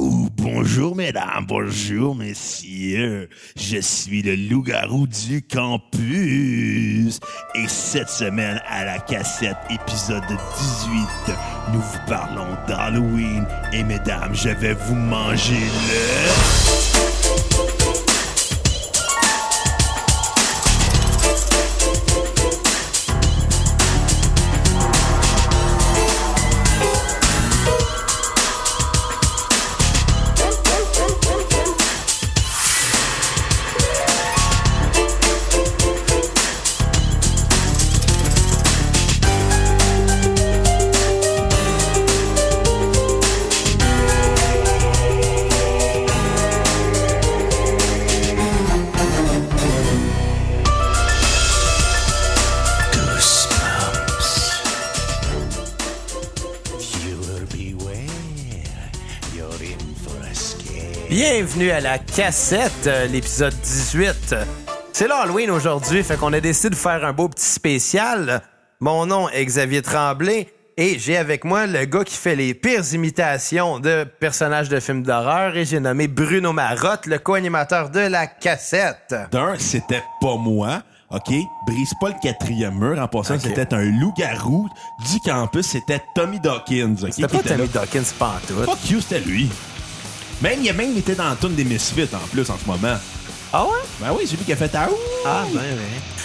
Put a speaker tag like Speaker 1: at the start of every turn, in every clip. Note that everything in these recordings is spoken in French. Speaker 1: Miaou! Bonjour mesdames, bonjour messieurs. Je suis le loup-garou du campus. Et cette semaine à la cassette, épisode 18, nous vous parlons d'Halloween. Et mesdames, je vais vous manger le...
Speaker 2: Bienvenue à la cassette, euh, l'épisode 18. C'est l'Halloween aujourd'hui, fait qu'on a décidé de faire un beau petit spécial. Mon nom est Xavier Tremblay et j'ai avec moi le gars qui fait les pires imitations de personnages de films d'horreur et j'ai nommé Bruno Marotte, le co-animateur de la cassette.
Speaker 3: D'un, c'était pas moi. OK? Brise pas le quatrième mur. En passant,
Speaker 2: OK.
Speaker 3: c'était un loup-garou du campus. C'était Tommy Dawkins. ok,
Speaker 2: C'était
Speaker 3: qui
Speaker 2: pas
Speaker 3: était
Speaker 2: Tommy
Speaker 3: là.
Speaker 2: Dawkins pantoute.
Speaker 3: Fuck you, c'était lui. Même, il a même été dans la toune des Misfits, en plus, en ce moment.
Speaker 2: Ah ouais?
Speaker 3: Ben oui, c'est lui qui a fait « Ah, ouh!
Speaker 2: Ah ben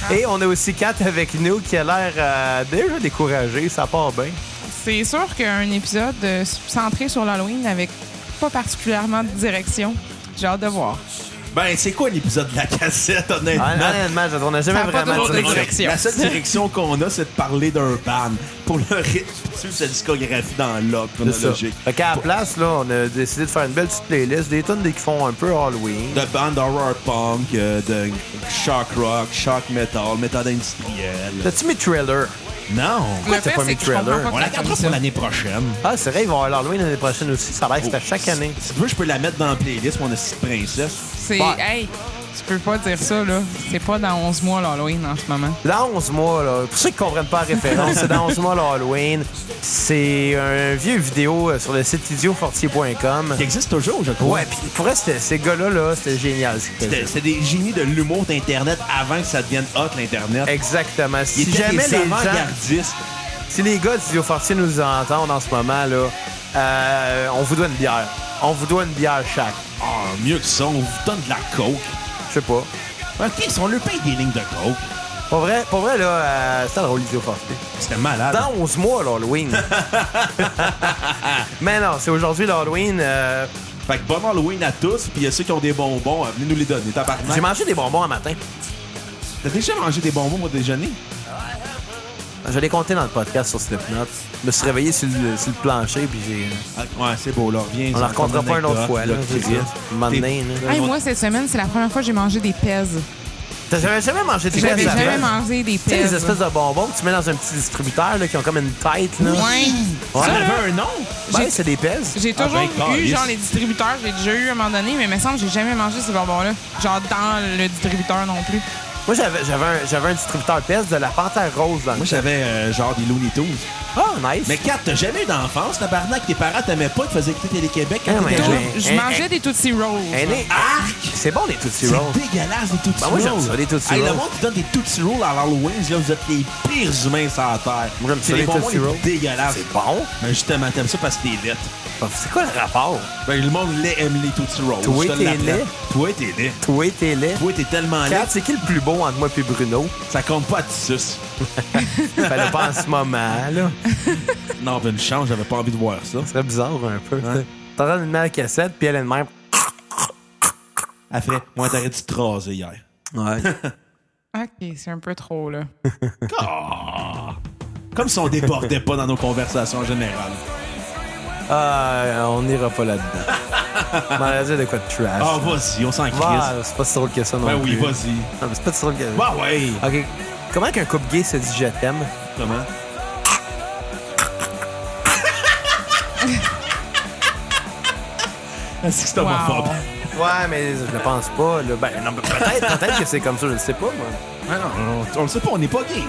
Speaker 2: ben. Et on a aussi Kat avec nous qui a l'air euh, déjà découragé, ça part bien.
Speaker 4: C'est sûr qu'un épisode euh, centré sur l'Halloween avec pas particulièrement de direction. J'ai hâte de voir.
Speaker 3: Ben, c'est quoi l'épisode de la cassette, honnêtement?
Speaker 2: Ah, non, honnêtement, on n'a jamais
Speaker 4: Ça a pas
Speaker 2: vraiment
Speaker 4: toujours
Speaker 2: de
Speaker 4: été
Speaker 3: On a-
Speaker 2: direction.
Speaker 4: direction.
Speaker 3: La seule direction qu'on a, c'est de parler d'un band. Pour le rythme, puis suivre sa discographie dans l'ordre
Speaker 2: C'est ça.
Speaker 3: chronologique.
Speaker 2: Fait qu'à la place, là, on a décidé de faire une belle petite playlist, des tonnes qui font un peu Halloween.
Speaker 3: De band horror punk, euh, de shock rock, shock metal, méthode industrielle.
Speaker 2: T'as-tu mes trailers?
Speaker 3: Non!
Speaker 2: Pourquoi
Speaker 4: Le
Speaker 2: t'as
Speaker 4: fait,
Speaker 2: pas
Speaker 4: c'est
Speaker 2: mis
Speaker 4: que
Speaker 2: de
Speaker 4: je comprends
Speaker 2: trailer?
Speaker 4: pas
Speaker 3: On
Speaker 4: que
Speaker 3: la
Speaker 4: ça
Speaker 3: gardera
Speaker 4: comme
Speaker 3: pour
Speaker 4: ça.
Speaker 3: l'année prochaine.
Speaker 2: Ah, c'est vrai, ils vont avoir l'Halloween l'année prochaine aussi. Ça a
Speaker 3: Oh.
Speaker 2: l'air que c'est à chaque année.
Speaker 3: Si tu veux, je peux la mettre dans la playlist, mon petite princesse.
Speaker 4: C'est.
Speaker 2: Bon.
Speaker 4: Hey, tu peux pas dire ça, là. C'est pas dans 11 mois l'Halloween en ce moment.
Speaker 2: Dans 11 mois, là, pour ceux qui comprennent pas la référence, c'est dans 11 mois l'Halloween. C'est un vieux vidéo euh, sur le site idiofortier.com.
Speaker 3: Qui existe toujours, je crois.
Speaker 2: Ouais, puis pour vrai, c'était- ces gars-là, là, c'était génial. ce qu'ils
Speaker 3: C'était-
Speaker 2: faisaient.
Speaker 3: C'est des génies de l'humour d'Internet avant que ça devienne hot, l'Internet.
Speaker 2: Exactement.
Speaker 3: Ils
Speaker 2: Si
Speaker 3: étaient
Speaker 2: jamais
Speaker 3: des
Speaker 2: les gens...
Speaker 3: avant-gardistes.
Speaker 2: Si les gars de Studio Fortier nous entendent en ce moment, là, euh, on vous doit une bière. On vous doit une bière chaque.
Speaker 3: Ah, mieux que ça, on vous donne de la coke.
Speaker 2: Je sais pas.
Speaker 3: OK, si on leur paye des lignes de coke,
Speaker 2: Pour vrai, pour vrai là, euh, c'était drôle, Studio Fortier.
Speaker 3: c'était malade.
Speaker 2: Dans 11 mois, l'Halloween. Mais non, c'est aujourd'hui l'Halloween. euh,
Speaker 3: Fait que bon Halloween à tous, puis il y a ceux qui ont des bonbons, euh, venez nous les donner.
Speaker 2: J'ai
Speaker 3: Tabarnak.
Speaker 2: mangé des bonbons un matin.
Speaker 3: T'as déjà mangé des bonbons au déjeuner?
Speaker 2: Je l'ai compté dans le podcast sur Slipknot. Je me suis réveillé sur le, sur le plancher, puis j'ai...
Speaker 3: Ah, ouais, c'est beau, là, reviens.
Speaker 2: On la racontera pas une autre fois, là. je veux dire. Un moment donné, là.
Speaker 4: Hey, moi, cette semaine, c'est la première fois que j'ai mangé des pèses.
Speaker 2: T'as jamais, jamais mangé des
Speaker 4: J'avais
Speaker 2: bonbons avant?
Speaker 4: jamais mangé des
Speaker 2: Tu sais, les
Speaker 4: pèses.
Speaker 2: espèces de bonbons que tu mets dans un petit distributeur, là, qui ont comme une tête, là.
Speaker 4: Ouais.
Speaker 2: Ouais.
Speaker 3: Ça avait un nom?
Speaker 2: Ouais,
Speaker 4: J'ai-
Speaker 2: c'est des pèses.
Speaker 4: J'ai toujours
Speaker 3: ben,
Speaker 4: eu,
Speaker 3: calisse.
Speaker 4: genre, les distributeurs. J'ai déjà eu à un moment donné, mais il me semble que j'ai jamais mangé ces bonbons-là. Genre, dans le distributeur non plus.
Speaker 2: Moi, j'avais, j'avais, un, j'avais un distributeur PES de la Panthère Rose dans le...
Speaker 3: Moi, j'avais euh, genre des Looney Tunes.
Speaker 2: Ah, nice!
Speaker 3: Mais Kat, t'as jamais eu d'enfance, tabarnak. Tes parents t'aimaient pas, ils faisaient écouter Télé-Québec quand
Speaker 2: Ah, mais
Speaker 3: t'étais
Speaker 2: j'ai-
Speaker 3: jeune.
Speaker 2: Hey,
Speaker 4: Je
Speaker 2: hey,
Speaker 4: mangeais des Tootsie Rolls.
Speaker 2: eh. Elle est- Ah,
Speaker 3: Arc!
Speaker 2: C'est bon, les Tootsie Rolls.
Speaker 3: C'est dégueulasse, des Tootsie
Speaker 2: Ben, moi, j'aime
Speaker 3: Rolls.
Speaker 2: ça, des Tootsie
Speaker 3: Hey,
Speaker 2: Rolls.
Speaker 3: Le monde qui donne des Tootsie Rolls à l'Halloween, là, vous êtes les pires humains sur la Terre.
Speaker 2: Moi, j'aime ça,
Speaker 3: C'est
Speaker 2: les
Speaker 3: les bonbons
Speaker 2: Tootsie
Speaker 3: les plus
Speaker 2: Rolls.
Speaker 3: dégueulasses.
Speaker 2: C'est bon?
Speaker 3: Mais justement, t'aimes ça parce que t'es laite.
Speaker 2: Ah, C'est quoi le rapport?
Speaker 3: Ben, le monde lait aime les Tootsie Rolls.
Speaker 2: Toi,
Speaker 3: Je te
Speaker 2: t'es
Speaker 3: l'apprends.
Speaker 2: laid.
Speaker 3: Toi, t'es laid.
Speaker 2: Toi, t'es laid.
Speaker 3: Toi, t'es tellement
Speaker 2: Kat,
Speaker 3: laid.
Speaker 2: c'est qui le plus beau entre moi et Bruno?
Speaker 3: Ça compte pas à tissus.
Speaker 2: Fallait pas en ce moment, là.
Speaker 3: Non, ben, une chance, j'avais pas envie de voir ça.
Speaker 2: Ce serait bizarre un peu.
Speaker 3: Ouais.
Speaker 2: t'sais. T'entends une la cassette, puis elle est de même.
Speaker 3: Après, moi, t'aurais dû te raser hier.
Speaker 2: Ouais.
Speaker 4: OK, c'est un peu trop, là.
Speaker 3: Comme si on débordait pas dans nos conversations générales.
Speaker 2: Ah, on n'ira pas là-dedans. On va dire de quoi de trash.
Speaker 3: Ah, vas-y, on s'en crisse.
Speaker 2: Bah, c'est pas si drôle que ça non
Speaker 3: Ben oui,
Speaker 2: plus.
Speaker 3: vas-y.
Speaker 2: Ah, mais C'est pas si drôle que ça.
Speaker 3: Bah ouais.
Speaker 2: OK. Comment qu'un couple gay se dit « je t'aime
Speaker 3: Comment? Est-ce que c'est homophobe?
Speaker 4: Wow. »
Speaker 2: Ouais, mais je le pense pas. Là. Ben, non, mais peut-être peut-être que c'est comme ça, je ne sais pas, moi.
Speaker 3: Ah non, on, on le sait pas, on n'est pas gay.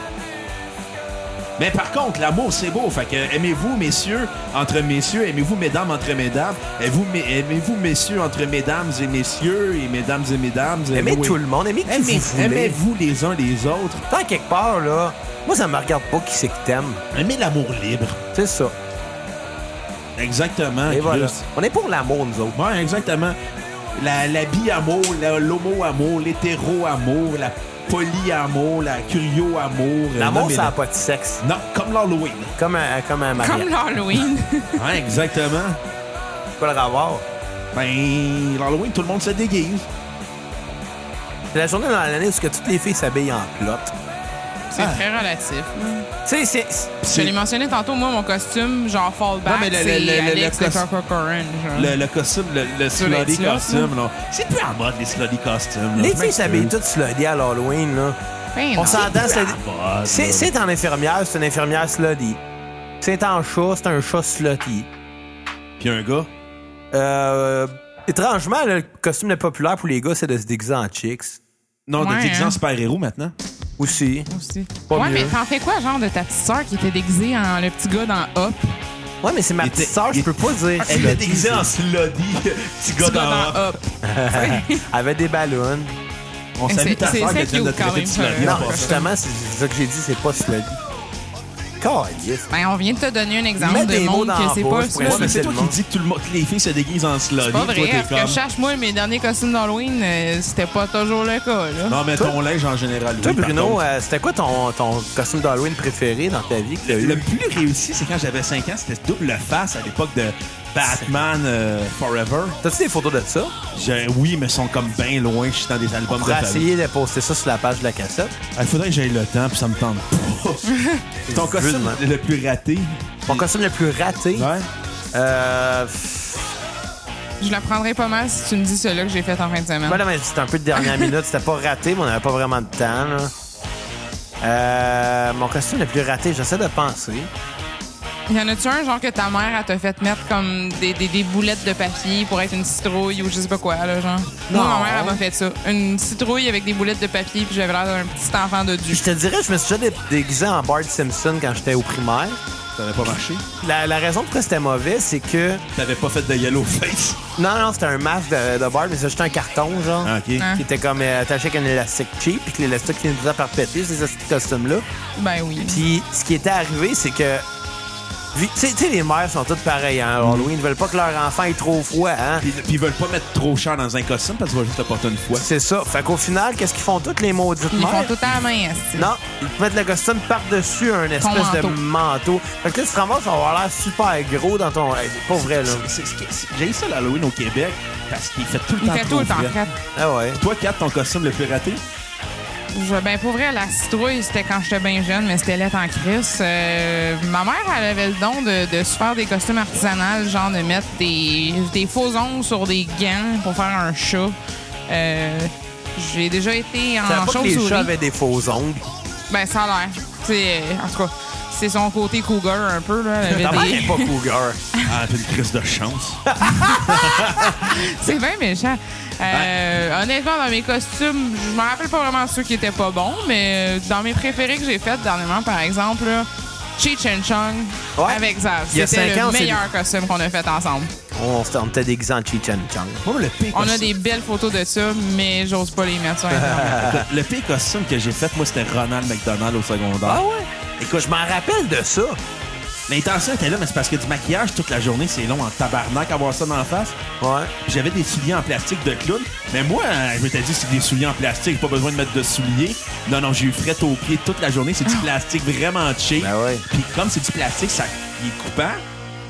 Speaker 3: Mais par contre, l'amour, c'est beau. Fait que euh, aimez-vous, messieurs, entre messieurs, aimez-vous, mesdames, entre mesdames, aimez-vous, me- aimez-vous, messieurs, entre mesdames et messieurs, et mesdames et mesdames.
Speaker 2: Aimez
Speaker 3: aimez-vous-
Speaker 2: tout le monde, aimez qui
Speaker 3: Ben Aimez-
Speaker 2: vous voulez.
Speaker 3: Aimez-vous les uns les autres.
Speaker 2: Tant quelque part, là, moi, ça me regarde pas qui c'est qui t'aime.
Speaker 3: Aimez l'amour libre.
Speaker 2: C'est ça.
Speaker 3: Exactement.
Speaker 2: Et
Speaker 3: Chris.
Speaker 2: voilà. On est pour l'amour, nous autres.
Speaker 3: Ouais, exactement. La, la bi-amour, la- l'homo-amour, l'hétéro-amour, la polyamour, la curio-amour. euh,
Speaker 2: L'amour,
Speaker 3: nommez-le.
Speaker 2: ça n'a pas de sexe.
Speaker 3: Non, comme l'Halloween.
Speaker 2: Comme un, euh, comme un mariage.
Speaker 4: Comme l'Halloween.
Speaker 3: Ouais, exactement.
Speaker 2: Pas le rapport.
Speaker 3: Ben, l'Halloween, tout le monde se déguise.
Speaker 2: C'est la journée dans l'année où ce que toutes les filles s'habillent en clotte.
Speaker 4: C'est très relatif.
Speaker 2: Tu sais, c'est- c'est.
Speaker 4: Je l'ai mentionné tantôt, moi, mon costume, genre
Speaker 3: Non,
Speaker 4: fallback,
Speaker 3: mais le-
Speaker 4: c'est
Speaker 3: le- le- le
Speaker 4: Alex de
Speaker 3: cos-
Speaker 4: Coco Coran, genre.
Speaker 3: Le, le costume, le, le
Speaker 4: Sur les
Speaker 3: slutty
Speaker 4: slots,
Speaker 3: costume, là. C'est plus en mode, les slutty costumes. là.
Speaker 2: Les
Speaker 3: Je
Speaker 2: filles s'habillent
Speaker 3: m'excuse.
Speaker 2: toutes slutty à l'Halloween, là.
Speaker 4: Ben
Speaker 2: On
Speaker 4: non.
Speaker 2: s'entend, c'est.
Speaker 1: Ah, bah,
Speaker 2: C'est,
Speaker 1: là.
Speaker 2: c'est en infirmière, c'est une infirmière slutty. C'est en chat, c'est un chat slutty.
Speaker 3: Puis un gars.
Speaker 2: Euh, étrangement, le costume le populaire pour les gars, c'est de se déguiser en chicks.
Speaker 3: Non,
Speaker 4: Ouais,
Speaker 3: de déguisé en
Speaker 4: hein.
Speaker 3: super-héros maintenant.
Speaker 2: Aussi.
Speaker 4: aussi.
Speaker 2: Pas
Speaker 4: ouais,
Speaker 2: mieux.
Speaker 4: mais t'en fais quoi, genre, de ta petite sœur qui était déguisée en le petit gars dans Hop?
Speaker 2: Ouais, mais c'est ma
Speaker 3: Il
Speaker 2: petite
Speaker 3: était-
Speaker 2: sœur, je
Speaker 3: il-
Speaker 2: peux pas dire.
Speaker 3: Elle
Speaker 2: slutty.
Speaker 3: était déguisée en slutty. Petit gars
Speaker 4: Petit gars
Speaker 3: dans... Ah,
Speaker 4: dans Hop.
Speaker 2: Elle avait des ballons.
Speaker 3: On salue
Speaker 4: C'est-
Speaker 3: ta
Speaker 4: c'est
Speaker 3: sœur
Speaker 4: ça
Speaker 3: que
Speaker 4: qui
Speaker 3: tu viens de
Speaker 4: est quand
Speaker 3: traiter de
Speaker 4: même
Speaker 3: slutty.
Speaker 4: pas-
Speaker 3: en
Speaker 2: Non,
Speaker 3: passant.
Speaker 2: justement, c'est c'est ça que j'ai dit, c'est pas slutty. Calisse.
Speaker 4: Ben, on vient de te donner un exemple
Speaker 2: Mets
Speaker 4: de
Speaker 2: des mots
Speaker 4: monde
Speaker 2: dans la
Speaker 4: que c'est
Speaker 2: bouche
Speaker 4: pas
Speaker 2: pour
Speaker 4: ça.
Speaker 3: Ouais, mais c'est
Speaker 2: Tellement.
Speaker 3: toi qui dis que tout le monde, que les filles se déguisent en slutty.
Speaker 4: C'est pas
Speaker 3: Toi,
Speaker 4: vrai,
Speaker 3: t'es
Speaker 4: parce que
Speaker 3: comme...
Speaker 4: je cherche, moi, mes derniers costumes d'Halloween, euh, c'était pas toujours le cas, là.
Speaker 3: Non, mais
Speaker 2: Toi-
Speaker 3: ton linge en général,
Speaker 2: Toi,
Speaker 3: oui, par
Speaker 2: Bruno,
Speaker 3: contre.
Speaker 2: euh, c'était quoi ton, ton costume d'Halloween préféré dans ta vie que t'as eu?
Speaker 3: euh, Le plus réussi, c'est quand j'avais 5 ans, c'était double face à l'époque de Batman euh, Forever.
Speaker 2: T'as-tu des photos de ça?
Speaker 3: J'ai- oui, mais ils sont comme bien loin. Je suis dans des albums
Speaker 2: On
Speaker 3: de
Speaker 2: pourrait
Speaker 3: famille.
Speaker 2: essayer de poster ça sur la page de la cassette.
Speaker 3: Il faudrait que j'aille le temps, puis ça me tente pas. Ton costume
Speaker 2: Vraiment.
Speaker 3: le plus raté.
Speaker 2: Mon costume le plus raté.
Speaker 3: Ouais.
Speaker 2: Euh, pff,
Speaker 4: Je la prendrais pas mal si tu me dis celui-là que j'ai fait en fin de semaine.
Speaker 2: voilà, mais ben, c'était un peu de dernière minute. C'était pas raté, mais on n'avait pas vraiment de temps. là. Euh, mon costume le plus raté, j'essaie de penser.
Speaker 4: Y en a-tu un, genre, que ta mère, elle t'a fait mettre comme des, des, des boulettes de papier pour être une citrouille ou je sais pas quoi, là, genre?
Speaker 2: Non.
Speaker 4: Moi, ma mère, elle m'a fait ça. Une citrouille avec des boulettes de papier, puis j'avais l'air d'un petit enfant de Dieu.
Speaker 2: Je te dirais, je me suis déjà dé- déguisé en Bart Simpson quand j'étais au primaire.
Speaker 3: Ça n'avait pas marché.
Speaker 2: La, la raison pourquoi c'était mauvais, c'est que.
Speaker 3: T'avais pas fait de yellow face.
Speaker 2: Non, non, c'était un masque de, de Bart, mais c'était juste un carton, genre.
Speaker 3: Ah, OK.
Speaker 4: Ah.
Speaker 2: qui était comme euh, attaché avec un élastique cheap, puis que l'élastique finissait par perpéter ces petits costumes-là.
Speaker 4: Ben oui.
Speaker 2: Puis ce qui était arrivé, c'est que. vu- Tu sais- tu sais, les mères sont toutes pareilles, hein.
Speaker 3: Mm.
Speaker 2: Halloween, ils veulent pas que leur enfant ait trop froid, hein.
Speaker 3: Puis, puis ils veulent pas mettre trop cher dans un costume parce que tu vas juste le porter une fois.
Speaker 2: C'est ça. Fait qu'au final, qu'est-ce qu'ils font toutes les maudites
Speaker 4: Ils font
Speaker 2: mères?
Speaker 4: tout à la main, hein, est-ce que-
Speaker 2: Non, ils te mettent le costume par-dessus un espèce de
Speaker 4: manteau.
Speaker 2: manteau. Fait que là, tu te ramasses, on va avoir l'air super gros dans ton. Hey, c'est pas vrai, là.
Speaker 3: C'est- c'est- c'est- c'est- J'ai eu ça l'Halloween au Québec parce qu'il fait tout le
Speaker 4: Il
Speaker 3: temps
Speaker 4: fait tout
Speaker 3: trop
Speaker 4: le temps.
Speaker 3: frais.
Speaker 4: Fait-
Speaker 2: Ah ouais.
Speaker 3: Toi, Kat, ton costume le plus raté?
Speaker 4: Je- ben pour vrai, la citrouille, c'était quand j'étais bien jeune, mais c'était laid en crise. Euh, ma mère, elle avait le don de, de se faire des costumes artisanales, genre de mettre des, des faux ongles sur des gants pour faire un chat. Euh, j'ai déjà été
Speaker 2: Je savais
Speaker 4: en
Speaker 2: pas que les chats
Speaker 4: chauve-souris.
Speaker 2: avaient des faux ongles.
Speaker 4: Ben, ça a l'air. C'est- En tout cas, c'est son côté cougar un peu. Là. Elle
Speaker 2: Ta mère
Speaker 4: avait des-
Speaker 2: n'est pas cougar.
Speaker 3: Ah, t'as une crise de chance.
Speaker 4: C'est bien méchant. Euh, Honnêtement, dans mes costumes, je me rappelle pas vraiment ceux qui étaient pas bons, mais euh, dans mes préférés que j'ai faits dernièrement, par exemple, là, Cheech and Chong
Speaker 2: Ouais.
Speaker 4: avec Zav.
Speaker 2: Il y a
Speaker 4: C'était
Speaker 2: cinq ans,
Speaker 4: le
Speaker 2: on s'est-
Speaker 4: meilleur costume qu'on a fait ensemble.
Speaker 2: On s'était- on était déguisés en Cheech and Chong.
Speaker 3: Moi, le pire
Speaker 4: On a
Speaker 3: costume-
Speaker 4: des belles photos de ça, mais j'ose pas les mettre sur Internet.
Speaker 3: Ah, Le pire costume que j'ai fait, moi, c'était Ronald McDonald au secondaire.
Speaker 2: Ah ouais? Écoute, je m'en rappelle de ça.
Speaker 3: L'intention était là, mais c'est parce que du maquillage toute la journée, c'est long en tabarnak avoir ça dans la face.
Speaker 2: Ouais.
Speaker 3: Puis J'avais des souliers en plastique de clown, mais moi, euh, je m'étais dit, c'est des souliers en plastique, pas besoin de mettre de souliers. Non, non, j'ai eu fret aux pieds toute la journée, c'est
Speaker 4: Ah.
Speaker 3: du plastique vraiment cheap.
Speaker 2: Ben ouais.
Speaker 3: Puis comme c'est du plastique, ça, il est coupant.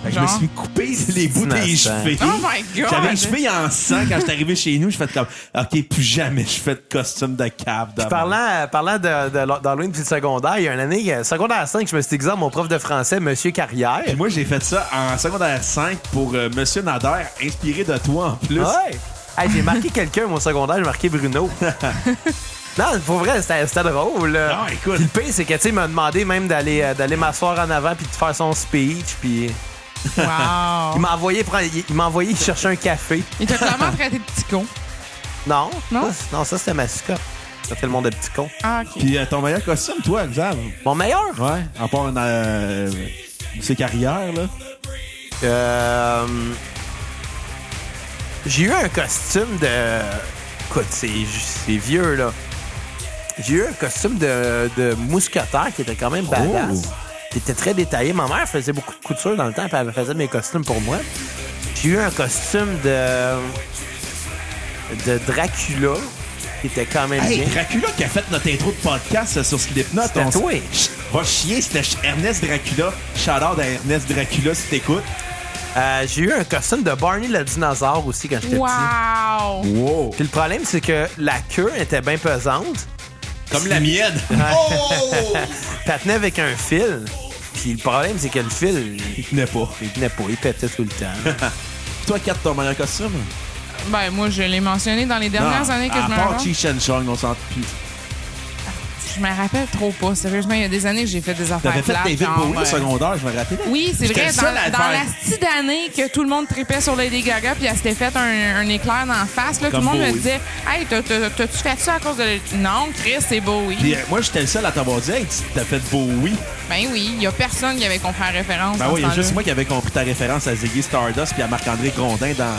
Speaker 3: Fait que je me
Speaker 4: Genre?
Speaker 3: suis coupé les bouts des
Speaker 2: Innocent.
Speaker 3: cheveux.
Speaker 4: Oh my God!
Speaker 3: J'avais les cheveux en sang quand j'étais arrivé chez nous. Je fais comme, OK, plus jamais je fais de costume de cave. de
Speaker 2: Parlant, euh, parlant de, de l- d'Halloween puis de secondaire, il y a une année, euh, secondaire 5, je me suis déguisé en mon prof de français, Monsieur Carrière.
Speaker 3: Puis moi, j'ai fait ça en secondaire 5 pour euh, Monsieur Nader, inspiré de toi en plus.
Speaker 2: Ouais! Hey, j'ai marqué quelqu'un, mon secondaire, j'ai marqué Bruno. non, pour vrai, c'était, c'était drôle. là.
Speaker 3: Non, Ah, écoute.
Speaker 2: Puis le pire, c'est que, tu sais, il m'a demandé même d'aller, euh, d'aller m'asseoir en avant puis de faire son speech. Puis il
Speaker 4: Wow!
Speaker 2: m'a envoyé, prendre- il, il m'a envoyé chercher un café.
Speaker 4: Il t'a clairement traité de petit con.
Speaker 2: Non?
Speaker 4: Non?
Speaker 2: ça, c'est- non, ça, c'était ma mascotte. Ça fait le monde de petit con.
Speaker 4: Ah, OK.
Speaker 3: Puis euh, ton meilleur costume, toi, Xav?
Speaker 2: Mon meilleur?
Speaker 3: Ouais, à part euh, ses carrières, là.
Speaker 2: Euh, J'ai eu un costume de. Écoute, c'est c'est vieux, là. J'ai eu un costume de, de mousquetaire qui était quand même badass.
Speaker 3: Oh.
Speaker 2: Qui était très détaillé. Ma mère faisait beaucoup de couture dans le temps, puis elle faisait mes costumes pour moi. J'ai eu un costume de. de Dracula, qui était quand même
Speaker 3: Hey,
Speaker 2: bien.
Speaker 3: Dracula qui a fait notre intro de podcast euh, sur Slipknot.
Speaker 2: C'était toi.
Speaker 3: Ch- Va chier, c'était Ch- Ernest Dracula. Shout-out à Ernest Dracula si t'écoutes.
Speaker 2: Euh, J'ai eu un costume de Barney le dinosaure aussi quand j'étais petit.
Speaker 4: Wow!
Speaker 3: Wow.
Speaker 2: Puis le problème, c'est que la queue était bien pesante.
Speaker 3: Comme la mienne. Oh!
Speaker 2: Puis elle tenait avec un fil. Puis le problème, c'est que le fil,
Speaker 3: Il tenait pas.
Speaker 2: il tenait pas, il pétait tout le temps.
Speaker 3: Toi, Kat, ton meilleur costume?
Speaker 4: Ben, moi, je l'ai mentionné dans les dernières
Speaker 3: Non,
Speaker 4: années que
Speaker 3: à
Speaker 4: je me
Speaker 3: part
Speaker 4: rappelle.
Speaker 3: Cheech and Chong, on s'en pue.
Speaker 4: Je me rappelle trop pas. Sérieusement, il y a des années que j'ai fait des affaires
Speaker 3: T'avais fait
Speaker 4: plates,
Speaker 3: David
Speaker 4: genre,
Speaker 3: Bowie au
Speaker 4: euh,
Speaker 3: secondaire, je me rappelle.
Speaker 4: Oui, c'est
Speaker 3: J'étais
Speaker 4: vrai.
Speaker 3: le seul à le
Speaker 4: Dans, dans la
Speaker 3: faire.
Speaker 4: petite année que tout le monde tripait sur Lady Gaga, puis elle s'était fait un, un éclair dans la face, là, tout le
Speaker 3: Comme
Speaker 4: monde me
Speaker 3: Bowie.
Speaker 4: disait Hey, t'as- t'as- t'as-tu fait ça à cause de. Non, Chris, c'est Bowie.
Speaker 3: Puis, euh, moi, j'étais le seul à t'avoir dit, hey, tu- t'as fait Bowie.
Speaker 4: Ben oui, il y a personne qui avait compris la référence.
Speaker 3: Ben
Speaker 4: dans
Speaker 3: oui, il y
Speaker 4: ce
Speaker 3: a juste
Speaker 4: temps-là.
Speaker 3: moi qui avais compris ta référence à Ziggy Stardust puis à Marc-André Grondin dans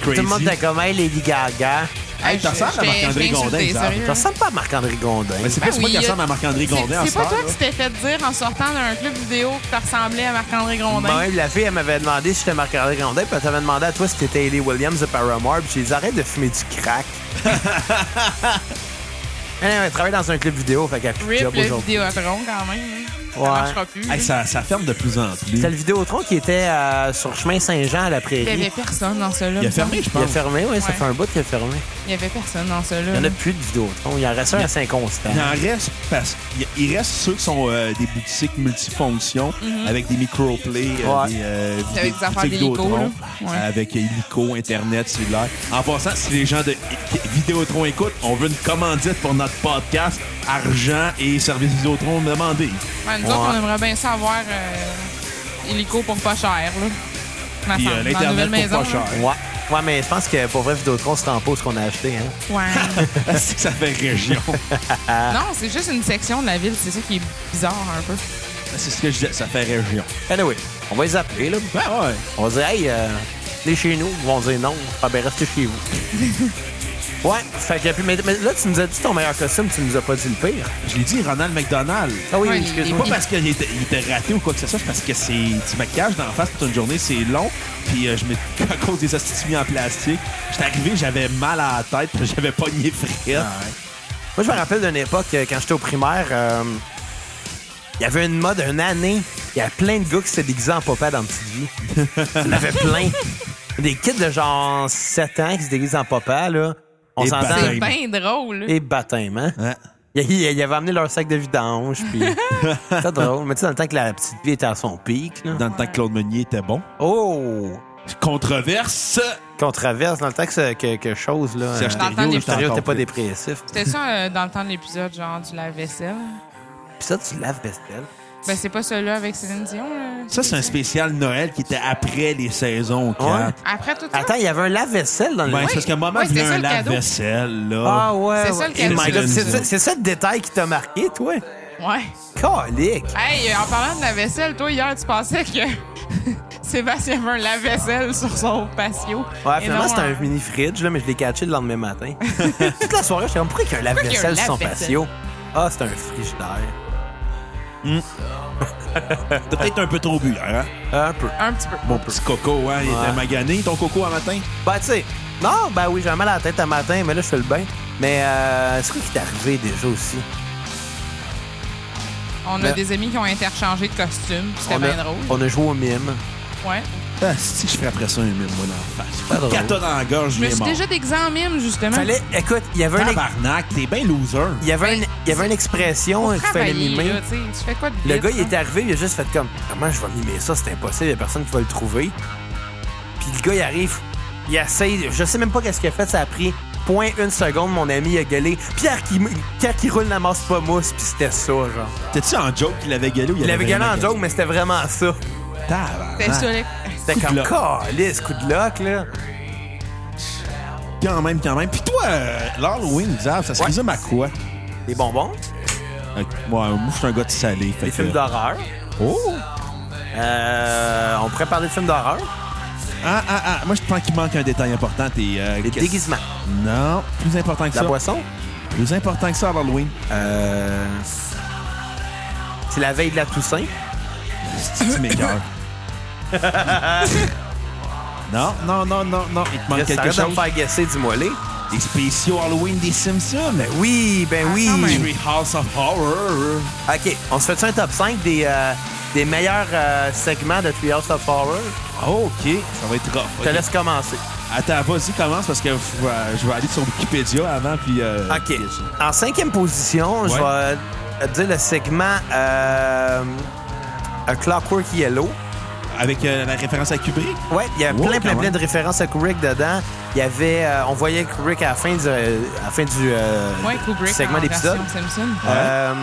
Speaker 3: Crazy.
Speaker 2: tout le monde était comme, hey, Lady Gaga.
Speaker 3: Hey,
Speaker 4: je-
Speaker 3: ressembles à
Speaker 4: j'étais-
Speaker 3: Marc-André
Speaker 4: je l'ai insulté,
Speaker 3: Gondin, ça.
Speaker 4: sérieux.
Speaker 2: Ça ressemble pas à Marc-André Gondin.
Speaker 3: Mais c'est
Speaker 4: Ben
Speaker 3: plus moi
Speaker 4: oui,
Speaker 3: qui
Speaker 4: il y a-
Speaker 3: ressemble à
Speaker 2: euh,
Speaker 3: Marc-André Grondin en
Speaker 4: C'est
Speaker 3: ce
Speaker 4: c'est pas toi
Speaker 3: temps,
Speaker 4: qui
Speaker 3: là.
Speaker 4: t'es fait dire en sortant d'un club vidéo que tu ressemblais à Marc-André Grondin.
Speaker 3: Ben,
Speaker 2: Même la fille, elle m'avait demandé si j'étais Marc-André Gondin, puis elle t'avait demandé à toi si t'étais Hayley Williams de Paramore, puis j'ai dit, arrête de fumer du crack. Elle, elle travaille dans un club vidéo, fait qu'elle a plus de
Speaker 4: Rip,
Speaker 2: job
Speaker 4: le
Speaker 2: aujourd'hui.
Speaker 4: vidéotron, quand même. hein. Ça
Speaker 2: Ouais.
Speaker 4: marchera plus.
Speaker 3: Hey,
Speaker 4: là.
Speaker 3: ça, ça ferme de plus en plus.
Speaker 2: C'était le Vidéotron qui était euh, sur chemin Saint-Jean à la
Speaker 4: Il y avait
Speaker 2: prairie.
Speaker 4: personne dans ce là
Speaker 3: Il a fermé, je
Speaker 2: Il a
Speaker 3: pense.
Speaker 2: fermé, oui, ça
Speaker 4: Ouais. Mm-hmm.
Speaker 2: fait un bout qu'il a fermé.
Speaker 4: Il y avait personne dans ce
Speaker 2: Il
Speaker 4: là.
Speaker 2: n'y en a plus de Vidéotron. Il en reste un à Saint-Constant.
Speaker 3: Il en reste parce qu'il- il reste ceux qui sont euh, des boutiques multifonctions avec des microplays, euh,
Speaker 2: Mm-hmm. Ouais.
Speaker 3: des, euh,
Speaker 4: Avec des affaires
Speaker 3: boutiques
Speaker 4: d'hélico,
Speaker 3: Vidéotron,
Speaker 4: là. Ouais.
Speaker 3: avec euh, hélico, internet, cellulaire. En passant, si les gens de Vidéotron écoutent, on veut une commandite pour notre podcast argent et service Vidéotron demandez.
Speaker 4: Ouais, nous autres, on aimerait bien savoir euh, hélico pour pas cher. Là. Ma
Speaker 3: Puis euh,
Speaker 4: femme, dans la
Speaker 3: l'internet
Speaker 4: nouvelle
Speaker 3: pour
Speaker 4: maison,
Speaker 3: pas cher.
Speaker 2: Ouais. Ouais, mais je pense que pour vrai, Vidéotron se rend pas où ce qu'on a acheté. Hein.
Speaker 4: là. Ouais.
Speaker 3: Est-ce que ça fait région?
Speaker 4: non, c'est juste une section de la ville. C'est ça qui est bizarre un peu.
Speaker 3: C'est ce que je disais, ça fait région.
Speaker 2: Anyway, on va les appeler. Là.
Speaker 3: Ben, Ouais, ouais.
Speaker 2: On va dire, hey, euh, venez chez nous. Ils vont dire non. Ah ben, restez chez vous. ouais. Fait que, puis, mais, mais là, tu nous as dit ton meilleur costume, tu nous as pas dit le pire.
Speaker 3: Je l'ai dit, Ronald McDonald.
Speaker 2: Ah oui,
Speaker 4: Ouais,
Speaker 2: excuse-moi.
Speaker 3: Pas parce qu'il était, il était raté ou quoi que ce soit, c'est parce que c'est du maquillage d'en face toute une journée, c'est long. Puis euh, je me, à cause des astuces en plastique, j'étais arrivé, j'avais mal à la tête, puis j'avais pogné frette.
Speaker 2: Moi, je me rappelle d'une époque, euh, quand j'étais au primaire, euh, il y avait une mode, une année, il y avait plein de gars qui se déguisaient en papa dans Petite Vie. Il y en avait plein. Des kids de genre 7 ans qui se déguisent en papa, là. On
Speaker 3: Et
Speaker 2: s'entend.
Speaker 4: C'est
Speaker 3: baptême.
Speaker 4: bien drôle.
Speaker 2: Et baptême, hein?
Speaker 3: Ouais.
Speaker 2: Ils ils avaient amené leur sac de vidange, puis... C'était drôle. Mais tu sais, dans le temps que la petite vie était à son pic, là.
Speaker 3: Dans le temps que Claude Meunier était bon.
Speaker 2: Oh!
Speaker 3: Controverse!
Speaker 2: Qu'on traverse dans le temps que, ce- que, que chose, là...
Speaker 3: C'est
Speaker 2: euh,
Speaker 3: acheté
Speaker 4: Dans le temps des
Speaker 3: là,
Speaker 2: le stéréo
Speaker 3: encore
Speaker 2: t'es pas
Speaker 3: plus.
Speaker 2: dépressif. Puis
Speaker 4: C'était ça euh, dans le temps de l'épisode, genre du lave-vaisselle.
Speaker 2: ça, tu laves Bestel.
Speaker 4: Ben, c'est pas celui-là avec Céline Dion. là.
Speaker 3: Ça, c'est un spécial Noël qui était après les saisons. Kat.
Speaker 2: Ouais.
Speaker 4: Après tout ça.
Speaker 2: Attends, il y avait un lave-vaisselle dans le...
Speaker 3: Ben, c'est parce que maman
Speaker 4: Ouais,
Speaker 3: voulait
Speaker 4: c'était ça,
Speaker 3: un
Speaker 4: le cadeau.
Speaker 3: lave-vaisselle, là.
Speaker 2: Ah ouais.
Speaker 4: C'est
Speaker 2: ouais.
Speaker 4: ça, le cadeau.
Speaker 2: Oh my
Speaker 3: C'est
Speaker 2: God, C'est
Speaker 3: le-
Speaker 2: ça, c'est ça le détail qui t'a marqué, toi?
Speaker 4: Ouais.
Speaker 2: Calique!
Speaker 4: Hey, euh, en parlant de la vaisselle, toi, hier, tu pensais que Sébastien avait un lave-vaisselle sur son patio.
Speaker 2: Ouais,
Speaker 4: Et
Speaker 2: finalement,
Speaker 4: non, hein.
Speaker 2: c'était un mini-fridge, là, mais je l'ai catché le lendemain matin. Toute la soirée, j'étais comme, pourquoi il y a un
Speaker 4: qu'il y a un
Speaker 2: lave-vaisselle sur son
Speaker 4: lave-vaisselle?
Speaker 2: patio? Ah, c'est un frigidaire.
Speaker 3: T'as peut-être un peu trop bu, hier, hein?
Speaker 2: Un peu.
Speaker 4: Un petit peu.
Speaker 3: Mon petit coco, hein? Il
Speaker 2: Ouais.
Speaker 3: était magané, ton coco, à matin?
Speaker 2: Ben, tu sais, non, ben oui, j'ai mal à la tête à matin, mais là, je fais le bain. Mais euh, c'est quoi qui t'est arrivé déjà aussi?
Speaker 4: On a
Speaker 2: Mais-
Speaker 4: des amis qui ont interchangé de costumes, puis c'était
Speaker 2: on, a,
Speaker 4: bien drôle.
Speaker 2: on a joué au mime.
Speaker 4: Ouais.
Speaker 3: Ah, si je ferais après ça un mille, moi, dans la face.
Speaker 2: Pas drôle.
Speaker 3: Cata dans la gorge,
Speaker 4: Je me
Speaker 3: il est
Speaker 4: suis
Speaker 3: mort.
Speaker 4: déjà déguisée en mime, justement.
Speaker 2: Fallait, écoute, il y avait un, ex-
Speaker 3: Tabarnak, t'es bien loser.
Speaker 2: il y avait une, il y avait une expression hein, qu'il fallait
Speaker 4: Travailler,
Speaker 2: mimer.
Speaker 4: là, tu sais, hein? tu fais quoi de
Speaker 2: Le
Speaker 4: vite,
Speaker 2: gars, il
Speaker 4: là?
Speaker 2: est arrivé, il a juste fait comme Comment je vais mimer ça, c'est impossible, il a personne qui va le trouver. Puis le gars, il arrive, il essaye, je sais même pas qu'est-ce qu'il a fait, ça a pris point une seconde, mon ami il a gueulé. Pierre qui, Pierre qui roule n'amasse pas mousse, puis c'était ça, genre.
Speaker 3: T'es-tu en joke qu'il avait gueulé ou il,
Speaker 2: Il avait gueulé en
Speaker 3: vraiment
Speaker 2: joke, mais c'était vraiment ça.
Speaker 3: gueulé? Tabarnak.
Speaker 4: C'était sur les-
Speaker 2: C'était
Speaker 3: Coup de
Speaker 2: comme
Speaker 3: loc.
Speaker 2: Calisse, coup de loc, là.
Speaker 3: Quand même, quand même. Puis toi, euh, l'Halloween, Xav, ça se
Speaker 2: Ouais.
Speaker 3: résume à quoi?
Speaker 2: Des bonbons,
Speaker 3: Ok. Moi, moi, je suis un gars de salé. fait
Speaker 2: des
Speaker 3: que-
Speaker 2: films d'horreur.
Speaker 3: Oh!
Speaker 2: Euh, on pourrait parler de films d'horreur.
Speaker 3: Ah, ah, ah. Moi, je pense qu'il manque un détail important. T'es, euh,
Speaker 2: Les
Speaker 3: qu'est-ce-
Speaker 2: déguisements.
Speaker 3: Non, plus important que
Speaker 2: La
Speaker 3: ça.
Speaker 2: boisson.
Speaker 3: Plus important que ça à Halloween.
Speaker 2: Euh, c'est la veille de la Toussaint.
Speaker 3: C'est meilleur. Non, non, non, non, non. Il te manque
Speaker 2: Reste,
Speaker 3: quelque
Speaker 2: arrête de me
Speaker 3: chose.
Speaker 2: faire guesser, dis-moi les.
Speaker 3: Des spéciaux Halloween des Simpsons.
Speaker 2: Oui, ben oui.
Speaker 4: Ah, quand même.
Speaker 3: Mystery House of Horror.
Speaker 2: OK, on se fait un top 5 des, euh, des meilleurs euh, segments de Treehouse of Horror?
Speaker 3: Oh, OK. Ça va être rough.
Speaker 2: Je te
Speaker 3: OK.
Speaker 2: laisse commencer.
Speaker 3: Attends, vas-y, commence parce que je vais- je vais aller sur Wikipédia avant. Puis, euh,
Speaker 2: OK. En cinquième position, je
Speaker 3: Ouais.
Speaker 2: vais euh, dire le segment euh, A Clockwork Yellow.
Speaker 3: Avec euh, la référence à Kubrick.
Speaker 2: Ouais, il y a
Speaker 3: Wow,
Speaker 2: plein, plein,
Speaker 3: quand
Speaker 2: plein
Speaker 3: même.
Speaker 2: de références à Kubrick dedans. Il y avait, euh, on voyait Kubrick à la fin du, euh, à la fin du euh,
Speaker 4: Ouais, Kubrick
Speaker 2: segment
Speaker 4: en
Speaker 2: d'épisode.
Speaker 4: version Simpson.
Speaker 2: Euh,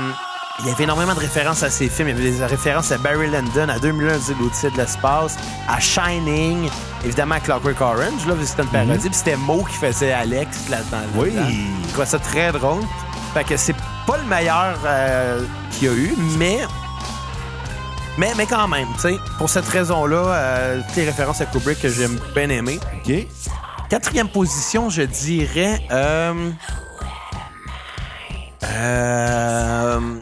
Speaker 2: il y avait énormément de références à ces films. Il y avait des références à Barry Lyndon, à 2001, l'outil de l'espace, à Shining, évidemment à Clockwork Orange. Là, c'était une parodie. Puis c'était Mo qui faisait Alex là-dedans.
Speaker 3: Oui.
Speaker 2: là-dedans. Je trouvais ça très drôle. Fait que c'est pas le meilleur euh, qu'il y a eu, mais... Mais, mais quand même, tu sais, pour cette raison-là, euh, toutes les références à Kubrick que j'aime bien aimer.
Speaker 3: OK.
Speaker 2: Quatrième position, je dirais. Euh, euh,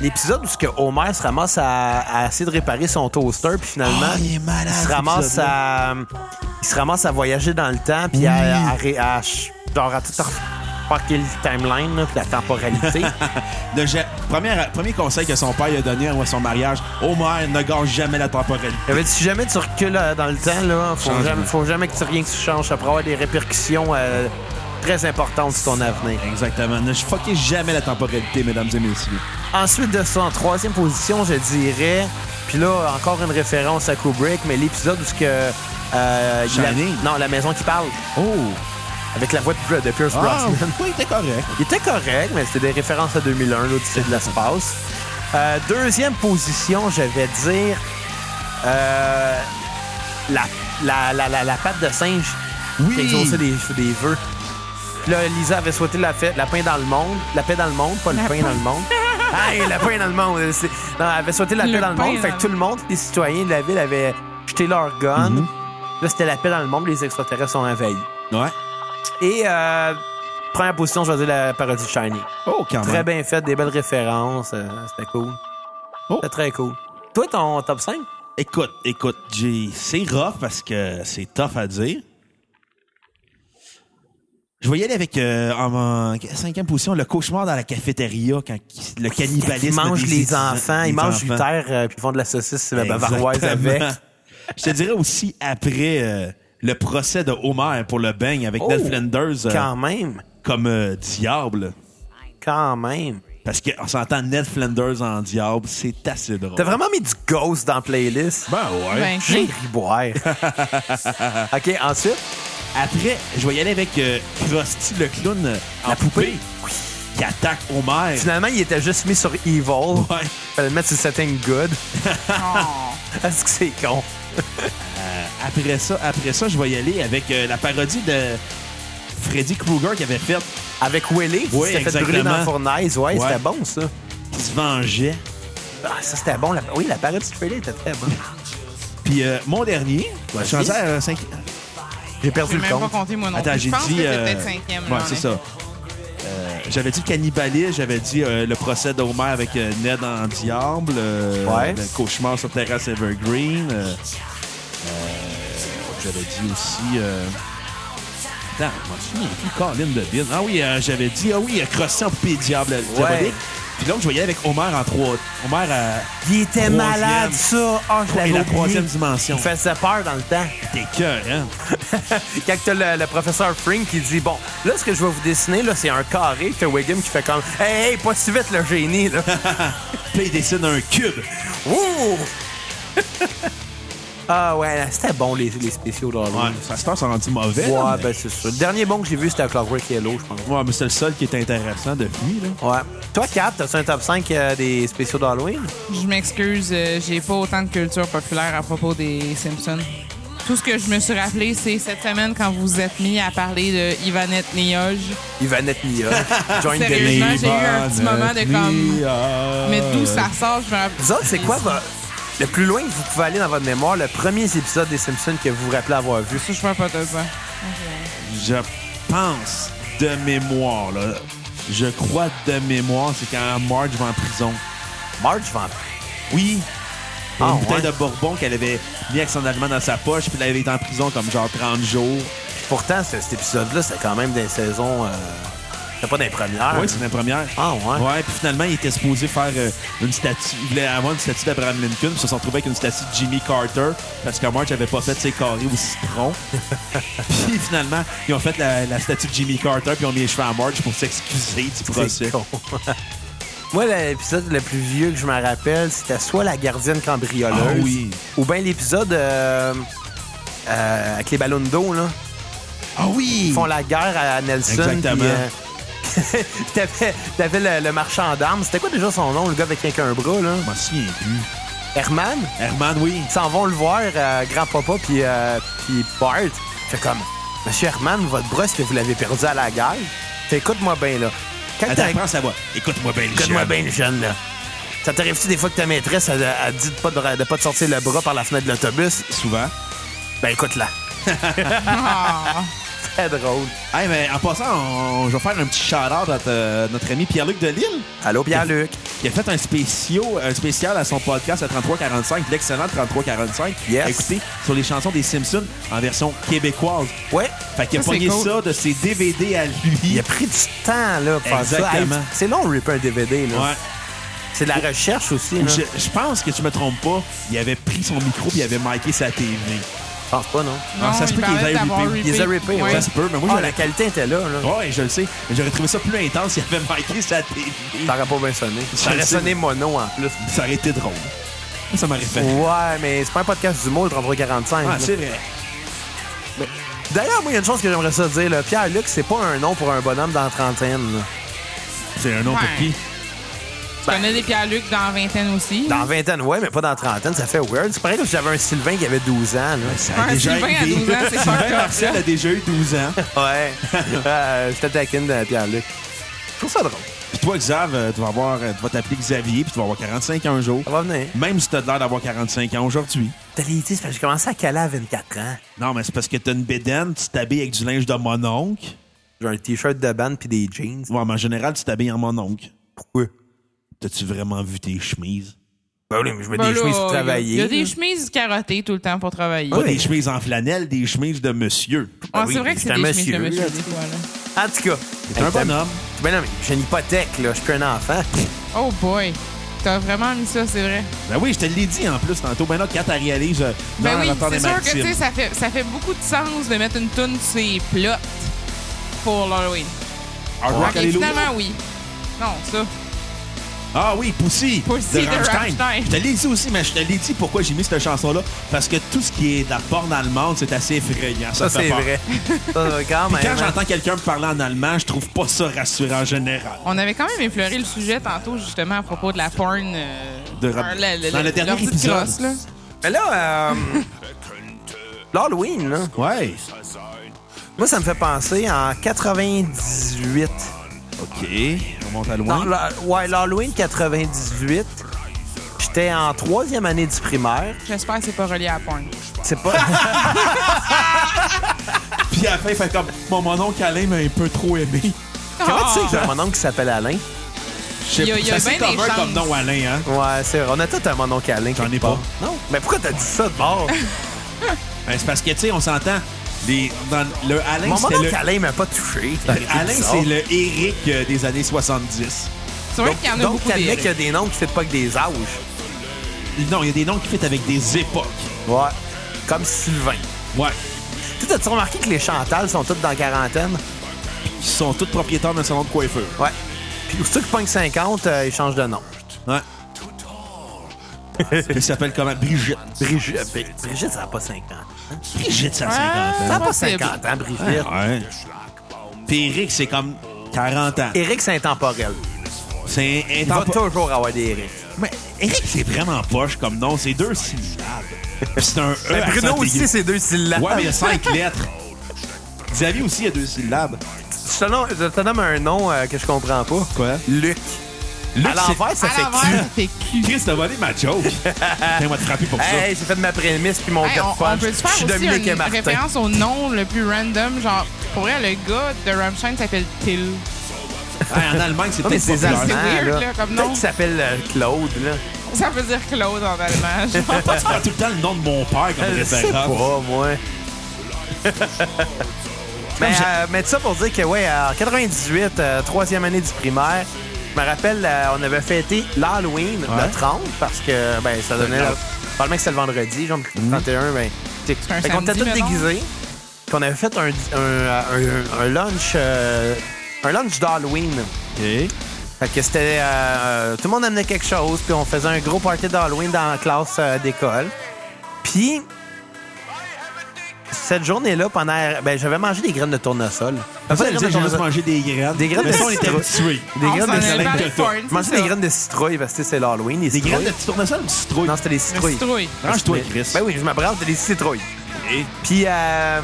Speaker 2: L'épisode où ce que Homer se ramasse à, à essayer de réparer son toaster, puis finalement,
Speaker 3: Ah, il est malade,
Speaker 2: il se
Speaker 3: cet
Speaker 2: ramasse
Speaker 3: épisode-là.
Speaker 2: à, il se ramasse à voyager dans le temps, puis à, à ré- à ch- genre à tout reparquer le timeline, là, puis la temporalité.
Speaker 3: Le ja- premier, premier conseil que son père lui a donné à son mariage, Homer, ne gâche jamais la temporalité.
Speaker 2: Il avait dit, si jamais tu recules euh, dans le temps, là, faut
Speaker 3: Change,
Speaker 2: jamais,
Speaker 3: ouais.
Speaker 2: faut jamais que tu rien que tu changes, ça pourrait avoir des répercussions euh, très importantes sur ton avenir.
Speaker 3: Exactement. Ne fuckez jamais la temporalité, mesdames et messieurs.
Speaker 2: Ensuite de ça, en troisième position, je dirais, puis là, encore une référence à Kubrick, mais l'épisode où ce que... euh, il a-
Speaker 3: Shining.
Speaker 2: non, la maison qui parle,
Speaker 3: Oh!
Speaker 2: avec la voix de, de Pierce
Speaker 3: Ah,
Speaker 2: Brosnan.
Speaker 3: oui, t'es correct.
Speaker 2: Il était correct, mais c'était des références à 2001, l'Odyssée de l'espace. Euh, deuxième position, je vais dire euh, la, la, la, la, la patte de singe
Speaker 3: Oui.
Speaker 2: qui exauçait des, des vœux. Puis Là, Lisa avait souhaité la, fête, la paix dans le monde. La paix dans le monde, pas le pain dans le monde. hey, la paix dans le monde. euh, c'est- Non, elle avait souhaité la
Speaker 4: Le
Speaker 2: paix dans le
Speaker 4: pain
Speaker 2: monde.
Speaker 4: dans
Speaker 2: Fait
Speaker 4: le
Speaker 2: que tout le monde, les citoyens de la ville avaient jeté leur gun. Là, c'était la paix dans le monde. Les extraterrestres ont envahi.
Speaker 3: Ouais.
Speaker 2: Et euh, première position, je vais dire la parodie de Shiny.
Speaker 3: Oh, quand
Speaker 2: Très
Speaker 3: même.
Speaker 2: bien fait, des belles références. euh, C'était cool.
Speaker 3: Oh.
Speaker 2: C'était très cool. Toi, ton top 5?
Speaker 3: Écoute, écoute, j'ai- c'est rough parce que c'est tough à dire. Je vais y aller avec, euh, en, en cinquième position, le cauchemar dans la cafétéria, quand qui- le cannibalisme.
Speaker 2: Ils mangent
Speaker 3: des
Speaker 2: les
Speaker 3: étudiants-
Speaker 2: enfants, ils
Speaker 3: des
Speaker 2: mangent du
Speaker 3: enfants.
Speaker 2: terre, euh, puis ils font de la saucisse la bavaroise avec.
Speaker 3: Exactement. Je te dirais aussi après euh, le procès de Homer pour le bang avec
Speaker 2: Oh!
Speaker 3: Ned Flanders euh,
Speaker 2: Quand même,
Speaker 3: comme euh, diable.
Speaker 2: quand même.
Speaker 3: Parce qu'on s'entend Ned Flanders en diable, c'est assez drôle.
Speaker 2: T'as vraiment mis du ghost dans la playlist?
Speaker 3: Ben ouais.
Speaker 4: Ben,
Speaker 2: J'ai ri boire. OK, ensuite,
Speaker 3: Après, je vais y aller avec euh, Krusty le clown euh, en
Speaker 2: La poupée.
Speaker 3: poupée, qui attaque Homer.
Speaker 2: finalement, il était juste mis sur Evil.
Speaker 3: Ouais.
Speaker 2: Fallait le mettre sur Setting Good. Ah.
Speaker 4: Oh.
Speaker 2: Est-ce que c'est con?
Speaker 3: Après ça, après ça, je vais y aller avec euh, la parodie de Freddy Krueger qui avait fait
Speaker 2: Avec Willy,
Speaker 3: Oui,
Speaker 2: il s'est fait brûler
Speaker 3: exactement.
Speaker 2: dans la fournaise. Ouais,
Speaker 3: Ouais.
Speaker 2: c'était bon, ça.
Speaker 3: qui se vengeait.
Speaker 2: Ah, ça, c'était bon. La- Oui, la parodie de Willy était très bonne.
Speaker 3: Puis euh, mon dernier, je suis rendu à euh, cinq-
Speaker 2: J'ai perdu
Speaker 4: J'ai
Speaker 2: le
Speaker 4: même pas
Speaker 2: compte.
Speaker 4: compté, moi non
Speaker 3: Attends,
Speaker 4: plus.
Speaker 3: j'ai
Speaker 4: Je pense
Speaker 3: dit.
Speaker 4: que c'est
Speaker 3: euh,
Speaker 4: peut-être cinquième.
Speaker 3: Ouais,
Speaker 4: là, hein. en
Speaker 3: c'est
Speaker 4: effet.
Speaker 3: ça. Euh, j'avais dit le cannibalisme, j'avais dit euh, le procès d'Homer avec euh, Ned en diable, euh,
Speaker 2: Ouais.
Speaker 3: le cauchemar sur terrasse Evergreen. euh, euh, j'avais dit aussi. euh, Attends, je m'en souviens plus, Colin de Bin. Ah oui, euh, j'avais dit, ah oui, euh, Crosset en poupée diable diabolique. Puis donc, je voyais avec Homer en trois. Homer à
Speaker 2: Il était
Speaker 3: Troisième.
Speaker 2: malade, ça. Ah, je l'avais
Speaker 3: et la
Speaker 2: oublié.
Speaker 3: troisième dimension.
Speaker 2: Il faisait peur dans le temps.
Speaker 3: T'es cœur, hein?
Speaker 2: Quand t'as le, le professeur Frink qui dit Bon, là, ce que je vais vous dessiner, là, c'est un carré. T'as Wiggum qui fait comme Hey, hey, pas si vite, le génie, là.
Speaker 3: Puis il dessine un cube.
Speaker 2: Ouh! ah, ouais, là, c'était bon, les, les spéciaux
Speaker 3: Ouais,
Speaker 2: d'Halloween.
Speaker 3: ça se passe, ça a rendu mauvais.
Speaker 2: Ouais,
Speaker 3: là, mais-
Speaker 2: ben, c'est ça. Le dernier bon que j'ai vu, c'était à Clockwork Yellow, je pense.
Speaker 3: Ouais, mais c'est le seul qui est intéressant depuis, là.
Speaker 2: Ouais. Toi, Kat, t'as-tu un top 5 euh, des spéciaux d'Halloween?
Speaker 4: Je m'excuse, euh, j'ai pas autant de culture populaire à propos des Simpsons. Tout ce que je me suis rappelé, c'est cette semaine quand vous vous êtes mis à parler de Ivanette Nioj.
Speaker 2: Yvanette Mia. Join the
Speaker 4: Sérieusement,
Speaker 2: Navy.
Speaker 4: j'ai eu un petit moment de comme. Mais
Speaker 3: Euh.
Speaker 4: d'où ça sort? Je me rappelle-
Speaker 2: Vous autres, c'est quoi vo- le plus loin que vous pouvez aller dans votre mémoire, le premier épisode des Simpsons que vous vous rappelez avoir vu?
Speaker 4: Je ne pas de ça.
Speaker 3: Je pense de mémoire, là. Je crois de mémoire, c'est quand Marge va en prison.
Speaker 2: Marge Van.
Speaker 3: Oui.
Speaker 2: Ah,
Speaker 3: une bouteille
Speaker 2: ouais.
Speaker 3: de bourbon qu'elle avait mis accidentellement dans sa poche, puis là, elle était en prison comme genre 30 jours.
Speaker 2: Pourtant, ce- cet épisode-là, c'était quand même des saisons. euh, C'était pas des premières.
Speaker 3: Oui, c'est la première.
Speaker 2: Ah, ouais.
Speaker 3: Ouais, puis finalement, il était supposé faire euh, une statue. Il voulait avoir une statue d'Abraham Lincoln, puis ils se sont retrouvés avec une statue de Jimmy Carter, parce que Marge avait pas fait ses carrés au citron. puis finalement, ils ont fait la, la statue de Jimmy Carter, puis ils ont mis les cheveux à Marge pour s'excuser du procès.
Speaker 2: C'est con. Moi, l'épisode le plus vieux que je me rappelle, c'était soit La gardienne cambrioleuse,
Speaker 3: Ah oui.
Speaker 2: ou bien l'épisode euh, euh, avec les ballons d'eau. là.
Speaker 3: Ah oui!
Speaker 2: Ils font la guerre à Nelson.
Speaker 3: Exactement.
Speaker 2: puis, euh, T'avais t'avais le, le marchand d'armes. C'était quoi déjà son nom, le gars avec un bras, là?
Speaker 3: Je m'en souviens plus.
Speaker 2: Herman?
Speaker 3: Herman, oui.
Speaker 2: Ils s'en vont le voir, euh, grand-papa puis euh, puis Bart. Fait comme, Monsieur Herman, votre bras, est-ce que vous l'avez perdu à la guerre? Fait écoute-moi bien, là. Quand
Speaker 3: Attends,
Speaker 2: t'as-
Speaker 3: prends sa voix. Écoute-moi bien, les
Speaker 2: Écoute-moi
Speaker 3: jeunes.
Speaker 2: bien, jeune, là. Ça t'arrive-tu des fois que ta maîtresse, elle, elle dit de pas, de, de pas te sortir le bras par la fenêtre de l'autobus?
Speaker 3: Souvent.
Speaker 2: Ben, écoute-la.
Speaker 4: Ah.
Speaker 2: Très drôle.
Speaker 3: Hey, mais en passant, on- je vais faire un petit shout-out à t- notre ami Pierre-Luc Delisle,
Speaker 2: Allô, Pierre-Luc?
Speaker 3: qui a fait un, spéciaux- un spécial à son podcast, le 3345, l'excellent 3345.
Speaker 2: Yes.
Speaker 3: Écoutez, sur les chansons des Simpsons en version québécoise.
Speaker 2: Ouais.
Speaker 3: Fait qu'il a
Speaker 4: Ça, c'est
Speaker 3: pogné
Speaker 4: cool.
Speaker 3: ça de ses DVD à lui.
Speaker 2: Il a pris du temps, là, pour faire ça.
Speaker 3: Exactement.
Speaker 2: Hey, C'est long, ripper un DVD, là.
Speaker 3: Ouais.
Speaker 2: C'est de la recherche aussi, là.
Speaker 3: Je, je pense que tu me trompes pas, il avait pris son micro puis il avait marqué sa TV.
Speaker 2: Je pense pas, non?
Speaker 3: Non, ça se
Speaker 4: Ah,
Speaker 3: peut
Speaker 4: il
Speaker 3: qu'ils
Speaker 4: parlait
Speaker 3: aient
Speaker 4: d'avoir
Speaker 3: rippé.
Speaker 2: Il les a rippés,
Speaker 4: oui.
Speaker 3: Ça se peut, mais moi,
Speaker 2: Ah,
Speaker 3: je
Speaker 2: la
Speaker 3: l'ai-
Speaker 2: qualité était là, là.
Speaker 3: Ouais, je le sais. mais J'aurais trouvé ça plus intense s'il avait marqué sa TV.
Speaker 2: Ça aurait pas bien sonné. Ça
Speaker 3: Je
Speaker 2: aurait
Speaker 3: sais.
Speaker 2: sonné mono, en plus.
Speaker 3: Ça aurait été drôle. Ça m'aurait fait.
Speaker 2: Ouais, mais c'est pas un podcast du mot, le 3345.
Speaker 3: Ah,
Speaker 2: là.
Speaker 3: c'est vrai.
Speaker 2: D'ailleurs, moi, il y a une chose que j'aimerais ça dire. là. Pierre-Luc, c'est pas un nom pour un bonhomme dans la trentaine. là.
Speaker 3: C'est un nom pour
Speaker 4: Ouais.
Speaker 3: qui?
Speaker 4: Je connais des Pierre-Luc dans la vingtaine aussi.
Speaker 2: Dans la vingtaine, ouais, mais pas dans la trentaine. Ça fait weird. C'est pareil comme si j'avais un Sylvain qui avait 12 ans. Là.
Speaker 3: Ça a
Speaker 4: Ouais,
Speaker 3: déjà
Speaker 4: Sylvain à
Speaker 3: été.
Speaker 4: 12 ans, Ah, c'est
Speaker 3: Sylvain
Speaker 4: fucked up,
Speaker 3: Marcel
Speaker 4: ça.
Speaker 3: a déjà eu 12 ans.
Speaker 2: Ouais. euh, je te taquine de Pierre-Luc. Je trouve ça drôle.
Speaker 3: Puis toi, Xav, euh, tu vas avoir, euh, tu vas t'appeler Xavier, puis tu vas avoir 45 ans un jour.
Speaker 2: Ça va venir.
Speaker 3: Même si t'as de l'air d'avoir 45 ans aujourd'hui.
Speaker 2: T'as les idées, c'est parce que j'ai commencé à caler à 24 ans.
Speaker 3: Non, mais c'est parce que t'as une bédaine, tu t'habilles avec du linge de mon oncle.
Speaker 2: J'ai un t-shirt de band puis des jeans.
Speaker 3: Ouais, mais en général, tu t'habilles en mon oncle.
Speaker 2: Pourquoi?
Speaker 3: T'as-tu vraiment vu tes chemises?
Speaker 2: Ben oui, mais je mets
Speaker 4: Ben
Speaker 2: des
Speaker 4: là,
Speaker 2: chemises pour
Speaker 4: il y a- Il y a
Speaker 2: travailler.
Speaker 4: des chemises carottées tout le temps pour travailler.
Speaker 3: Pas
Speaker 2: Ouais.
Speaker 3: des chemises en flanelle, des chemises de monsieur. Ben
Speaker 4: Ah,
Speaker 2: oui,
Speaker 4: c'est vrai que
Speaker 2: c'est
Speaker 4: c'est des
Speaker 2: un
Speaker 4: chemises de
Speaker 2: monsieur,
Speaker 4: monsieur
Speaker 2: là,
Speaker 4: des fois. Là.
Speaker 2: En tout cas.
Speaker 3: T'es un bonhomme.
Speaker 2: Ben non, mais j'ai une hypothèque, là. Je suis plus un enfant.
Speaker 4: Oh boy, t'as vraiment mis ça, c'est vrai.
Speaker 3: Ben oui, je te l'ai dit en plus tantôt. Ben là, quand t'as réalisé euh, dans
Speaker 4: Ben oui,
Speaker 3: la
Speaker 4: c'est sûr que tu sais, ça fait, ça fait beaucoup de sens de mettre une toune sur les plots pour l'Halloween.
Speaker 3: Hard Rock
Speaker 4: Ok,
Speaker 3: Hallelujah.
Speaker 4: finalement, oui. Non, ça.
Speaker 3: Ah oui, Pussy,
Speaker 4: Pussy de Rammstein.
Speaker 3: Je te l'ai dit aussi, mais je te l'ai dit pourquoi j'ai mis cette chanson-là. Parce que tout ce qui est de la porn allemande, c'est assez effrayant. Ça,
Speaker 2: Ça,
Speaker 3: fait
Speaker 2: c'est
Speaker 3: peur.
Speaker 2: vrai. Ça, quand même.
Speaker 3: Quand
Speaker 2: hein.
Speaker 3: j'entends quelqu'un me parler en allemand, je trouve pas ça rassurant en général.
Speaker 4: On avait quand même effleuré le sujet tantôt, justement, à propos de la porn. euh,
Speaker 3: De
Speaker 4: euh,
Speaker 3: rap-
Speaker 4: la- la-
Speaker 3: Dans le
Speaker 4: la-
Speaker 3: dernier
Speaker 4: l'ordi de
Speaker 3: épisode.
Speaker 4: crosse, là.
Speaker 2: Mais là, euh, l'Halloween, là,
Speaker 3: Ouais.
Speaker 2: moi, ça me fait penser en 98.
Speaker 3: OK. On monte à
Speaker 2: Non,
Speaker 3: loin.
Speaker 2: la- ouais, l'Halloween 98. J'étais en troisième année du primaire.
Speaker 4: J'espère que c'est pas relié à la porn.
Speaker 2: C'est pas.
Speaker 3: Puis à la fin, il fait comme mon, mon oncle Alain m'a un peu trop aimé.
Speaker 2: Comment tu sais que
Speaker 4: Ah!
Speaker 2: j'ai mon oncle qui s'appelle Alain?
Speaker 3: Je sais
Speaker 4: Il y a-
Speaker 3: pas,
Speaker 4: il y a
Speaker 3: c'est assez
Speaker 4: bien des
Speaker 3: commun
Speaker 4: chances.
Speaker 3: comme nom, Alain, hein?
Speaker 2: Ouais, c'est vrai. On a tous un mon oncle Alain.
Speaker 3: J'en ai
Speaker 2: quelque
Speaker 3: pas.
Speaker 2: part. Non? Mais pourquoi t'as dit ça de bord?
Speaker 3: Ben, c'est parce que, tu sais, on s'entend. Les, dans, le Alain,
Speaker 2: mon mon
Speaker 3: c'était
Speaker 2: oncle
Speaker 3: le. Ben,
Speaker 2: Alain m'a pas touché.
Speaker 3: Alain, c'est le Eric euh, des années 70.
Speaker 4: C'est vrai qu'il y en a
Speaker 2: Donc,
Speaker 4: beaucoup
Speaker 2: t'admets
Speaker 4: des.
Speaker 2: qu'il y a des noms qui ne pas que des âges.
Speaker 3: Non, il y a des noms qui fit avec des époques.
Speaker 2: Ouais. Comme Sylvain.
Speaker 3: Ouais.
Speaker 2: Tu as remarqué que les Chantal sont toutes dans la quarantaine?
Speaker 3: Ils sont tous propriétaires d'un salon de coiffeur.
Speaker 2: Ouais. Puis aussitôt que pogne 50, euh, il change de nom.
Speaker 3: Ouais. Il s'appelle comment? Brigitte.
Speaker 2: Brigitte, euh, Bri- Brigitte ça n'a pas 50 ans.
Speaker 3: Brigitte, ça a
Speaker 4: Ah.
Speaker 3: 50
Speaker 2: Ça n'a pas
Speaker 4: Impossible.
Speaker 2: 50 ans, Brigitte.
Speaker 3: ans. Ouais. Puis Eric, c'est comme 40 ans.
Speaker 2: Éric, c'est intemporel.
Speaker 3: C'est
Speaker 2: Il va
Speaker 3: intemporel.
Speaker 2: toujours avoir des rires.
Speaker 3: Mais Eric, c'est vraiment poche comme nom. C'est deux syllabes. Puis c'est un E.
Speaker 2: Mais Ben, Bruno
Speaker 3: accent aigu.
Speaker 2: aussi, c'est deux syllabes.
Speaker 3: Ouais, mais il y a cinq lettres. Xavier aussi, il y a deux syllabes.
Speaker 2: Je te nomme, je te nomme un nom euh, que je comprends pas.
Speaker 3: Quoi?
Speaker 2: Luc.
Speaker 3: Luc,
Speaker 2: à l'envers, ça
Speaker 4: À
Speaker 2: fait
Speaker 4: l'envers,
Speaker 2: cul.
Speaker 4: ça fait cul.
Speaker 3: Chris, t'as volé ma joke. Tiens, moi, te frapper pour ça.
Speaker 2: Hey, j'ai fait de ma prémisse puis mon
Speaker 4: Hey,
Speaker 2: gars
Speaker 4: on,
Speaker 2: de fun.
Speaker 4: on
Speaker 2: Je
Speaker 4: peut-tu
Speaker 2: suis
Speaker 4: faire aussi
Speaker 2: Dominique et
Speaker 4: une
Speaker 2: Martin.
Speaker 4: référence au nom le plus random? Genre, pour vrai, le gars de Rammstein s'appelle Till.
Speaker 3: Hey, en Allemagne, c'est
Speaker 2: Non, mais
Speaker 3: peut-être
Speaker 2: c'est
Speaker 3: populaire.
Speaker 2: Allemand,
Speaker 4: weird,
Speaker 2: là.
Speaker 4: là, comme
Speaker 2: Peut-être
Speaker 4: nom.
Speaker 2: qu'il s'appelle euh, Claude, là.
Speaker 4: Ça veut dire Claude en allemand. genre.
Speaker 3: Pourquoi tu prends tout le temps le nom de mon père comme
Speaker 2: Je sais pas,
Speaker 3: référence?
Speaker 2: moi. mais, euh, mais tout ça pour dire que, ouais, en 98, euh, troisième année du primaire, je me rappelle, euh, on avait fêté l'Halloween,
Speaker 3: Ouais.
Speaker 2: le 30, parce que, ben, ça donnait...
Speaker 3: Le
Speaker 2: Le...
Speaker 3: 30.
Speaker 2: Probablement que c'était le vendredi, genre
Speaker 3: Mhm.
Speaker 2: le 31, ben... t'sais,
Speaker 4: un
Speaker 2: Fait qu'on était tous
Speaker 4: samedi, mettons.
Speaker 2: déguisés, puis on avait fait un, un- un- un lunch... euh, un lunch d'Halloween.
Speaker 3: Ok.
Speaker 2: Fait que c'était. euh, tout le monde amenait quelque chose, puis on faisait un gros party d'Halloween dans la classe euh, d'école. Puis. Cette journée-là, pendant. Ben, j'avais mangé des graines de tournesol.
Speaker 3: Après,
Speaker 2: Pas
Speaker 3: ça, il
Speaker 2: des graines
Speaker 3: disait
Speaker 2: de
Speaker 3: j'ai juste
Speaker 2: tournesol,
Speaker 3: mangé Ah, des graines.
Speaker 2: Des graines
Speaker 3: mais
Speaker 2: de
Speaker 3: ça, on était
Speaker 2: citron.
Speaker 3: habitués.
Speaker 2: Des
Speaker 4: On
Speaker 2: graines
Speaker 4: s'en
Speaker 2: de
Speaker 4: allait vers
Speaker 3: citrouille.
Speaker 4: les foreign,
Speaker 2: Je mangeais
Speaker 4: c'est
Speaker 2: des
Speaker 4: ça.
Speaker 2: graines de citrouille parce que c'est l'Halloween. Les
Speaker 3: Des graines
Speaker 2: citrouilles.
Speaker 3: de petit tournesol ou de citrouille?
Speaker 2: Non, c'était des
Speaker 4: Le
Speaker 2: citrouilles.
Speaker 4: citrouille.
Speaker 3: Range-toi,
Speaker 2: Mais-
Speaker 3: Chris.
Speaker 2: Ben oui, je me branle, c'était des citrouilles.
Speaker 3: Et-
Speaker 2: Puis, euh,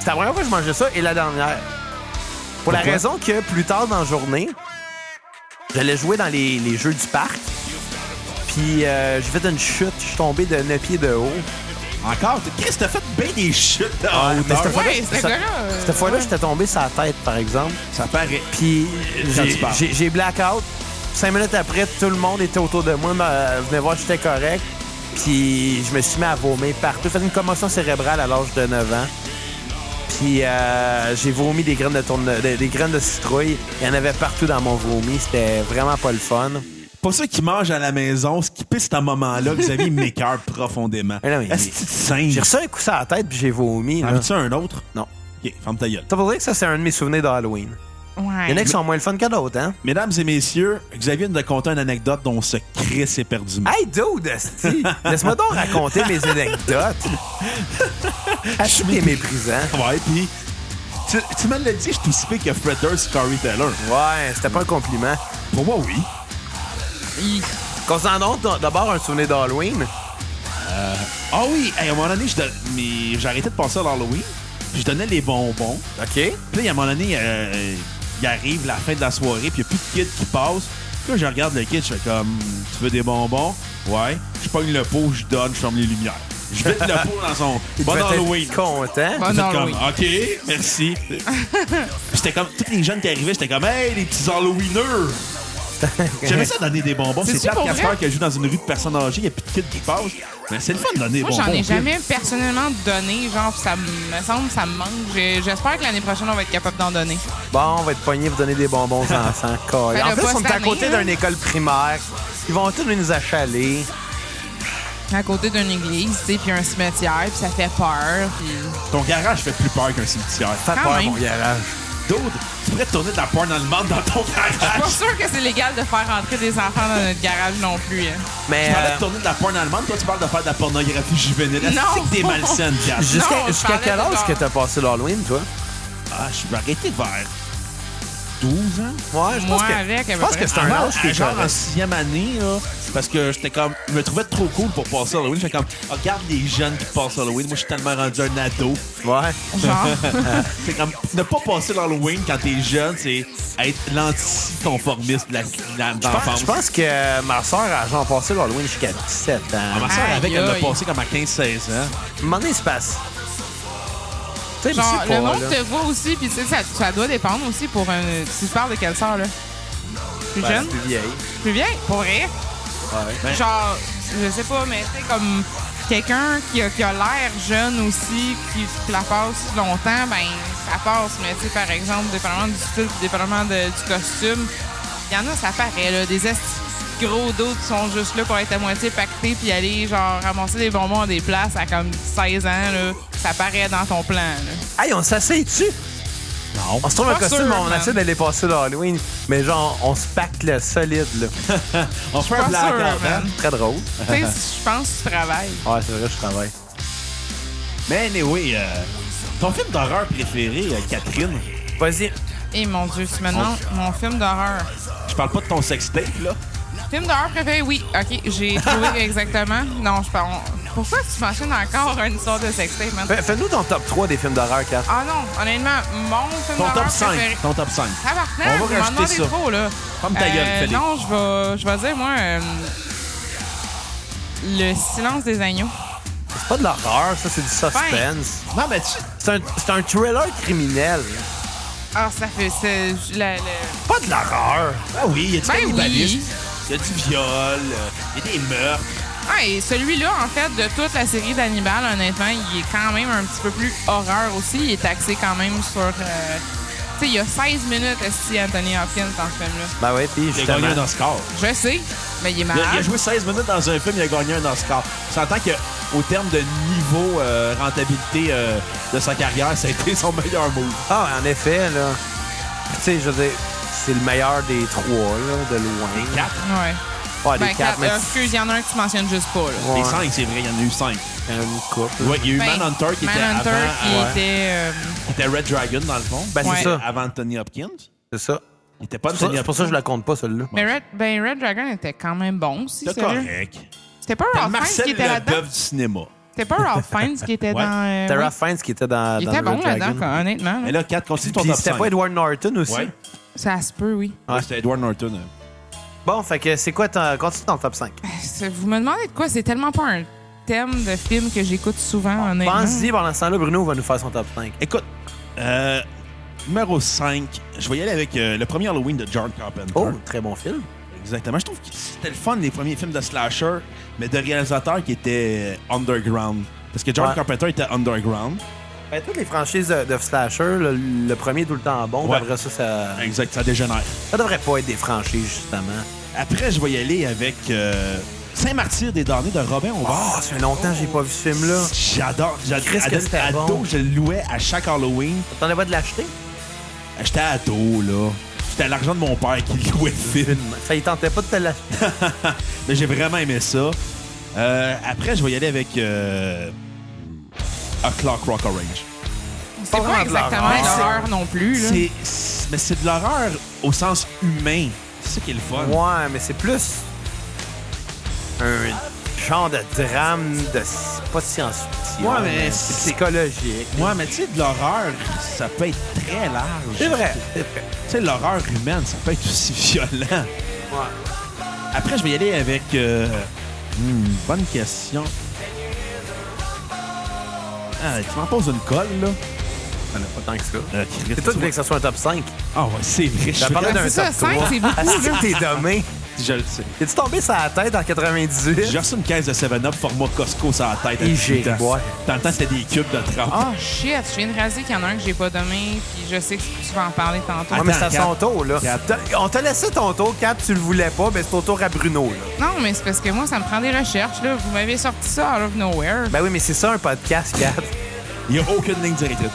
Speaker 2: c'était la première fois que je mangeais ça et la dernière. Pour la
Speaker 3: Pourquoi?
Speaker 2: raison que plus tard dans la journée, j'allais jouer dans les, les jeux du parc. Puis, euh, j'ai fait une chute, je suis tombé de 9 pieds de haut.
Speaker 3: Encore? t'as- Chris, t'as fait bien des chutes
Speaker 2: Ah,
Speaker 3: en
Speaker 2: mais
Speaker 3: hauteur.
Speaker 2: c'était
Speaker 4: Ouais,
Speaker 2: Faudrait-
Speaker 4: ce
Speaker 2: ça-
Speaker 4: gars-là. euh,
Speaker 2: Cette fois-là,
Speaker 4: ouais.
Speaker 2: j'étais tombé sur la tête, par exemple.
Speaker 3: Ça paraît.
Speaker 2: Puis,
Speaker 3: Quand
Speaker 2: j'ai-
Speaker 3: tu parles.
Speaker 2: j'ai j'ai blackout. Cinq minutes après, tout le monde était autour de moi, me- venait voir que j'étais correct. Puis, je me suis mis à vomir partout. J'ai fait une commotion cérébrale à l'âge de 9 ans. Puis euh, j'ai vomi des graines de tourne- des, des graines de citrouille. Il y en avait partout dans mon vomi. C'était vraiment pas le fun.
Speaker 3: Pour ceux qui mangent à la maison, skipper c'est un moment-là, Xavier m'écœure profondément.
Speaker 2: Ah non, mais-
Speaker 3: Est-ce que tu te singes?
Speaker 2: J'ai reçu un coup sur la tête puis j'ai vomi.
Speaker 3: T'en
Speaker 2: là.
Speaker 3: veux-tu un autre?
Speaker 2: Non.
Speaker 3: Ok, ferme ta gueule.
Speaker 2: Ça veut dire que ça, c'est un de mes souvenirs d'Halloween. Il y en a
Speaker 4: Ouais.
Speaker 3: Ben,
Speaker 2: qui sont moins le fun que d'autres, hein?
Speaker 3: Mesdames et messieurs, Xavier nous a conté une anecdote dont ce Chris est perdu.
Speaker 2: Hey, dude, esti, laisse-moi donc raconter mes anecdotes.
Speaker 3: Ah,
Speaker 2: Je suis bien méprisant.
Speaker 3: Ouais, puis tu, tu me l'as dit, je suis aussi pire que Fred Durst, Corey Taylor.
Speaker 2: Ouais, c'était pas un compliment.
Speaker 3: Pour moi, oui.
Speaker 4: Il-
Speaker 2: Qu'on s'en donne d- d'abord un souvenir d'Halloween.
Speaker 3: Ah oui, hey, à un moment donné, je don- mais j'ai arrêté de passer à l'Halloween, puis je donnais les bonbons.
Speaker 2: OK.
Speaker 3: Puis là, à un moment donné, euh, il arrive la fin de la soirée, puis il n'y a plus de kids qui passent. Puis là, je regarde le kid, je fais comme, tu veux des bonbons? Ouais. Je pogne le pot, je donne, je ferme les lumières. Je vide le pot dans son. Bon
Speaker 2: Peut-être
Speaker 3: Halloween.
Speaker 2: content.
Speaker 4: Bon
Speaker 3: Vous êtes
Speaker 4: Halloween.
Speaker 3: comme, OK, merci. Puis j'étais comme, tous les jeunes qui arrivaient, j'étais comme, hey, les petits Halloweeners. J'aimais ça donner des bonbons.
Speaker 4: C'est
Speaker 3: C'est
Speaker 4: sûr,
Speaker 3: Pierre
Speaker 4: pour
Speaker 3: Casper
Speaker 4: vrai?
Speaker 3: qui joue dans une rue de personnes âgées, il n'y a plus de kids qui passent. Mais c'est le fun de donner des
Speaker 4: Moi,
Speaker 3: bonbons.
Speaker 4: j'en ai
Speaker 3: aux kids.
Speaker 4: jamais personnellement donné. Genre, pis ça me semble, ça me manque. J'ai- J'espère que l'année prochaine, on va être capable d'en donner.
Speaker 2: Bon, on va être poignés pour donner des bonbons aux enfants. Colle. En
Speaker 4: Fais-le
Speaker 2: plus,
Speaker 4: pas
Speaker 2: on est à
Speaker 4: cette
Speaker 2: côté
Speaker 4: année, hein.
Speaker 2: d'une école primaire. Ils vont tous nous achaler.
Speaker 4: À côté d'une église, tu sais, puis un cimetière, puis ça fait peur. Puis...
Speaker 3: Ton garage fait plus peur qu'un cimetière.
Speaker 2: Pas
Speaker 4: Quand
Speaker 2: peur,
Speaker 4: même.
Speaker 2: mon garage.
Speaker 3: D'autres, tu pourrais tourner de la poire dans le monde dans ton
Speaker 2: Ah,
Speaker 3: garage.
Speaker 4: Pas sûr que c'est légal de faire entrer des enfants dans notre garage non plus. hein.
Speaker 2: Mais
Speaker 3: Tu parlais
Speaker 2: euh,
Speaker 3: de tourner de la porn allemande, toi tu parles de faire de la pornographie juvénile.
Speaker 4: Non.
Speaker 3: C'est que t'es malsaine, Pierre.
Speaker 4: Non,
Speaker 2: jusqu'à
Speaker 4: je
Speaker 2: jusqu'à
Speaker 4: parlais
Speaker 2: quel
Speaker 4: de
Speaker 2: âge
Speaker 4: genre-
Speaker 2: que t'as passé l'Halloween, toi?
Speaker 3: Ah, je vais arrêter vers 12 ans.
Speaker 2: Ouais, je pense
Speaker 4: Moi,
Speaker 2: que,
Speaker 4: avec, à
Speaker 2: je
Speaker 4: peu
Speaker 2: pense que
Speaker 4: près.
Speaker 2: c'est un
Speaker 3: Avant, euh,
Speaker 2: âge qui est
Speaker 3: Ah, genre en
Speaker 2: correct.
Speaker 3: sixième année, là, parce que j'étais comme, je me trouvais trop cool pour passer Halloween. J'étais comme, Ah, regarde les jeunes qui passent Halloween. Moi, je suis tellement rendu un ado.
Speaker 2: Ouais.
Speaker 4: Genre,
Speaker 2: Ah.
Speaker 3: C'est comme, ne pas passer l'Halloween quand t'es jeune, c'est être l'anticonformiste de la, de la-
Speaker 2: Je pense-
Speaker 3: d'enfance.
Speaker 2: Je pense que euh, ma soeur a genre passé l'Halloween jusqu'à 17 ans.
Speaker 3: Ah, Ma soeur, avec,
Speaker 4: Aïe,
Speaker 3: elle l'a
Speaker 4: aïe.
Speaker 3: passé comme à 15-16 ans.
Speaker 2: À un moment donné, il se passe. Tu sais, mais
Speaker 4: genre
Speaker 2: c'est
Speaker 4: le
Speaker 2: pas,
Speaker 4: monde
Speaker 2: là.
Speaker 4: te voit aussi, puis tu sais, ça, ça doit dépendre aussi pour un. Tu parles de quelle sœur, là? Plus
Speaker 2: Ben,
Speaker 4: jeune?
Speaker 2: plus vieille.
Speaker 4: Plus vieille? Pour rire?
Speaker 3: Ben,
Speaker 4: Genre, je sais pas, mais tu sais, comme quelqu'un qui a, qui a l'air jeune aussi, qui qui la passe longtemps, ben, ça passe. Mais tu sais, par exemple, dépendamment du style, puis dépendamment de- du costume, il y en a, ça paraît, là, des estis de gros d'autres sont juste là pour être à moitié pactés puis aller genre ramasser des bonbons à des places à comme 16 ans là, ça paraît dans ton plan. là.
Speaker 2: Hey, on s'assied dessus.
Speaker 3: Non.
Speaker 2: On se trouve un
Speaker 4: Pas
Speaker 2: costume,
Speaker 4: sûr,
Speaker 2: on
Speaker 4: man.
Speaker 2: essaie d'aller passer l'Halloween. Mais genre, on se pacte le solide, là.
Speaker 3: On se fait un
Speaker 4: Pas sûr,
Speaker 3: blackout, hein?
Speaker 4: man.
Speaker 2: Très drôle.
Speaker 4: Tu sais, je pense que tu travailles.
Speaker 2: Ouais, c'est vrai, je travaille.
Speaker 3: Mais anyway, euh, ton film d'horreur préféré, euh, Catherine,
Speaker 2: Vas-y.
Speaker 4: Eh, Et mon Dieu, tu me demandes mon film d'horreur.
Speaker 3: je parle pas de ton sextape, là.
Speaker 4: Film d'horreur préféré, oui. OK, j'ai trouvé exactement. Non, je parle. Pourquoi tu mentionnes encore une histoire de sextape, man?
Speaker 3: Ben,
Speaker 2: Fais- Fais-nous ton top 3 des films d'horreur, Kat.
Speaker 4: Ah non, honnêtement, mon film
Speaker 3: Ton top
Speaker 4: d'horreur
Speaker 3: 5.
Speaker 4: préféré.
Speaker 3: Ton top 5.
Speaker 4: Tabarnak,
Speaker 3: On
Speaker 4: vous
Speaker 3: va
Speaker 4: m'en
Speaker 3: rajouter
Speaker 4: demandez
Speaker 3: ça.
Speaker 4: trop, là. Euh,
Speaker 3: Ferme ta gueule, Félix.
Speaker 4: Non, je vais, je vais dire, moi, euh, Le silence des agneaux.
Speaker 2: C'est pas de l'horreur, ça, c'est du suspense.
Speaker 3: Non, mais tu.
Speaker 2: C'est un, c'est un thriller criminel.
Speaker 4: Ah, ça fait... c'est- la- le-
Speaker 2: Pas de l'horreur.
Speaker 3: Ah oui, il y a du
Speaker 4: Ben oui.
Speaker 3: cannibalisme. Il y a du viol. euh, Il y a des meurtres.
Speaker 4: Ah, et celui-là, en fait, de toute la série d'Hannibal, honnêtement, il est quand même un petit peu plus horreur aussi. Il est axé quand même sur... euh, tu sais, il y a 16 minutes, si Anthony Hopkins dans ce film-là.
Speaker 2: Ben ouais,
Speaker 3: Il
Speaker 2: puis
Speaker 3: a gagné
Speaker 2: justement...
Speaker 3: un Oscar.
Speaker 4: Je sais, mais il est
Speaker 3: Il
Speaker 4: malade.
Speaker 3: a, il a joué 16 minutes dans un film, il a gagné un Oscar. On s'entend qu'au terme de niveau euh, rentabilité euh, de sa carrière, ça a été son meilleur move.
Speaker 2: Ah, en effet, là. Tu sais, je veux dire, c'est le meilleur des trois, là, de loin.
Speaker 3: Quatre.
Speaker 4: Ouais.
Speaker 2: Ah, des
Speaker 4: Ben,
Speaker 2: quatre,
Speaker 4: quatre,
Speaker 2: mais
Speaker 4: euh, excuse, il y en a un que tu mentionnes juste pas, là.
Speaker 2: Ouais.
Speaker 3: Les cinq, c'est vrai, il y en a eu cinq.
Speaker 2: une couple.
Speaker 3: Ouais, il y a eu
Speaker 4: Ben,
Speaker 3: Manhunter qui était
Speaker 4: Manhunter
Speaker 3: avant,
Speaker 4: qui
Speaker 3: euh,
Speaker 4: était, euh,
Speaker 3: qui était Red Dragon dans le fond.
Speaker 2: Ben, c'est
Speaker 4: Ouais.
Speaker 2: ça.
Speaker 3: avant Anthony Hopkins.
Speaker 2: C'est ça.
Speaker 3: Il était pas
Speaker 2: C'est pour ça-
Speaker 3: Anthony
Speaker 2: c'est pour ça que je le compte pas, celui-là.
Speaker 4: mais Red, ben Red Dragon était quand même bon aussi,
Speaker 3: C'était
Speaker 4: celui-là.
Speaker 3: correct.
Speaker 4: C'était pas
Speaker 3: T'as
Speaker 4: Ralph Fiennes qui
Speaker 3: Marcel
Speaker 4: était là-dedans. Hum.
Speaker 3: Lebeuf du cinéma.
Speaker 4: C'était pas Ralph Fiennes qui était
Speaker 3: Ouais.
Speaker 4: dans. euh,
Speaker 2: Tara
Speaker 4: oui.
Speaker 2: Fiennes qui était dans,
Speaker 4: Il
Speaker 2: dans
Speaker 4: était
Speaker 2: le
Speaker 4: bon
Speaker 2: Red
Speaker 4: là-dedans,
Speaker 2: Dragon.
Speaker 4: quoi, honnêtement. là.
Speaker 3: Mais là, 4 continue ton
Speaker 2: Puis
Speaker 3: top
Speaker 2: c'était
Speaker 3: 5.
Speaker 2: pas Edward Norton aussi.
Speaker 3: Ouais.
Speaker 4: Ça se peut, oui.
Speaker 2: Ouais.
Speaker 3: Ouais, c'était Edward Norton. hein.
Speaker 2: Bon, fait que c'est quoi ton. Continue ton top 5.
Speaker 4: C'est- Vous me demandez de quoi C'est tellement pas un thème de film que j'écoute souvent, honnêtement.
Speaker 2: Pense-y pendant ce temps-là, Bruno va nous faire son top 5.
Speaker 3: Écoute, euh, numéro 5, je vais y aller avec euh, le premier Halloween de John Carpenter.
Speaker 2: Oh, très bon film.
Speaker 3: Exactement. Je trouve que c'était le fun des premiers films de slasher, mais de réalisateurs qui étaient euh, underground. Parce que John
Speaker 2: Ouais.
Speaker 3: Carpenter était underground.
Speaker 2: Ben, toutes les franchises de, de slasher, le, le premier est tout le temps bon, puis
Speaker 3: Ouais.
Speaker 2: après ça, ça,
Speaker 3: Exact, ça dégénère.
Speaker 2: ça devrait pas être des franchises, justement.
Speaker 3: Après, je vais y aller avec euh, Saint-Martyr des damnés de Robin
Speaker 2: Oh,
Speaker 3: Aubert.
Speaker 2: ça fait longtemps que j'ai pas vu ce film-là.
Speaker 3: J'adore.
Speaker 2: Christ, que
Speaker 3: J'adore.
Speaker 2: c'était
Speaker 3: Ado,
Speaker 2: bon.
Speaker 3: je le louais à chaque Halloween.
Speaker 2: T'en avais de l'acheter?
Speaker 3: J'étais ado, là. C'était l'argent de mon père qui louait le film.
Speaker 2: Ça, il tentait pas de te l'acheter.
Speaker 3: Mais j'ai vraiment aimé ça. Euh, après, je vais y aller avec euh, A Clock Rock Orange.
Speaker 4: C'est
Speaker 2: vraiment
Speaker 4: pas
Speaker 2: de
Speaker 4: exactement
Speaker 2: l'horreur.
Speaker 4: l'horreur non plus, là.
Speaker 3: C'est, c'est- mais c'est de l'horreur au sens humain. C'est ça qui est le fun.
Speaker 2: Ouais, mais c'est plus un genre de drame de. pas de science-fiction.
Speaker 3: Ouais, mais
Speaker 2: c'est
Speaker 3: c'est-
Speaker 2: psychologique.
Speaker 3: Ouais, mais tu sais, de l'horreur, ça peut être très large.
Speaker 2: C'est vrai.
Speaker 3: Tu sais, l'horreur humaine, ça peut être aussi violent.
Speaker 2: Ouais.
Speaker 3: Après, je vais y aller avec. euh, hmm, bonne question. Ah, tu m'en poses une colle, là.
Speaker 2: Pas tant que ça.
Speaker 3: Euh, Chris,
Speaker 2: C'est toi qui
Speaker 3: tu
Speaker 2: voulais que ça soit un top 5.
Speaker 3: vois- Ah, ouais, c'est vrai.
Speaker 2: T'as
Speaker 3: je-
Speaker 2: parlé d'un
Speaker 4: c'est ça,
Speaker 2: top
Speaker 4: cinq,
Speaker 2: 3.
Speaker 4: c'est beaucoup,
Speaker 2: Ah, c'est que t'es dommé.
Speaker 3: Je le sais.
Speaker 2: T'es-tu tombé sur la tête en 98?
Speaker 3: J'ai reçu une caisse de 7-Up format Costco sur la tête. à
Speaker 2: Et
Speaker 3: 18
Speaker 2: j'ai- Ah.
Speaker 3: ans.
Speaker 2: ouais.
Speaker 3: Dans le temps, c'était des cubes de 30.
Speaker 4: Oh shit, je viens de réaliser qu'il y en a un que j'ai pas donné, puis je sais que tu vas en parler tantôt.
Speaker 2: Ouais, mais c'est à
Speaker 3: Attends,
Speaker 2: son
Speaker 3: Kat.
Speaker 2: tour, là.
Speaker 3: Kat.
Speaker 2: T'as- On t'a laissé ton tour, Kat, tu le voulais pas, mais c'est ton tour à Bruno, là.
Speaker 4: Non, mais c'est parce que moi, ça me prend des recherches, là. Vous m'avez sorti ça out of nowhere.
Speaker 2: Ben oui, mais c'est ça un podcast, Kat.
Speaker 3: Il n'y a aucune ligne directrice.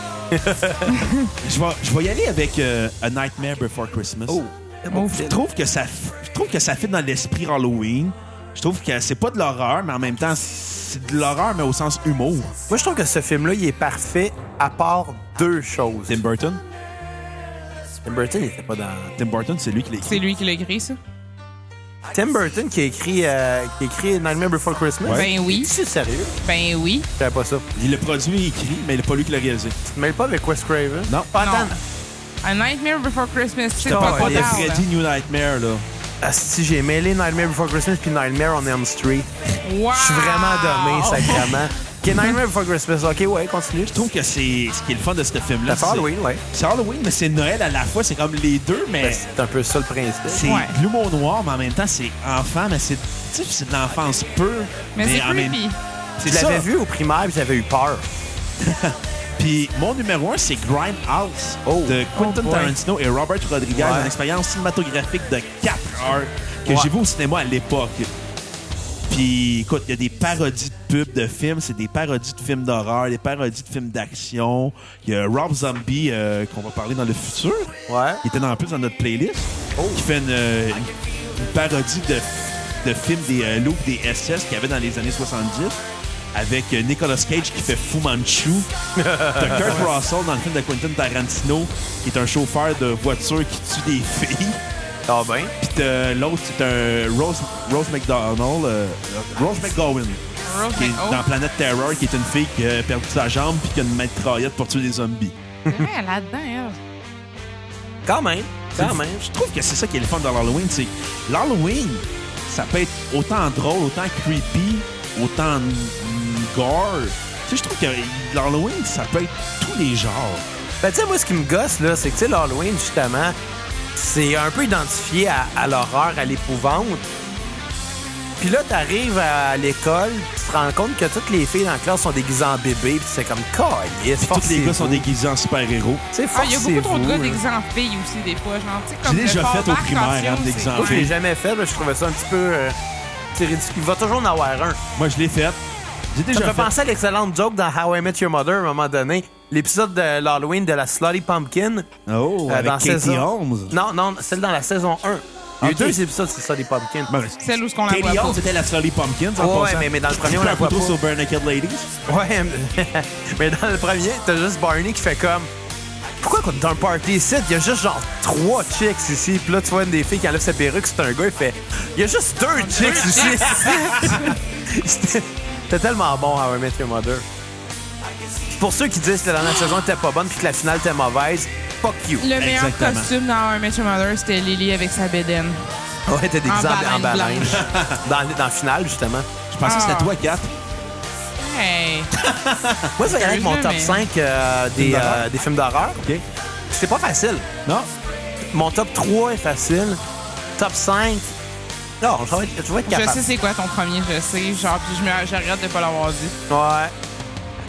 Speaker 3: je, vais, je vais y aller avec euh, A Nightmare Before Christmas.
Speaker 2: Oh. bon
Speaker 3: Je trouve que ça, f- je trouve que ça fit dans l'esprit Halloween. Je trouve que c'est pas de l'horreur, mais en même temps, c'est de l'horreur, mais au sens humour.
Speaker 2: Moi, je trouve que ce film-là, il est parfait à part deux choses.
Speaker 3: Tim Burton.
Speaker 2: Tim Burton, il était pas dans...
Speaker 3: Tim Burton, c'est lui qui l'écrit.
Speaker 4: C'est lui qui l'a écrit, ça.
Speaker 2: Tim Burton qui a écrit, euh, qui a écrit Nightmare Before Christmas?
Speaker 4: Ben oui.
Speaker 2: C'est sérieux?
Speaker 4: Ben oui.
Speaker 2: Je savais pas ça.
Speaker 3: Il l'a produit et écrit, mais il a pas lui qui l'a réalisé.
Speaker 2: Tu te mêles pas avec Wes Craven?
Speaker 3: Non.
Speaker 2: Pas
Speaker 4: Non.
Speaker 2: tant.
Speaker 4: A Nightmare Before Christmas, c'est
Speaker 3: Je
Speaker 4: pas hein.
Speaker 3: parle pas de
Speaker 2: Connard,
Speaker 3: Freddy New Nightmare, là.
Speaker 2: Ah, si j'ai mêlé Nightmare Before Christmas puis Nightmare on Elm Street.
Speaker 4: Wow!
Speaker 2: Je suis vraiment dommé, sacrément. OK, Nightmare Before Christmas. OK, ouais, continue. Je
Speaker 3: Je trouve que c'est ce qui est le fun de ce film-là.
Speaker 2: Ça fait Halloween, ouais.
Speaker 3: c'est- C'est Halloween, mais c'est Noël à la fois. C'est comme les deux, mais
Speaker 2: C'est un peu ça le principe.
Speaker 3: c'est
Speaker 4: Ouais.
Speaker 3: de l'humour noir, mais en même temps, c'est enfant, mais c'est tu sais, c'est de l'enfance pure.
Speaker 4: Mais c'est
Speaker 3: en même-
Speaker 4: creepy.
Speaker 3: C'est
Speaker 2: Je l'avais
Speaker 3: ça.
Speaker 2: vu au primaire puis j'avais eu peur.
Speaker 3: Puis mon numéro un, c'est Grimehouse
Speaker 2: Oh.
Speaker 3: de Quentin
Speaker 4: Oh boy.
Speaker 3: Tarantino et Robert Rodriguez,
Speaker 2: Ouais.
Speaker 3: une expérience cinématographique de 4 heures que
Speaker 2: Ouais.
Speaker 3: j'ai vu au cinéma à l'époque. Puis écoute, il y a des parodies de pubs de films, c'est des parodies de films d'horreur, des parodies de films d'action. Il y a Rob Zombie euh, qu'on va parler dans le futur.
Speaker 2: Ouais.
Speaker 3: Il était dans, en plus dans notre playlist.
Speaker 2: Oh.
Speaker 3: Qui fait une, euh, une- une parodie de, de films des euh, loups des SS qu'il y avait dans les années 70 avec euh, Nicolas Cage qui fait Fu Manchu. T'as Kurt Russell dans le film de Quentin Tarantino qui est un chauffeur de voiture qui tue des filles.
Speaker 2: Ah ben.
Speaker 3: Puis t'as- l'autre, c'est un Rose, Rose McDonald. euh, Rose McGowan.
Speaker 4: Rose
Speaker 3: Qui est
Speaker 4: McGowan.
Speaker 3: dans Planète Terror, qui est une fille qui a perdu sa jambe puis qui a une mitraillette pour tuer des zombies.
Speaker 4: Ouais, là-dedans, elle.
Speaker 2: Quand même. Quand même.
Speaker 3: Je trouve que c'est ça qui est le fun dans l'Halloween. C'est que l'Halloween, ça peut être autant drôle, autant creepy, autant mm, gore. Tu sais, je trouve que l'Halloween, ça peut être tous les genres.
Speaker 2: Ben, tu sais, moi, ce qui me gosse, là, c'est que, tu sais, l'Halloween, justement, c'est un peu identifié à, à l'horreur, à l'épouvante. Puis là, t'arrives à l'école, tu te rends compte que toutes les filles dans la classe sont déguisées en bébé, puis c'est comme, calice,
Speaker 3: Puis tous les gars sont déguisés en super-héros.
Speaker 2: C'est
Speaker 4: Ah, Il y a beaucoup trop de gars d'exemple filles aussi, des fois. Genre, tu sais, comme
Speaker 3: J'ai
Speaker 4: le
Speaker 3: déjà fait au
Speaker 4: Fort Parc
Speaker 3: primaire,
Speaker 4: Ancien,
Speaker 3: hein,
Speaker 4: c'est
Speaker 3: d'exemple.
Speaker 2: Moi, je l'ai
Speaker 3: filles.
Speaker 2: jamais fait, là, je trouvais ça un petit peu. euh, c'est ridicule. Il va toujours en avoir un.
Speaker 3: Moi, je l'ai faite. J'ai
Speaker 2: Ça
Speaker 3: déjà
Speaker 2: me fait
Speaker 3: fait.
Speaker 2: penser à l'excellente joke dans How I Met Your Mother à un moment donné. L'épisode de l'Halloween de la Slutty Pumpkin.
Speaker 3: Oh,
Speaker 2: Euh,
Speaker 3: avec
Speaker 2: dans
Speaker 3: Katie
Speaker 2: saison-
Speaker 3: Holmes.
Speaker 2: Non, non, celle dans la saison 1. Il y a eu
Speaker 3: Ok.
Speaker 2: deux épisodes, c'est ça, des pumpkins.
Speaker 3: Ben,
Speaker 4: Celle où ce qu'on la
Speaker 3: Katie
Speaker 4: voit pas.
Speaker 3: Holmes, c'était la Slurry Pumpkin. ça, en
Speaker 2: Ouais,
Speaker 3: passant.
Speaker 2: mais- mais dans le premier, on
Speaker 3: Qui
Speaker 2: la voit
Speaker 3: fait un couteau
Speaker 2: pas.
Speaker 3: sur Bare Naked Ladies.
Speaker 2: Ouais, mais- mais dans le premier, t'as juste Barney qui fait comme. Pourquoi qu'on est dans un party ici? Il y a juste genre trois chicks ici. Puis là, tu vois une des filles qui enlève sa perruque, c'est un gars, il fait. Il y a juste deux chicks ici. C'était- C'était tellement bon à Met Your Mother. Pour ceux qui disent que la dernière saison était pas bonne puis que la finale était mauvaise, fuck you.
Speaker 4: Le meilleur
Speaker 3: Exactement.
Speaker 4: costume dans How I Met Your Mother, c'était Lily avec sa bédaine.
Speaker 2: Ouais, t'as des
Speaker 4: En
Speaker 2: exemples en
Speaker 4: baleine
Speaker 2: baleine. dans, dans la finale, justement.
Speaker 3: Je pensais que
Speaker 4: Ah.
Speaker 3: c'était toi, Kat.
Speaker 4: Hey!
Speaker 2: Moi, je vais y aller avec mon
Speaker 4: Sérieux,
Speaker 2: top
Speaker 4: mais-
Speaker 2: 5 euh, des,
Speaker 3: Films d'horreur?
Speaker 2: euh, des films d'horreur.
Speaker 3: OK.
Speaker 2: C'est pas facile.
Speaker 3: Non?
Speaker 2: Mon top 3 est facile. Top 5. Non, je vais être, je vais être
Speaker 4: Je
Speaker 2: capable.
Speaker 4: sais c'est quoi ton premier, je sais. Genre, puis je me- je regrette de pas l'avoir dit.
Speaker 2: Ouais.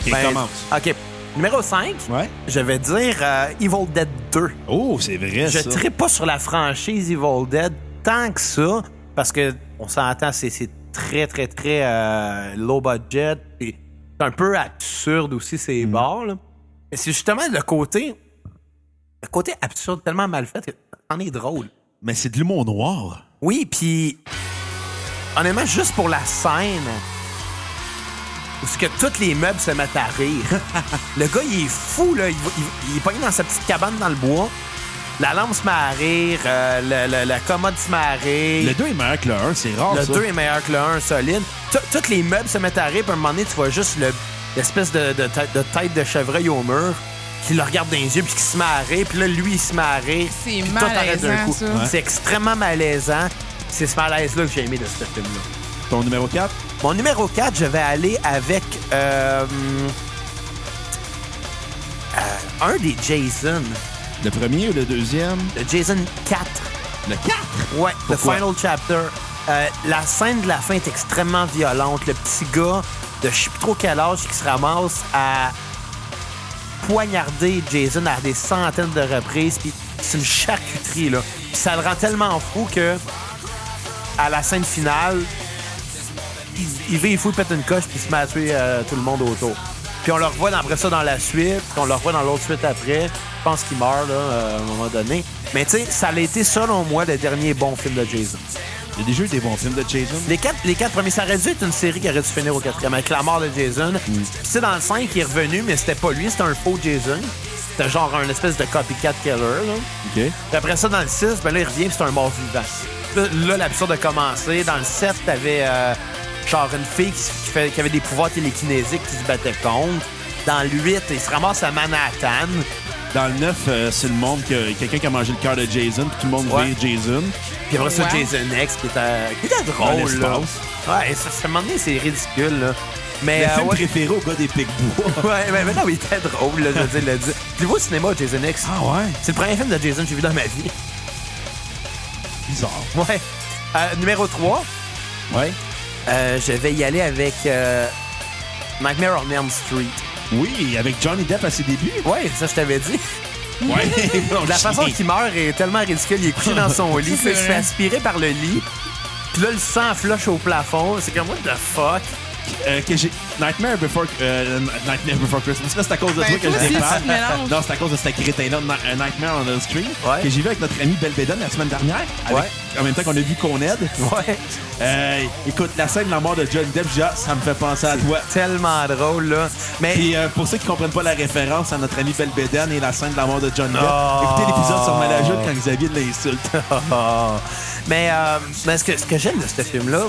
Speaker 3: Et
Speaker 2: ben,
Speaker 3: commence.
Speaker 2: OK. Numéro 5,
Speaker 3: Ouais.
Speaker 2: je vais dire euh, Evil Dead 2.
Speaker 3: Oh, c'est vrai,
Speaker 2: Je
Speaker 3: ça.
Speaker 2: tripe pas sur la franchise Evil Dead tant que ça, parce que on s'entend, c'est c'est très, très, très euh, low budget. puis C'est un peu absurde aussi, ces
Speaker 3: Mm.
Speaker 2: bords. là. Mais c'est justement le côté, le côté absurde tellement mal fait que c'en est drôle.
Speaker 3: Mais c'est de l'humour noir.
Speaker 2: Oui, puis honnêtement, juste pour la scène où ce que tous les meubles se mettent à rire. le gars, il est fou, là. Il, va- il- il est pogné dans sa petite cabane dans le bois. La lampe se met à rire. euh, le, le- la commode se met à rire.
Speaker 3: Le 2 est meilleur que le 1, c'est rare,
Speaker 2: Le
Speaker 3: ça.
Speaker 2: 2 est meilleur que le 1, solide. Tout- Tous les meubles se mettent à rire, puis à un moment donné, tu vois juste le- l'espèce de, de tête- de tête de chevreuil au mur qui le regarde dans les yeux, puis qui se met à rire, puis là, lui, il se met à rire.
Speaker 4: C'est
Speaker 2: puis tout arrête d'un
Speaker 4: malaisant,
Speaker 2: coup.
Speaker 4: ça.
Speaker 2: C'est extrêmement malaisant. C'est ce malaise-là que j'ai aimé de ce film-là.
Speaker 3: Ton numéro 4?
Speaker 2: Mon numéro 4, je vais aller avec euh, euh, un des Jason,
Speaker 3: Le premier ou le deuxième?
Speaker 2: le Jason 4.
Speaker 3: Le 4!
Speaker 2: Ouais, The
Speaker 3: Pourquoi?
Speaker 2: Final Chapter. Euh, la scène de la fin est extrêmement violente. Le petit gars de je sais plus trop quel âge qui se ramasse à poignarder Jason à des centaines de reprises. Puis c'est une charcuterie, là. Puis ça le rend tellement fou que à la scène finale, il, il vit, il fout, il pète une coche, puis il se met à tuer euh, tout le monde autour. Puis on le revoit dans- après ça dans la suite, puis on le revoit dans l'autre suite après. Je pense qu'il meurt, là, euh, à un moment donné. Mais tu sais, ça a été, selon moi, le dernier bon film de Jason.
Speaker 3: Il y a déjà eu des bons films de Jason.
Speaker 2: Les quatre, les quatre premiers, ça aurait dû être une série qui aurait dû finir au quatrième, avec la mort de
Speaker 3: Mm.
Speaker 2: Jason. Puis tu sais, dans le 5, il est revenu, mais c'était pas lui, c'était un faux Jason. C'était genre un espèce de copycat killer, là.
Speaker 3: OK.
Speaker 2: Puis après ça, dans le 6, ben là, il revient, puis c'est un mort vivant. Là, là, l'absurde a commencé. Dans le 7, t'avais euh, genre une fille qui, s- qui fait- qui avait des pouvoirs télékinésiques qui se battait contre. Dans le 8, il se ramasse à Manhattan.
Speaker 3: Dans le 9, c'est le monde que quelqu'un qui a mangé le cœur de Jason, puis tout le monde
Speaker 2: Ouais.
Speaker 3: vire Jason.
Speaker 2: Puis après ça,
Speaker 4: Ouais.
Speaker 2: Jason X, qui était, qui était
Speaker 3: Dans
Speaker 2: drôle, là.
Speaker 3: l'espace.
Speaker 2: Ouais, ça, ça à un moment donné, c'est ridicule, là. Mais,
Speaker 3: Le
Speaker 2: euh,
Speaker 3: film
Speaker 2: ouais,
Speaker 3: préféré au gars des Picbois.
Speaker 2: ouais, mais, mais non, mais il était drôle, là, je veux dire, le dire. Tu le vois au cinéma, Jason X?
Speaker 3: Ah ouais?
Speaker 2: C'est le premier film de Jason que j'ai vu dans ma vie.
Speaker 3: Bizarre.
Speaker 2: Ouais. Euh, numéro 3,
Speaker 3: Ouais.
Speaker 2: Euh, je vais y aller avec euh, Nightmare on Elm Street.
Speaker 3: Oui, avec Johnny Depp à ses débuts.
Speaker 2: Ouais, ça je t'avais dit.
Speaker 3: Ouais.
Speaker 2: La façon qu'il meurt est tellement ridicule. Il est couché dans son lit, puis
Speaker 4: C'est
Speaker 2: il se fait
Speaker 4: vrai.
Speaker 2: aspirer par le lit. Puis là, le sang floche au plafond. C'est comme, what the fuck?
Speaker 3: euh, que j'ai. Nightmare Before, euh, Nightmare Before Christmas. Là, c'est à cause de
Speaker 4: Ben,
Speaker 3: toi que
Speaker 4: toi
Speaker 3: je
Speaker 4: aussi, tu te
Speaker 3: dépasse.
Speaker 4: mélanges.
Speaker 3: Non, c'est à cause de cette crétin-là, Na- euh, Nightmare on the Screen,
Speaker 2: Ouais.
Speaker 3: que j'ai vu avec notre ami Belbédon la semaine dernière. avec-
Speaker 2: Ouais.
Speaker 3: En même temps qu'on a vu qu'on aide.
Speaker 2: Ouais.
Speaker 3: Euh, écoute, la scène de la mort de John Depp, j'ai dit, ah, ça me fait penser à toi.
Speaker 2: Tellement drôle, là. Mais
Speaker 3: Et euh, pour ceux qui comprennent pas la référence à notre ami Belbédon et la scène de la mort de John Depp,
Speaker 2: Oh.
Speaker 3: écoutez l'épisode sur Malajute quand Xavier l'insulte.
Speaker 2: Ah. mais, euh, mais ce que, ce que j'aime de ce film-là,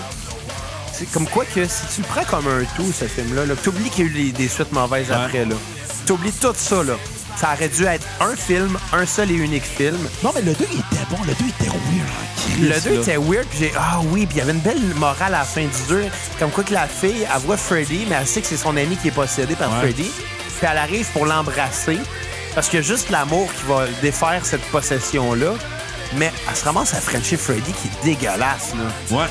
Speaker 2: c'est comme quoi que si tu le prends comme un tout, ce film-là, là, que t'oublies qu'il y a eu des, des suites mauvaises
Speaker 3: Ouais.
Speaker 2: après, là. T'oublies tout ça, là. Ça aurait dû être un film, un seul et unique film.
Speaker 3: Non, mais le 2 il était bon. Le 2 était weird. en Christ,
Speaker 2: Le 2
Speaker 3: là.
Speaker 2: était weird, puis j'ai ah oui, puis il y avait une belle morale à la fin du 2. Comme quoi que la fille, elle voit Freddy, mais elle sait que c'est son ami qui est possédé par
Speaker 3: Ouais.
Speaker 2: Freddy. Puis elle arrive pour l'embrasser, parce qu'il y a juste l'amour qui va défaire cette possession-là. Mais elle se ramasse à Frenchie Freddy qui est dégueulasse, là.
Speaker 3: Ouais.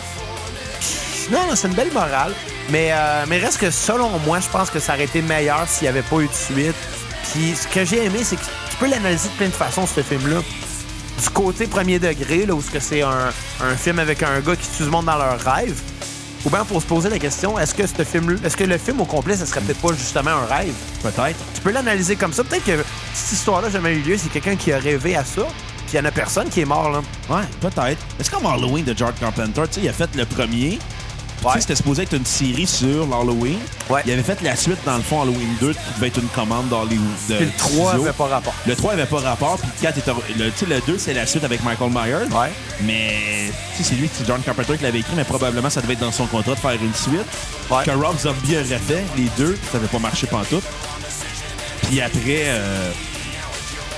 Speaker 2: Non, non, c'est une belle morale. Mais, euh, mais reste que selon moi, je pense que ça aurait été meilleur s'il n'y avait pas eu de suite. Puis ce que j'ai aimé, c'est que tu peux l'analyser de plein de façons, ce film-là. Du côté premier degré, là, où ce que c'est un, un film avec un gars qui tue du monde dans leur rêve. Ou bien pour se poser la question, est-ce que ce film, est-ce que le film au complet, ça serait peut-être pas justement un rêve?
Speaker 3: Peut-être.
Speaker 2: Tu peux l'analyser comme ça. Peut-être que cette histoire-là n'a jamais eu lieu, c'est quelqu'un qui a rêvé à ça. Puis il n'y en a personne qui est mort, là.
Speaker 3: Ouais, peut-être. Mais c'est comme Halloween de George Carpenter. Tu sais, il a fait le premier. Tu sais, c'était supposé être une série sur l'Halloween.
Speaker 2: Ouais.
Speaker 3: Il avait fait la suite, dans le fond, Halloween 2, qui devait être une commande dans les. de
Speaker 2: Puis le 3
Speaker 3: Euh, studio.
Speaker 2: n'avait pas rapport.
Speaker 3: Le 3 avait pas rapport, puis le 4 était. Le, tu sais, le 2, c'est la suite avec Michael Myers.
Speaker 2: Ouais.
Speaker 3: Mais. Tu sais, c'est lui, c'est John Carpenter qui l'avait écrit, mais probablement ça devait être dans son contrat de faire une suite.
Speaker 2: Ouais.
Speaker 3: Que Rob Zombie aurait fait, les deux, puis ça avait pas marché pantoute. Puis après, euh,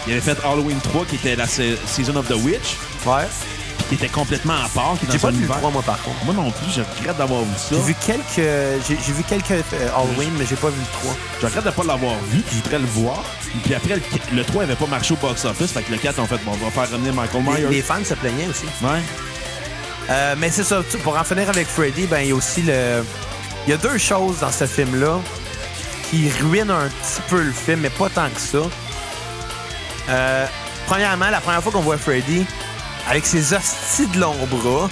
Speaker 3: il avait fait Halloween 3, qui était la sa- Season of the Witch,
Speaker 2: Ouais.
Speaker 3: puis qui était complètement à part, qui est dans
Speaker 2: J'ai
Speaker 3: son
Speaker 2: pas vu le
Speaker 3: univers.
Speaker 2: 3, moi, par contre.
Speaker 3: Moi non plus, je regrette d'avoir vu ça.
Speaker 2: J'ai vu quelques, j'ai j'ai vu quelques euh, Halloween, mais j'ai pas vu le 3.
Speaker 3: Je regrette de pas l'avoir vu, puis je voudrais le voir. Puis après, le, le 3 avait pas marché au box-office, fait que le 4, en fait, bon, on va faire ramener Michael
Speaker 2: Les,
Speaker 3: Myers.
Speaker 2: les fans se plaignaient aussi.
Speaker 3: Ouais.
Speaker 2: Euh, mais c'est ça, tu- pour en finir avec Freddy, ben il y a aussi le. Il y a deux choses dans ce film-là qui ruinent un petit peu le film, mais pas tant que ça. Euh, premièrement, la première fois qu'on voit Freddy, avec ses hosties de longs bras,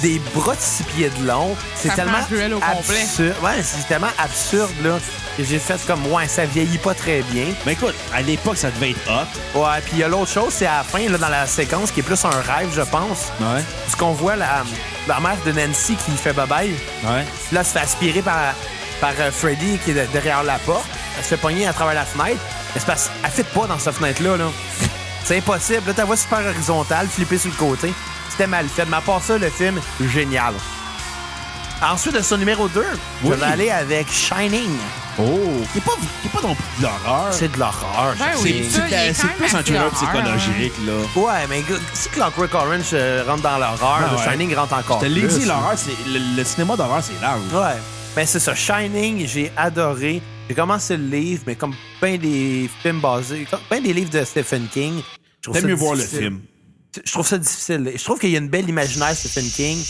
Speaker 2: des bras de six pieds de long, c'est
Speaker 4: Ça prend
Speaker 2: tellement
Speaker 4: un duel au complet.
Speaker 2: absurde. Ouais, c'est tellement absurde là, que j'ai fait comme ouais, ça vieillit pas très bien.
Speaker 3: Mais Ben écoute, à l'époque, ça devait être hot.
Speaker 2: Ouais, puis il y a l'autre chose, c'est à la fin, là, dans la séquence, qui est plus un rêve, je pense.
Speaker 3: Ouais.
Speaker 2: Parce qu'on voit la, la mère de Nancy qui fait bye-bye.
Speaker 3: Ouais.
Speaker 2: Là, elle se fait aspirer par, par euh, Freddy qui est de- derrière la porte. Elle se fait pogner à travers la fenêtre. Mais c'est parce qu'elle fit pas dans cette fenêtre-là. Là. C'est impossible. Là, ta voix super horizontale, flippée sur le côté. C'était mal fait. Mais à part ça, le film, génial. Ensuite de son numéro 2, je
Speaker 3: Oui.
Speaker 2: vais aller avec Shining.
Speaker 3: Oh. Qui est pas, qui est pas non plus de l'horreur.
Speaker 2: C'est de l'horreur.
Speaker 4: Ben
Speaker 2: c'est-
Speaker 4: oui,
Speaker 3: c'est
Speaker 4: ça, il est
Speaker 3: c'est
Speaker 4: quand même
Speaker 3: plus un
Speaker 4: assez
Speaker 3: thriller
Speaker 4: d'horreur,
Speaker 3: psychologique, là.
Speaker 2: Ouais, mais gars, si Clockwork Orange euh, rentre dans l'horreur,
Speaker 3: Ah Ah,
Speaker 2: le
Speaker 3: ouais.
Speaker 2: Shining rentre encore.
Speaker 3: Je te l'ai
Speaker 2: plus.
Speaker 3: dit, l'horreur, c'est. Le, le cinéma d'horreur, c'est large.
Speaker 2: Ouais. Ben, c'est ça. Shining, j'ai adoré. J'ai commencé le livre, mais comme plein des films basés, comme plein des livres de Stephen King. je trouve
Speaker 3: T'aimes
Speaker 2: ça
Speaker 3: mieux voir le
Speaker 2: difficile.
Speaker 3: film.
Speaker 2: Je trouve ça difficile. Je trouve qu'il y a une belle imaginaire, Stephen King.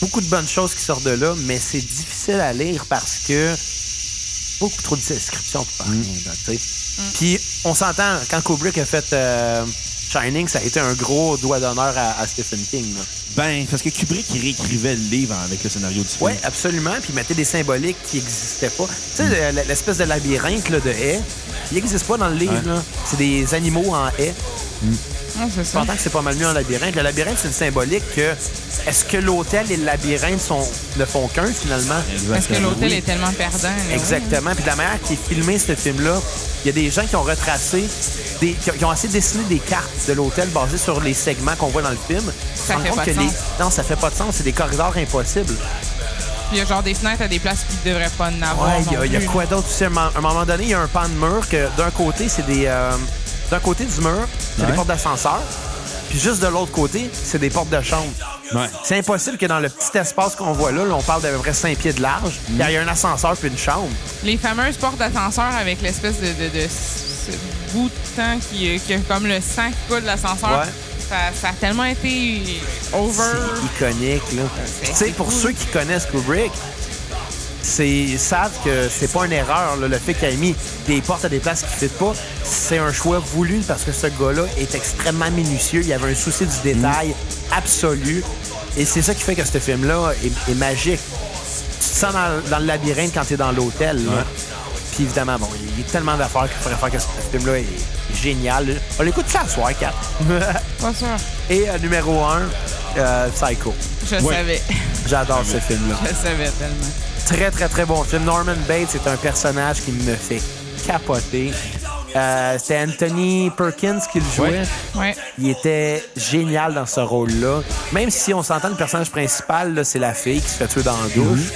Speaker 2: Beaucoup de bonnes choses qui sortent de là, mais c'est difficile à lire parce que beaucoup trop de descriptions pour faire rien, là, tu sais. Puis, on s'entend, quand Kubrick a fait euh, Shining, ça a été un gros doigt d'honneur à, à Stephen King. là.
Speaker 3: Ben, parce que Kubrick, il réécrivait le livre avec le scénario du film.
Speaker 2: Oui, absolument. Puis il mettait des symboliques qui n'existaient pas. Tu sais, le- le- l'espèce de labyrinthe là, de haie, il n'existe pas dans le livre. là. C'est des animaux en haie.
Speaker 4: Ouais, c'est ça.
Speaker 2: Pendant que c'est pas mal mieux en labyrinthe. Le labyrinthe, c'est une symbolique que est-ce que l'hôtel et le labyrinthe sont, ne font qu'un finalement?
Speaker 4: Parce que l'hôtel est tellement perdant. là.
Speaker 2: Exactement. Puis de la manière qui est filmé ce film-là, il y a des gens qui ont retracé, des, qui, ont, qui ont essayé de dessiner des cartes de l'hôtel basées sur les segments qu'on voit dans le film.
Speaker 4: Ça
Speaker 2: Par
Speaker 4: fait
Speaker 2: contre
Speaker 4: pas de
Speaker 2: que
Speaker 4: sens.
Speaker 2: les- Non, ça fait pas de sens. C'est des corridors impossibles.
Speaker 4: Puis il y a genre des fenêtres à des places qui ne devraient pas en avoir.
Speaker 2: Ouais, il y a-
Speaker 4: non
Speaker 2: il y, a
Speaker 4: plus.
Speaker 2: quoi d'autre aussi? À un mo- un moment donné, il y a un pan de mur que d'un côté, c'est des. euh, d'un côté du mur, c'est des
Speaker 3: Ouais.
Speaker 2: portes d'ascenseur. Puis juste de l'autre côté, c'est des portes de chambre.
Speaker 3: Ouais.
Speaker 2: C'est impossible que dans le petit espace qu'on voit là, là, on parle d'à peu près 5 pieds de large, il y a un ascenseur puis une chambre.
Speaker 4: Les fameuses portes d'ascenseur avec l'espèce de, de, de ce bout de temps qui, euh, qui a comme le sang qui coule de l'ascenseur.
Speaker 2: Ouais.
Speaker 4: Ça, ça a tellement été over.
Speaker 2: C'est iconique, là. Tu sais, pour ceux qui connaissent Kubrick, c'est, ils savent que c'est pas une erreur, là, le fait qu'il ait mis des portes à des places qui ne pas. C'est un choix voulu parce que ce gars-là est extrêmement minutieux. Il avait un souci du détail absolu. Et c'est ça qui fait que ce film-là est, est magique. Tu te sens dans, dans le labyrinthe quand t'es dans l'hôtel. là. Puis évidemment, bon, il y a tellement d'affaires qu'il faudrait faire que ce film-là est génial. On l'écoute ça à soir, 4.
Speaker 4: Pas sûr.
Speaker 2: Et euh, numéro 1, Psycho.
Speaker 4: Je savais.
Speaker 2: J'adore ce film-là.
Speaker 4: Je savais tellement.
Speaker 2: Très, très, très bon film. Norman Bates est un personnage qui me fait capoter. Euh, C'était Anthony Perkins qui le jouait.
Speaker 3: Ouais.
Speaker 4: Ouais.
Speaker 2: Il était génial dans ce rôle-là. Même si on s'entend, le personnage principal, là, c'est la fille qui se fait tuer dans la douche.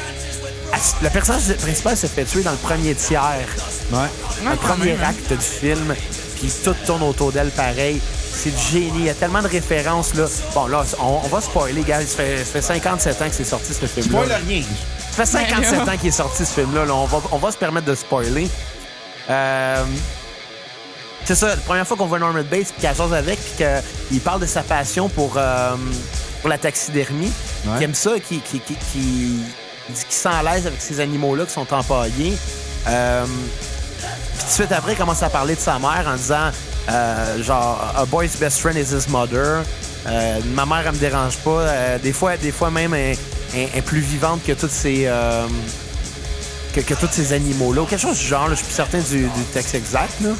Speaker 2: Elle s- Le personnage principal se fait tuer dans le premier tiers,
Speaker 3: Ouais.
Speaker 4: Ouais,
Speaker 2: le
Speaker 4: quand
Speaker 2: premier
Speaker 4: même, hein.
Speaker 2: acte du film. Puis tout tourne autour d'elle pareil. C'est du génie. Il y a tellement de références. là. Bon, là, on, on va spoiler, gars. Ça fait, ça fait 57 ans que c'est sorti, ce film-là.
Speaker 3: Spoil rien.
Speaker 2: Ça fait 57
Speaker 4: Ben là.
Speaker 2: ans qu'il est sorti ce film-là. là. On, va, on va se permettre de spoiler. Euh, c'est ça, la première fois qu'on voit Norman Bates, puis qu'elle chose avec, puis qu'il parle de sa passion pour, euh, pour la taxidermie.
Speaker 3: Ouais.
Speaker 2: Il aime ça, qui qui qui qui qui sent à l'aise avec ces animaux-là qui sont empaillés. Euh, puis tout de suite après, il commence à parler de sa mère en disant euh, genre A boy's best friend is his mother. Euh, ma mère, elle me dérange pas. Euh, des fois, des fois même, elle, elle- elle est plus vivante que toutes ces euh, que, que tous ces animaux-là. Ou quelque chose du genre. là. je suis plus certain du, du texte exact. Là.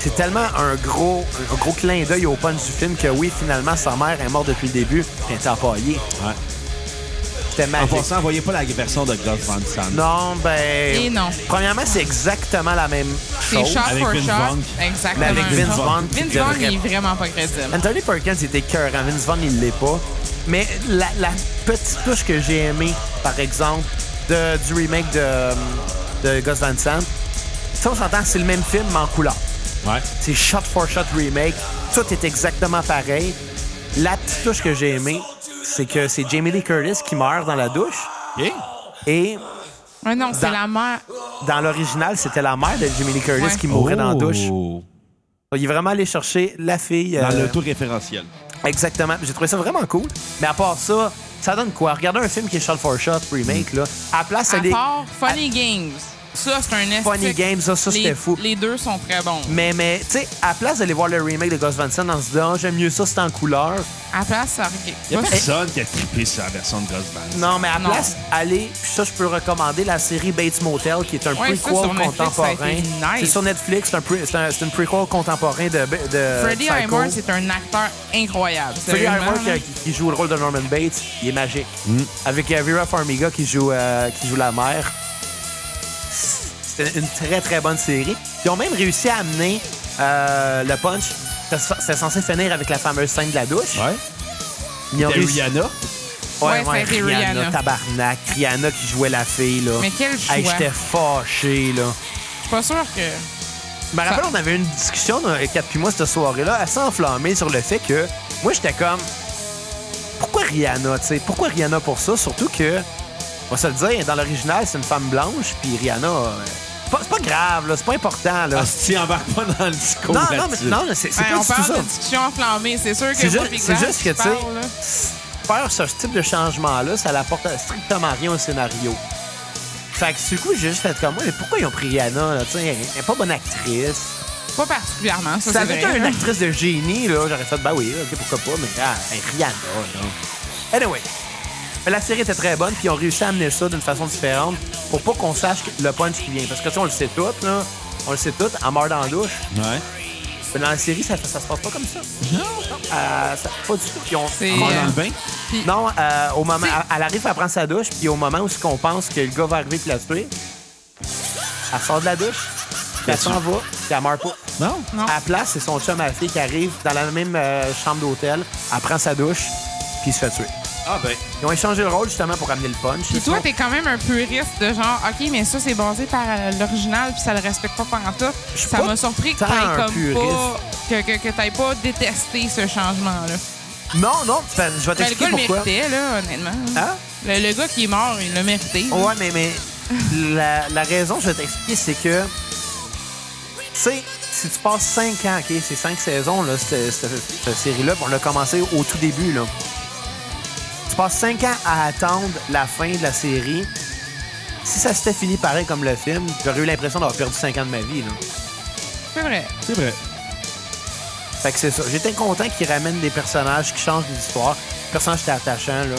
Speaker 2: C'est tellement un gros, un gros clin d'œil au punch du film que oui, finalement, sa mère est morte depuis le début, puis elle est empaillée.
Speaker 3: Ouais. En
Speaker 2: C'était magique.
Speaker 3: passant, voyez pas la version de Gus Van Sant.
Speaker 2: Non, ben.
Speaker 4: Et non.
Speaker 2: Premièrement, c'est exactement la même
Speaker 4: C'est
Speaker 2: chose.
Speaker 4: shot
Speaker 3: avec
Speaker 4: for
Speaker 3: Vince Vaughn.
Speaker 4: shot. Exactement.
Speaker 2: Mais avec Vince Vaughn qui
Speaker 4: Vince Vaughn,
Speaker 2: devrait-
Speaker 4: il est vraiment pas crédible.
Speaker 2: Anthony Perkins était cœur, Vince Vaughn, il l'est pas. Mais la, la petite touche que j'ai aimée, par exemple, de- du remake de, euh, de Gus Van Sant, ça, on s'entend, c'est le même film, mais en couleur.
Speaker 3: Ouais.
Speaker 2: C'est shot for shot remake. Tout est exactement pareil. La petite touche que j'ai aimée, c'est que c'est Jamie Lee Curtis qui meurt dans la douche.
Speaker 3: OK.
Speaker 2: Et
Speaker 4: Ouais, non, c'est
Speaker 2: Dans-
Speaker 4: la mère.
Speaker 2: dans l'original, c'était la mère de Jamie Lee Curtis
Speaker 4: Ouais.
Speaker 2: qui mourait dans la douche.
Speaker 3: Oh.
Speaker 2: Il est vraiment allé chercher la fille.
Speaker 3: Dans
Speaker 2: euh,
Speaker 3: le tout référentiel.
Speaker 2: Exactement. J'ai trouvé ça vraiment cool. Mais à part ça, ça donne quoi? Regardez un film qui est Shot for Shot, remake, là. À la place,
Speaker 4: À
Speaker 2: elle est-
Speaker 4: part Funny Games. Ça, c'est un
Speaker 2: Funny
Speaker 4: esthétique.
Speaker 2: Games, ça, ça,
Speaker 4: Les-
Speaker 2: c'était fou.
Speaker 4: Les deux sont très bons.
Speaker 2: Mais, mais, tu sais, à la place d'aller voir le remake de Gus Van Sant en se disant, Ah, j'aime mieux ça, c'est en couleur.
Speaker 4: À la place, ça regarde.
Speaker 3: Il a personne qui a trippé sur la version de Gus Van Sant.
Speaker 2: Non, mais à la
Speaker 4: Non.
Speaker 2: place, allez, ça, je peux recommander la série Bates Motel, qui est un
Speaker 4: Ouais, ça,
Speaker 2: prequel
Speaker 4: sur Netflix,
Speaker 2: contemporain.
Speaker 4: ça a été nice.
Speaker 2: C'est sur Netflix, c'est un, pre- c'est un- c'est une prequel contemporain de, de
Speaker 4: Freddie
Speaker 2: Euh, Psycho.
Speaker 4: Highmore, c'est un acteur incroyable.
Speaker 2: Freddie
Speaker 4: Sérieusement,
Speaker 2: Highmore
Speaker 4: là.
Speaker 2: qui, qui joue le rôle de Norman Bates, il est magique. Avec euh, Vera Farmiga qui joue, euh, qui joue la mère. C'était une très très bonne série. Ils ont même réussi à amener euh, le punch. C'était c'était censé finir avec la fameuse scène de la douche.
Speaker 3: Ouais.
Speaker 2: Ils ont
Speaker 3: Il y a
Speaker 2: réussi-
Speaker 3: Rihanna.
Speaker 4: Ouais, ça a été
Speaker 2: Rihanna,
Speaker 4: Rihanna.
Speaker 2: Tabarnak. Rihanna qui jouait la fille, là.
Speaker 4: Mais quel
Speaker 2: Hey,
Speaker 4: choix.
Speaker 2: J'étais fâché, là.
Speaker 4: Je suis pas sûre que.
Speaker 2: Je me Ben, rappelle, on avait eu une discussion, là, Kat puis moi, cette soirée-là, assez enflammée sur le fait que moi, j'étais comme, pourquoi Rihanna, tu sais? Pourquoi Rihanna pour ça? Surtout que, on va se le dire, dans l'original, c'est une femme blanche, puis Rihanna, euh, c'est pas, c'est pas grave, là, c'est pas important, là.
Speaker 3: Hostie, embarque pas dans le discours
Speaker 2: non, non,
Speaker 3: Ah, là-dessus.
Speaker 2: mais, non, mais c'est c'est
Speaker 4: Ouais,
Speaker 2: pas
Speaker 4: ben, on
Speaker 2: du tout ça.
Speaker 4: parle de discussion enflammée. C'est sûr que
Speaker 2: C'est
Speaker 4: moi
Speaker 2: juste,
Speaker 4: puis
Speaker 2: c'est
Speaker 4: Xav,
Speaker 2: juste que,
Speaker 4: je
Speaker 2: tu
Speaker 4: parle, là.
Speaker 2: sais, faire ce type de changement-là, ça n'apporte strictement rien au scénario. Fait que, du coup, j'ai juste fait comme moi, mais pourquoi ils ont pris Rihanna, là, tu sais? Elle elle est pas bonne actrice.
Speaker 4: Pas particulièrement.
Speaker 2: Ça
Speaker 4: Ça, c'est
Speaker 2: avait
Speaker 4: vrai.
Speaker 2: été une actrice de génie, là. J'aurais fait, bah oui, ok, pourquoi pas, mais ah, hey, Rihanna, là. Anyway. Mais la série était très bonne, puis ils ont réussi à amener ça d'une façon différente pour pas qu'on sache le punch qui vient. Parce que, tu sais, on le sait tout, là. On le sait tout, à mort dans la douche.
Speaker 3: Ouais.
Speaker 2: Mais dans la série, ça, ça se passe pas comme ça. Euh, ça pas du tout. Puis on-
Speaker 4: C'est,
Speaker 3: Prends
Speaker 4: euh,
Speaker 3: dans le bain.
Speaker 2: Non, euh, au moment,
Speaker 4: C'est-
Speaker 2: elle- elle arrive à prendre sa douche, puis au moment où ce qu'on pense que le gars va arriver et la tuer, elle sort de la douche, puis elle s'en va, puis elle meurt pas.
Speaker 3: Non.
Speaker 4: Non.
Speaker 2: À la place, c'est son chum à la fille qui arrive dans la même euh, chambre d'hôtel, elle prend sa douche, puis il se fait tuer.
Speaker 3: Ah ben.
Speaker 2: Ils ont échangé le rôle justement pour amener le punch.
Speaker 4: Puis toi, t'es quand même un puriste de genre, OK, mais ça, c'est basé par euh, l'original, puis ça le respecte pas par tout.
Speaker 2: suis
Speaker 4: Ça
Speaker 2: pas
Speaker 4: m'a surpris que
Speaker 2: tant
Speaker 4: t'aies
Speaker 2: un
Speaker 4: comme pas.
Speaker 2: puriste.
Speaker 4: Que, que, que t'aies pas détesté ce changement-là.
Speaker 2: Non, non, tu fais- je vais
Speaker 4: Mais le gars
Speaker 2: t'expliquer
Speaker 4: le
Speaker 2: pourquoi.
Speaker 4: méritait, là, honnêtement.
Speaker 2: Hein?
Speaker 4: Le, le gars qui est mort, il l'a mérité.
Speaker 2: Ouais, mais, mais la, la raison, je vais t'expliquer, c'est que, tu sais, si tu passes 5 ans, OK, c'est 5 saisons, là, cette, cette- cette série-là, puis on l'a commencé au tout début, là. Tu passes 5 ans à attendre la fin de la série. Si ça s'était fini pareil comme le film, j'aurais eu l'impression d'avoir perdu 5 ans de ma vie, là.
Speaker 4: C'est vrai.
Speaker 3: C'est vrai.
Speaker 2: Fait que c'est ça. J'étais content qu'ils ramènent des personnages qui changent l'histoire. Les personnages étaient attachants, là.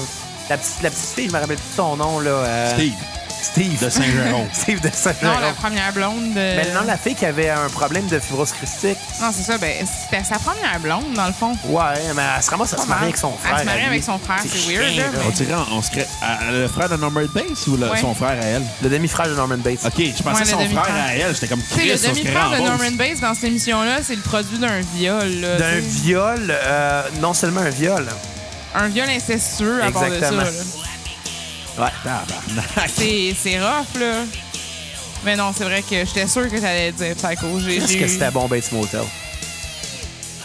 Speaker 2: La petite, la petite fille, je me rappelle plus de son nom, là. euh,
Speaker 3: Steve.
Speaker 2: Steve.
Speaker 3: De Saint-Jérôme.
Speaker 2: Steve de
Speaker 4: Non,
Speaker 2: Saint-Jérôme.
Speaker 4: la première blonde. de-
Speaker 2: Mais oh. Ben, non, la fille qui avait un problème de fibrose cystique.
Speaker 4: Non, c'est ça. Ben, c'était sa première blonde, dans le fond.
Speaker 2: Ouais, mais elle se ramasse à se marier avec son frère.
Speaker 4: Elle se marie
Speaker 2: à lui.
Speaker 4: avec son frère, c'est
Speaker 2: chiant,
Speaker 4: weird, là,
Speaker 2: là.
Speaker 4: mais-
Speaker 3: On dirait, on se crée- à- à- le frère de Norman Bates ou le-
Speaker 4: Ouais.
Speaker 3: son frère à elle?
Speaker 2: Le demi-frère de Norman Bates.
Speaker 3: OK, je pensais
Speaker 4: Ouais,
Speaker 3: son
Speaker 4: le
Speaker 3: frère
Speaker 4: demi-frère.
Speaker 3: à elle. J'étais comme
Speaker 4: Tu sais,
Speaker 3: Chris,
Speaker 4: le
Speaker 3: on se crée
Speaker 4: demi-frère
Speaker 3: en
Speaker 4: de
Speaker 3: bourse.
Speaker 4: Norman Bates dans cette émission-là, c'est le produit d'un viol. là,
Speaker 2: D'un
Speaker 4: tu sais.
Speaker 2: viol, euh, non seulement un viol.
Speaker 4: Un viol incestueux à part de ça.
Speaker 2: Exactement.
Speaker 4: là.
Speaker 2: Ouais.
Speaker 3: Tabarnak.
Speaker 4: C'est c'est rough, là. Mais non, c'est vrai que j'étais sûre que t'allais dire Psycho. J'ai-
Speaker 2: Qu'est-ce
Speaker 4: j'ai
Speaker 2: que
Speaker 4: eu-
Speaker 2: c'était bon Bates Motel?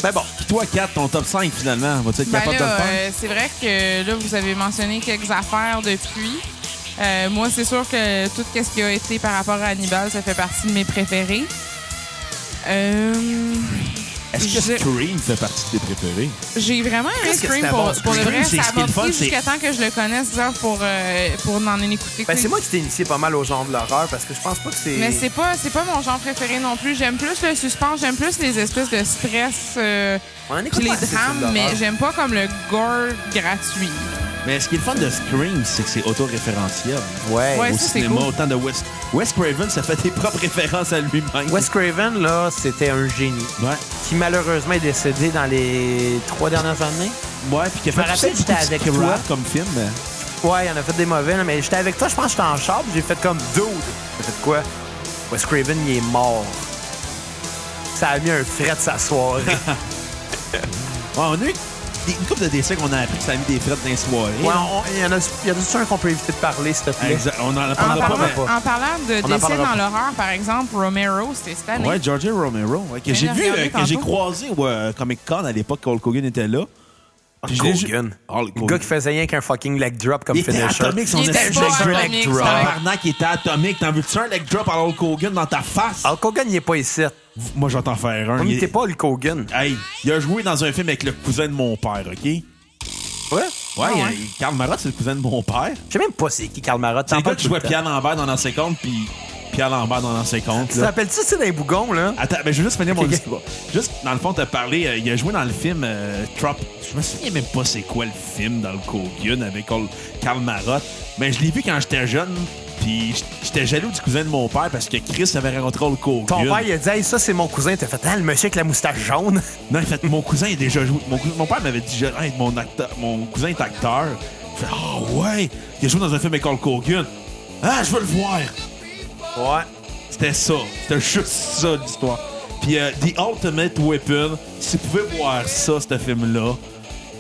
Speaker 2: Mais bon,
Speaker 3: Puis Ben toi, 4, ton top 5 finalement. Vas-tu être
Speaker 4: Ben
Speaker 3: capable de le
Speaker 4: là,
Speaker 3: faire?
Speaker 4: euh, c'est vrai que là, vous avez mentionné quelques affaires depuis. Euh, moi, c'est sûr que tout ce qui a été par rapport à Hannibal, ça fait partie de mes préférés. Euh,
Speaker 3: Est-ce que
Speaker 4: je-
Speaker 3: Scream fait partie de tes préférés?
Speaker 4: J'ai vraiment aimé
Speaker 2: Qu'est-ce que
Speaker 4: Scream
Speaker 2: c'était
Speaker 4: pour,
Speaker 2: bon,
Speaker 4: pour le
Speaker 2: Scream,
Speaker 4: vrai.
Speaker 1: c'est-
Speaker 4: Ça
Speaker 1: ce qui est
Speaker 4: m'a
Speaker 1: le fun,
Speaker 4: pris
Speaker 1: c'est-
Speaker 4: jusqu'à temps que je le connaisse, genre, pour, euh, pour n'en écouter
Speaker 2: ben,
Speaker 4: que-
Speaker 2: c'est moi qui t'ai initié pas mal au genre de l'horreur parce que je pense pas que c'est.
Speaker 4: Mais c'est pas, c'est pas mon genre préféré non plus. J'aime plus le suspense, j'aime plus les espèces de stress, euh,
Speaker 2: On en écoute
Speaker 4: puis les
Speaker 2: pas assez de films
Speaker 4: drames,
Speaker 2: d'horreur.
Speaker 4: mais j'aime pas comme le gore gratuit.
Speaker 3: Mais ce qui est le fun de Scream, c'est que c'est autoréférentiel.
Speaker 2: Ouais.
Speaker 4: Ouais.
Speaker 3: Au
Speaker 4: ça, c'est
Speaker 3: cinéma,
Speaker 4: cool.
Speaker 3: autant de Wes... Wes Craven, ça fait tes propres références à lui-même.
Speaker 2: Wes Craven, là, c'était un génie
Speaker 3: Ouais.
Speaker 2: qui malheureusement est décédé dans les trois dernières années.
Speaker 3: Ouais, puis qui a fait
Speaker 2: me rappelle,
Speaker 3: aussi
Speaker 2: j'étais
Speaker 3: beaucoup de
Speaker 2: avec
Speaker 3: crap
Speaker 2: toi.
Speaker 3: comme film. mais-
Speaker 2: Ouais, il en a fait des mauvais, là, mais j'étais avec toi, je pense que j'étais en char, puis j'ai fait comme dude. J'ai fait quoi? Wes Craven, il est mort. Ça a mis un fret de sa soirée.
Speaker 3: Ouais, on a eu des- une couple de décès qu'on a appris que ça a mis des frettes dans les soirées.
Speaker 2: Ouais, on- il y en a, il y en a-tu un qu'on peut éviter de parler, s'il te plaît?
Speaker 3: Exact. On en
Speaker 4: En
Speaker 3: parlera pas,
Speaker 4: parlant,
Speaker 3: mais...
Speaker 2: pas.
Speaker 4: en parlant de
Speaker 2: en
Speaker 4: décès
Speaker 2: parlera
Speaker 4: dans
Speaker 2: pas.
Speaker 4: l'horreur, par exemple, Romero, c'était cette année.
Speaker 3: Ouais, George Romero, ouais, que
Speaker 4: Je
Speaker 3: j'ai
Speaker 4: l'ai
Speaker 3: vu,
Speaker 4: regardé
Speaker 3: euh, que j'ai
Speaker 4: tantôt.
Speaker 3: croisé au euh, Comic Con à l'époque, Hulk Hogan était là. Puis je l'ai ju-
Speaker 2: Hogan.
Speaker 3: Hulk
Speaker 2: Le
Speaker 3: Hogan.
Speaker 2: gars qui faisait rien qu'un fucking leg drop comme
Speaker 3: Il était
Speaker 2: finisher.
Speaker 3: atomique, son
Speaker 4: Il était
Speaker 3: espèce
Speaker 4: pas
Speaker 3: de leg
Speaker 4: atomique,
Speaker 3: drop.
Speaker 4: ça.
Speaker 3: Tabarnak, il était atomique. T'en veux-tu un leg drop à Hulk Hogan dans ta face?
Speaker 2: Hulk Hogan, il est pas ici.
Speaker 3: Moi, j'entends faire un.
Speaker 2: On
Speaker 3: Il-
Speaker 2: n'était pas Hulk Hogan.
Speaker 3: Hey, il a joué dans un film avec le cousin de mon père, OK? Ouais,
Speaker 2: Ouais?
Speaker 4: Ah ouais?
Speaker 3: il- il- Karl Marotte, c'est le cousin de mon père.
Speaker 2: Je sais même pas c'est qui Karl Marotte.
Speaker 3: C'est
Speaker 2: T'en
Speaker 3: le gars
Speaker 2: parles
Speaker 3: qui
Speaker 2: tout
Speaker 3: jouait
Speaker 2: le temps.
Speaker 3: Pierre Lambert dans Dans 50, puis Pierre Lambert dans Dans 50.
Speaker 2: Tu
Speaker 3: là.
Speaker 2: t'appelles-tu, tu sais, dans les bougons, là?
Speaker 3: Attends, ben, je vais juste finir mon
Speaker 2: Ok.
Speaker 3: histoire. Juste, dans le fond, t'as parlé, euh, il a joué dans le film euh, Trop- Je me souviens même pas c'est quoi le film dans le Kogun avec Ol- Karl Marotte. Mais je l'ai vu quand j'étais jeune, puis j- j'étais jaloux du cousin de mon père parce que Chris avait rencontré le Kogun.
Speaker 2: Ton père, il a dit, hey, ça, c'est mon cousin. T'as fait, ah, le monsieur avec la moustache jaune.
Speaker 3: Non, en fait, mon cousin est déjà joué. Mon, cousin- mon père m'avait dit je- hey, mon, acteur, mon cousin est acteur. Je fais Ah ouais, il a joué dans un film avec Hulk Hogan. Ah, je veux le voir.
Speaker 2: Ouais.
Speaker 3: C'était ça. C'était juste ça l'histoire. Puis euh, The Ultimate Weapon, si vous pouvez voir ça, ce film-là,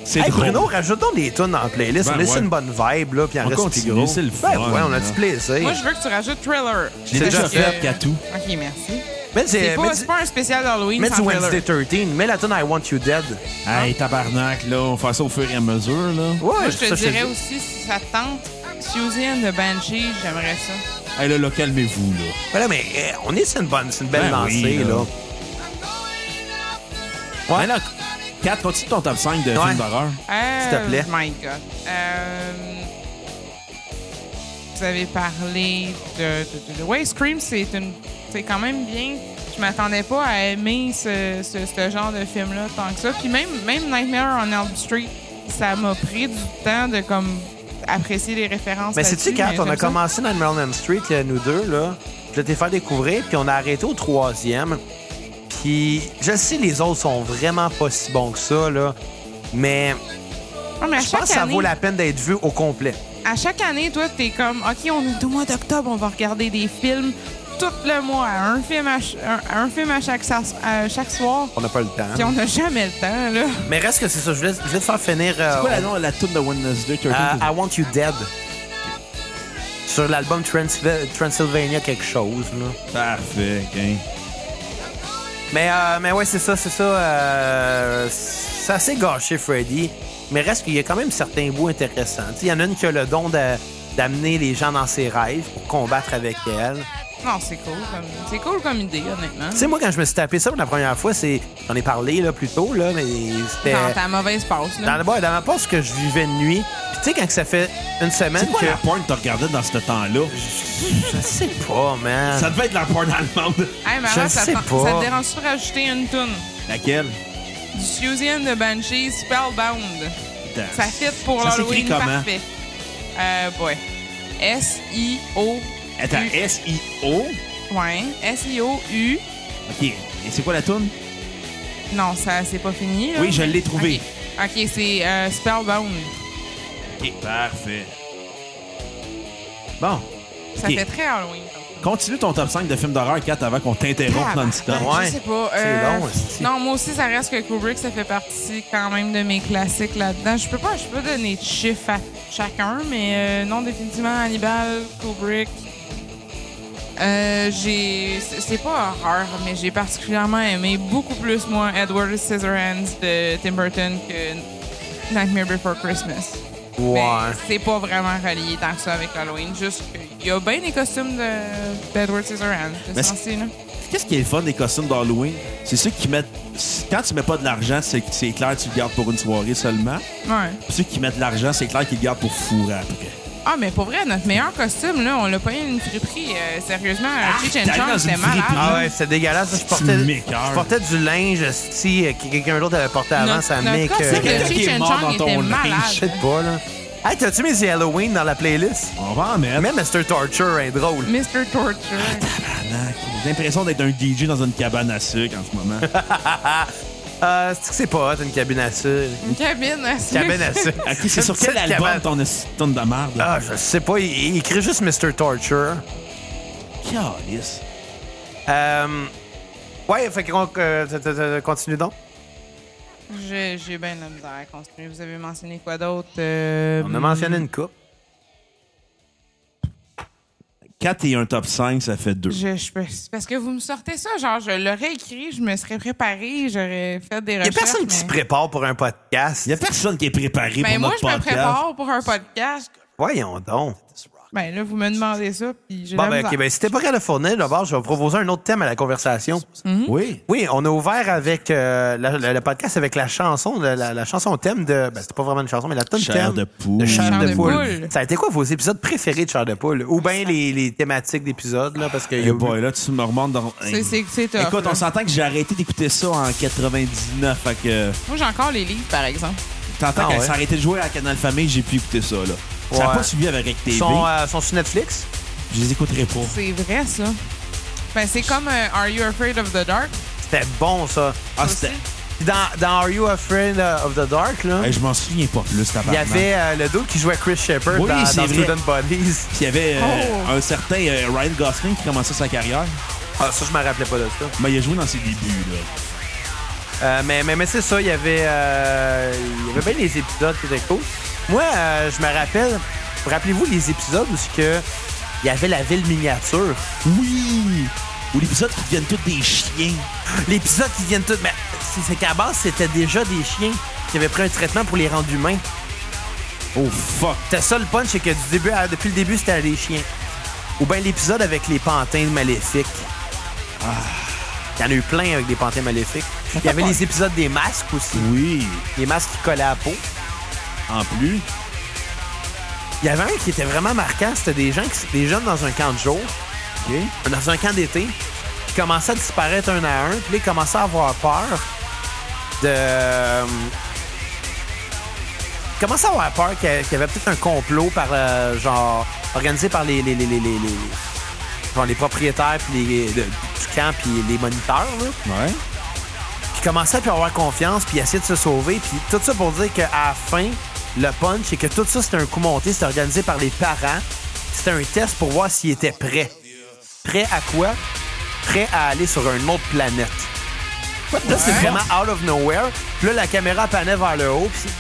Speaker 3: c'est
Speaker 2: Hey,
Speaker 3: drôle.
Speaker 2: Bruno, rajoute donc des tunes dans la playlist.
Speaker 3: Ben
Speaker 2: on laisse
Speaker 3: ouais.
Speaker 2: une bonne vibe, là, puis en
Speaker 3: On
Speaker 2: reste plus
Speaker 3: continue,
Speaker 2: gros.
Speaker 3: c'est le
Speaker 2: Ben
Speaker 3: fun,
Speaker 2: ouais, on a
Speaker 3: là.
Speaker 2: du plaisir.
Speaker 4: Moi, je veux que tu rajoutes Thriller.
Speaker 3: Je l'ai déjà
Speaker 4: Parce que-
Speaker 3: fait, Katou.
Speaker 4: Ok, merci.
Speaker 2: Eh, Mais
Speaker 4: C'est
Speaker 2: c'est
Speaker 4: pas, c'est pas un spécial d'Halloween
Speaker 2: Mets du
Speaker 4: sans
Speaker 2: Wednesday
Speaker 4: Thriller.
Speaker 2: 13, mets la tune I Want You Dead.
Speaker 3: Hey, tabarnak, là, on fait ça au fur et à mesure, là.
Speaker 2: Ouais,
Speaker 4: Moi, je te
Speaker 2: ça,
Speaker 4: dirais aussi, si ça te tente, Susie and the Banshee, j'aimerais ça.
Speaker 3: Hey, là, là, calmez-vous, là.
Speaker 2: Voilà, mais eh, on est sur une bonne, c'est une belle
Speaker 3: Ben
Speaker 2: lancée,
Speaker 3: oui, là.
Speaker 2: là.
Speaker 3: Ben là, 4, continue ton top 5 de
Speaker 2: Ouais.
Speaker 3: films d'horreur.
Speaker 4: Euh,
Speaker 2: S'il te plaît.
Speaker 4: My God. Euh, vous avez parlé de. de, de, de- ouais, Scream, c'est une. C'est quand même bien. Je m'attendais pas à aimer ce, ce, ce genre de film-là tant que ça. Puis même, même Nightmare on Elm Street, ça m'a pris du temps de comme apprécier les références.
Speaker 2: Mais c'est-tu,
Speaker 4: là-dessus,
Speaker 2: Kat,
Speaker 4: mais
Speaker 2: on a
Speaker 4: j'aime ça.
Speaker 2: commencé dans Maryland Street, là, nous deux, là. Je t'ai fait découvrir, puis on a arrêté au troisième. Puis je sais, les autres sont vraiment pas si bons que ça, là. Mais
Speaker 4: Ah, mais à
Speaker 2: je pense
Speaker 4: chaque
Speaker 2: que ça
Speaker 4: année-
Speaker 2: vaut la peine d'être vu au complet.
Speaker 4: à chaque année, toi, t'es comme, OK, on est au mois d'octobre, on va regarder des films tout le mois, un film à, ch- un, un film à chaque, sa- à chaque soir.
Speaker 2: On n'a pas le temps.
Speaker 4: Puis on n'a jamais le temps, là.
Speaker 2: Mais reste que c'est ça, je voulais, je voulais te faire finir. euh,
Speaker 3: C'est quoi la, nom- la toune de Wednesday 13?
Speaker 2: Euh, I Want You Dead. Sur l'album Transva- Transylvania quelque chose, là.
Speaker 3: Parfait, hein.
Speaker 2: Mais, euh, mais ouais, c'est ça, c'est ça. euh, ça s'est gâché, Freddy. Mais reste qu'il y a quand même certains bouts intéressants. Tu sais, Il y en a une qui a le don de- d'amener les gens dans ses rêves pour combattre avec elle.
Speaker 4: Non, c'est cool. comme- C'est cool comme idée, honnêtement.
Speaker 2: Tu sais, moi, quand je me suis tapé ça pour la première fois, c'est. J'en ai parlé là, plus tôt, là, mais c'était.
Speaker 4: Dans ta mauvaise passe,
Speaker 2: euh, Dans,
Speaker 4: là.
Speaker 2: le- ouais, dans ma part, ce que je vivais de nuit. Puis tu sais, quand ça fait une semaine
Speaker 3: C'est quoi
Speaker 2: que.
Speaker 3: la porn que t'as regardé dans ce temps-là?
Speaker 2: Je sais pas, man.
Speaker 3: Ça devait être la porn allemande.
Speaker 4: Hey, Mara,
Speaker 2: Je le
Speaker 4: ça,
Speaker 2: sais
Speaker 4: te-
Speaker 2: pas.
Speaker 4: ça te dérange-tu de rajouter une toune?
Speaker 3: Laquelle?
Speaker 4: Du Susie and the Banshee, Spellbound. Ça fit pour
Speaker 3: Ça s'écrit
Speaker 4: l'Halloween
Speaker 3: comment?
Speaker 4: parfait. Euh, boy. S-I-O.
Speaker 1: Attends,
Speaker 4: U-
Speaker 3: eh.
Speaker 1: S-I-O?
Speaker 4: Ouais. S-I-O-U.
Speaker 1: OK. Et c'est quoi la toune?
Speaker 4: Non, ça, c'est pas fini. là.
Speaker 1: Oui, je l'ai trouvé.
Speaker 4: OK, Ok, c'est euh, Spellbound.
Speaker 1: OK, parfait.
Speaker 3: Bon,
Speaker 4: Ça
Speaker 1: Ok.
Speaker 4: fait très Halloween.
Speaker 3: continue ton top 5 de films d'horreur, 4 avant qu'on
Speaker 2: Ah,
Speaker 3: t'interrompe non-stop.
Speaker 4: Tabarnak,
Speaker 2: Ouais.
Speaker 4: ben, Je sais pas.
Speaker 2: C'est
Speaker 4: euh,
Speaker 2: long, c'est-
Speaker 4: Non, moi aussi, ça reste que Kubrick, ça fait partie quand même de mes classiques là-dedans. Je peux pas, je peux pas donner de chiffres à chacun, mais euh, non, définitivement, Hannibal, Kubrick. Euh, j'ai, c'est c'est pas horreur, mais j'ai particulièrement aimé beaucoup plus moi Edward Scissorhands de Tim Burton que Nightmare Before Christmas.
Speaker 2: Ouais.
Speaker 4: Mais c'est pas vraiment relié tant que ça avec Halloween. Juste qu'il y a bien des costumes de, d'Edward Scissorhands. de
Speaker 3: Mais
Speaker 4: ce
Speaker 3: c'est-
Speaker 4: temps-ci, là.
Speaker 3: Qu'est-ce qui est le fun des costumes d'Halloween? C'est ceux qui mettent. Quand tu mets pas de l'argent, c'est c'est clair, tu le gardes pour une soirée seulement.
Speaker 4: Ouais.
Speaker 3: Puis ceux qui mettent de l'argent, c'est clair qu'ils le gardent pour fourrer après.
Speaker 4: Ah, mais pour vrai, notre meilleur costume, là, on l'a pas eu une friperie. euh, sérieusement, Cheech and
Speaker 3: t'es allé
Speaker 4: Chong,
Speaker 3: Ah, dans
Speaker 4: c'était
Speaker 3: une
Speaker 4: malade.
Speaker 3: friperie.
Speaker 2: Ah ouais, c'est dégueulasse. Je
Speaker 3: Tu
Speaker 2: portais,
Speaker 3: m'écoeures.
Speaker 2: je portais du linge si que quelqu'un d'autre avait porté avant,
Speaker 4: Notre-
Speaker 2: ça
Speaker 4: notre costume
Speaker 2: m'écoeurait.
Speaker 4: de
Speaker 3: euh, quelqu'un qui
Speaker 4: Cheech
Speaker 3: est
Speaker 4: and
Speaker 3: mort
Speaker 4: Chong
Speaker 3: dans
Speaker 4: était
Speaker 3: ton linge.
Speaker 2: Je sais
Speaker 4: malade.
Speaker 2: pas, là. Hey, t'as-tu mis The Halloween dans la playlist?
Speaker 3: On va en mettre.
Speaker 2: Même Mr. Torture est drôle.
Speaker 4: Mr. Torture.
Speaker 3: Tabarnak. J'ai l'impression d'être un DJ dans une cabane à sucre en ce moment.
Speaker 2: Euh, c'est que c'est pas hot, une cabine à sucre.
Speaker 4: Une cabine à sucre.
Speaker 2: Cabine à sucre.
Speaker 3: Ok, c'est sur
Speaker 2: Une petite
Speaker 3: quel album
Speaker 2: cabane.
Speaker 3: ton esti de tonne de merde? là?
Speaker 2: Ah, je sais pas. Il, il écrit juste Mr. Torture.
Speaker 3: Calice.
Speaker 2: Euh, ouais, fait qu'on euh, t- t- t- continue donc.
Speaker 4: J'ai j'ai bien de la misère à construire. Vous avez mentionné quoi d'autre? euh,
Speaker 2: On a mentionné une coupe.
Speaker 3: 4 et un top 5, ça fait 2.
Speaker 4: Je, je peux- c'est parce que vous me sortez ça, genre, je l'aurais écrit, je me serais préparée, j'aurais fait des
Speaker 2: Il y
Speaker 4: recherches.
Speaker 2: a personne qui se
Speaker 4: mais-
Speaker 2: prépare pour un podcast.
Speaker 3: Il a personne qui est préparé
Speaker 4: Ben,
Speaker 3: pour
Speaker 4: moi,
Speaker 3: notre
Speaker 4: je me
Speaker 3: podcast.
Speaker 4: prépare pour un podcast.
Speaker 2: Voyons donc.
Speaker 4: Ben, là, vous me demandez ça, puis j'ai
Speaker 2: Bon,
Speaker 4: la
Speaker 2: ben,
Speaker 4: misère.
Speaker 2: OK, ben, si t'es pas capable de fournir, d'abord, je vais proposer un autre thème à la conversation.
Speaker 4: Mhm.
Speaker 3: Oui.
Speaker 2: Oui, on a ouvert avec euh, la- la- le podcast avec la chanson, la, la- la chanson thème de. Ben, c'était pas vraiment une chanson, mais la tonne
Speaker 3: Chair
Speaker 2: thème.
Speaker 3: de poule.
Speaker 2: Chair,
Speaker 4: Chair
Speaker 2: de,
Speaker 4: de
Speaker 2: poule.
Speaker 4: poule.
Speaker 2: Ça a été quoi vos épisodes préférés de Chair de poule? Ou bien les, les thématiques d'épisodes, là, parce que.
Speaker 3: Et boy, là, tu me remontes dans.
Speaker 4: C'est- c'est- c'est tough,
Speaker 3: Écoute,
Speaker 4: là.
Speaker 3: on s'entend que j'ai arrêté d'écouter ça en 99. Fait que.
Speaker 4: Moi, j'ai encore les livres, par exemple.
Speaker 3: T'entends
Speaker 2: Ah
Speaker 3: qu'elle
Speaker 2: ouais.
Speaker 3: s'est arrêtée de jouer à Canal Famille, j'ai pu écouter ça, là. Ça
Speaker 2: Ouais.
Speaker 3: n'a pas suivi avec Rec TV.
Speaker 2: sont, euh, sont sur Netflix?
Speaker 3: Je les écouterai pas.
Speaker 4: C'est vrai, ça. Ben, c'est comme euh, Are You Afraid of the Dark?
Speaker 2: C'était bon, ça.
Speaker 3: Ah,
Speaker 4: aussi.
Speaker 3: c'était.
Speaker 2: Puis Dans, dans Are You Afraid of the Dark, là,
Speaker 3: Hey, je m'en souviens pas plus,
Speaker 2: il y
Speaker 3: tabarnak.
Speaker 2: avait euh, le dude qui jouait Chris Shepard
Speaker 3: Oui,
Speaker 2: dans, dans
Speaker 3: c'est vrai.
Speaker 2: Student Bodies.
Speaker 3: Puis il y avait euh,
Speaker 4: Oh.
Speaker 3: un certain euh, Ryan Gosling qui commençait sa carrière.
Speaker 2: Ah, ça, je me rappelais pas de ça.
Speaker 3: Ben, il a joué dans ses débuts, là.
Speaker 2: Euh, mais mais, mais c'est ça, il y avait euh, il y avait bien des épisodes qui étaient cool. Moi, euh, je me rappelle, rappelez-vous les épisodes où c'est que il y avait la ville miniature.
Speaker 3: Oui! Ou l'épisode qui deviennent tous des chiens.
Speaker 2: L'épisode qui viennent tout. Mais c'est c'est qu'à la base, c'était déjà des chiens qui avaient pris un traitement pour les rendre humains.
Speaker 3: Oh fuck!
Speaker 2: C'était ça le punch, c'est que du début à- depuis le début, c'était des chiens. Ou bien l'épisode avec les pantins maléfiques. Ah, Il y en a eu plein avec des pantins maléfiques. Il y avait les épisodes des masques aussi.
Speaker 3: Oui!
Speaker 2: Les masques qui collaient à la peau.
Speaker 3: En plus,
Speaker 2: Il y avait un qui était vraiment marquant, c'était des gens qui, des jeunes dans un camp de jour,
Speaker 3: OK?
Speaker 2: dans un camp d'été, qui commençaient à disparaître un à un, puis là, ils commençaient à avoir peur de. Ils commençaient à avoir peur qu'il y a- qu'il y avait peut-être un complot par euh, genre organisé par les les, les, les, les- les- genre les propriétaires puis les, de- du camp puis les moniteurs là.
Speaker 3: Ouais.
Speaker 2: Puis commençait à plus avoir confiance, puis essayer de se sauver. Puis tout ça pour dire qu'à la fin, le punch, c'est que tout ça, c'était un coup monté, c'était organisé par les parents. C'était un test pour voir s'ils étaient prêts. Prêts à quoi? Prêts à aller sur une autre planète. Là, c'est vraiment out of nowhere. Puis là, la caméra panait vers le haut, puis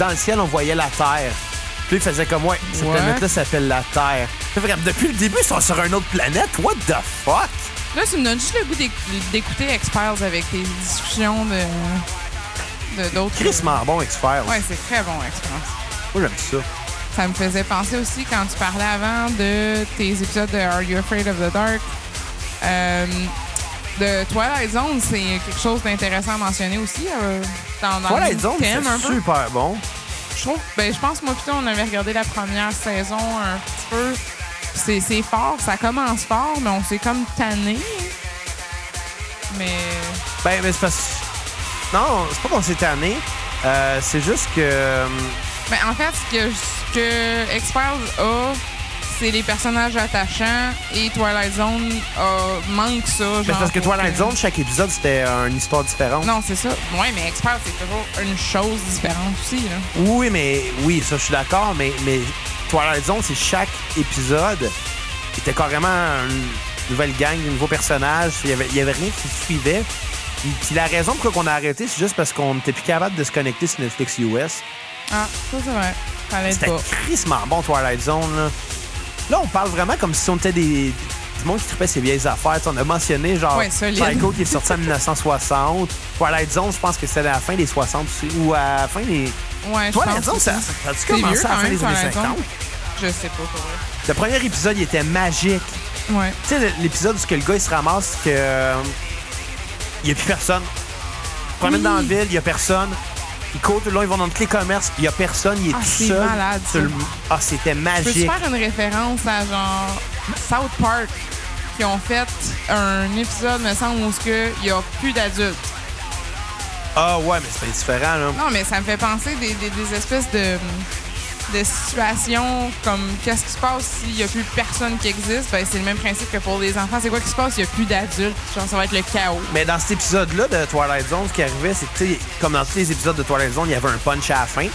Speaker 2: dans le ciel, on voyait la Terre. Puis il faisait comme, ouais, cette
Speaker 4: Ouais.
Speaker 2: planète-là s'appelle la Terre. Fait que depuis le début, ils sont sur une autre planète. What the fuck?
Speaker 4: Là, tu me donnes juste le goût d'éc- d'écouter X-Files avec tes discussions de de- d'autres. euh,
Speaker 2: Chris Marbon, X-Files.
Speaker 4: Ouais, c'est très bon, X-Files.
Speaker 2: Moi, j'aime ça.
Speaker 4: Ça me faisait penser aussi quand tu parlais avant de tes épisodes de Are You Afraid of the Dark? Euh, de Twilight Zone, c'est quelque chose d'intéressant à mentionner aussi. euh, dans, dans
Speaker 2: Voilà,
Speaker 4: le
Speaker 2: disons,
Speaker 4: thème un
Speaker 2: c'est
Speaker 4: peu.
Speaker 2: super bon.
Speaker 4: Je trouve, ben, je pense, moi, plutôt, on avait regardé la première saison un petit peu. C'est, c'est fort, ça commence fort, mais on s'est comme tanné. Mais.
Speaker 2: Ben, mais c'est parce Non, c'est pas qu'on s'est tanné. Euh, c'est juste que. euh,
Speaker 4: Ben, en fait, ce que je- que X-Files a, c'est les personnages attachants et Twilight Zone euh, manque ça.
Speaker 2: Mais
Speaker 4: genre,
Speaker 2: c'est parce que
Speaker 4: pour
Speaker 2: Twilight Zone, chaque épisode, c'était une histoire différente.
Speaker 4: Non, c'est ça. Ouais, mais X-Files, c'est toujours une chose différente aussi. Là.
Speaker 2: Oui, mais oui, ça, je suis d'accord, mais, mais Twilight Zone, c'est chaque épisode. C'était carrément une nouvelle gang, un nouveau personnage. Il y avait, il y avait rien qui suivait. Puis- Puis la raison pour laquelle on a arrêté, c'est juste parce qu'on n'était plus capable de se connecter sur Netflix US.
Speaker 4: Ah, ça, c'est vrai. Fallait
Speaker 2: C'était
Speaker 4: pas.
Speaker 2: crissement bon, Twilight Zone. Là. Là, on parle vraiment comme si on était des. Du monde qui tripait ses vieilles affaires. Tu sais, on a mentionné, genre,
Speaker 4: Ouais, solide.
Speaker 2: Psycho qui est sorti en 1960. Twilight Zone, je pense que c'était à la fin des 60 aussi, ou à la fin des.
Speaker 4: Ouais, je
Speaker 2: Twilight
Speaker 4: pense
Speaker 2: Zone,
Speaker 4: aussi.
Speaker 2: ça, ça a-tu
Speaker 4: C'est
Speaker 2: commencé
Speaker 4: vieux,
Speaker 2: à la
Speaker 4: quand
Speaker 2: fin
Speaker 4: même,
Speaker 2: des années
Speaker 4: Twilight
Speaker 2: 50?
Speaker 4: Zone. Je sais pas, pour
Speaker 2: Le premier épisode, il était magique.
Speaker 4: vrai. Ouais.
Speaker 2: Tu sais, le- l'épisode où ce que le gars, il se ramasse, que. euh, Il n'y a plus personne. Il se promène dans la ville, il n'y a personne. Il court tout le long, ils vont dans tous les commerces, il n'y a personne, il est
Speaker 4: Ah,
Speaker 2: tout
Speaker 4: c'est
Speaker 2: seul.
Speaker 4: malade,
Speaker 2: sur le-
Speaker 4: ça.
Speaker 2: Ah, c'était
Speaker 4: Peux-tu
Speaker 2: magique.
Speaker 4: faire une référence à genre South Park qui ont fait un épisode, me semble, où il n'y a plus d'adultes.
Speaker 2: Ah, ouais, mais c'est bien différent, là.
Speaker 4: Non, mais ça me fait penser des, des- des espèces de, de situations comme qu'est-ce qui se passe s'il n'y a plus personne qui existe. Ben, c'est le même principe que pour les enfants. C'est quoi qui se passe s'il n'y a plus d'adultes? Genre, ça va être le chaos.
Speaker 2: Mais dans cet épisode-là de Twilight Zone, ce qui arrivait, c'est que, tu sais, comme dans tous les épisodes de Twilight Zone, il y avait un punch à la fin.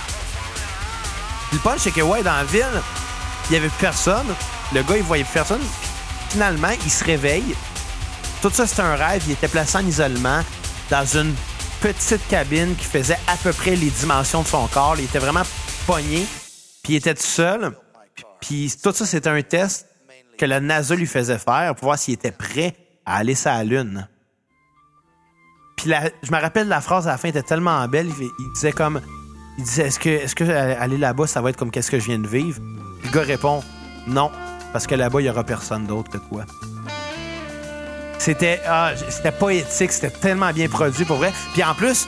Speaker 2: Le punch, c'est que, ouais, dans la ville, il n'y avait plus personne. Le gars, il voyait plus personne. Finalement, il se réveille. Tout ça, c'était un rêve. Il était placé en isolement dans une petite cabine qui faisait à peu près les dimensions de son corps. Il était vraiment pogné. Puis il était tout seul. Puis tout ça, c'était un test que la NASA lui faisait faire pour voir s'il était prêt à aller sur la Lune. Puis la- je me rappelle la phrase à la fin était tellement belle. Il, il disait comme, il disait est-ce que est-ce que aller là-bas ça va être comme qu'est-ce que je viens de vivre Puis Le gars répond non parce que là-bas il y aura personne d'autre que toi. C'était ah, c'était poétique, c'était tellement bien produit pour vrai. Puis en plus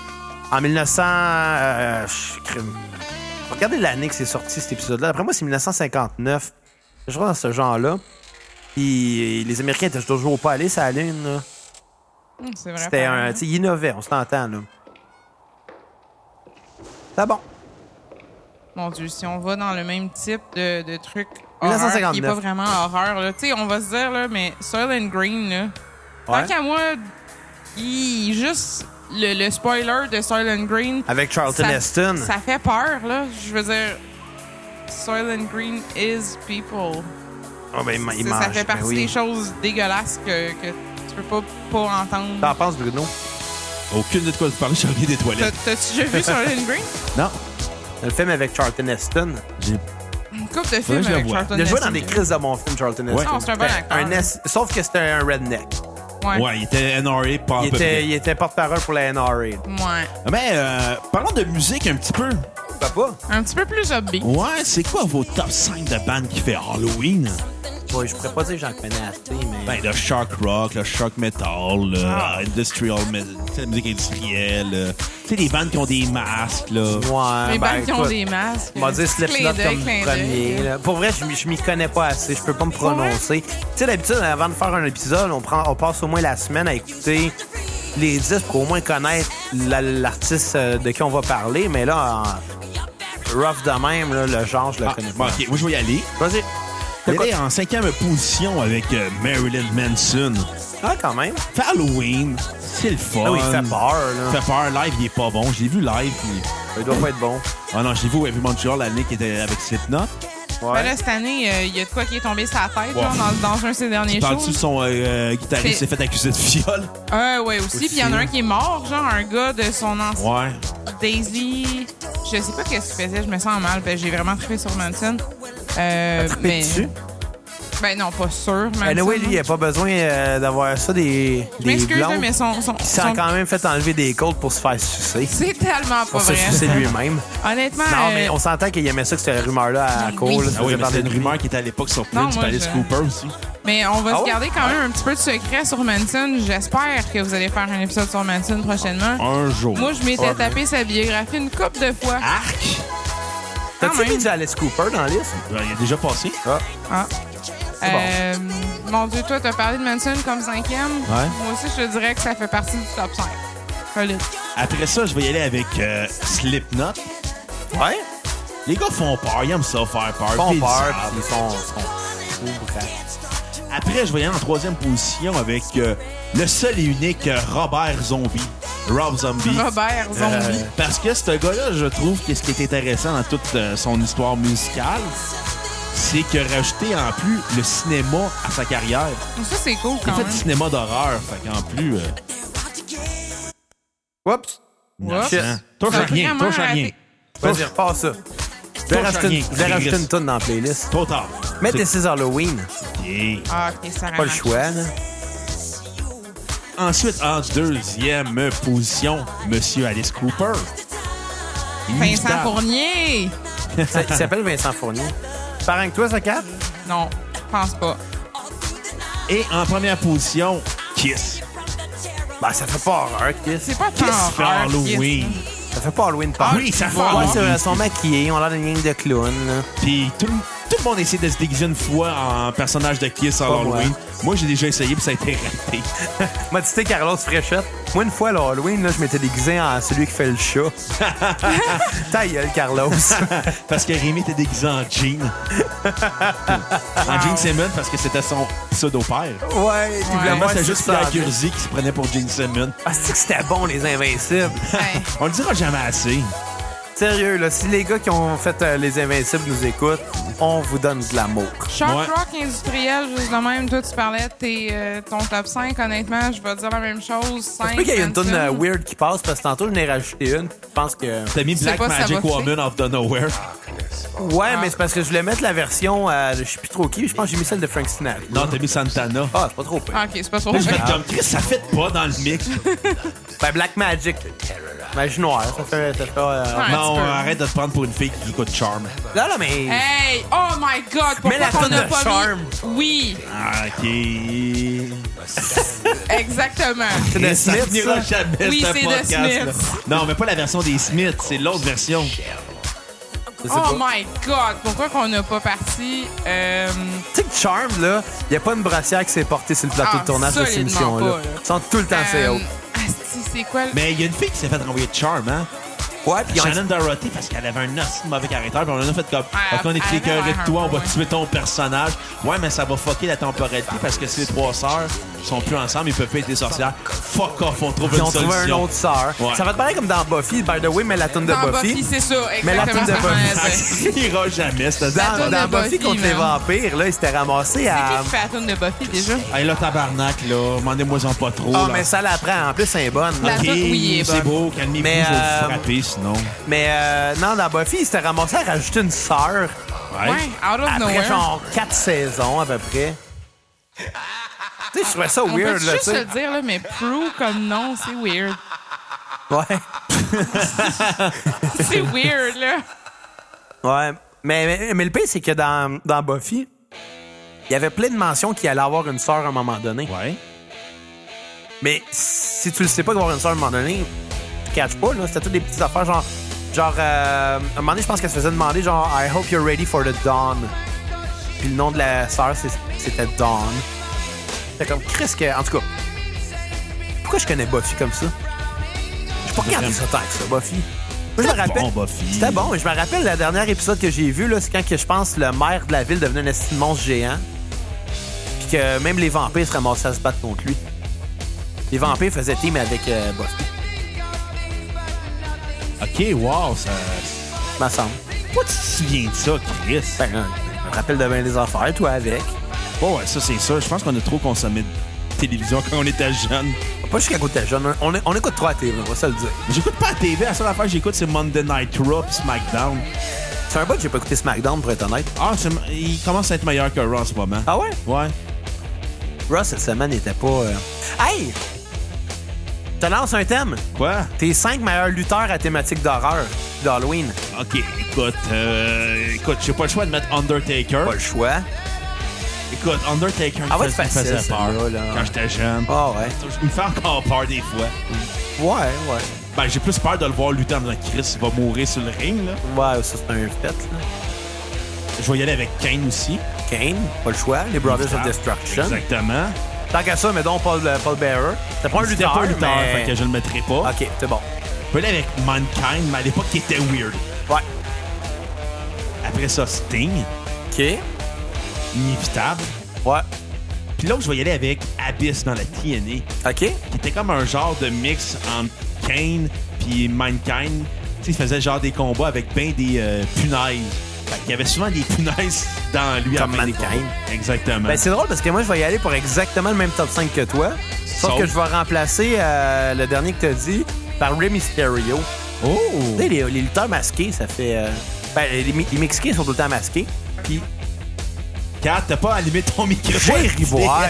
Speaker 2: en 1900 euh, je- crime. regardez l'année que c'est sorti cet épisode-là. Après moi c'est 1959. Je crois dans ce genre-là. Puis les Américains étaient toujours pas allés sur la lune. là.
Speaker 4: Hum, C'est vrai.
Speaker 2: Hmm, C'était
Speaker 4: pareil.
Speaker 2: un. Tu sais, il innovait, on s'entend, là. C'est bon.
Speaker 4: Mon Dieu, si on va dans le même type de, de truc horreur,
Speaker 2: 1959.
Speaker 4: qui n'est pas vraiment horreur, là. Tu sais, on va se dire, là, mais Silent Green, là.
Speaker 2: Ouais.
Speaker 4: Tant qu'à moi, il, juste le, le spoiler de Silent Green.
Speaker 2: Avec Charlton
Speaker 4: ça-
Speaker 2: Heston.
Speaker 4: Ça fait peur, là. Je veux dire, Silent Green is people.
Speaker 2: Oh, ben, il, il
Speaker 4: Ça-
Speaker 2: mange.
Speaker 4: ça fait
Speaker 2: ben
Speaker 4: partie
Speaker 2: oui.
Speaker 4: des choses dégueulasses que, que tu peux pas, pas entendre.
Speaker 2: T'en penses, Bruno?
Speaker 3: Aucune idée de quoi vous parlez, j'ai envie des
Speaker 4: T'as-
Speaker 2: ben.
Speaker 3: toilettes.
Speaker 4: T'as-tu déjà vu Silent Green?
Speaker 3: Non,
Speaker 2: Le film avec Charlton Heston.
Speaker 3: j'ai
Speaker 4: Une couple de
Speaker 3: Faudrait que
Speaker 4: films
Speaker 3: je le
Speaker 4: avec
Speaker 3: vois.
Speaker 4: Charlton
Speaker 2: Il a joué dans
Speaker 4: Heston.
Speaker 2: des crises de mon film, Charlton Heston.
Speaker 4: Non, c'est un bon acteur.
Speaker 2: Un es- Sauf que c'était un redneck.
Speaker 4: Ouais.
Speaker 3: Ouais, il était NRA par
Speaker 2: Il
Speaker 3: à peu
Speaker 2: était,
Speaker 3: près.
Speaker 2: il était porte-parole pour la NRA. là.
Speaker 4: Ouais.
Speaker 3: Mais euh, parlons de musique un petit peu.
Speaker 2: Papa?
Speaker 4: Un petit peu plus upbeat.
Speaker 3: Ouais, c'est quoi vos top 5 de bandes qui fait Halloween?
Speaker 2: Ouais, je pourrais pas dire que j'en connais assez, mais.
Speaker 3: Ben, le shark rock, le shark metal, le
Speaker 2: Ah.
Speaker 3: industrial, me- tu sais, la musique industrielle. euh, Tu sais, les bandes qui ont des masques, là.
Speaker 2: ouais,
Speaker 4: Les
Speaker 2: ben,
Speaker 4: bandes qui ont
Speaker 2: écoute,
Speaker 4: des masques. euh,
Speaker 2: On va dire Slipknot
Speaker 4: Clin d'œil,
Speaker 2: comme
Speaker 4: clin d'œil.
Speaker 2: premier. là. Pour vrai, je, m'y- je m'y connais pas assez. Je peux pas me prononcer. Tu sais, d'habitude, avant de faire un épisode, on, prend, on passe au moins la semaine à écouter les disques pour au moins connaître la- l'artiste euh, de qui on va parler. Mais là, en rough de même, là, le genre, je le
Speaker 3: Ah,
Speaker 2: connais
Speaker 3: bon,
Speaker 2: pas.
Speaker 3: ok, moi je vais y aller.
Speaker 2: Vas-y.
Speaker 3: Il
Speaker 2: T'as quoi-
Speaker 3: est en cinquième position avec euh, Marilyn Manson.
Speaker 2: Ah, quand même.
Speaker 3: Fait Halloween, c'est le fun.
Speaker 2: Ah oui, il fait peur,
Speaker 3: Il
Speaker 2: là.
Speaker 3: fait peur, live, il est pas bon. Je l'ai vu live. puis-
Speaker 2: Il doit pas être bon.
Speaker 3: Ah non, je l'ai vu au Heavy Montreal l'année qui était avec Slipknot.
Speaker 4: Ben
Speaker 2: Ouais.
Speaker 4: là, cette année, euh, il y a de quoi qui est tombé sur la tête
Speaker 3: Wow.
Speaker 4: genre, dans, dans un de ses derniers
Speaker 3: Parles-tu
Speaker 4: shows.
Speaker 3: de son euh, euh, guitariste
Speaker 4: C'est-
Speaker 3: s'est fait accuser de viol?
Speaker 4: Euh, ouais, aussi. Puis il y en a
Speaker 3: hein.
Speaker 4: un qui est mort, genre un gars de son ancien
Speaker 3: Ouais.
Speaker 4: Daisy. Je sais pas qu'est-ce qu'il faisait, je me sens mal. Ben, j'ai vraiment trippé sur Manson. Euh,
Speaker 2: Ah,
Speaker 4: mais,
Speaker 2: dessus?
Speaker 4: ben non, pas sûr. Manson.
Speaker 2: Anyway, lui, il a pas besoin euh, d'avoir ça des.
Speaker 4: Je
Speaker 2: des
Speaker 4: m'excuse, là,
Speaker 2: blondes.
Speaker 4: mais son. son,
Speaker 2: Il s'est
Speaker 4: son-
Speaker 2: quand même fait enlever des côtes pour se faire sucer.
Speaker 4: C'est tellement pas
Speaker 2: Pour se
Speaker 4: vrai. hein?
Speaker 2: sucer lui-même.
Speaker 4: Honnêtement.
Speaker 2: Non, mais
Speaker 4: euh,
Speaker 2: on s'entend qu'il aimait ça que cette rumeur-là à
Speaker 4: Oui.
Speaker 2: cool.
Speaker 3: Ah oui, mais c'était une rumeur qui était à l'époque sur
Speaker 4: Non,
Speaker 3: plein du
Speaker 4: moi,
Speaker 3: Palace
Speaker 4: je-
Speaker 3: Cooper aussi.
Speaker 4: Mais on va
Speaker 2: Ah
Speaker 4: se
Speaker 2: ouais?
Speaker 4: garder quand même un petit peu de secret sur Manson. J'espère que vous allez faire un épisode sur Manson prochainement.
Speaker 2: Ah,
Speaker 3: Un
Speaker 2: oh,
Speaker 3: jour.
Speaker 4: Moi, je m'étais tapé sa biographie une couple de fois.
Speaker 3: Arc!
Speaker 4: quand
Speaker 2: T'as-tu mis
Speaker 4: même.
Speaker 2: du Alice Cooper dans la liste?
Speaker 3: Ben, Il est déjà passé.
Speaker 4: Ah.
Speaker 2: C'est bon.
Speaker 4: Euh, Mon Dieu, toi, t'as parlé de Manson comme cinquième.
Speaker 3: Ouais.
Speaker 4: Moi aussi, je te dirais que ça fait partie du top 5. Solide.
Speaker 3: Après ça, je vais y aller avec euh, Slipknot.
Speaker 2: Ouais.
Speaker 3: Les gars font peur, ils aiment ça faire peur.
Speaker 2: Ils font
Speaker 3: puis
Speaker 2: peur,
Speaker 3: savent.
Speaker 2: puis ils sont, sont fous, bref.
Speaker 3: Après, je voyais en troisième position avec euh, le seul et unique euh, Robert Zombie. Rob Zombie.
Speaker 4: Robert Zombie.
Speaker 3: Euh, parce que ce gars-là, je trouve que ce qui est intéressant dans toute euh, son histoire musicale, c'est que rajouter en plus le cinéma à sa carrière.
Speaker 4: Ça, c'est cool
Speaker 3: Il
Speaker 4: quand
Speaker 3: fait
Speaker 4: même.
Speaker 3: du cinéma d'horreur, fait qu'en plus, euh,
Speaker 2: Oups!
Speaker 4: Oups.
Speaker 2: Shit.
Speaker 3: touche à
Speaker 4: Ça a
Speaker 3: rien,
Speaker 4: vraiment
Speaker 3: touche à rien.
Speaker 4: raté.
Speaker 2: Vas-y, repars ça. Je vais
Speaker 3: Touche à
Speaker 2: rajouter
Speaker 3: rien,
Speaker 2: une- je vais rajouter
Speaker 3: Chris.
Speaker 2: une tonne dans la playlist.
Speaker 3: Trop tard.
Speaker 2: Mais
Speaker 3: C'est-
Speaker 2: This is Halloween,
Speaker 3: Yeah.
Speaker 4: Ah, ok, ça
Speaker 2: pas le
Speaker 4: ramasse.
Speaker 2: choix, là.
Speaker 3: Ensuite, en deuxième position, Monsieur Alice Cooper.
Speaker 4: Vincent
Speaker 3: Inévitable.
Speaker 4: Fournier.
Speaker 2: Ça- Il s'appelle Vincent Fournier. Parent que toi, ça capte?
Speaker 4: Non, je pense pas.
Speaker 3: Et en première position, Kiss.
Speaker 2: Ben, ça fait pas horreur, Chris.
Speaker 4: C'est pas tant
Speaker 3: Kiss fait
Speaker 4: horreur,
Speaker 3: Halloween. Ah
Speaker 4: Kiss.
Speaker 2: Ça fait pas Halloween Park.
Speaker 3: oui, ça fait
Speaker 2: Ouais,
Speaker 3: Halloween.
Speaker 2: c'est vrai, Ils sont maquillés, on a l'air d'une gang de clowns, là.
Speaker 3: Puis tout, tout le monde essaie de se déguiser une fois en personnage de Kiss à
Speaker 2: Pas
Speaker 3: Halloween.
Speaker 2: moi.
Speaker 3: Moi, j'ai déjà essayé puis ça a été raté.
Speaker 2: M'a dit, c'était Carlos Fréchette. Moi, une fois, à l'Halloween, là, je m'étais déguisé en celui qui fait le chat. Ta gueule, Carlos.
Speaker 3: Parce que Rémi était déguisé en jean. en jean Simmons parce que c'était son pseudo-père.
Speaker 2: Ben ouais, il voulait
Speaker 4: Ouais.
Speaker 2: voir
Speaker 3: Moi, c'est
Speaker 2: si
Speaker 3: juste
Speaker 2: ça
Speaker 3: Pierre
Speaker 2: allait.
Speaker 3: Curzi qui se prenait pour Gene Simmons.
Speaker 2: Ah, c'est que c'était bon, les Invincibles.
Speaker 4: Ouais.
Speaker 3: On le dira jamais assez.
Speaker 2: Sérieux, là, si les gars qui ont fait euh, les Invincibles nous écoutent, on vous donne de l'amour.
Speaker 4: Sharp
Speaker 3: Ouais.
Speaker 4: rock industriel, juste de même. Toi, tu parlais de tes, euh, ton top 5. Honnêtement, je vais dire la même chose. 5,
Speaker 2: Je sais qu'il y a une tonne weird qui passe parce que tantôt, je n'ai rajouté une. Je pense que.
Speaker 3: T'as mis
Speaker 4: Je sais
Speaker 3: Black
Speaker 4: pas si ça
Speaker 3: Magic
Speaker 4: va
Speaker 3: Woman of the Nowhere.
Speaker 2: Ouais,
Speaker 4: Ah.
Speaker 2: mais c'est parce que je voulais mettre la version. euh, je sais plus trop qui, mais je pense que j'ai mis celle de Frank Sinatra.
Speaker 3: Non, t'as mis Santana.
Speaker 2: Ah, c'est pas trop pire.
Speaker 4: Ah, OK, c'est pas trop
Speaker 3: Là, je vais
Speaker 4: vrai.
Speaker 3: être comme Chris, ça fait pas dans le mix.
Speaker 2: Ben, Black Magic. Magie noire, ça fait. Ça fait euh,
Speaker 4: Ah. Ouais.
Speaker 3: Non,
Speaker 4: petit peu.
Speaker 3: arrête de te prendre pour une fille qui écoute Charm.
Speaker 2: Non, non, mais.
Speaker 4: Hey! Oh my God! Pourquoi
Speaker 2: Mets la
Speaker 4: qu'on
Speaker 2: toune
Speaker 4: n'a
Speaker 2: de
Speaker 4: pas
Speaker 2: Charme.
Speaker 4: mis- Oui,
Speaker 3: Ah, ok.
Speaker 4: exactement.
Speaker 2: C'est de
Speaker 3: Et ça
Speaker 2: Smith,
Speaker 3: finira
Speaker 2: ça.
Speaker 3: jamais,
Speaker 4: Oui,
Speaker 3: ce
Speaker 4: c'est de
Speaker 3: podcast-là.
Speaker 4: Smith.
Speaker 3: Non, mais pas la version des Smiths, c'est l'autre version.
Speaker 2: Je sais pas.
Speaker 4: Oh my God! Pourquoi qu'on n'a pas parti... Euh,
Speaker 2: Tu sais que Charm, là, il n'y a pas une brassière qui s'est portée sur le plateau
Speaker 4: Ah,
Speaker 2: de tournage de cette
Speaker 4: solidement
Speaker 2: émission-là.
Speaker 4: pas, là.
Speaker 2: Ils sont tout le temps c'est
Speaker 4: euh,
Speaker 2: haut.
Speaker 4: asti, c'est quoi le...
Speaker 3: Mais il y a une fille qui s'est fait renvoyer de Charm, hein?
Speaker 2: Ouais, puis ils ont-
Speaker 3: Shannon Dorothy, parce qu'elle avait un assez mauvais caractère, puis on en a fait comme.
Speaker 4: Ah,
Speaker 3: on est
Speaker 4: elle avait
Speaker 3: écœuré de toi, on va
Speaker 4: un-
Speaker 3: tuer ton personnage. Ouais, mais ça va fucker la temporalité parce que ces trois sœurs sont plus ensemble, ils peuvent pas être des sorcières. Fuck off, on trouve
Speaker 2: ils
Speaker 3: une
Speaker 2: ont trouvé un
Speaker 3: solution.
Speaker 2: autre sœur.
Speaker 3: Ouais.
Speaker 2: Ça va te paraître comme dans Buffy, by the way, mais la tune de
Speaker 4: Dans
Speaker 2: Buffy.
Speaker 4: Buffy, c'est ça.
Speaker 2: Mais la
Speaker 4: Exactement.
Speaker 2: toune de
Speaker 4: ça qu'on allait
Speaker 2: Buffy.
Speaker 3: Ça
Speaker 4: dire.
Speaker 3: finira jamais, cette
Speaker 4: La
Speaker 2: Dans,
Speaker 4: toune
Speaker 2: dans
Speaker 4: de
Speaker 2: Buffy
Speaker 4: Buffy,
Speaker 2: contre les
Speaker 4: man.
Speaker 2: vampires, là, ils s'étaient ramassés à.
Speaker 4: Qui qui fait la toune de Buffy, déjà?
Speaker 3: Hey, là, tabarnak, là, demandez-moi en pas trop.
Speaker 2: Ah,
Speaker 3: là.
Speaker 2: mais ça l'apprend. En plus, c'est bonne.
Speaker 4: La-
Speaker 3: Ok,
Speaker 4: toune, oui, elle est
Speaker 3: c'est
Speaker 4: bonne.
Speaker 3: beau, calmez-vous,
Speaker 2: Mais,
Speaker 3: je vais
Speaker 2: euh,
Speaker 3: vous frapper sinon.
Speaker 2: Mais euh, non, dans Buffy, ils s'étaient ramassés à rajouter une sœur.
Speaker 4: Ouais, out of
Speaker 2: Après
Speaker 4: nowhere.
Speaker 2: genre 4 saisons à peu près. tu sais, je trouvais ça
Speaker 4: On peut
Speaker 2: weird là, tu
Speaker 4: juste se le
Speaker 2: sais.
Speaker 4: dire, là, mais Prue comme nom, c'est weird.
Speaker 2: Ouais.
Speaker 4: C'est weird, là.
Speaker 2: Ouais. Mais, mais, mais le pire, c'est que dans, dans Buffy, il y avait plein de mentions qu'il allait avoir une sœur à un moment donné.
Speaker 3: Ouais.
Speaker 2: Mais si tu le sais pas qu'il va y avoir une sœur à un moment donné, tu catches pas, là. C'était toutes des petites affaires genre. Genre, euh, à un moment donné, je pense qu'elle se faisait demander genre I hope you're ready for the dawn. Puis le nom de la sœur, c'est- c'était Dawn. C'était comme Chris que. En tout cas. Pourquoi je connais Buffy comme ça? J'ai pas regardé ça tant que ça, Buffy. Moi, je me rappelle.
Speaker 3: bon, Buffy.
Speaker 2: C'était bon, mais je me rappelle le dernier épisode que j'ai vu, là, c'est quand que je pense le maire de la ville devenait un esti de monstre géant. Puis que même les vampires se ramassaient à se battre contre lui. Les vampires faisaient team avec euh, Buffy,
Speaker 3: Ok, wow, ça.
Speaker 2: me semble.
Speaker 3: Pourquoi tu te souviens de ça, Chris?
Speaker 2: Ben, euh, je me rappelle de bien les affaires, toi avec.
Speaker 3: Oh, ouais, ça, c'est ça. Je pense qu'on a trop consommé de télévision quand on était jeune.
Speaker 2: Pas jusqu'à côté de jeune, on, on écoute trois à TV, on va se le dire.
Speaker 3: J'écoute pas la TV, la seule affaire que j'écoute, c'est Monday Night Raw pis SmackDown.
Speaker 2: C'est un bot que j'ai pas écouté SmackDown, pour être honnête.
Speaker 3: Ah, c'est- il commence à être meilleur que Raw en ce moment.
Speaker 2: Ah ouais?
Speaker 3: Ouais.
Speaker 2: Ross, cette semaine, il était pas. euh, Hey! Je te lance un thème.
Speaker 3: Quoi?
Speaker 2: Tes cinq meilleurs lutteurs à thématique d'horreur d'Halloween.
Speaker 3: Ok, écoute, euh, écoute, j'ai pas le choix de mettre Undertaker.
Speaker 2: Pas le choix.
Speaker 3: Écoute, Undertaker,
Speaker 2: Ah ouais,
Speaker 3: il fais- il
Speaker 2: facile,
Speaker 3: faisait peur
Speaker 2: celle-là, là.
Speaker 3: quand j'étais jeune.
Speaker 2: Ah ouais.
Speaker 3: Il me fait encore peur des fois.
Speaker 2: Ouais, ouais.
Speaker 3: Ben, j'ai plus peur de le voir lutter en me disant Chris, il va mourir sur le ring, là.
Speaker 2: Ouais, ça c'est un fait. là.
Speaker 3: Je vais y aller avec Kane aussi.
Speaker 2: Kane, pas le choix. Les Brothers of
Speaker 3: Ah,
Speaker 2: Destruction.
Speaker 3: Exactement.
Speaker 2: Tant qu'à ça, mais donc Paul, euh, Paul Bearer. T'as pas un
Speaker 3: C'était
Speaker 2: lutteur.
Speaker 3: pas lutteur,
Speaker 2: mais-
Speaker 3: fait que je le mettrai pas.
Speaker 2: Ok, c'est bon.
Speaker 3: Je peux aller avec Mankind, mais à l'époque, il était weird.
Speaker 2: Ouais.
Speaker 3: Après ça, Sting,
Speaker 2: OK. Ouais.
Speaker 3: inévitable. Puis l'autre, je vais y aller avec Abyss dans la TNA,
Speaker 2: OK. Ben,
Speaker 3: qui était comme un genre de mix entre Kane puis Mankind. Tu sais, il faisait genre des combats avec ben des euh, punaises. Fait qu'il y avait souvent des punaises dans lui. à
Speaker 2: Comme
Speaker 3: la fin des
Speaker 2: Mankind.
Speaker 3: combats. Exactement.
Speaker 2: Ben, c'est drôle parce que moi, je vais y aller pour exactement le même top 5 que toi. Sauf,
Speaker 3: Sauf-
Speaker 2: que je vais remplacer euh, le dernier que t'as dit par Rey Mysterio.
Speaker 3: oh!
Speaker 2: Tu sais, les, les lutteurs masqués, ça fait. euh, Ben, les, mi- les Mexicains sont tout le temps masqués. Puis,
Speaker 3: Kat, t'as pas allumé ton micro.
Speaker 2: j'ai Rivoire.